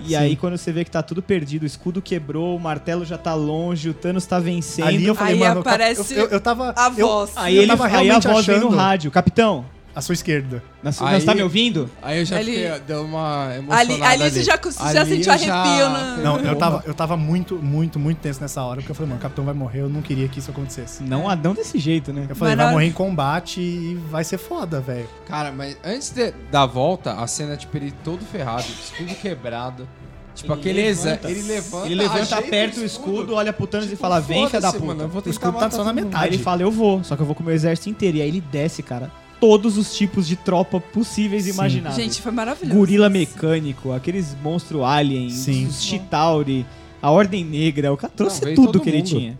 [SPEAKER 5] E
[SPEAKER 2] Sim.
[SPEAKER 5] aí, quando você vê que tá tudo perdido, o escudo quebrou, o martelo já tá longe, o Thanos tá vencendo.
[SPEAKER 2] Ali eu falei,
[SPEAKER 4] Aí
[SPEAKER 2] mano, eu-
[SPEAKER 4] aparece
[SPEAKER 2] eu, eu, eu tava
[SPEAKER 4] a
[SPEAKER 2] eu-
[SPEAKER 4] voz.
[SPEAKER 5] aí
[SPEAKER 2] eu
[SPEAKER 5] ele
[SPEAKER 2] tava
[SPEAKER 5] aí a
[SPEAKER 2] realmente
[SPEAKER 5] voz vem no
[SPEAKER 2] achando-
[SPEAKER 5] rádio. Capitão,
[SPEAKER 2] à sua esquerda.
[SPEAKER 5] nós,
[SPEAKER 3] Aí-
[SPEAKER 5] nós tá me ouvindo?
[SPEAKER 3] Aí eu já
[SPEAKER 4] Ali-
[SPEAKER 3] fiquei, deu uma emocionada
[SPEAKER 4] Ali,
[SPEAKER 3] ali.
[SPEAKER 4] ali você já, já
[SPEAKER 3] Ali
[SPEAKER 4] sentiu
[SPEAKER 3] eu já-
[SPEAKER 4] arrepio na.
[SPEAKER 2] Não, eu tava, eu tava muito, muito, muito tenso nessa hora, porque eu falei, mano, o capitão vai morrer, eu não queria que isso acontecesse.
[SPEAKER 5] Não, ah, não desse jeito, né?
[SPEAKER 2] Eu falei,
[SPEAKER 4] Mas
[SPEAKER 2] vai
[SPEAKER 4] na hora-
[SPEAKER 2] morrer em combate e vai ser foda, velho.
[SPEAKER 3] Cara, mas antes de- da volta, a cena, tipo, ele todo ferrado, escudo quebrado. Tipo,
[SPEAKER 5] Ele
[SPEAKER 3] aquele exa...
[SPEAKER 5] levanta-
[SPEAKER 3] Ele levanta,
[SPEAKER 5] Ele levanta,
[SPEAKER 3] ajeita
[SPEAKER 5] aperta o escudo, olha pro Thanos e
[SPEAKER 3] tipo,
[SPEAKER 5] fala, vem, filha da
[SPEAKER 3] foda-se,
[SPEAKER 5] puta.
[SPEAKER 3] mano, eu vou
[SPEAKER 2] O
[SPEAKER 3] tentar
[SPEAKER 2] escudo tá
[SPEAKER 3] matar
[SPEAKER 2] só na
[SPEAKER 3] todo mundo.
[SPEAKER 2] metade.
[SPEAKER 5] Aí ele fala, eu vou, só que eu vou com o meu exército inteiro. E aí ele desce, cara, todos os tipos de tropa possíveis e
[SPEAKER 2] Sim.
[SPEAKER 5] imagináveis.
[SPEAKER 4] Gente, foi maravilhoso.
[SPEAKER 5] Gorila mecânico, aqueles monstros alien,
[SPEAKER 2] Sim.
[SPEAKER 5] os Chitauri, a Ordem Negra, o cara trouxe
[SPEAKER 3] veio
[SPEAKER 5] tudo
[SPEAKER 3] todo
[SPEAKER 5] que ele
[SPEAKER 3] mundo.
[SPEAKER 5] tinha.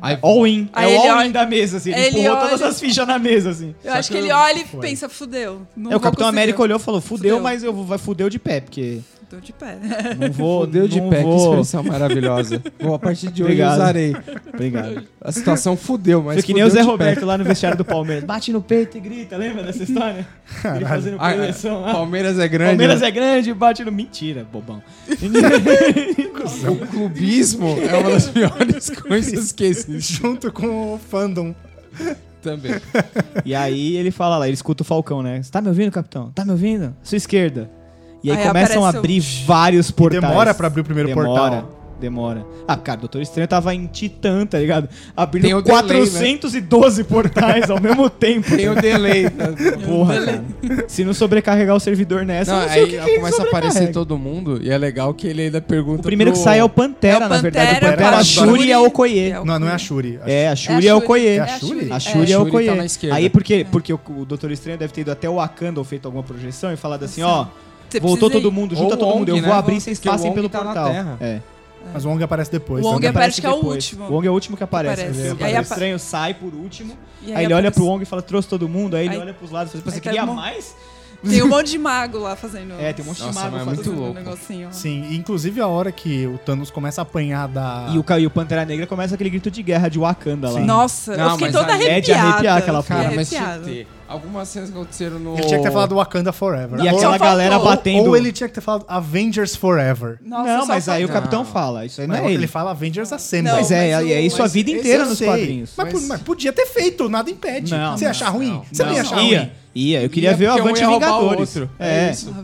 [SPEAKER 3] Aí,
[SPEAKER 5] All in.
[SPEAKER 4] Aí
[SPEAKER 5] é o
[SPEAKER 4] ele
[SPEAKER 5] all in
[SPEAKER 4] olha-
[SPEAKER 5] da mesa, assim. Ele,
[SPEAKER 4] ele
[SPEAKER 5] empurrou todas
[SPEAKER 4] olha-
[SPEAKER 5] as fichas na mesa, assim.
[SPEAKER 4] Eu acho que ele olha e pensa, fudeu. não
[SPEAKER 5] é, o
[SPEAKER 4] vou
[SPEAKER 5] Capitão
[SPEAKER 4] conseguir.
[SPEAKER 5] América olhou e falou, fudeu,
[SPEAKER 4] Fudeu.
[SPEAKER 5] mas eu vou, vai fudeu de pé, porque
[SPEAKER 4] Tô de pé.
[SPEAKER 5] não vou...
[SPEAKER 3] Fudeu de
[SPEAKER 5] não
[SPEAKER 3] pé, que
[SPEAKER 5] vou...
[SPEAKER 3] expressão maravilhosa. Bom, a partir de hoje
[SPEAKER 5] Obrigado.
[SPEAKER 3] eu usarei.
[SPEAKER 5] Obrigado.
[SPEAKER 3] A situação fudeu, mas
[SPEAKER 5] Foi que nem o
[SPEAKER 3] fudeu
[SPEAKER 5] Zé
[SPEAKER 3] de pé.
[SPEAKER 5] Roberto lá no vestiário do Palmeiras. Bate no peito e grita, lembra dessa história? Ele fazendo
[SPEAKER 3] Ah,
[SPEAKER 5] projeção lá.
[SPEAKER 3] Palmeiras é grande.
[SPEAKER 5] Palmeiras é grande, bate no... Mentira, bobão. é
[SPEAKER 3] O clubismo é uma das piores coisas que existe
[SPEAKER 2] Junto com o fandom.
[SPEAKER 3] também.
[SPEAKER 5] E aí ele fala lá, ele escuta o Falcão, né? Você tá me ouvindo, capitão? Tá me ouvindo? Sua esquerda. E aí,
[SPEAKER 4] Aí
[SPEAKER 5] começam a
[SPEAKER 4] aparece o-
[SPEAKER 5] abrir vários portais.
[SPEAKER 2] Demora pra abrir o primeiro
[SPEAKER 5] demora,
[SPEAKER 2] portal.
[SPEAKER 5] Demora. Ah, cara, o Doutor Estranho tava em Titã, tá ligado?
[SPEAKER 3] Tem
[SPEAKER 5] Abrindo
[SPEAKER 3] o delay,
[SPEAKER 5] 412 portais ao mesmo tempo.
[SPEAKER 3] Tem o delay. né?
[SPEAKER 5] Porra, cara. Se não sobrecarregar o servidor nessa,
[SPEAKER 3] Não,
[SPEAKER 5] eu não sei o
[SPEAKER 3] aí
[SPEAKER 5] que
[SPEAKER 3] começa
[SPEAKER 5] que
[SPEAKER 3] a aparecer
[SPEAKER 5] sobrecarrega.
[SPEAKER 3] todo mundo e é legal que ele ainda pergunta.
[SPEAKER 5] O primeiro que
[SPEAKER 3] pro-
[SPEAKER 5] sai é o Pantera,
[SPEAKER 4] É o
[SPEAKER 5] na verdade. O
[SPEAKER 4] Pantera,
[SPEAKER 5] Pantera,
[SPEAKER 2] o
[SPEAKER 5] a Shuri e a Okoye.
[SPEAKER 4] É o-
[SPEAKER 2] Não, não é a Shuri. A
[SPEAKER 5] É, a
[SPEAKER 4] É
[SPEAKER 5] Shuri e a Okoye.
[SPEAKER 2] É a Shuri?
[SPEAKER 5] A Shuri é, o
[SPEAKER 3] Shuri tá
[SPEAKER 5] Okoye.
[SPEAKER 3] na esquerda.
[SPEAKER 5] Aí porque, porque o, o Doutor Estranho deve ter ido até o Wakanda ou feito alguma projeção e falado assim, ó,
[SPEAKER 4] Você
[SPEAKER 5] voltou
[SPEAKER 4] precisa
[SPEAKER 5] todo
[SPEAKER 4] ir.
[SPEAKER 5] mundo,
[SPEAKER 3] Ou
[SPEAKER 5] junta
[SPEAKER 3] o
[SPEAKER 5] todo mundo,
[SPEAKER 3] Wong,
[SPEAKER 5] eu vou
[SPEAKER 3] né?
[SPEAKER 5] abrir, vocês
[SPEAKER 3] Porque o
[SPEAKER 5] passem
[SPEAKER 3] Wong
[SPEAKER 5] pelo
[SPEAKER 3] tá na
[SPEAKER 5] portal.
[SPEAKER 3] Terra.
[SPEAKER 5] É.
[SPEAKER 2] Mas o Wong aparece depois.
[SPEAKER 4] O Wong
[SPEAKER 2] também.
[SPEAKER 4] é- Parece que é o
[SPEAKER 5] depois.
[SPEAKER 4] último.
[SPEAKER 5] O Wong é o último que aparece.
[SPEAKER 4] Aparece.
[SPEAKER 5] né?
[SPEAKER 4] E
[SPEAKER 5] O
[SPEAKER 4] aí
[SPEAKER 5] Doutor
[SPEAKER 4] apa-
[SPEAKER 5] Estranho sai por último,
[SPEAKER 4] E
[SPEAKER 5] aí, ele olha pro
[SPEAKER 4] aparece-
[SPEAKER 5] Wong e fala, trouxe todo mundo, aí ele
[SPEAKER 4] Aí-
[SPEAKER 5] olha pros lados e fala,
[SPEAKER 4] aí
[SPEAKER 5] você
[SPEAKER 4] tá
[SPEAKER 5] queria
[SPEAKER 4] bom.
[SPEAKER 5] mais?
[SPEAKER 4] Tem um monte de mago lá fazendo.
[SPEAKER 5] É, tem um monte de
[SPEAKER 3] Nossa,
[SPEAKER 5] mago
[SPEAKER 3] mas é
[SPEAKER 5] fazendo-
[SPEAKER 3] muito
[SPEAKER 4] fazendo um
[SPEAKER 3] louco.
[SPEAKER 4] negocinho. ó.
[SPEAKER 2] Sim, e inclusive a hora que o Thanos começa a apanhar da.
[SPEAKER 5] E o, ca- e o Pantera Negra começa aquele grito de guerra de Wakanda lá.
[SPEAKER 4] Nossa,
[SPEAKER 3] Não,
[SPEAKER 4] eu fiquei
[SPEAKER 3] mas
[SPEAKER 4] toda
[SPEAKER 3] ali
[SPEAKER 5] é de arrepiar
[SPEAKER 4] arrepiada.
[SPEAKER 5] aquela
[SPEAKER 4] fiquei
[SPEAKER 3] Cara, mas tinha que
[SPEAKER 4] arrepiada.
[SPEAKER 3] ter. Algumas cenas que aconteceram no.
[SPEAKER 2] Ele tinha que ter falado Wakanda Forever.
[SPEAKER 5] E
[SPEAKER 2] ou,
[SPEAKER 5] aquela
[SPEAKER 4] só
[SPEAKER 5] galera
[SPEAKER 4] faltou.
[SPEAKER 5] batendo...
[SPEAKER 2] ou ele tinha que ter falado Avengers Forever.
[SPEAKER 4] Nossa,
[SPEAKER 5] não,
[SPEAKER 4] só
[SPEAKER 5] mas aí o
[SPEAKER 4] faltou.
[SPEAKER 5] capitão
[SPEAKER 3] Não.
[SPEAKER 5] fala, isso aí não
[SPEAKER 2] Mas
[SPEAKER 5] é
[SPEAKER 2] ele
[SPEAKER 5] ele.
[SPEAKER 2] fala Avengers Assemble.
[SPEAKER 4] Não,
[SPEAKER 5] Mas é,
[SPEAKER 4] mas o-
[SPEAKER 5] é isso a
[SPEAKER 3] mas
[SPEAKER 5] vida
[SPEAKER 3] esse
[SPEAKER 5] inteira
[SPEAKER 2] eu
[SPEAKER 5] nos
[SPEAKER 2] sei,
[SPEAKER 5] quadrinhos.
[SPEAKER 2] Mas,
[SPEAKER 3] Mas-
[SPEAKER 2] mas podia ter feito, nada impede.
[SPEAKER 5] Não,
[SPEAKER 2] você ia achar ruim?
[SPEAKER 3] não,
[SPEAKER 2] você não, ia
[SPEAKER 3] não.
[SPEAKER 2] achar ruim?
[SPEAKER 5] ia, um ia. Eu queria
[SPEAKER 3] Ia,
[SPEAKER 5] ver o
[SPEAKER 3] porque um
[SPEAKER 5] Avante
[SPEAKER 3] ia roubar o
[SPEAKER 5] Vingadores.
[SPEAKER 3] outro.
[SPEAKER 5] É.
[SPEAKER 3] É isso.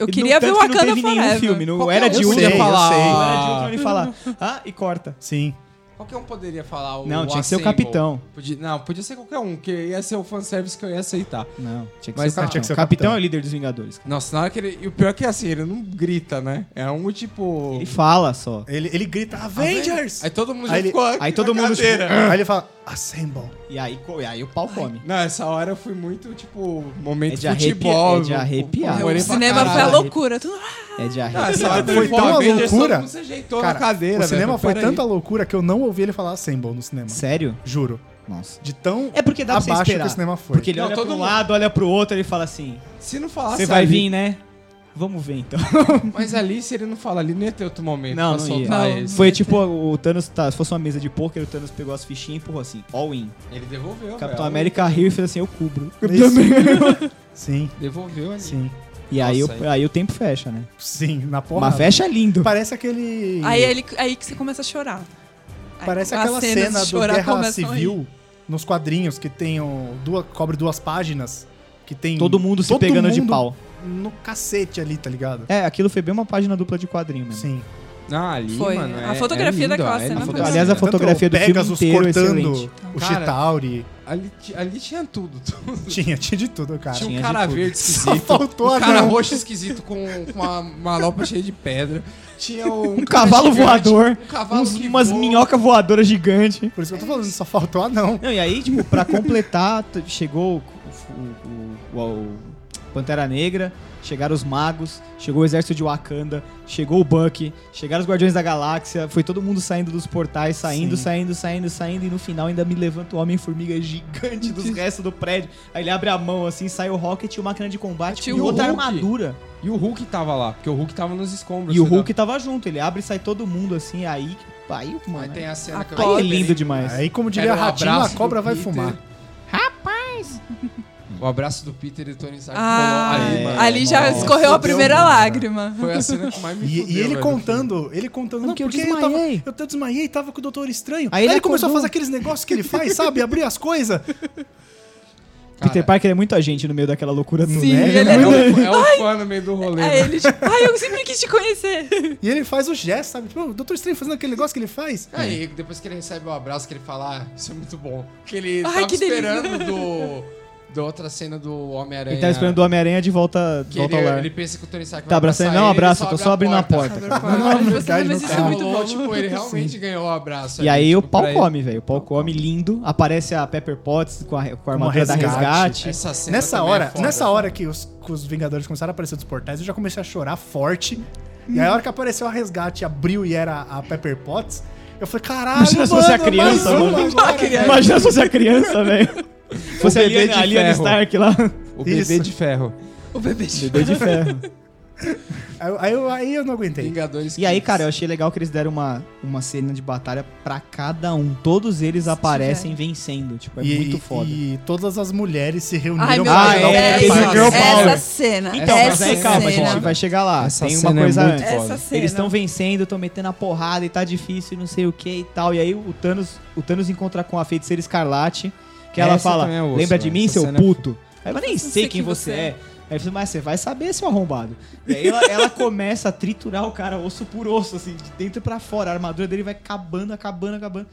[SPEAKER 4] Eu
[SPEAKER 5] E
[SPEAKER 4] queria
[SPEAKER 5] no
[SPEAKER 4] ver o
[SPEAKER 5] tanto que
[SPEAKER 4] Wakanda
[SPEAKER 5] Não teve nenhum
[SPEAKER 4] Forever.
[SPEAKER 5] filme. No
[SPEAKER 3] Qualquer
[SPEAKER 5] Era
[SPEAKER 3] um.
[SPEAKER 5] de
[SPEAKER 3] Eu
[SPEAKER 5] um
[SPEAKER 3] sei,
[SPEAKER 5] ia
[SPEAKER 3] eu
[SPEAKER 5] falar.
[SPEAKER 3] sei.
[SPEAKER 5] "Ah", Era de outro ele falar. Ah, e corta.
[SPEAKER 2] Sim.
[SPEAKER 3] Qualquer um poderia falar o.
[SPEAKER 5] Não, tinha que ser o
[SPEAKER 3] Assemble.
[SPEAKER 5] capitão.
[SPEAKER 3] Podia- Não, podia ser qualquer um, que ia ser o fanservice que eu ia aceitar.
[SPEAKER 5] Não, tinha que
[SPEAKER 3] Mas
[SPEAKER 5] ser o
[SPEAKER 3] não, tinha
[SPEAKER 5] capitão.
[SPEAKER 2] que ser
[SPEAKER 5] O
[SPEAKER 2] o
[SPEAKER 5] capitão é
[SPEAKER 2] capitão.
[SPEAKER 5] o líder dos Vingadores. cara.
[SPEAKER 3] Nossa, na hora que ele. E o pior é que assim, ele não grita, né? É um tipo.
[SPEAKER 5] Ele fala só.
[SPEAKER 2] Ele, ele grita Avengers!
[SPEAKER 3] Aí todo mundo
[SPEAKER 2] Aí
[SPEAKER 3] já
[SPEAKER 2] ele-
[SPEAKER 3] ficou.
[SPEAKER 5] aí
[SPEAKER 3] na
[SPEAKER 5] todo mundo, tipo,
[SPEAKER 3] cadeira.
[SPEAKER 2] Aí ele fala Assemble.
[SPEAKER 5] E aí, co- e aí o pau come.
[SPEAKER 3] Não, essa hora eu fui muito, tipo,
[SPEAKER 5] É
[SPEAKER 3] momento
[SPEAKER 5] de
[SPEAKER 3] futebol.
[SPEAKER 5] arrepiar- é de
[SPEAKER 3] eu-
[SPEAKER 5] arrepiar.
[SPEAKER 3] eu
[SPEAKER 4] O
[SPEAKER 3] olhei pra
[SPEAKER 4] cinema foi a
[SPEAKER 3] caralho.
[SPEAKER 4] loucura. Tudo-
[SPEAKER 5] É de
[SPEAKER 3] Ah,
[SPEAKER 5] arrepiar.
[SPEAKER 3] essa hora
[SPEAKER 2] Foi
[SPEAKER 3] pô,
[SPEAKER 2] tão uma
[SPEAKER 3] Avengers, todo
[SPEAKER 2] loucura.
[SPEAKER 3] mundo se ajeitou
[SPEAKER 2] Cara,
[SPEAKER 3] na cadeira,
[SPEAKER 2] o cinema
[SPEAKER 3] velho,
[SPEAKER 2] foi
[SPEAKER 3] peraí.
[SPEAKER 2] tanta loucura que eu não ouvi ele falar Assemble no cinema.
[SPEAKER 5] Sério?
[SPEAKER 2] Juro.
[SPEAKER 5] Nossa.
[SPEAKER 2] De tão
[SPEAKER 5] É porque dá pra você
[SPEAKER 2] abaixo
[SPEAKER 5] esperar.
[SPEAKER 2] que o cinema foi.
[SPEAKER 5] Porque ele
[SPEAKER 3] Não,
[SPEAKER 5] olha pra
[SPEAKER 3] todo
[SPEAKER 5] um
[SPEAKER 3] mundo. Ah,
[SPEAKER 5] lado, olha pro outro, ele fala assim,
[SPEAKER 3] Se não falasse
[SPEAKER 5] você vai
[SPEAKER 3] ali-
[SPEAKER 5] vir, né? Vamos ver, então.
[SPEAKER 3] Mas ali, se ele não fala ali, não ia ter outro momento tá
[SPEAKER 5] Não,
[SPEAKER 3] pra
[SPEAKER 5] não ia.
[SPEAKER 3] soltar
[SPEAKER 4] Não.
[SPEAKER 3] eles.
[SPEAKER 5] Foi tipo, o Thanos, tá, se fosse uma mesa de pôquer, o Thanos pegou as fichinhas e empurrou assim, all in.
[SPEAKER 3] Ele devolveu,
[SPEAKER 5] O Capitão
[SPEAKER 3] velho.
[SPEAKER 5] América riu e fez assim, eu cubro.
[SPEAKER 2] Sim,
[SPEAKER 3] Devolveu ali.
[SPEAKER 2] sim.
[SPEAKER 5] E aí,
[SPEAKER 3] Nossa,
[SPEAKER 5] o, aí o tempo fecha, né?
[SPEAKER 2] Sim, na porra.
[SPEAKER 5] Mas fecha lindo.
[SPEAKER 2] Parece aquele.
[SPEAKER 4] Aí, é ele, aí que você começa a chorar. Aí
[SPEAKER 2] Parece
[SPEAKER 4] as
[SPEAKER 2] aquela
[SPEAKER 4] cenas
[SPEAKER 2] cena
[SPEAKER 4] de
[SPEAKER 2] do
[SPEAKER 4] chorar
[SPEAKER 2] Guerra
[SPEAKER 4] começam aí.
[SPEAKER 2] Civil nos quadrinhos que tem o- duas, cobre duas páginas. Que tem
[SPEAKER 5] Todo mundo se pegando de
[SPEAKER 2] mundo
[SPEAKER 5] pau.
[SPEAKER 2] no cacete ali, tá ligado?
[SPEAKER 5] É, aquilo foi bem uma página dupla de quadrinho mesmo.
[SPEAKER 2] Sim.
[SPEAKER 3] Ah, ali,
[SPEAKER 4] Foi.
[SPEAKER 3] mano.
[SPEAKER 4] A
[SPEAKER 3] é-
[SPEAKER 4] fotografia
[SPEAKER 3] é lindo,
[SPEAKER 4] daquela
[SPEAKER 3] ó, é
[SPEAKER 4] cena
[SPEAKER 3] lindo.
[SPEAKER 4] foi
[SPEAKER 5] Aliás, a
[SPEAKER 2] Tanto
[SPEAKER 5] fotografia
[SPEAKER 2] o
[SPEAKER 5] do filme
[SPEAKER 2] Pegasus
[SPEAKER 5] inteiro é
[SPEAKER 2] cortando
[SPEAKER 5] excelente.
[SPEAKER 2] o
[SPEAKER 3] Cara,
[SPEAKER 2] Chitauri.
[SPEAKER 3] Ali, ti- ali tinha tudo. tudo.
[SPEAKER 2] Tinha, tinha de tudo, cara.
[SPEAKER 3] Tinha um
[SPEAKER 5] tinha de
[SPEAKER 3] cara
[SPEAKER 5] tudo.
[SPEAKER 3] verde
[SPEAKER 2] Só
[SPEAKER 3] esquisito.
[SPEAKER 2] faltou
[SPEAKER 3] Um
[SPEAKER 2] a
[SPEAKER 3] cara
[SPEAKER 2] não.
[SPEAKER 3] roxo esquisito com com uma malopa cheia de pedra. Tinha um,
[SPEAKER 5] Um
[SPEAKER 3] cara
[SPEAKER 5] cavalo
[SPEAKER 3] gigante,
[SPEAKER 5] voador,
[SPEAKER 3] Um cavalo
[SPEAKER 5] uns-
[SPEAKER 3] que
[SPEAKER 5] umas
[SPEAKER 3] voa.
[SPEAKER 5] minhocas voadoras gigantes.
[SPEAKER 2] Por isso que eu tô falando, só faltou a não.
[SPEAKER 5] Não, e aí, tipo, pra completar, t- chegou o, o- o- o Pantera Negra, chegaram os magos, chegou o exército de Wakanda, chegou o Bucky, chegaram os Guardiões da Galáxia, foi todo mundo saindo dos portais, saindo,
[SPEAKER 2] Sim.
[SPEAKER 5] saindo, saindo, saindo, e no final ainda me levanta o Homem-Formiga gigante dos restos do prédio. Aí ele abre a mão, assim, sai o Rocket e o Máquina de Combate
[SPEAKER 3] Tinha
[SPEAKER 5] com
[SPEAKER 3] o
[SPEAKER 5] outra
[SPEAKER 3] Hulk.
[SPEAKER 5] armadura.
[SPEAKER 3] E o Hulk tava lá, porque o Hulk tava nos escombros.
[SPEAKER 5] E o
[SPEAKER 3] você
[SPEAKER 5] Hulk tava junto, ele abre e sai todo mundo, assim, aí... Aí,
[SPEAKER 3] dá- Aí
[SPEAKER 5] mano,
[SPEAKER 3] tem a né? cena que eu
[SPEAKER 5] aí é
[SPEAKER 3] lembrei.
[SPEAKER 5] lindo demais.
[SPEAKER 2] Aí, como
[SPEAKER 3] Era
[SPEAKER 2] diria
[SPEAKER 3] o
[SPEAKER 2] Ratinho, a
[SPEAKER 3] abraço
[SPEAKER 2] cobra
[SPEAKER 3] do
[SPEAKER 2] vai
[SPEAKER 3] Peter.
[SPEAKER 2] fumar.
[SPEAKER 3] O abraço do Peter e do Tony Stark
[SPEAKER 4] Ah,
[SPEAKER 3] rolou
[SPEAKER 5] é.
[SPEAKER 3] mano.
[SPEAKER 4] ali já
[SPEAKER 3] Nossa,
[SPEAKER 4] escorreu a
[SPEAKER 3] fudeu,
[SPEAKER 4] primeira
[SPEAKER 3] mano.
[SPEAKER 4] lágrima.
[SPEAKER 3] Foi a cena que mais me
[SPEAKER 2] E, e
[SPEAKER 3] fudeu,
[SPEAKER 2] ele
[SPEAKER 3] velho.
[SPEAKER 2] contando, ele contando, não,
[SPEAKER 5] que eu
[SPEAKER 2] porque eu tava,
[SPEAKER 5] desmaiei.
[SPEAKER 2] eu tava desmaiei, tava com o Doutor Estranho.
[SPEAKER 5] Aí
[SPEAKER 2] Aí,
[SPEAKER 5] ele é
[SPEAKER 2] ele, começou a
[SPEAKER 5] acordou.
[SPEAKER 2] fazer aqueles negócios que ele faz, sabe? Abrir as coisas.
[SPEAKER 3] Cara,
[SPEAKER 5] Peter Parker é muita gente no meio daquela loucura toda.
[SPEAKER 4] Sim,
[SPEAKER 5] né?
[SPEAKER 4] ele
[SPEAKER 3] é
[SPEAKER 4] é um...
[SPEAKER 3] um, é um fã no meio do rolê.
[SPEAKER 4] Aí ele, tipo, ai, eu sempre quis te conhecer.
[SPEAKER 2] E ele faz o gesto, sabe? Tipo, o Doutor Estranho fazendo aquele negócio que ele faz.
[SPEAKER 4] É,
[SPEAKER 3] Aí, depois que ele recebe o abraço, que ele fala, ah, isso é muito bom. Que ele
[SPEAKER 4] Ai,
[SPEAKER 3] tava
[SPEAKER 4] que delícia.
[SPEAKER 3] esperando do, da outra cena do Homem-Aranha.
[SPEAKER 5] Ele tava esperando o Homem-Aranha de volta,
[SPEAKER 3] que
[SPEAKER 5] volta
[SPEAKER 3] ele,
[SPEAKER 5] ao lar.
[SPEAKER 3] ele pensa que o Tony Stark
[SPEAKER 5] Tá
[SPEAKER 3] vai
[SPEAKER 5] abraçando,
[SPEAKER 3] abraçar
[SPEAKER 5] não,
[SPEAKER 3] ele,
[SPEAKER 5] abraça,
[SPEAKER 3] ele só
[SPEAKER 5] tô só
[SPEAKER 3] abre
[SPEAKER 5] abrindo a porta. Tá
[SPEAKER 2] Não,
[SPEAKER 4] Aí
[SPEAKER 2] na
[SPEAKER 4] você,
[SPEAKER 2] verdade,
[SPEAKER 4] mas
[SPEAKER 2] no
[SPEAKER 4] isso é
[SPEAKER 2] carro.
[SPEAKER 4] muito
[SPEAKER 3] Rolou,
[SPEAKER 4] bom.
[SPEAKER 3] tipo, ele realmente ganhou o abraço.
[SPEAKER 5] E aí
[SPEAKER 3] tipo,
[SPEAKER 5] o pau
[SPEAKER 3] pra ele-
[SPEAKER 5] come, velho. O pau come lindo. Aparece a Pepper Potts com a, com a
[SPEAKER 2] Uma
[SPEAKER 5] armadura da
[SPEAKER 2] resgate.
[SPEAKER 5] resgate.
[SPEAKER 3] Essa cena
[SPEAKER 2] Nessa
[SPEAKER 3] também é
[SPEAKER 2] hora,
[SPEAKER 3] foda.
[SPEAKER 2] nessa hora que os, que os Vingadores começaram a aparecer dos portais, eu já comecei a chorar forte. E aí, a hora que apareceu a resgate, abriu e era a Pepper Potts, eu falei, caralho,
[SPEAKER 5] Imagina se fosse
[SPEAKER 2] mano,
[SPEAKER 5] a criança,
[SPEAKER 2] mais uma
[SPEAKER 5] mano.
[SPEAKER 2] agora, velho.
[SPEAKER 5] Imagina se fosse a criança, velho. Se fosse a
[SPEAKER 3] bebê
[SPEAKER 5] Liana,
[SPEAKER 3] de
[SPEAKER 5] a Liana
[SPEAKER 3] ferro.
[SPEAKER 5] Stark lá.
[SPEAKER 3] O bebê
[SPEAKER 2] Isso.
[SPEAKER 3] de ferro.
[SPEAKER 4] O bebê de
[SPEAKER 5] Bebê de ferro.
[SPEAKER 2] Aí, eu- aí eu- aí eu não aguentei.
[SPEAKER 3] Vingadores.
[SPEAKER 5] E aí, cara, eu achei legal que eles deram uma, uma cena de batalha pra cada um. Todos eles aparecem vencendo. Tipo, é
[SPEAKER 2] e,
[SPEAKER 5] muito foda.
[SPEAKER 2] E todas as mulheres se reuniram
[SPEAKER 4] Ai, meu
[SPEAKER 2] pra
[SPEAKER 5] Ah,
[SPEAKER 4] Deus.
[SPEAKER 2] ajudar
[SPEAKER 5] é,
[SPEAKER 2] o
[SPEAKER 5] esse
[SPEAKER 2] Peter Parker.
[SPEAKER 5] girl power.
[SPEAKER 4] essa cena.
[SPEAKER 5] Então, mas
[SPEAKER 4] essa
[SPEAKER 5] aí calma,
[SPEAKER 4] cena.
[SPEAKER 5] a gente vai chegar lá.
[SPEAKER 3] Essa
[SPEAKER 5] Tem uma
[SPEAKER 3] cena é
[SPEAKER 5] coisa
[SPEAKER 3] muito
[SPEAKER 5] antes.
[SPEAKER 4] Essa cena.
[SPEAKER 5] Eles estão vencendo, estão metendo a porrada e tá difícil e não sei o que e tal. E aí o Thanos, o Thanos encontra com a feiticeira escarlate, que ela
[SPEAKER 3] Essa
[SPEAKER 5] fala:
[SPEAKER 3] também é osso,
[SPEAKER 5] Lembra de
[SPEAKER 3] velho.
[SPEAKER 5] mim,
[SPEAKER 3] Essa
[SPEAKER 5] seu
[SPEAKER 3] cena é
[SPEAKER 5] puto? Aí ela nem sei quem você é. Aí ele fala, mas você vai saber, seu arrombado. E aí ela, ela começa a triturar o cara osso por osso, assim, de dentro pra fora. A armadura dele vai acabando, acabando, acabando.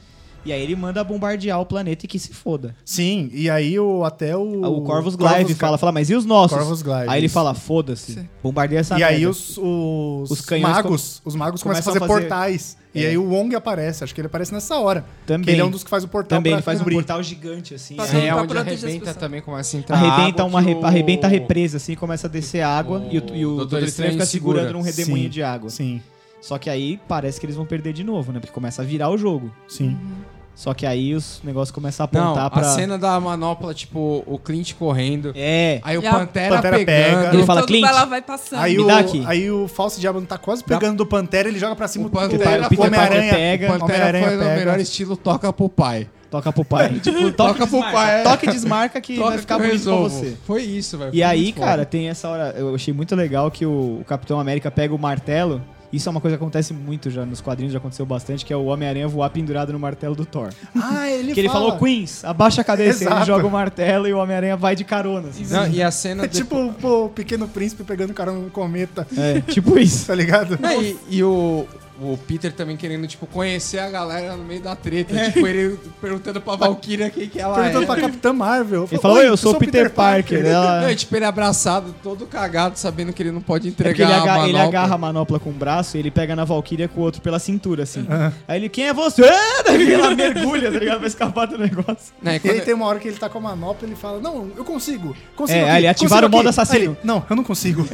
[SPEAKER 5] E aí ele manda bombardear o planeta e que se foda.
[SPEAKER 2] Sim, e aí o, até o.
[SPEAKER 5] O Corvus Glaive
[SPEAKER 2] Corvus
[SPEAKER 5] fala, fala, mas e os nossos?
[SPEAKER 2] Corvus Glaive,
[SPEAKER 5] aí ele
[SPEAKER 2] isso.
[SPEAKER 5] fala, foda-se, bombardeia essa
[SPEAKER 2] E aí
[SPEAKER 5] merda."
[SPEAKER 2] os, os,
[SPEAKER 5] Tá Os canhões
[SPEAKER 2] magos, os magos começam a fazer, portais. E
[SPEAKER 5] É.
[SPEAKER 2] aí o Wong aparece, acho que ele aparece nessa hora.
[SPEAKER 5] Também.
[SPEAKER 2] Que ele é um dos que faz o portal
[SPEAKER 5] Também,
[SPEAKER 2] pra
[SPEAKER 5] ele faz um
[SPEAKER 2] cobrir.
[SPEAKER 5] portal gigante, assim.
[SPEAKER 4] Pra
[SPEAKER 5] aí
[SPEAKER 4] todo
[SPEAKER 3] É
[SPEAKER 4] pra
[SPEAKER 3] onde
[SPEAKER 4] proteger as
[SPEAKER 3] arrebenta
[SPEAKER 4] pessoas.
[SPEAKER 3] também começa a entrar
[SPEAKER 5] Arrebenta,
[SPEAKER 3] água
[SPEAKER 5] uma,
[SPEAKER 3] que
[SPEAKER 5] re-
[SPEAKER 3] o-
[SPEAKER 5] arrebenta a represa, assim, começa a descer água
[SPEAKER 3] o-
[SPEAKER 5] e o, e o Doutor, Estranho fica
[SPEAKER 3] segura.
[SPEAKER 5] segurando num redemoinho
[SPEAKER 2] Sim.
[SPEAKER 5] de água.
[SPEAKER 2] Sim,
[SPEAKER 5] Só que aí parece que eles vão perder de novo, né? Porque começa a virar o jogo.
[SPEAKER 2] sim.
[SPEAKER 3] Hum.
[SPEAKER 5] Só que aí os negócios começam a
[SPEAKER 3] Não,
[SPEAKER 5] apontar tá pra.
[SPEAKER 3] a cena da manopla, tipo, o Clint correndo.
[SPEAKER 5] É.
[SPEAKER 3] Aí o
[SPEAKER 4] E a
[SPEAKER 3] Pantera,
[SPEAKER 2] Pantera
[SPEAKER 3] pegando.
[SPEAKER 2] pega.
[SPEAKER 5] Ele fala,
[SPEAKER 4] Todo
[SPEAKER 5] Clint.
[SPEAKER 4] vai lá, vai passando.
[SPEAKER 2] Aí
[SPEAKER 5] Me
[SPEAKER 2] o,
[SPEAKER 5] dá aqui.
[SPEAKER 2] aí o falso diabo não tá quase pegando do Pantera, ele joga pra cima
[SPEAKER 3] O
[SPEAKER 2] do
[SPEAKER 3] Pantera,
[SPEAKER 2] Pantera,
[SPEAKER 3] o Peter
[SPEAKER 2] Homem-Aranha
[SPEAKER 5] Parker pega,
[SPEAKER 3] O Pantera
[SPEAKER 2] Homem-Aranha
[SPEAKER 3] foi no
[SPEAKER 2] pega.
[SPEAKER 3] melhor estilo toca pro pai.
[SPEAKER 5] Toca pro pai. tipo, toca,
[SPEAKER 3] Toca pro pai, é.
[SPEAKER 5] Toca e desmarca que
[SPEAKER 3] Toca
[SPEAKER 5] vai ficar
[SPEAKER 3] que eu
[SPEAKER 5] bonito
[SPEAKER 3] resolvo.
[SPEAKER 5] pra você.
[SPEAKER 3] Foi isso, velho.
[SPEAKER 5] E
[SPEAKER 3] Foi
[SPEAKER 5] aí,
[SPEAKER 3] muito foda.
[SPEAKER 5] cara, tem essa hora. Eu achei muito legal que o, o Capitão América pega o martelo. Isso é uma coisa que acontece muito já nos quadrinhos, já aconteceu bastante, que é o Homem-Aranha voar pendurado no martelo do Thor.
[SPEAKER 2] Ah, ele
[SPEAKER 5] que ele
[SPEAKER 2] fala.
[SPEAKER 5] falou, Queens, abaixa a cabeça, ele
[SPEAKER 2] Exato.
[SPEAKER 5] joga o martelo e o Homem-Aranha vai de carona. assim.
[SPEAKER 3] Não, e a cena.
[SPEAKER 2] É
[SPEAKER 3] de-
[SPEAKER 2] tipo pô, o Pequeno Príncipe pegando o cara no cometa,
[SPEAKER 5] É, tipo isso.
[SPEAKER 2] tá ligado?
[SPEAKER 3] Não, e, e o, o Peter também querendo, tipo, conhecer a galera no meio da treta. Tipo, ele perguntando pra Valkyria quem que ela é.
[SPEAKER 2] Perguntando pra Capitã Marvel.
[SPEAKER 5] Ele falou,
[SPEAKER 2] "Oi,
[SPEAKER 5] "Oi, eu sou o Peter Parker. Ela...
[SPEAKER 3] Não, e, tipo, ele abraçado, todo cagado, sabendo que ele não pode
[SPEAKER 5] É
[SPEAKER 3] entregar
[SPEAKER 5] porque ele, aga-
[SPEAKER 3] a manopla.
[SPEAKER 5] ele agarra a manopla com o braço e ele pega na Valkyria com o outro pela cintura, assim. Aí ele, quem é você? Ah, Daí ela mergulha, tá ligado? Pra escapar do negócio.
[SPEAKER 3] Não, e
[SPEAKER 2] E
[SPEAKER 3] quando-
[SPEAKER 2] aí tem uma hora que ele tá com a manopla e ele fala, não, eu consigo, consigo
[SPEAKER 5] É,
[SPEAKER 2] aqui,
[SPEAKER 5] aí ele ativaram
[SPEAKER 2] consigo
[SPEAKER 5] o modo
[SPEAKER 2] aqui." Aí
[SPEAKER 5] assassino. É.
[SPEAKER 2] ele, não, eu não consigo.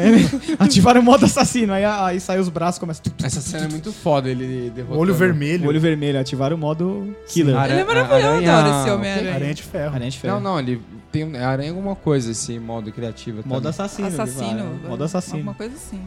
[SPEAKER 5] Ativaram o modo assassino, aí, aí sai os braços, começa... tuk, tuk,
[SPEAKER 3] Essa cena é muito foda, ele derrotando.
[SPEAKER 2] Olho
[SPEAKER 5] tuk,
[SPEAKER 2] vermelho,
[SPEAKER 5] Olho vermelho, ativaram o modo killer. né, é
[SPEAKER 3] Sim.
[SPEAKER 4] Ele é
[SPEAKER 3] Aranha-
[SPEAKER 4] maravilhoso, eu adoro esse
[SPEAKER 5] ah,
[SPEAKER 3] aranha-
[SPEAKER 2] aranha
[SPEAKER 4] Homem-Aranha.
[SPEAKER 2] de ferro.
[SPEAKER 5] Aranha de ferro.
[SPEAKER 3] Não, não, ele tem um- é aranha alguma coisa esse modo criativo.
[SPEAKER 5] Modo
[SPEAKER 3] também.
[SPEAKER 5] assassino. ele
[SPEAKER 4] Assassino.
[SPEAKER 5] vai, Modo assassino.
[SPEAKER 4] Alguma coisa assim.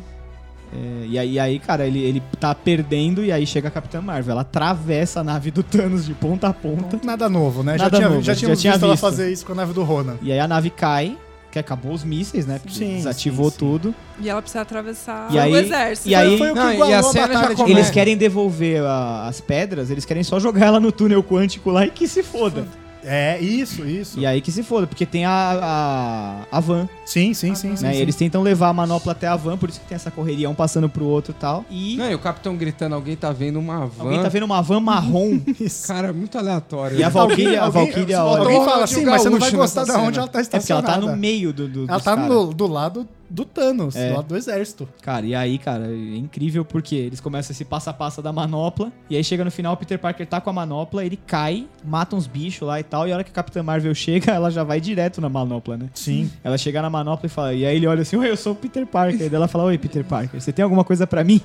[SPEAKER 5] É, e aí, aí, cara, ele, ele tá perdendo e aí chega a Capitã Marvel. Ela atravessa a nave do Thanos de ponta a ponta.
[SPEAKER 2] Nada novo, né?
[SPEAKER 5] é Nada
[SPEAKER 2] já tinha,
[SPEAKER 5] novo,
[SPEAKER 2] já
[SPEAKER 5] já
[SPEAKER 2] tínhamos
[SPEAKER 5] tinha
[SPEAKER 2] visto, ela
[SPEAKER 5] visto.
[SPEAKER 2] fazer isso com a nave do Ronan.
[SPEAKER 5] E aí a nave cai, que acabou os mísseis, né? Porque
[SPEAKER 2] Sim,
[SPEAKER 5] desativou
[SPEAKER 2] sim, sim.
[SPEAKER 5] tudo.
[SPEAKER 4] E ela precisa atravessar
[SPEAKER 5] E aí-
[SPEAKER 4] o exército.
[SPEAKER 5] e aí-
[SPEAKER 2] foi o que
[SPEAKER 3] Não, e
[SPEAKER 2] igualou
[SPEAKER 3] a
[SPEAKER 2] a,
[SPEAKER 3] cena já
[SPEAKER 2] batalha de...
[SPEAKER 3] Como
[SPEAKER 5] eles
[SPEAKER 3] é?
[SPEAKER 5] querem devolver a- as pedras, eles querem só jogar ela no túnel quântico lá e que se foda.
[SPEAKER 2] É, isso, isso.
[SPEAKER 5] E aí que se foda, porque tem a, a, a van,
[SPEAKER 2] Sim, sim, sim, sim.
[SPEAKER 5] né?
[SPEAKER 2] sim.
[SPEAKER 5] Eles tentam levar a manopla até a van, por isso que tem essa correria, um passando pro outro e tal. E
[SPEAKER 2] é
[SPEAKER 3] Não, e o capitão gritando, alguém tá vendo uma van.
[SPEAKER 5] alguém tá vendo uma van marrom
[SPEAKER 3] Cara, muito aleatório. tá
[SPEAKER 5] e a Valkyria... a
[SPEAKER 2] Alguém-
[SPEAKER 5] Valkyria
[SPEAKER 2] se
[SPEAKER 5] ó,
[SPEAKER 2] botar
[SPEAKER 3] olha-
[SPEAKER 2] Alguém
[SPEAKER 3] Olha o
[SPEAKER 2] fala assim,
[SPEAKER 3] Ronaldinho
[SPEAKER 2] mas você não vai
[SPEAKER 3] Gaúcho
[SPEAKER 2] gostar
[SPEAKER 3] nessa
[SPEAKER 2] da onde
[SPEAKER 3] cena.
[SPEAKER 2] ela tá
[SPEAKER 5] é porque ela
[SPEAKER 2] estacionada.
[SPEAKER 5] tá no meio do, do
[SPEAKER 2] Ela
[SPEAKER 5] dos
[SPEAKER 2] tá
[SPEAKER 5] caras.
[SPEAKER 2] no, do lado do Thanos,
[SPEAKER 5] É.
[SPEAKER 2] do lado do exército.
[SPEAKER 5] Cara, e aí, cara, é incrível porque eles começam esse passo a passo da manopla. E aí chega no final, o Peter Parker tá com a manopla, ele cai, mata uns bichos lá e tal. E a hora que a Capitã Marvel chega, ela já vai direto na manopla, né?
[SPEAKER 2] Sim.
[SPEAKER 5] Ela chega na manopla e fala. E aí ele olha assim: Oi, eu sou o Peter Parker. Daí ela fala: Oi, Peter Parker, você tem alguma coisa pra mim?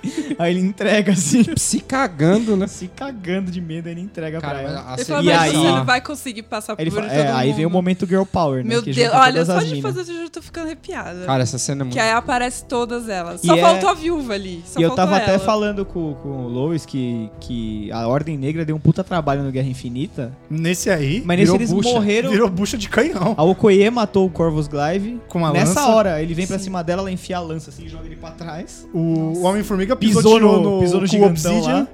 [SPEAKER 5] Aí ele entrega assim,
[SPEAKER 3] Se cagando, né?
[SPEAKER 5] se cagando de medo, ele entrega
[SPEAKER 3] Cara,
[SPEAKER 5] pra
[SPEAKER 3] mas
[SPEAKER 5] ela.
[SPEAKER 3] a
[SPEAKER 4] Ele
[SPEAKER 3] cena- é
[SPEAKER 4] fala,
[SPEAKER 5] E
[SPEAKER 4] mas
[SPEAKER 5] aí-
[SPEAKER 4] você não vai conseguir passar
[SPEAKER 5] Aí, ele
[SPEAKER 4] por
[SPEAKER 5] fala-
[SPEAKER 4] todo
[SPEAKER 5] é, aí
[SPEAKER 4] mundo.
[SPEAKER 5] vem o momento Girl Power, né?
[SPEAKER 4] Meu
[SPEAKER 5] que
[SPEAKER 4] Deus,
[SPEAKER 5] junta
[SPEAKER 4] olha,
[SPEAKER 5] todas
[SPEAKER 4] só
[SPEAKER 5] as
[SPEAKER 4] de
[SPEAKER 5] minas.
[SPEAKER 4] fazer isso eu já tô ficando arrepiada.
[SPEAKER 3] Cara, essa cena é muito...
[SPEAKER 4] que aí aparece todas elas.
[SPEAKER 5] E
[SPEAKER 4] Só
[SPEAKER 5] é-
[SPEAKER 4] faltou a viúva ali. Só
[SPEAKER 5] E eu
[SPEAKER 4] faltou
[SPEAKER 5] tava até
[SPEAKER 4] ela.
[SPEAKER 5] falando com, com o Lois que, que a Ordem Negra deu um puta trabalho no Guerra Infinita.
[SPEAKER 2] Nesse aí,
[SPEAKER 5] Mas nesse
[SPEAKER 3] Virou
[SPEAKER 5] eles
[SPEAKER 3] bucha.
[SPEAKER 5] morreram.
[SPEAKER 2] virou bucha de canhão.
[SPEAKER 5] A Okoye matou o Corvus Glaive.
[SPEAKER 2] Com a
[SPEAKER 5] Nessa
[SPEAKER 2] lança.
[SPEAKER 5] hora, ele vem pra cima dela, ela enfia a lança assim, joga ele pra trás.
[SPEAKER 2] O Homem-Formiga
[SPEAKER 5] Pisou
[SPEAKER 2] pisou
[SPEAKER 5] no,
[SPEAKER 2] no,
[SPEAKER 5] pisou no
[SPEAKER 2] com o
[SPEAKER 5] gigantão
[SPEAKER 2] Obsidian
[SPEAKER 5] lá.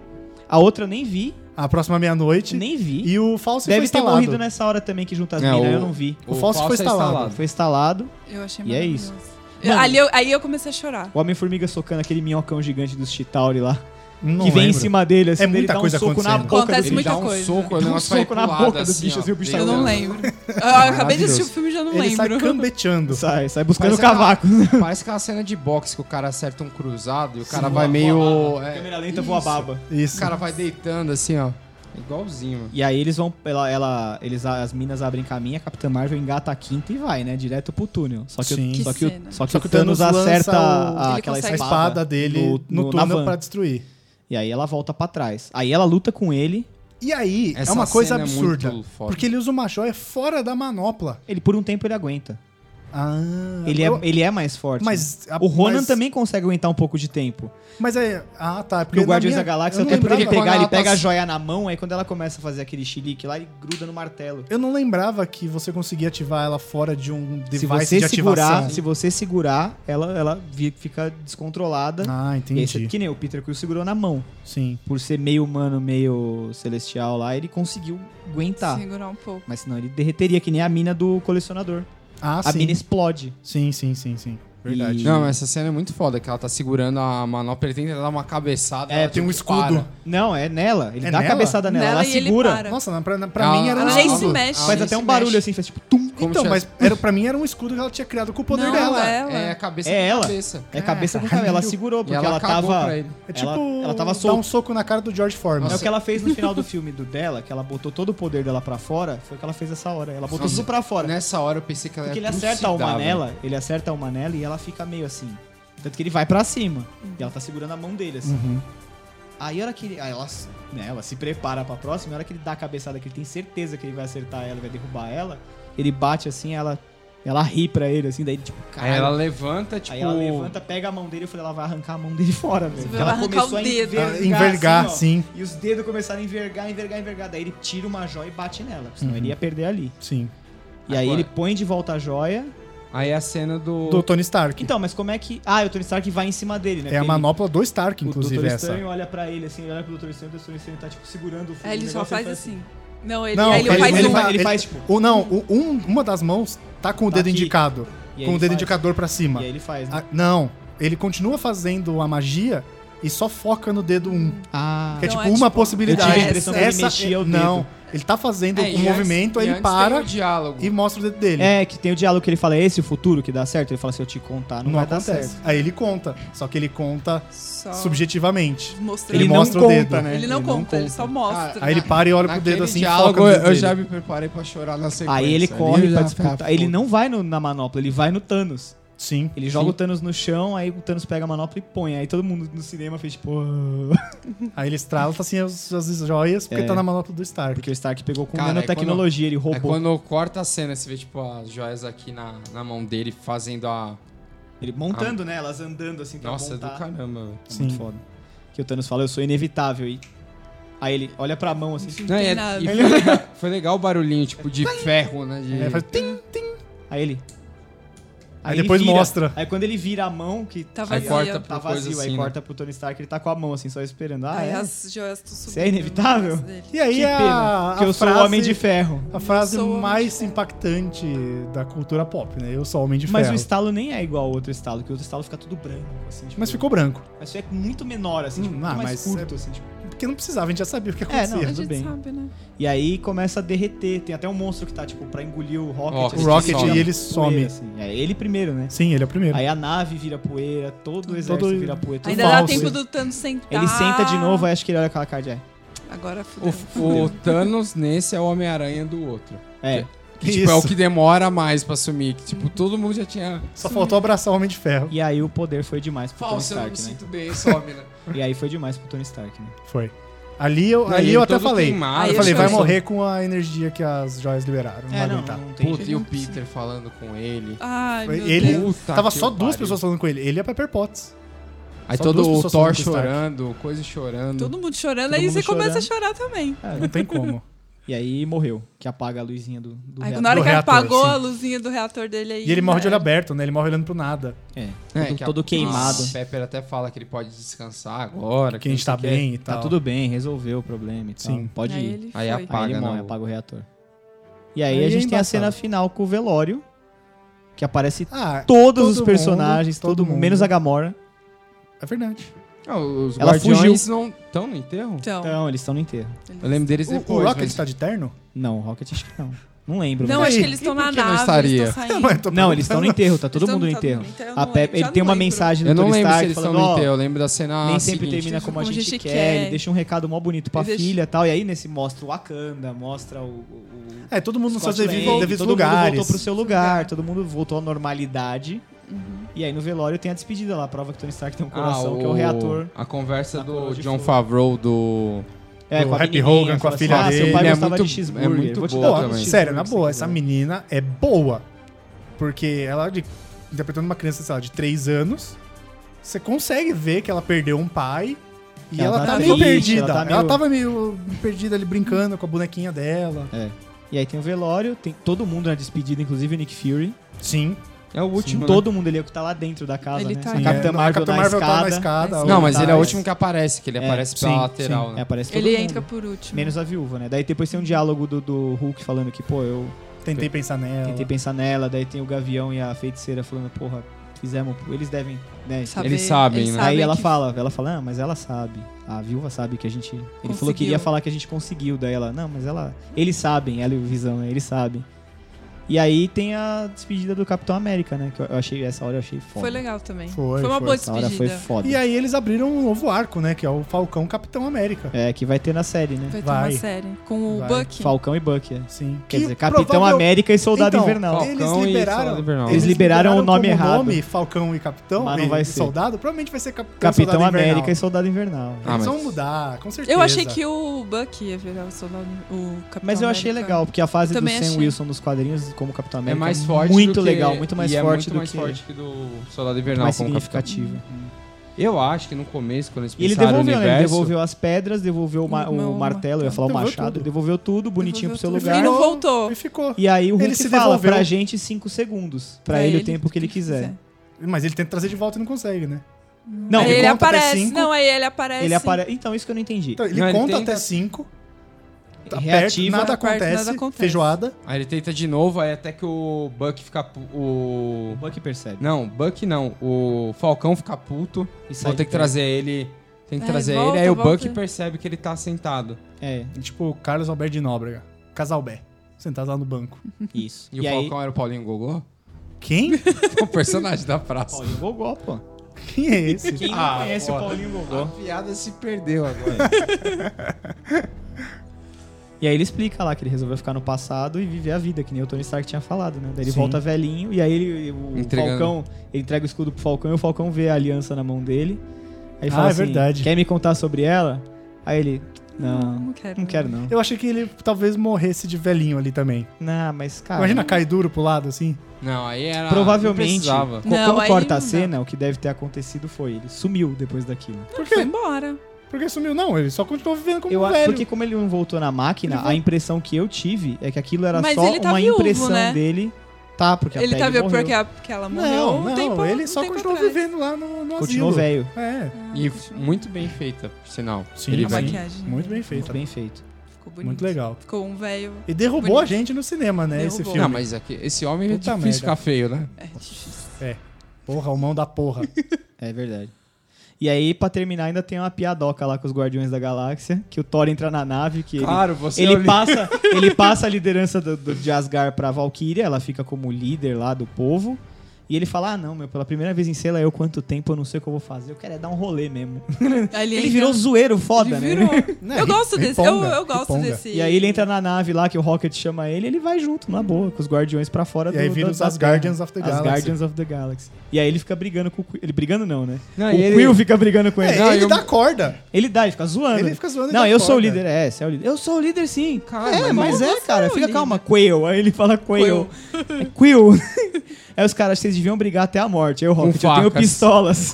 [SPEAKER 5] A outra eu nem vi.
[SPEAKER 2] a próxima meia-noite.
[SPEAKER 5] Nem vi.
[SPEAKER 2] E o falso foi
[SPEAKER 5] Deve ter
[SPEAKER 2] instalado.
[SPEAKER 5] morrido né? nessa hora também que junta as
[SPEAKER 3] É,
[SPEAKER 5] minas,
[SPEAKER 3] o-
[SPEAKER 5] eu não vi.
[SPEAKER 2] O falso foi
[SPEAKER 3] é
[SPEAKER 2] instalado.
[SPEAKER 5] Foi instalado.
[SPEAKER 4] Eu achei
[SPEAKER 5] E é isso.
[SPEAKER 4] maravilhoso. Eu- ali eu- aí eu comecei a chorar.
[SPEAKER 5] O Homem-Formiga socando aquele minhocão gigante dos Chitauri lá.
[SPEAKER 2] Não
[SPEAKER 5] que vem em
[SPEAKER 2] lembro.
[SPEAKER 5] cima dele, assim,
[SPEAKER 2] É
[SPEAKER 5] daí ele
[SPEAKER 2] muita
[SPEAKER 5] dá um
[SPEAKER 2] coisa
[SPEAKER 5] soco na
[SPEAKER 2] acontecendo.
[SPEAKER 5] boca
[SPEAKER 4] Acontece
[SPEAKER 5] do
[SPEAKER 4] muita
[SPEAKER 5] bicho.
[SPEAKER 3] dá um
[SPEAKER 4] coisa.
[SPEAKER 3] soco,
[SPEAKER 5] Ele dá um
[SPEAKER 3] um
[SPEAKER 5] soco na boca do bicho, assim, o bicho
[SPEAKER 4] Eu não
[SPEAKER 5] Maravilhoso.
[SPEAKER 4] lembro. Eu acabei de assistir o filme e já não
[SPEAKER 2] Ele sai
[SPEAKER 4] lembro.
[SPEAKER 2] cambeteando.
[SPEAKER 5] Sai, sai buscando
[SPEAKER 3] Parece
[SPEAKER 5] cavaco.
[SPEAKER 3] Parece aquela cena de boxe que o cara acerta um cruzado e o cara vai meio... é,
[SPEAKER 5] Câmera lenta voa
[SPEAKER 3] isso.
[SPEAKER 5] baba.
[SPEAKER 2] Isso.
[SPEAKER 3] O cara vai deitando assim, ó. Igualzinho, mano.
[SPEAKER 5] E aí eles vão, ela, ela- eles, as minas abrem caminho, a Capitã Marvel engata a quinta e vai, né, direto pro túnel. Só que,
[SPEAKER 2] Sim.
[SPEAKER 5] o,
[SPEAKER 4] Que
[SPEAKER 5] só que, o,
[SPEAKER 4] cena.
[SPEAKER 5] só que
[SPEAKER 2] Só
[SPEAKER 5] o Thanos,
[SPEAKER 2] lança
[SPEAKER 5] acerta
[SPEAKER 2] o-
[SPEAKER 5] a-
[SPEAKER 4] Ele
[SPEAKER 5] aquela
[SPEAKER 4] consegue-
[SPEAKER 2] a
[SPEAKER 5] espada,
[SPEAKER 2] espada dele no,
[SPEAKER 5] na
[SPEAKER 2] túnel
[SPEAKER 5] van.
[SPEAKER 2] pra destruir.
[SPEAKER 5] E aí ela volta pra trás. Aí ela luta com ele,
[SPEAKER 2] E aí,
[SPEAKER 3] Essa
[SPEAKER 2] é uma coisa
[SPEAKER 3] cena é
[SPEAKER 2] absurda.
[SPEAKER 3] muito foda.
[SPEAKER 2] porque ele usa uma joia fora da manopla.
[SPEAKER 5] ele por um tempo ele aguenta.
[SPEAKER 2] Ah,
[SPEAKER 5] Ele é,
[SPEAKER 2] eu-
[SPEAKER 5] ele é mais forte.
[SPEAKER 2] Mas a-
[SPEAKER 5] o Ronan
[SPEAKER 2] mas-
[SPEAKER 5] também consegue aguentar um pouco de tempo.
[SPEAKER 2] Mas é. Ah, tá. Porque
[SPEAKER 5] Porque o
[SPEAKER 2] na
[SPEAKER 5] Guardiões
[SPEAKER 2] minha-
[SPEAKER 5] da Galáxia,
[SPEAKER 2] eu
[SPEAKER 5] o
[SPEAKER 2] não
[SPEAKER 5] tempo dele
[SPEAKER 2] lembrava-
[SPEAKER 5] pegar,
[SPEAKER 3] quando
[SPEAKER 5] ele
[SPEAKER 3] ela tá
[SPEAKER 5] pega a
[SPEAKER 3] se-
[SPEAKER 5] joia na mão, aí quando ela começa a fazer aquele chilique lá, ele gruda no martelo.
[SPEAKER 2] Eu não lembrava que você conseguia ativar ela fora de um device
[SPEAKER 5] Se você
[SPEAKER 2] de
[SPEAKER 5] segurar,
[SPEAKER 2] ativação.
[SPEAKER 5] se você segurar, ela, ela vi- fica descontrolada.
[SPEAKER 2] Ah,
[SPEAKER 5] E aí você-
[SPEAKER 2] entendi.
[SPEAKER 5] que nem o Peter Quill segurou na mão.
[SPEAKER 2] Sim.
[SPEAKER 5] por ser meio humano, meio celestial lá, ele conseguiu aguentar.
[SPEAKER 4] Segurar um pouco.
[SPEAKER 5] Mas senão ele derreteria, que nem a mina do colecionador.
[SPEAKER 2] Ah,
[SPEAKER 5] a
[SPEAKER 2] sim.
[SPEAKER 5] mina explode.
[SPEAKER 2] Sim, sim, sim, sim. Verdade.
[SPEAKER 5] E-
[SPEAKER 3] Não, mas essa cena é muito foda, que ela tá segurando a manopla, ele tenta dar uma cabeçada.
[SPEAKER 5] É,
[SPEAKER 3] ela,
[SPEAKER 2] tem
[SPEAKER 3] tipo,
[SPEAKER 2] um escudo.
[SPEAKER 3] para.
[SPEAKER 5] Não, é nela. Ele
[SPEAKER 2] É
[SPEAKER 5] dá a
[SPEAKER 2] nela?
[SPEAKER 5] cabeçada nela,
[SPEAKER 4] Nela
[SPEAKER 5] ela
[SPEAKER 4] e ele
[SPEAKER 5] segura.
[SPEAKER 4] para.
[SPEAKER 2] Nossa, na- pra, pra
[SPEAKER 3] Ela-
[SPEAKER 2] mim era um
[SPEAKER 4] Ela
[SPEAKER 3] Não,
[SPEAKER 4] nem
[SPEAKER 3] não,
[SPEAKER 4] se
[SPEAKER 2] escudo.
[SPEAKER 3] não.
[SPEAKER 4] mexe.
[SPEAKER 5] Faz
[SPEAKER 4] nem
[SPEAKER 5] até
[SPEAKER 4] se
[SPEAKER 5] um barulho
[SPEAKER 4] mexe.
[SPEAKER 5] assim, faz tipo tum.
[SPEAKER 3] Como
[SPEAKER 2] então,
[SPEAKER 3] chama?
[SPEAKER 2] mas era, pra mim era um escudo que ela tinha criado com o poder
[SPEAKER 4] Não,
[SPEAKER 2] dela.
[SPEAKER 4] ela-
[SPEAKER 3] É, a cabeça
[SPEAKER 5] É
[SPEAKER 3] com
[SPEAKER 5] ela.
[SPEAKER 3] a cabeça.
[SPEAKER 5] É cabeça com
[SPEAKER 2] Caralho.
[SPEAKER 5] cabelo. Ela segurou, porque
[SPEAKER 3] E
[SPEAKER 5] ela,
[SPEAKER 3] ela cagou
[SPEAKER 5] tava.
[SPEAKER 3] pra ele.
[SPEAKER 2] É tipo.
[SPEAKER 5] ela, ela tava
[SPEAKER 2] Dar um
[SPEAKER 5] solta.
[SPEAKER 2] soco na cara do George Foreman.
[SPEAKER 5] É o que ela fez no final do filme do dela, que ela botou todo o poder dela pra fora, foi o que ela fez essa hora. Ela botou
[SPEAKER 3] Nossa.
[SPEAKER 5] tudo pra fora.
[SPEAKER 3] Nessa hora eu pensei que ela
[SPEAKER 5] Porque
[SPEAKER 3] ia
[SPEAKER 5] ele acerta uma
[SPEAKER 3] trucidar, velho.
[SPEAKER 5] nela, ele acerta uma nela e ela fica meio assim. Tanto que ele vai pra cima. E ela tá segurando a mão dele, assim.
[SPEAKER 3] Uhum.
[SPEAKER 5] Aí a hora que ele. Aí ela, s- né, ela se prepara pra próxima, a hora que ele dá a cabeçada que ele tem certeza que ele vai acertar ela, vai derrubar ela, ele bate assim, ela. Ela ri pra ele, assim, daí, tipo,
[SPEAKER 3] Aí
[SPEAKER 5] cara.
[SPEAKER 3] ela levanta, tipo...
[SPEAKER 5] Aí ela levanta, pega a mão dele e eu falei, ela vai arrancar a mão dele fora, velho.
[SPEAKER 4] Vai
[SPEAKER 5] Ela
[SPEAKER 4] arrancar
[SPEAKER 5] começou
[SPEAKER 4] o
[SPEAKER 5] a
[SPEAKER 4] dedo.
[SPEAKER 5] envergar,
[SPEAKER 2] Ah, envergar,
[SPEAKER 5] assim, ó.
[SPEAKER 2] sim.
[SPEAKER 5] E os dedos começaram a envergar, envergar, envergar. Daí ele tira uma joia e bate nela, senão ele ia perder ali.
[SPEAKER 2] Sim.
[SPEAKER 5] E aí
[SPEAKER 3] Uhum. Agora-
[SPEAKER 5] ele põe de volta a joia,
[SPEAKER 3] Aí a cena do...
[SPEAKER 2] Do Tony Stark.
[SPEAKER 5] Então, mas como é que. Ah, o Tony Stark vai em cima dele,
[SPEAKER 2] é
[SPEAKER 5] né?
[SPEAKER 2] a
[SPEAKER 5] Porque
[SPEAKER 2] manopla do Stark,
[SPEAKER 5] ele- O
[SPEAKER 2] inclusive,
[SPEAKER 5] Doutor
[SPEAKER 2] essa.
[SPEAKER 5] Estranho olha pra ele, assim, ele olha pro Doutor Estranho, o Doutor Estranho tá, tipo, segurando o
[SPEAKER 4] Aí ele
[SPEAKER 5] o
[SPEAKER 4] só
[SPEAKER 5] negócio,
[SPEAKER 4] faz
[SPEAKER 5] ele
[SPEAKER 4] assim. Não, ele,
[SPEAKER 2] Não,
[SPEAKER 4] aí ele
[SPEAKER 2] ele-
[SPEAKER 4] faz
[SPEAKER 5] ele
[SPEAKER 4] um.
[SPEAKER 5] faz- ele
[SPEAKER 2] ele-
[SPEAKER 5] faz, tipo.
[SPEAKER 2] Ou não, o- um- uma das mãos tá com o
[SPEAKER 5] Tá
[SPEAKER 2] dedo
[SPEAKER 5] aqui.
[SPEAKER 2] indicado.
[SPEAKER 5] E aí
[SPEAKER 2] com o
[SPEAKER 5] ele
[SPEAKER 2] dedo
[SPEAKER 5] faz.
[SPEAKER 2] indicador pra
[SPEAKER 5] E
[SPEAKER 2] cima.
[SPEAKER 5] aí ele faz, né?
[SPEAKER 2] Ah, não, ele continua fazendo a magia e só foca no dedo 1. Um,
[SPEAKER 5] Ah.
[SPEAKER 2] que é
[SPEAKER 4] Não,
[SPEAKER 2] tipo
[SPEAKER 4] é
[SPEAKER 2] uma
[SPEAKER 4] tipo-
[SPEAKER 2] possibilidade.
[SPEAKER 4] Eu tive a impressão
[SPEAKER 5] que ele
[SPEAKER 2] Essa-
[SPEAKER 5] mexia o
[SPEAKER 2] Não,
[SPEAKER 5] dedo.
[SPEAKER 2] ele tá fazendo
[SPEAKER 3] É,
[SPEAKER 2] o
[SPEAKER 3] e antes-
[SPEAKER 2] movimento,
[SPEAKER 3] e
[SPEAKER 2] ele
[SPEAKER 3] antes
[SPEAKER 2] para
[SPEAKER 3] Tem um o diálogo.
[SPEAKER 2] e mostra o dedo dele.
[SPEAKER 5] É, que tem o diálogo que ele fala, esse é o futuro que dá certo? Ele fala, se eu te contar, não,
[SPEAKER 2] não,
[SPEAKER 5] vai dar
[SPEAKER 2] acontece.
[SPEAKER 5] tá certo.
[SPEAKER 2] Aí ele conta, só que ele conta
[SPEAKER 4] Só
[SPEAKER 2] subjetivamente.
[SPEAKER 4] mostrando.
[SPEAKER 2] Ele,
[SPEAKER 5] Ele não
[SPEAKER 2] mostra o
[SPEAKER 5] conta,
[SPEAKER 2] dedo.
[SPEAKER 5] né?
[SPEAKER 4] Ele não
[SPEAKER 5] Ele não Ah,
[SPEAKER 4] conta, ele só mostra.
[SPEAKER 2] Aí ele para e olha pro dedo
[SPEAKER 3] Naquele
[SPEAKER 2] assim,
[SPEAKER 3] diálogo,
[SPEAKER 2] foca no
[SPEAKER 3] eu-
[SPEAKER 2] dedo
[SPEAKER 3] eu
[SPEAKER 2] dele.
[SPEAKER 3] já me preparei pra chorar na sequência.
[SPEAKER 5] Aí ele
[SPEAKER 3] Ali
[SPEAKER 5] corre
[SPEAKER 3] eu
[SPEAKER 5] pra
[SPEAKER 3] já
[SPEAKER 5] disputar.
[SPEAKER 3] ficava
[SPEAKER 5] Ele
[SPEAKER 3] puto.
[SPEAKER 5] não vai no- na manopla, ele vai no Thanos.
[SPEAKER 2] Sim.
[SPEAKER 5] Ele joga o Thanos no chão, aí o Thanos pega a manopla e põe. Aí todo mundo no cinema fez tipo.
[SPEAKER 2] Aí ele estrala, tá assim, as, as joias, porque
[SPEAKER 5] É.
[SPEAKER 2] tá na manopla do Stark.
[SPEAKER 5] Porque o Stark pegou com
[SPEAKER 3] Cara, é
[SPEAKER 5] nanotecnologia, ele
[SPEAKER 3] É
[SPEAKER 5] roubou.
[SPEAKER 3] quando corta a cena, você vê, tipo, as joias aqui na, na mão dele fazendo a...
[SPEAKER 5] Ele montando, né? Elas andando assim pra
[SPEAKER 3] Nossa, é do
[SPEAKER 5] montar.
[SPEAKER 3] caramba, velho.
[SPEAKER 5] É muito
[SPEAKER 2] Sim.
[SPEAKER 5] foda. Que o Thanos fala, eu sou inevitável. E... Aí ele olha pra mão assim.
[SPEAKER 4] Não
[SPEAKER 3] Não,
[SPEAKER 4] tem
[SPEAKER 3] e- é
[SPEAKER 4] nada.
[SPEAKER 3] e foi, legal,
[SPEAKER 5] É,
[SPEAKER 3] foi legal o barulhinho, tipo, de ferro, né? de-
[SPEAKER 2] Aí faz tim.
[SPEAKER 5] Aí ele.
[SPEAKER 2] Aí
[SPEAKER 5] ele
[SPEAKER 2] depois
[SPEAKER 5] vira,
[SPEAKER 2] mostra.
[SPEAKER 5] Aí quando ele vira a mão, que
[SPEAKER 4] Tá
[SPEAKER 3] Aí
[SPEAKER 4] vazia.
[SPEAKER 3] corta
[SPEAKER 5] tá
[SPEAKER 3] pra coisa
[SPEAKER 5] vazio, aí
[SPEAKER 3] assim, né?
[SPEAKER 5] corta pro Tony Stark, ele tá com a mão assim, só esperando. Ah,
[SPEAKER 4] Aí
[SPEAKER 5] é?
[SPEAKER 4] as joias estão subindo.
[SPEAKER 5] é inevitável?
[SPEAKER 4] no braço dele.
[SPEAKER 2] E aí é
[SPEAKER 5] que
[SPEAKER 2] a,
[SPEAKER 5] pena,
[SPEAKER 2] a
[SPEAKER 5] que eu sou
[SPEAKER 2] frase-
[SPEAKER 5] o Homem de Ferro.
[SPEAKER 2] A frase
[SPEAKER 4] sou o Homem
[SPEAKER 2] mais impactante da cultura pop, né? Eu sou o homem de
[SPEAKER 5] Mas
[SPEAKER 2] ferro.
[SPEAKER 5] o estalo nem é igual ao outro estalo, que o outro estalo fica tudo branco, assim. Tipo,
[SPEAKER 2] Mas ficou branco.
[SPEAKER 5] Mas isso é muito menor, assim,
[SPEAKER 2] Hum,
[SPEAKER 5] tipo, muito
[SPEAKER 2] ah,
[SPEAKER 5] mais
[SPEAKER 2] mas
[SPEAKER 5] curto, assim, tipo.
[SPEAKER 2] Porque não precisava, a gente já sabia o que
[SPEAKER 5] É, não,
[SPEAKER 2] acontecia.
[SPEAKER 4] A
[SPEAKER 5] Tudo
[SPEAKER 4] gente
[SPEAKER 5] bem.
[SPEAKER 4] sabe, né?
[SPEAKER 5] E aí começa a derreter. Tem até um monstro que tá, tipo, pra engolir o Rocket.
[SPEAKER 3] Rocket,
[SPEAKER 5] assim,
[SPEAKER 2] o Rocket
[SPEAKER 5] vira
[SPEAKER 2] e ele
[SPEAKER 5] poeira,
[SPEAKER 2] some.
[SPEAKER 5] assim. É ele primeiro, né?
[SPEAKER 2] Sim, ele é o primeiro.
[SPEAKER 5] Aí a nave vira poeira, todo o exército
[SPEAKER 2] Todo-
[SPEAKER 5] vira poeira. tudo
[SPEAKER 4] Ainda
[SPEAKER 5] falso.
[SPEAKER 4] dá
[SPEAKER 2] falso,
[SPEAKER 4] tempo
[SPEAKER 2] hein?
[SPEAKER 4] do Ah. Thanos sentar.
[SPEAKER 5] Ele senta de novo, aí acho que ele olha aquela card, é.
[SPEAKER 4] Agora fudeu.
[SPEAKER 3] O, o Thanos nesse é o Homem-Aranha do outro.
[SPEAKER 5] É.
[SPEAKER 3] Que, tipo, é o
[SPEAKER 2] Isso.
[SPEAKER 3] que demora mais pra sumir. Que, tipo, todo mundo já tinha.
[SPEAKER 2] Só faltou abraçar o homem de ferro.
[SPEAKER 5] E aí o poder foi demais pro
[SPEAKER 3] Falso, eu não
[SPEAKER 5] Tony
[SPEAKER 3] me
[SPEAKER 5] Stark,
[SPEAKER 3] sinto bem, some, né?
[SPEAKER 5] né? E aí foi demais pro Tony Stark, né?
[SPEAKER 2] Foi. Ali eu,
[SPEAKER 3] Aí
[SPEAKER 2] ali
[SPEAKER 3] ele
[SPEAKER 2] eu até
[SPEAKER 3] todo
[SPEAKER 2] falei.
[SPEAKER 3] queimado, né?
[SPEAKER 2] Eu falei,
[SPEAKER 4] Deixa
[SPEAKER 2] vai
[SPEAKER 4] eu ver.
[SPEAKER 2] morrer com a energia que as joias
[SPEAKER 4] É,
[SPEAKER 5] É,
[SPEAKER 2] liberaram. Não vai aguentar.
[SPEAKER 5] tem
[SPEAKER 3] Puta,
[SPEAKER 5] jeito.
[SPEAKER 3] e o Peter falando com ele.
[SPEAKER 4] Ai, meu
[SPEAKER 2] Ele-
[SPEAKER 4] Deus.
[SPEAKER 3] Puta
[SPEAKER 2] Tava
[SPEAKER 3] que
[SPEAKER 2] só
[SPEAKER 3] eu
[SPEAKER 2] duas
[SPEAKER 3] pariu.
[SPEAKER 2] pessoas falando com ele. Ele é Pepper Potts.
[SPEAKER 3] Aí
[SPEAKER 2] só
[SPEAKER 3] todo
[SPEAKER 2] duas
[SPEAKER 3] o
[SPEAKER 2] pessoas
[SPEAKER 3] Thor
[SPEAKER 2] falando com o Stark.
[SPEAKER 3] chorando, coisa chorando.
[SPEAKER 4] Todo mundo chorando,
[SPEAKER 5] um. Todo
[SPEAKER 4] aí
[SPEAKER 5] mundo
[SPEAKER 4] você começa a
[SPEAKER 5] chorando.
[SPEAKER 4] chorar também.
[SPEAKER 2] Não tem como.
[SPEAKER 5] E aí morreu, que apaga a luzinha do, do
[SPEAKER 4] Aí
[SPEAKER 5] reator.
[SPEAKER 4] na hora
[SPEAKER 2] Do
[SPEAKER 4] que
[SPEAKER 2] reator,
[SPEAKER 4] apagou
[SPEAKER 2] sim.
[SPEAKER 4] a luzinha do reator dele aí.
[SPEAKER 2] E ele morre de
[SPEAKER 4] já
[SPEAKER 2] olho
[SPEAKER 4] era.
[SPEAKER 2] aberto, né? Ele morre olhando pro nada.
[SPEAKER 5] É,
[SPEAKER 3] É,
[SPEAKER 5] todo,
[SPEAKER 3] que a-
[SPEAKER 5] todo queimado.
[SPEAKER 3] O Pepper até fala que ele pode descansar agora.
[SPEAKER 2] Que a gente tá
[SPEAKER 3] não sei o quê.
[SPEAKER 2] bem e
[SPEAKER 5] Tá
[SPEAKER 2] tal.
[SPEAKER 5] tudo bem, resolveu o problema e tal.
[SPEAKER 2] Sim.
[SPEAKER 5] Pode
[SPEAKER 4] Aí
[SPEAKER 5] ir.
[SPEAKER 4] ele
[SPEAKER 3] Aí
[SPEAKER 4] foi.
[SPEAKER 3] apaga.
[SPEAKER 5] Aí
[SPEAKER 3] né,
[SPEAKER 5] ele morre,
[SPEAKER 3] o-
[SPEAKER 5] apaga o reator. E aí,
[SPEAKER 2] Aí
[SPEAKER 5] a
[SPEAKER 2] é
[SPEAKER 5] gente tem a
[SPEAKER 2] embaçado.
[SPEAKER 5] cena final com o velório, que aparece
[SPEAKER 2] Ah,
[SPEAKER 5] todos
[SPEAKER 2] todo
[SPEAKER 5] os
[SPEAKER 2] mundo,
[SPEAKER 5] personagens,
[SPEAKER 2] todo
[SPEAKER 5] todo, mundo,
[SPEAKER 2] mundo.
[SPEAKER 5] menos a Gamora.
[SPEAKER 4] Então.
[SPEAKER 2] É verdade.
[SPEAKER 3] Ah, os
[SPEAKER 5] Ela
[SPEAKER 3] Guardiões não estão no enterro?
[SPEAKER 4] Então,
[SPEAKER 5] Então, eles estão no enterro.
[SPEAKER 3] Eu lembro deles
[SPEAKER 2] O,
[SPEAKER 3] depois.
[SPEAKER 2] o Rocket
[SPEAKER 3] mas-
[SPEAKER 2] tá de terno?
[SPEAKER 5] Não, o Rocket acho que não. Não lembro.
[SPEAKER 4] não,
[SPEAKER 5] mas-
[SPEAKER 4] acho
[SPEAKER 2] aí,
[SPEAKER 4] que eles estão
[SPEAKER 3] por
[SPEAKER 4] na
[SPEAKER 3] que não
[SPEAKER 4] nave,
[SPEAKER 3] estaria?
[SPEAKER 4] eles estão
[SPEAKER 2] Não, eu
[SPEAKER 4] saindo.
[SPEAKER 2] tô
[SPEAKER 5] Não, eles estão no
[SPEAKER 2] perguntando.
[SPEAKER 5] enterro, tá todo
[SPEAKER 4] Eles
[SPEAKER 5] mundo no
[SPEAKER 4] estão-
[SPEAKER 5] enterro.
[SPEAKER 4] então eu
[SPEAKER 5] A
[SPEAKER 4] não
[SPEAKER 5] Pepe,
[SPEAKER 4] lembro, já
[SPEAKER 5] ele tem
[SPEAKER 4] não
[SPEAKER 5] uma
[SPEAKER 4] lembro.
[SPEAKER 5] mensagem do
[SPEAKER 3] Eu não
[SPEAKER 5] Tony
[SPEAKER 3] lembro se
[SPEAKER 5] Stark
[SPEAKER 3] eles estão
[SPEAKER 5] falando,
[SPEAKER 3] no
[SPEAKER 5] ó,
[SPEAKER 3] enterro. Eu lembro da cena
[SPEAKER 5] nem sempre
[SPEAKER 3] seguinte.
[SPEAKER 5] termina como a gente, quer, Ele deixa um recado mó bonito pra
[SPEAKER 4] Ele deixa-
[SPEAKER 5] filha e tal. E aí nesse mostra o Wakanda, mostra o... o- o-
[SPEAKER 2] É, todo mundo nos seus
[SPEAKER 5] Scott
[SPEAKER 2] devidos
[SPEAKER 5] Lang,
[SPEAKER 2] devidos
[SPEAKER 5] todo mundo
[SPEAKER 2] lugares.
[SPEAKER 5] voltou pro seu lugar, todo mundo voltou à normalidade.
[SPEAKER 4] Uhum.
[SPEAKER 5] E aí no velório tem a despedida lá, prova que Tony Stark
[SPEAKER 3] Ah,
[SPEAKER 5] tem um coração, que é o reator.
[SPEAKER 3] A conversa
[SPEAKER 5] na
[SPEAKER 3] do
[SPEAKER 5] coroa de
[SPEAKER 3] John
[SPEAKER 5] flor.
[SPEAKER 3] Favreau do.
[SPEAKER 5] É,
[SPEAKER 2] Do
[SPEAKER 5] com a
[SPEAKER 2] Happy
[SPEAKER 5] menininha,
[SPEAKER 2] Hogan, com a
[SPEAKER 5] fala
[SPEAKER 2] filha
[SPEAKER 5] assim, Ah,
[SPEAKER 2] dele.
[SPEAKER 5] seu pai
[SPEAKER 3] É
[SPEAKER 5] gostava
[SPEAKER 3] muito-
[SPEAKER 5] de cheeseburger.
[SPEAKER 3] é muito
[SPEAKER 5] vou te
[SPEAKER 3] boa
[SPEAKER 5] dar
[SPEAKER 2] Pô,
[SPEAKER 5] um
[SPEAKER 3] também.
[SPEAKER 2] sério, na
[SPEAKER 5] cheeseburger
[SPEAKER 2] boa,
[SPEAKER 5] se você
[SPEAKER 2] essa
[SPEAKER 5] quiser."
[SPEAKER 2] menina é boa. Porque ela, de- interpretando uma criança, sei lá, de 3 anos, você consegue ver que ela perdeu um pai e
[SPEAKER 5] Ela
[SPEAKER 2] ela,
[SPEAKER 5] tá
[SPEAKER 2] tá, meio
[SPEAKER 5] triste,
[SPEAKER 2] perdida.
[SPEAKER 5] ela tá
[SPEAKER 2] Ela,
[SPEAKER 5] meio-
[SPEAKER 2] tava meio perdida ali brincando com a bonequinha dela.
[SPEAKER 5] E aí tem o velório, tem todo mundo na despedida, inclusive o Nick Fury.
[SPEAKER 2] Sim.
[SPEAKER 3] É o último. né?
[SPEAKER 5] todo mundo ele é o que tá lá dentro da casa,
[SPEAKER 4] Ele
[SPEAKER 5] né?
[SPEAKER 4] tá
[SPEAKER 5] a
[SPEAKER 4] ali.
[SPEAKER 5] Capitã
[SPEAKER 2] É,
[SPEAKER 5] Marvel,
[SPEAKER 2] a Capitã
[SPEAKER 5] na,
[SPEAKER 2] Marvel
[SPEAKER 5] escada,
[SPEAKER 2] tá na escada. né?
[SPEAKER 3] Não, mas ele é o
[SPEAKER 5] Tá,
[SPEAKER 3] último que aparece, que ele
[SPEAKER 5] É,
[SPEAKER 3] aparece pela
[SPEAKER 2] sim,
[SPEAKER 3] lateral,
[SPEAKER 5] É,
[SPEAKER 3] né?
[SPEAKER 5] aparece todo
[SPEAKER 4] Ele
[SPEAKER 5] mundo.
[SPEAKER 4] entra por último.
[SPEAKER 5] Menos a viúva, né? Daí depois tem um diálogo do, do Hulk falando que, pô, eu
[SPEAKER 2] Tentei pensar nela.
[SPEAKER 5] é tentei pensar nela. Daí tem o Gavião e a feiticeira falando, porra, fizemos. Eles devem, né?
[SPEAKER 4] Saber-
[SPEAKER 3] Eles sabem, né?
[SPEAKER 5] Aí ela
[SPEAKER 4] que-
[SPEAKER 5] fala, ela fala, ah, mas ela sabe. A viúva sabe que a gente. Ele falou que
[SPEAKER 4] Conseguiu.
[SPEAKER 5] iria falar que a gente conseguiu. Daí ela, não, mas ela. Eles sabem, ela e o Visão, né? Eles sabem. E aí tem a despedida do Capitão América, né? Que eu eu achei, essa hora eu achei foda.
[SPEAKER 4] Foi legal também.
[SPEAKER 2] Foi,
[SPEAKER 4] uma
[SPEAKER 2] foi.
[SPEAKER 4] boa
[SPEAKER 5] Essa hora
[SPEAKER 4] despedida.
[SPEAKER 5] foi foda.
[SPEAKER 2] E aí eles abriram um novo arco, né? Que é o Falcão Capitão América.
[SPEAKER 5] É, que vai ter na série, né?
[SPEAKER 4] Vai ter
[SPEAKER 2] Vai.
[SPEAKER 4] uma série. Com o
[SPEAKER 2] Vai.
[SPEAKER 4] Bucky.
[SPEAKER 5] Falcão e Bucky, é.
[SPEAKER 2] Sim.
[SPEAKER 5] Quer dizer, Capitão América e Soldado
[SPEAKER 2] Então,
[SPEAKER 5] Invernal.
[SPEAKER 2] Eles
[SPEAKER 3] Falcão e
[SPEAKER 2] liberaram-
[SPEAKER 3] Soldado Invernal. É
[SPEAKER 5] Eles liberaram o nome
[SPEAKER 2] como
[SPEAKER 5] errado.
[SPEAKER 2] nome Falcão e Capitão
[SPEAKER 5] Mas não
[SPEAKER 2] e
[SPEAKER 5] vai
[SPEAKER 2] e
[SPEAKER 5] ser.
[SPEAKER 2] Soldado. Provavelmente vai ser Capitão,
[SPEAKER 5] Capitão
[SPEAKER 2] Soldado
[SPEAKER 5] América
[SPEAKER 2] Invernal.
[SPEAKER 5] e Soldado Invernal.
[SPEAKER 3] Ah,
[SPEAKER 2] Eles vão
[SPEAKER 3] mas-
[SPEAKER 2] mudar, com certeza.
[SPEAKER 4] Eu achei que o Bucky ia virar o soldado. O Capitão
[SPEAKER 5] Mas eu achei
[SPEAKER 4] América.
[SPEAKER 5] legal, porque a fase do
[SPEAKER 4] Também
[SPEAKER 5] Sam
[SPEAKER 4] achei.
[SPEAKER 5] Wilson dos quadrinhos como Capitão
[SPEAKER 3] É
[SPEAKER 5] América
[SPEAKER 3] mais forte
[SPEAKER 5] muito
[SPEAKER 3] do que-
[SPEAKER 5] legal, muito mais
[SPEAKER 3] e é muito
[SPEAKER 5] forte do
[SPEAKER 3] mais
[SPEAKER 5] que
[SPEAKER 3] forte que do Soldado Invernal
[SPEAKER 5] mais
[SPEAKER 3] como capitão.
[SPEAKER 5] significativa.
[SPEAKER 3] Eu acho que no começo, quando eles
[SPEAKER 5] E ele
[SPEAKER 3] pensaram no
[SPEAKER 5] devolveu, né? Ele
[SPEAKER 3] universo...
[SPEAKER 5] devolveu as pedras, devolveu o, ma- o
[SPEAKER 4] Meu-
[SPEAKER 5] martelo, eu ia falar o
[SPEAKER 2] Devolveu
[SPEAKER 5] machado,
[SPEAKER 2] tudo.
[SPEAKER 5] devolveu tudo bonitinho pro seu
[SPEAKER 4] Devolveu
[SPEAKER 5] lugar.
[SPEAKER 4] tudo. Ele não voltou.
[SPEAKER 2] é E ficou.
[SPEAKER 5] E aí o
[SPEAKER 2] Ele
[SPEAKER 5] Hulk
[SPEAKER 2] se
[SPEAKER 5] fala
[SPEAKER 2] devolveu.
[SPEAKER 5] pra gente 5 segundos, pra ele o tempo que ele quiser.
[SPEAKER 2] Mas ele tenta trazer de volta e não consegue, né?
[SPEAKER 5] Não,
[SPEAKER 4] Hum. aí
[SPEAKER 2] ele
[SPEAKER 4] ele
[SPEAKER 2] conta até
[SPEAKER 4] aparece.
[SPEAKER 2] cinco.
[SPEAKER 4] Não, aí ele aparece.
[SPEAKER 5] ele aparece. Então isso que eu não entendi.
[SPEAKER 2] Então, ele
[SPEAKER 3] Não, ele
[SPEAKER 2] conta
[SPEAKER 3] tenta-
[SPEAKER 2] até 5, aperta,
[SPEAKER 5] Reativa.
[SPEAKER 2] nada
[SPEAKER 4] Aperta, nada
[SPEAKER 2] acontece,
[SPEAKER 4] acontece.
[SPEAKER 2] feijoada.
[SPEAKER 3] Aí ele tenta de novo, aí até que o Buck fica... pu- O...
[SPEAKER 5] O Buck percebe.
[SPEAKER 3] Não, Buck não. O Falcão fica puto.
[SPEAKER 5] E sai
[SPEAKER 3] Vão ter
[SPEAKER 5] de
[SPEAKER 3] que
[SPEAKER 5] perto.
[SPEAKER 3] trazer ele... Tem que
[SPEAKER 4] Ai,
[SPEAKER 3] trazer
[SPEAKER 4] volta,
[SPEAKER 3] ele. Aí o
[SPEAKER 4] É, volta.
[SPEAKER 3] Buck percebe que ele tá sentado.
[SPEAKER 5] É,
[SPEAKER 2] Tipo, o Carlos Alberto de Nóbrega, Casalbé, sentado lá no banco.
[SPEAKER 5] isso.
[SPEAKER 3] Uhum. E, o
[SPEAKER 5] aí...
[SPEAKER 3] Falcão era o Paulinho Gogô?
[SPEAKER 2] Quem?
[SPEAKER 3] o personagem da praça.
[SPEAKER 5] Paulinho Gogó, pô.
[SPEAKER 2] Quem é esse?
[SPEAKER 5] Quem não
[SPEAKER 3] Ah,
[SPEAKER 5] conhece o
[SPEAKER 3] foda.
[SPEAKER 5] Paulinho Gogó?
[SPEAKER 3] piada se perdeu agora.
[SPEAKER 5] E aí ele explica lá que ele resolveu ficar no passado e viver a vida, que nem o Tony Stark tinha falado, né? Daí ele
[SPEAKER 2] Sim.
[SPEAKER 5] volta velhinho e aí ele, o
[SPEAKER 3] Entregando.
[SPEAKER 5] Falcão, ele entrega o escudo pro Falcão e o Falcão vê a aliança na mão dele. Aí ele
[SPEAKER 2] Ah,
[SPEAKER 5] fala
[SPEAKER 2] é
[SPEAKER 5] assim,
[SPEAKER 2] verdade.
[SPEAKER 5] quer me contar sobre ela? Aí ele,
[SPEAKER 4] Não,
[SPEAKER 5] não,
[SPEAKER 4] não quero.
[SPEAKER 5] não quero não.
[SPEAKER 2] Eu achei que ele talvez morresse de velhinho ali também.
[SPEAKER 5] Ah, Não, mas cara...
[SPEAKER 2] Imagina cai duro pro lado assim.
[SPEAKER 3] Não, aí era.
[SPEAKER 5] Provavelmente,
[SPEAKER 3] não precisava.
[SPEAKER 5] co-
[SPEAKER 4] Não,
[SPEAKER 5] quando
[SPEAKER 4] aí
[SPEAKER 5] corta a
[SPEAKER 4] não dá.
[SPEAKER 5] cena, o que deve ter acontecido foi ele sumiu depois daquilo.
[SPEAKER 2] Por
[SPEAKER 4] Foi
[SPEAKER 2] quê?
[SPEAKER 4] embora.
[SPEAKER 2] Porque sumiu? Não, ele só continuou vivendo como
[SPEAKER 5] Eu
[SPEAKER 2] um
[SPEAKER 5] a-
[SPEAKER 2] velho.
[SPEAKER 5] Porque como ele não voltou na máquina,
[SPEAKER 2] Ele
[SPEAKER 5] a
[SPEAKER 2] vo-
[SPEAKER 5] impressão que eu tive é que aquilo era
[SPEAKER 4] Mas
[SPEAKER 5] só
[SPEAKER 4] ele tá
[SPEAKER 5] uma
[SPEAKER 4] viúvo,
[SPEAKER 5] impressão
[SPEAKER 4] né?
[SPEAKER 5] dele Tá, porque a
[SPEAKER 4] Ele
[SPEAKER 5] Peggy
[SPEAKER 4] tá vivo
[SPEAKER 5] morreu.
[SPEAKER 4] porque, a- que ela morreu
[SPEAKER 2] Não,
[SPEAKER 4] um
[SPEAKER 2] não,
[SPEAKER 4] tempo-
[SPEAKER 2] ele
[SPEAKER 4] um
[SPEAKER 2] só
[SPEAKER 4] tempo
[SPEAKER 2] continuou
[SPEAKER 4] atrás.
[SPEAKER 2] vivendo lá no, no
[SPEAKER 5] Continuou
[SPEAKER 2] asilo.
[SPEAKER 5] velho.
[SPEAKER 2] É,
[SPEAKER 3] E f- muito bem feita, por sinal.
[SPEAKER 2] sim,
[SPEAKER 3] Ele
[SPEAKER 2] sim.
[SPEAKER 3] vai-
[SPEAKER 4] maquiagem.
[SPEAKER 2] Muito bem
[SPEAKER 5] Muito
[SPEAKER 2] feito.
[SPEAKER 5] bem feito.
[SPEAKER 4] Ficou bonito.
[SPEAKER 2] Muito legal.
[SPEAKER 4] Ficou um velho.
[SPEAKER 2] E derrubou
[SPEAKER 4] Bonito.
[SPEAKER 2] a gente no cinema, né? Esse
[SPEAKER 4] Derrubou.
[SPEAKER 2] filme.
[SPEAKER 3] Não, mas aqui, esse homem é
[SPEAKER 2] Puta
[SPEAKER 3] difícil
[SPEAKER 2] merda.
[SPEAKER 3] ficar feio, né?
[SPEAKER 4] É, difícil.
[SPEAKER 2] Porra, o mão da porra.
[SPEAKER 5] É verdade. E aí, pra terminar, ainda tem uma piadoca lá com os Guardiões da Galáxia, que o Thor entra na nave, que
[SPEAKER 2] Ah,
[SPEAKER 5] ele
[SPEAKER 3] Claro, você é
[SPEAKER 5] ele,
[SPEAKER 3] olha-
[SPEAKER 5] passa, ele passa a liderança do, do, de Asgard pra Valkyria, ela fica como líder lá do povo. E ele fala: Ah, não, meu, pela primeira vez em Sela eu quanto tempo, eu não sei o que eu vou fazer. Eu quero é dar um rolê mesmo.
[SPEAKER 4] Aí
[SPEAKER 5] Ele
[SPEAKER 4] entra-
[SPEAKER 5] virou zoeiro foda,
[SPEAKER 4] ele
[SPEAKER 5] né?
[SPEAKER 4] virou. Eu gosto desse. Eu,
[SPEAKER 2] Riponga,
[SPEAKER 4] eu gosto
[SPEAKER 2] riponga.
[SPEAKER 4] desse.
[SPEAKER 5] E aí ele entra na nave lá que o Rocket chama ele, ele vai junto, na boa, com os Guardiões pra fora
[SPEAKER 2] E aí
[SPEAKER 5] do
[SPEAKER 2] vira
[SPEAKER 5] da-
[SPEAKER 2] os
[SPEAKER 5] da
[SPEAKER 2] Asgardians of the
[SPEAKER 5] As
[SPEAKER 2] Galaxy.
[SPEAKER 5] Guardians of the Galaxy. E aí ele fica brigando com o Quill. Ele brigando não, né?
[SPEAKER 3] Não,
[SPEAKER 5] o
[SPEAKER 3] e ele-
[SPEAKER 5] Quill fica brigando com ele.
[SPEAKER 2] É,
[SPEAKER 3] Não,
[SPEAKER 2] ele
[SPEAKER 3] eu-
[SPEAKER 2] dá corda.
[SPEAKER 5] Ele dá, ele fica zoando.
[SPEAKER 2] Ele fica zoando e
[SPEAKER 5] Não,
[SPEAKER 2] dá
[SPEAKER 5] eu sou o
[SPEAKER 2] corda.
[SPEAKER 5] líder. É, você é o líder. Eu sou o líder, sim.
[SPEAKER 3] Cara,
[SPEAKER 5] é,
[SPEAKER 4] mas
[SPEAKER 5] mas
[SPEAKER 4] como
[SPEAKER 5] é,
[SPEAKER 4] você é
[SPEAKER 5] cara.
[SPEAKER 4] o
[SPEAKER 5] Fica
[SPEAKER 4] líder?
[SPEAKER 5] calma. Quill. Aí ele fala Quill. É Quill. Aí os caras, vocês deviam brigar até a morte. Aí o Rocket, eu tenho
[SPEAKER 3] facas.
[SPEAKER 5] pistolas.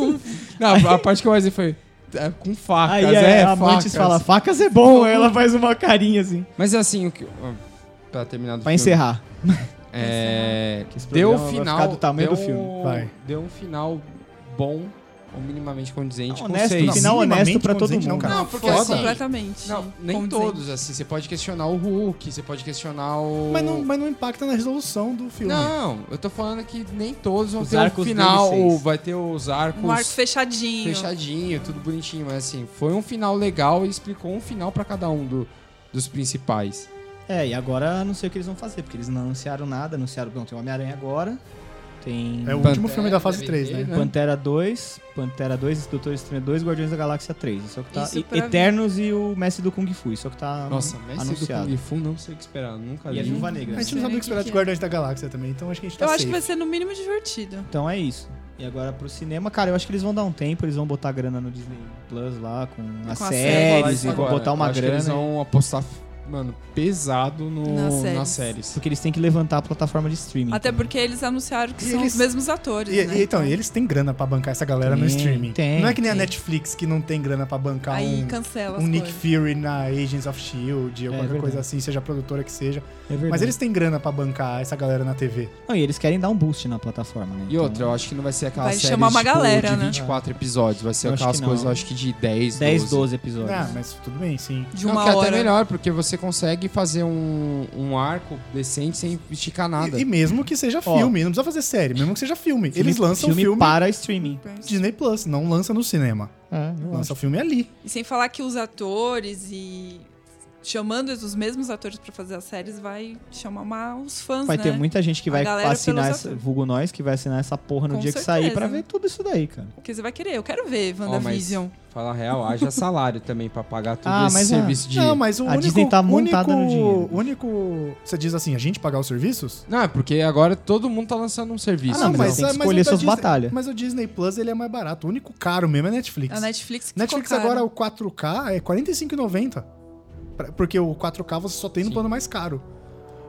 [SPEAKER 3] Não, a parte que eu mais ri foi é, com facas,
[SPEAKER 5] Aí
[SPEAKER 3] é,
[SPEAKER 5] é, a Mantis
[SPEAKER 3] facas.
[SPEAKER 5] fala, facas é bom. Aí ela faz uma carinha assim.
[SPEAKER 3] Mas assim, o que ó, pra terminar do
[SPEAKER 5] Pra
[SPEAKER 3] filme,
[SPEAKER 5] encerrar.
[SPEAKER 3] é,
[SPEAKER 5] esse
[SPEAKER 3] deu
[SPEAKER 5] programa
[SPEAKER 3] um
[SPEAKER 5] vai
[SPEAKER 3] final
[SPEAKER 5] ficar do tamanho
[SPEAKER 3] deu
[SPEAKER 5] do filme.
[SPEAKER 3] um-
[SPEAKER 2] Vai.
[SPEAKER 3] Deu um final bom ou minimamente condizente com
[SPEAKER 5] Honesto,
[SPEAKER 3] seis.
[SPEAKER 5] um final honesto
[SPEAKER 2] minimamente
[SPEAKER 5] pra todo
[SPEAKER 2] condizente,
[SPEAKER 5] mundo.
[SPEAKER 2] não, cara.
[SPEAKER 4] Não, porque
[SPEAKER 3] Foda.
[SPEAKER 4] assim, completamente.
[SPEAKER 3] Não, nem
[SPEAKER 4] condizente.
[SPEAKER 2] né?
[SPEAKER 3] todos, assim. Você pode questionar o Hulk, você pode questionar o.
[SPEAKER 2] Mas não, mas não impacta na resolução do filme.
[SPEAKER 3] Não, eu tô falando que nem todos vão
[SPEAKER 5] Os
[SPEAKER 3] ter
[SPEAKER 5] arcos
[SPEAKER 3] o final,
[SPEAKER 5] deles,
[SPEAKER 3] o-
[SPEAKER 5] seis.
[SPEAKER 3] vai ter os arcos
[SPEAKER 4] Um arco fechadinho.
[SPEAKER 3] fechadinho, tudo bonitinho, mas assim, foi um final legal e explicou um final pra cada um do- dos principais.
[SPEAKER 5] É, e agora não sei o que eles vão fazer, porque eles não anunciaram nada. Anunciaram, não, tem o Homem-Aranha agora. Tem...
[SPEAKER 2] É o
[SPEAKER 3] Pantera,
[SPEAKER 2] último filme da fase
[SPEAKER 3] deve
[SPEAKER 2] 3,
[SPEAKER 5] é,
[SPEAKER 3] ter,
[SPEAKER 2] né?
[SPEAKER 3] né?
[SPEAKER 5] Pantera 2, Pantera 2, Doutor Estranho 2, Guardiões da Galáxia 3. Isso é o que tá.
[SPEAKER 4] Isso
[SPEAKER 5] e-
[SPEAKER 4] pra mim.
[SPEAKER 5] Eternos e o Mestre do Kung Fu, isso é o que tá
[SPEAKER 3] Nossa, mestre do
[SPEAKER 5] anunciado.
[SPEAKER 3] Kung Fu, não sei o que esperar, nunca
[SPEAKER 5] E a
[SPEAKER 3] vi.
[SPEAKER 5] Viúva Negra.
[SPEAKER 2] A gente não
[SPEAKER 4] Será
[SPEAKER 2] sabe o
[SPEAKER 4] que
[SPEAKER 2] que esperar
[SPEAKER 4] que
[SPEAKER 2] de
[SPEAKER 4] é?
[SPEAKER 2] Guardiões da Galáxia também, então acho que a gente tá
[SPEAKER 4] Eu acho
[SPEAKER 2] safe.
[SPEAKER 4] que vai ser no mínimo divertido.
[SPEAKER 5] Então é isso. E agora pro cinema, cara, eu acho que eles vão dar um tempo, eles vão botar grana no Disney Plus lá, com, as
[SPEAKER 4] a série.
[SPEAKER 5] séries, e vão
[SPEAKER 3] É, Agora,
[SPEAKER 5] botar uma
[SPEAKER 3] acho que
[SPEAKER 5] grana.
[SPEAKER 3] Eles vão apostar, mano, pesado no,
[SPEAKER 4] Nas séries.
[SPEAKER 3] nas séries.
[SPEAKER 5] Porque eles têm que levantar a plataforma de streaming.
[SPEAKER 4] Até
[SPEAKER 5] também.
[SPEAKER 4] porque eles anunciaram que
[SPEAKER 2] E
[SPEAKER 4] são
[SPEAKER 2] eles-
[SPEAKER 4] os mesmos atores,
[SPEAKER 2] E-
[SPEAKER 4] né?
[SPEAKER 2] e, então, eles têm grana pra bancar essa galera no
[SPEAKER 5] Tem,
[SPEAKER 2] streaming.
[SPEAKER 5] tem,
[SPEAKER 2] não é que nem a
[SPEAKER 5] tem.
[SPEAKER 2] Netflix que não tem grana pra bancar
[SPEAKER 4] Aí
[SPEAKER 2] um,
[SPEAKER 4] cancela as
[SPEAKER 2] um Nick
[SPEAKER 4] coisas.
[SPEAKER 2] Fury na Agents of S.H.I.E.L.D. ou
[SPEAKER 5] É,
[SPEAKER 2] qualquer
[SPEAKER 5] verdade.
[SPEAKER 2] coisa assim, seja a produtora que seja.
[SPEAKER 5] É verdade.
[SPEAKER 2] Mas eles têm grana pra bancar essa galera na TV.
[SPEAKER 5] Não, e eles querem dar um boost na plataforma, né?
[SPEAKER 3] E outra, eu acho que não vai ser aquela
[SPEAKER 4] Vai
[SPEAKER 3] série
[SPEAKER 4] chamar uma
[SPEAKER 3] tipo,
[SPEAKER 4] galera,
[SPEAKER 3] de
[SPEAKER 4] né?
[SPEAKER 3] 24 episódios, vai ser
[SPEAKER 5] Eu acho
[SPEAKER 3] aquelas
[SPEAKER 5] que não.
[SPEAKER 3] coisas, eu acho que de 10,
[SPEAKER 5] 10,
[SPEAKER 3] 12.
[SPEAKER 5] 12 episódios.
[SPEAKER 3] É,
[SPEAKER 2] Ah, mas tudo bem, sim.
[SPEAKER 4] De
[SPEAKER 3] Não,
[SPEAKER 4] uma
[SPEAKER 3] que é
[SPEAKER 4] hora.
[SPEAKER 3] até melhor, porque você consegue fazer um, um arco decente sem esticar nada.
[SPEAKER 2] E, e mesmo que seja
[SPEAKER 5] Ó.
[SPEAKER 2] filme, não precisa fazer série, mesmo que seja filme.
[SPEAKER 5] Filme-
[SPEAKER 2] Eles lançam o
[SPEAKER 5] filme
[SPEAKER 2] filme,
[SPEAKER 5] para streaming.
[SPEAKER 2] Disney Plus, não lança no cinema.
[SPEAKER 5] É, eu acho.
[SPEAKER 2] Lança o filme ali.
[SPEAKER 4] E sem falar que os atores e chamando os mesmos atores pra fazer as séries vai chamar uma- os fãs,
[SPEAKER 5] Vai
[SPEAKER 4] né?
[SPEAKER 5] ter muita gente que
[SPEAKER 4] A
[SPEAKER 5] vai
[SPEAKER 4] galera
[SPEAKER 5] assinar
[SPEAKER 4] pelos
[SPEAKER 5] essa,
[SPEAKER 4] atores.
[SPEAKER 5] vulgo nós, que vai assinar essa porra no
[SPEAKER 4] Com
[SPEAKER 5] dia que
[SPEAKER 4] certeza.
[SPEAKER 5] sair pra ver tudo isso daí, cara.
[SPEAKER 4] Porque você vai querer. Eu quero ver
[SPEAKER 3] Ó, mas
[SPEAKER 4] WandaVision.
[SPEAKER 3] Falar real, haja salário também pra pagar tudo
[SPEAKER 5] Ah,
[SPEAKER 3] esse
[SPEAKER 5] mas a-
[SPEAKER 3] serviço de...
[SPEAKER 2] Não, mas o
[SPEAKER 5] A
[SPEAKER 2] único,
[SPEAKER 5] Disney tá montada no
[SPEAKER 2] único,
[SPEAKER 5] dinheiro.
[SPEAKER 2] único. Você diz assim, a gente pagar os serviços?
[SPEAKER 3] Não, é porque agora todo mundo tá lançando um serviço.
[SPEAKER 5] Ah, não,
[SPEAKER 3] né?
[SPEAKER 5] mas tem que
[SPEAKER 2] o
[SPEAKER 5] escolher
[SPEAKER 2] é, da
[SPEAKER 5] suas
[SPEAKER 2] Disney-
[SPEAKER 5] batalhas.
[SPEAKER 2] Mas o Disney Plus ele é mais barato. O único caro mesmo é Netflix.
[SPEAKER 4] A Netflix que
[SPEAKER 2] Netflix
[SPEAKER 4] ficou cara.
[SPEAKER 2] agora o 4K é R$ 45,90. Pra- Porque o 4K você só tem no
[SPEAKER 3] Sim.
[SPEAKER 2] plano mais caro.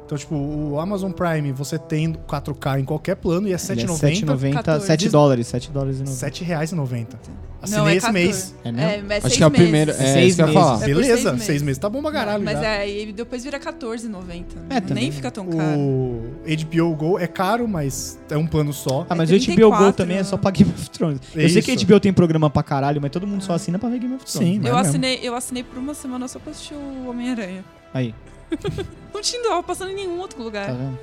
[SPEAKER 2] Então, tipo, o Amazon Prime você tem 4K em qualquer plano e é
[SPEAKER 5] Ele é
[SPEAKER 2] 7,90.
[SPEAKER 5] 7,90,
[SPEAKER 4] 14.
[SPEAKER 5] 7 dólares, 7 dólares e
[SPEAKER 2] R$
[SPEAKER 5] 90.
[SPEAKER 2] 7,90. Assinei
[SPEAKER 4] Não, é
[SPEAKER 2] esse
[SPEAKER 4] 14.
[SPEAKER 2] mês.
[SPEAKER 5] É mesmo?
[SPEAKER 4] É, mas
[SPEAKER 3] Acho
[SPEAKER 4] seis
[SPEAKER 3] que é o
[SPEAKER 4] meses.
[SPEAKER 3] primeiro... É,
[SPEAKER 5] Seis
[SPEAKER 3] isso que eu ia
[SPEAKER 5] meses.
[SPEAKER 3] falar.
[SPEAKER 4] É por
[SPEAKER 2] Beleza,
[SPEAKER 4] seis
[SPEAKER 2] seis
[SPEAKER 4] meses.
[SPEAKER 2] meses. Tá bom pra caralho.
[SPEAKER 4] Mas é
[SPEAKER 2] já.
[SPEAKER 4] aí depois vira 14,90.
[SPEAKER 5] É,
[SPEAKER 4] né?
[SPEAKER 5] também.
[SPEAKER 4] Nem fica tão caro.
[SPEAKER 2] O HBO Go é caro, mas é um plano só.
[SPEAKER 5] Ah, mas
[SPEAKER 4] É
[SPEAKER 5] o HBO Go
[SPEAKER 4] 34,
[SPEAKER 5] também é
[SPEAKER 4] né?
[SPEAKER 5] só pra Game of Thrones. Eu sei que
[SPEAKER 2] Isso.
[SPEAKER 5] HBO tem programa pra caralho, mas todo
[SPEAKER 4] É.
[SPEAKER 5] mundo só assina pra ver Game of Thrones.
[SPEAKER 2] Sim,
[SPEAKER 5] né?
[SPEAKER 2] mas-
[SPEAKER 4] Eu
[SPEAKER 2] mesmo.
[SPEAKER 4] assinei, eu assinei por uma semana só pra assistir o Homem-Aranha.
[SPEAKER 5] Aí,
[SPEAKER 4] Não tinha tava passando em nenhum outro lugar.
[SPEAKER 5] tá vendo?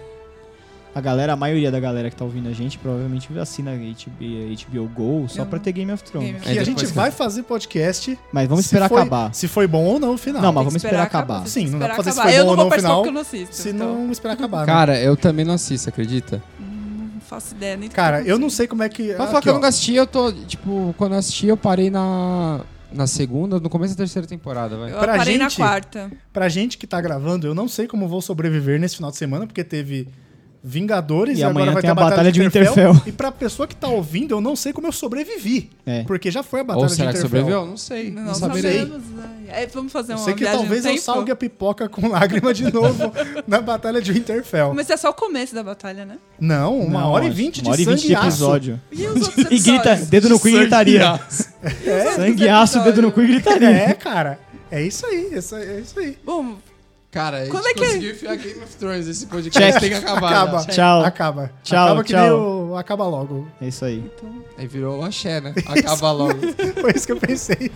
[SPEAKER 5] A galera, a maioria da galera que tá ouvindo a gente provavelmente assina HBO, Go só
[SPEAKER 4] Eu
[SPEAKER 5] pra
[SPEAKER 4] não.
[SPEAKER 5] ter Game of Thrones.
[SPEAKER 4] Uhum. Game of
[SPEAKER 3] Aí
[SPEAKER 2] E a
[SPEAKER 3] depois
[SPEAKER 2] gente
[SPEAKER 3] que-
[SPEAKER 2] vai fazer podcast.
[SPEAKER 5] Mas vamos
[SPEAKER 2] se
[SPEAKER 5] esperar
[SPEAKER 2] foi-
[SPEAKER 5] acabar.
[SPEAKER 2] Se foi bom ou não o final.
[SPEAKER 5] Não, mas
[SPEAKER 4] Tem que
[SPEAKER 5] vamos esperar acabar.
[SPEAKER 4] tem
[SPEAKER 2] Sim,
[SPEAKER 4] que
[SPEAKER 2] não dá
[SPEAKER 4] esperar
[SPEAKER 2] pra fazer se
[SPEAKER 4] acabar.
[SPEAKER 2] foi bom
[SPEAKER 4] Eu não
[SPEAKER 2] ou
[SPEAKER 4] vou
[SPEAKER 2] não
[SPEAKER 4] participar
[SPEAKER 2] final,
[SPEAKER 4] porque eu não assisto.
[SPEAKER 2] Se
[SPEAKER 4] então.
[SPEAKER 2] não esperar acabar, né?
[SPEAKER 3] Cara, eu também não assisto, acredita?
[SPEAKER 4] Não faço ideia nem do que
[SPEAKER 2] Cara,
[SPEAKER 4] tá
[SPEAKER 2] eu não sei como é que.
[SPEAKER 3] Mas falar
[SPEAKER 2] aqui,
[SPEAKER 3] que eu
[SPEAKER 2] ó.
[SPEAKER 3] não assisti, eu tô... Tipo, quando eu assisti, eu parei na... Na segunda, no começo da terceira temporada, vai.
[SPEAKER 4] Eu
[SPEAKER 2] Pra
[SPEAKER 4] parei na
[SPEAKER 2] gente-
[SPEAKER 4] quarta.
[SPEAKER 2] Pra gente que tá gravando, eu não sei como vou sobreviver nesse final de semana, porque teve Vingadores
[SPEAKER 5] E
[SPEAKER 2] e,
[SPEAKER 5] amanhã
[SPEAKER 2] agora vai
[SPEAKER 5] tem
[SPEAKER 2] ter
[SPEAKER 5] a Batalha de Winterfell.
[SPEAKER 2] E pra pessoa que tá ouvindo, eu não sei como eu sobrevivi.
[SPEAKER 5] É.
[SPEAKER 2] Porque já foi a Batalha
[SPEAKER 3] Ou
[SPEAKER 2] de
[SPEAKER 3] será que
[SPEAKER 2] Winterfell.
[SPEAKER 3] sobreviveu? Não sei. Não,
[SPEAKER 4] Não
[SPEAKER 3] saberei.
[SPEAKER 4] sabemos. né? É, vamos fazer
[SPEAKER 2] Eu
[SPEAKER 4] uma
[SPEAKER 2] sei que
[SPEAKER 4] viagem no
[SPEAKER 2] talvez eu
[SPEAKER 4] tempo.
[SPEAKER 2] salgue a pipoca com lágrima de novo na Batalha de Winterfell.
[SPEAKER 4] Mas é só o começo da batalha, né?
[SPEAKER 2] Não, uma
[SPEAKER 5] Não,
[SPEAKER 2] hora e
[SPEAKER 5] acho-
[SPEAKER 2] vinte de
[SPEAKER 5] uma hora e
[SPEAKER 2] sangue
[SPEAKER 5] vinte de
[SPEAKER 2] e aço.
[SPEAKER 5] episódio.
[SPEAKER 4] E os outros
[SPEAKER 5] E
[SPEAKER 4] episódios?
[SPEAKER 5] grita, dedo no cu e gritaria.
[SPEAKER 2] É,
[SPEAKER 5] Sangue, aço, dedo no cu e gritaria.
[SPEAKER 2] é, cara. É isso aí, isso- é isso aí.
[SPEAKER 4] Bom,
[SPEAKER 3] Cara, a gente
[SPEAKER 4] Quando é que-
[SPEAKER 3] conseguiu enfiar Game of Thrones nesse podcast.
[SPEAKER 5] Check.
[SPEAKER 3] Tem que acabar.
[SPEAKER 2] Acaba.
[SPEAKER 3] né?
[SPEAKER 5] Tchau.
[SPEAKER 2] Acaba.
[SPEAKER 5] Tchau,
[SPEAKER 2] acaba que
[SPEAKER 5] tchau.
[SPEAKER 2] nem o- Acaba logo.
[SPEAKER 5] É isso aí.
[SPEAKER 4] então
[SPEAKER 3] Aí virou o axé, né? Acaba logo.
[SPEAKER 2] Foi isso que eu pensei.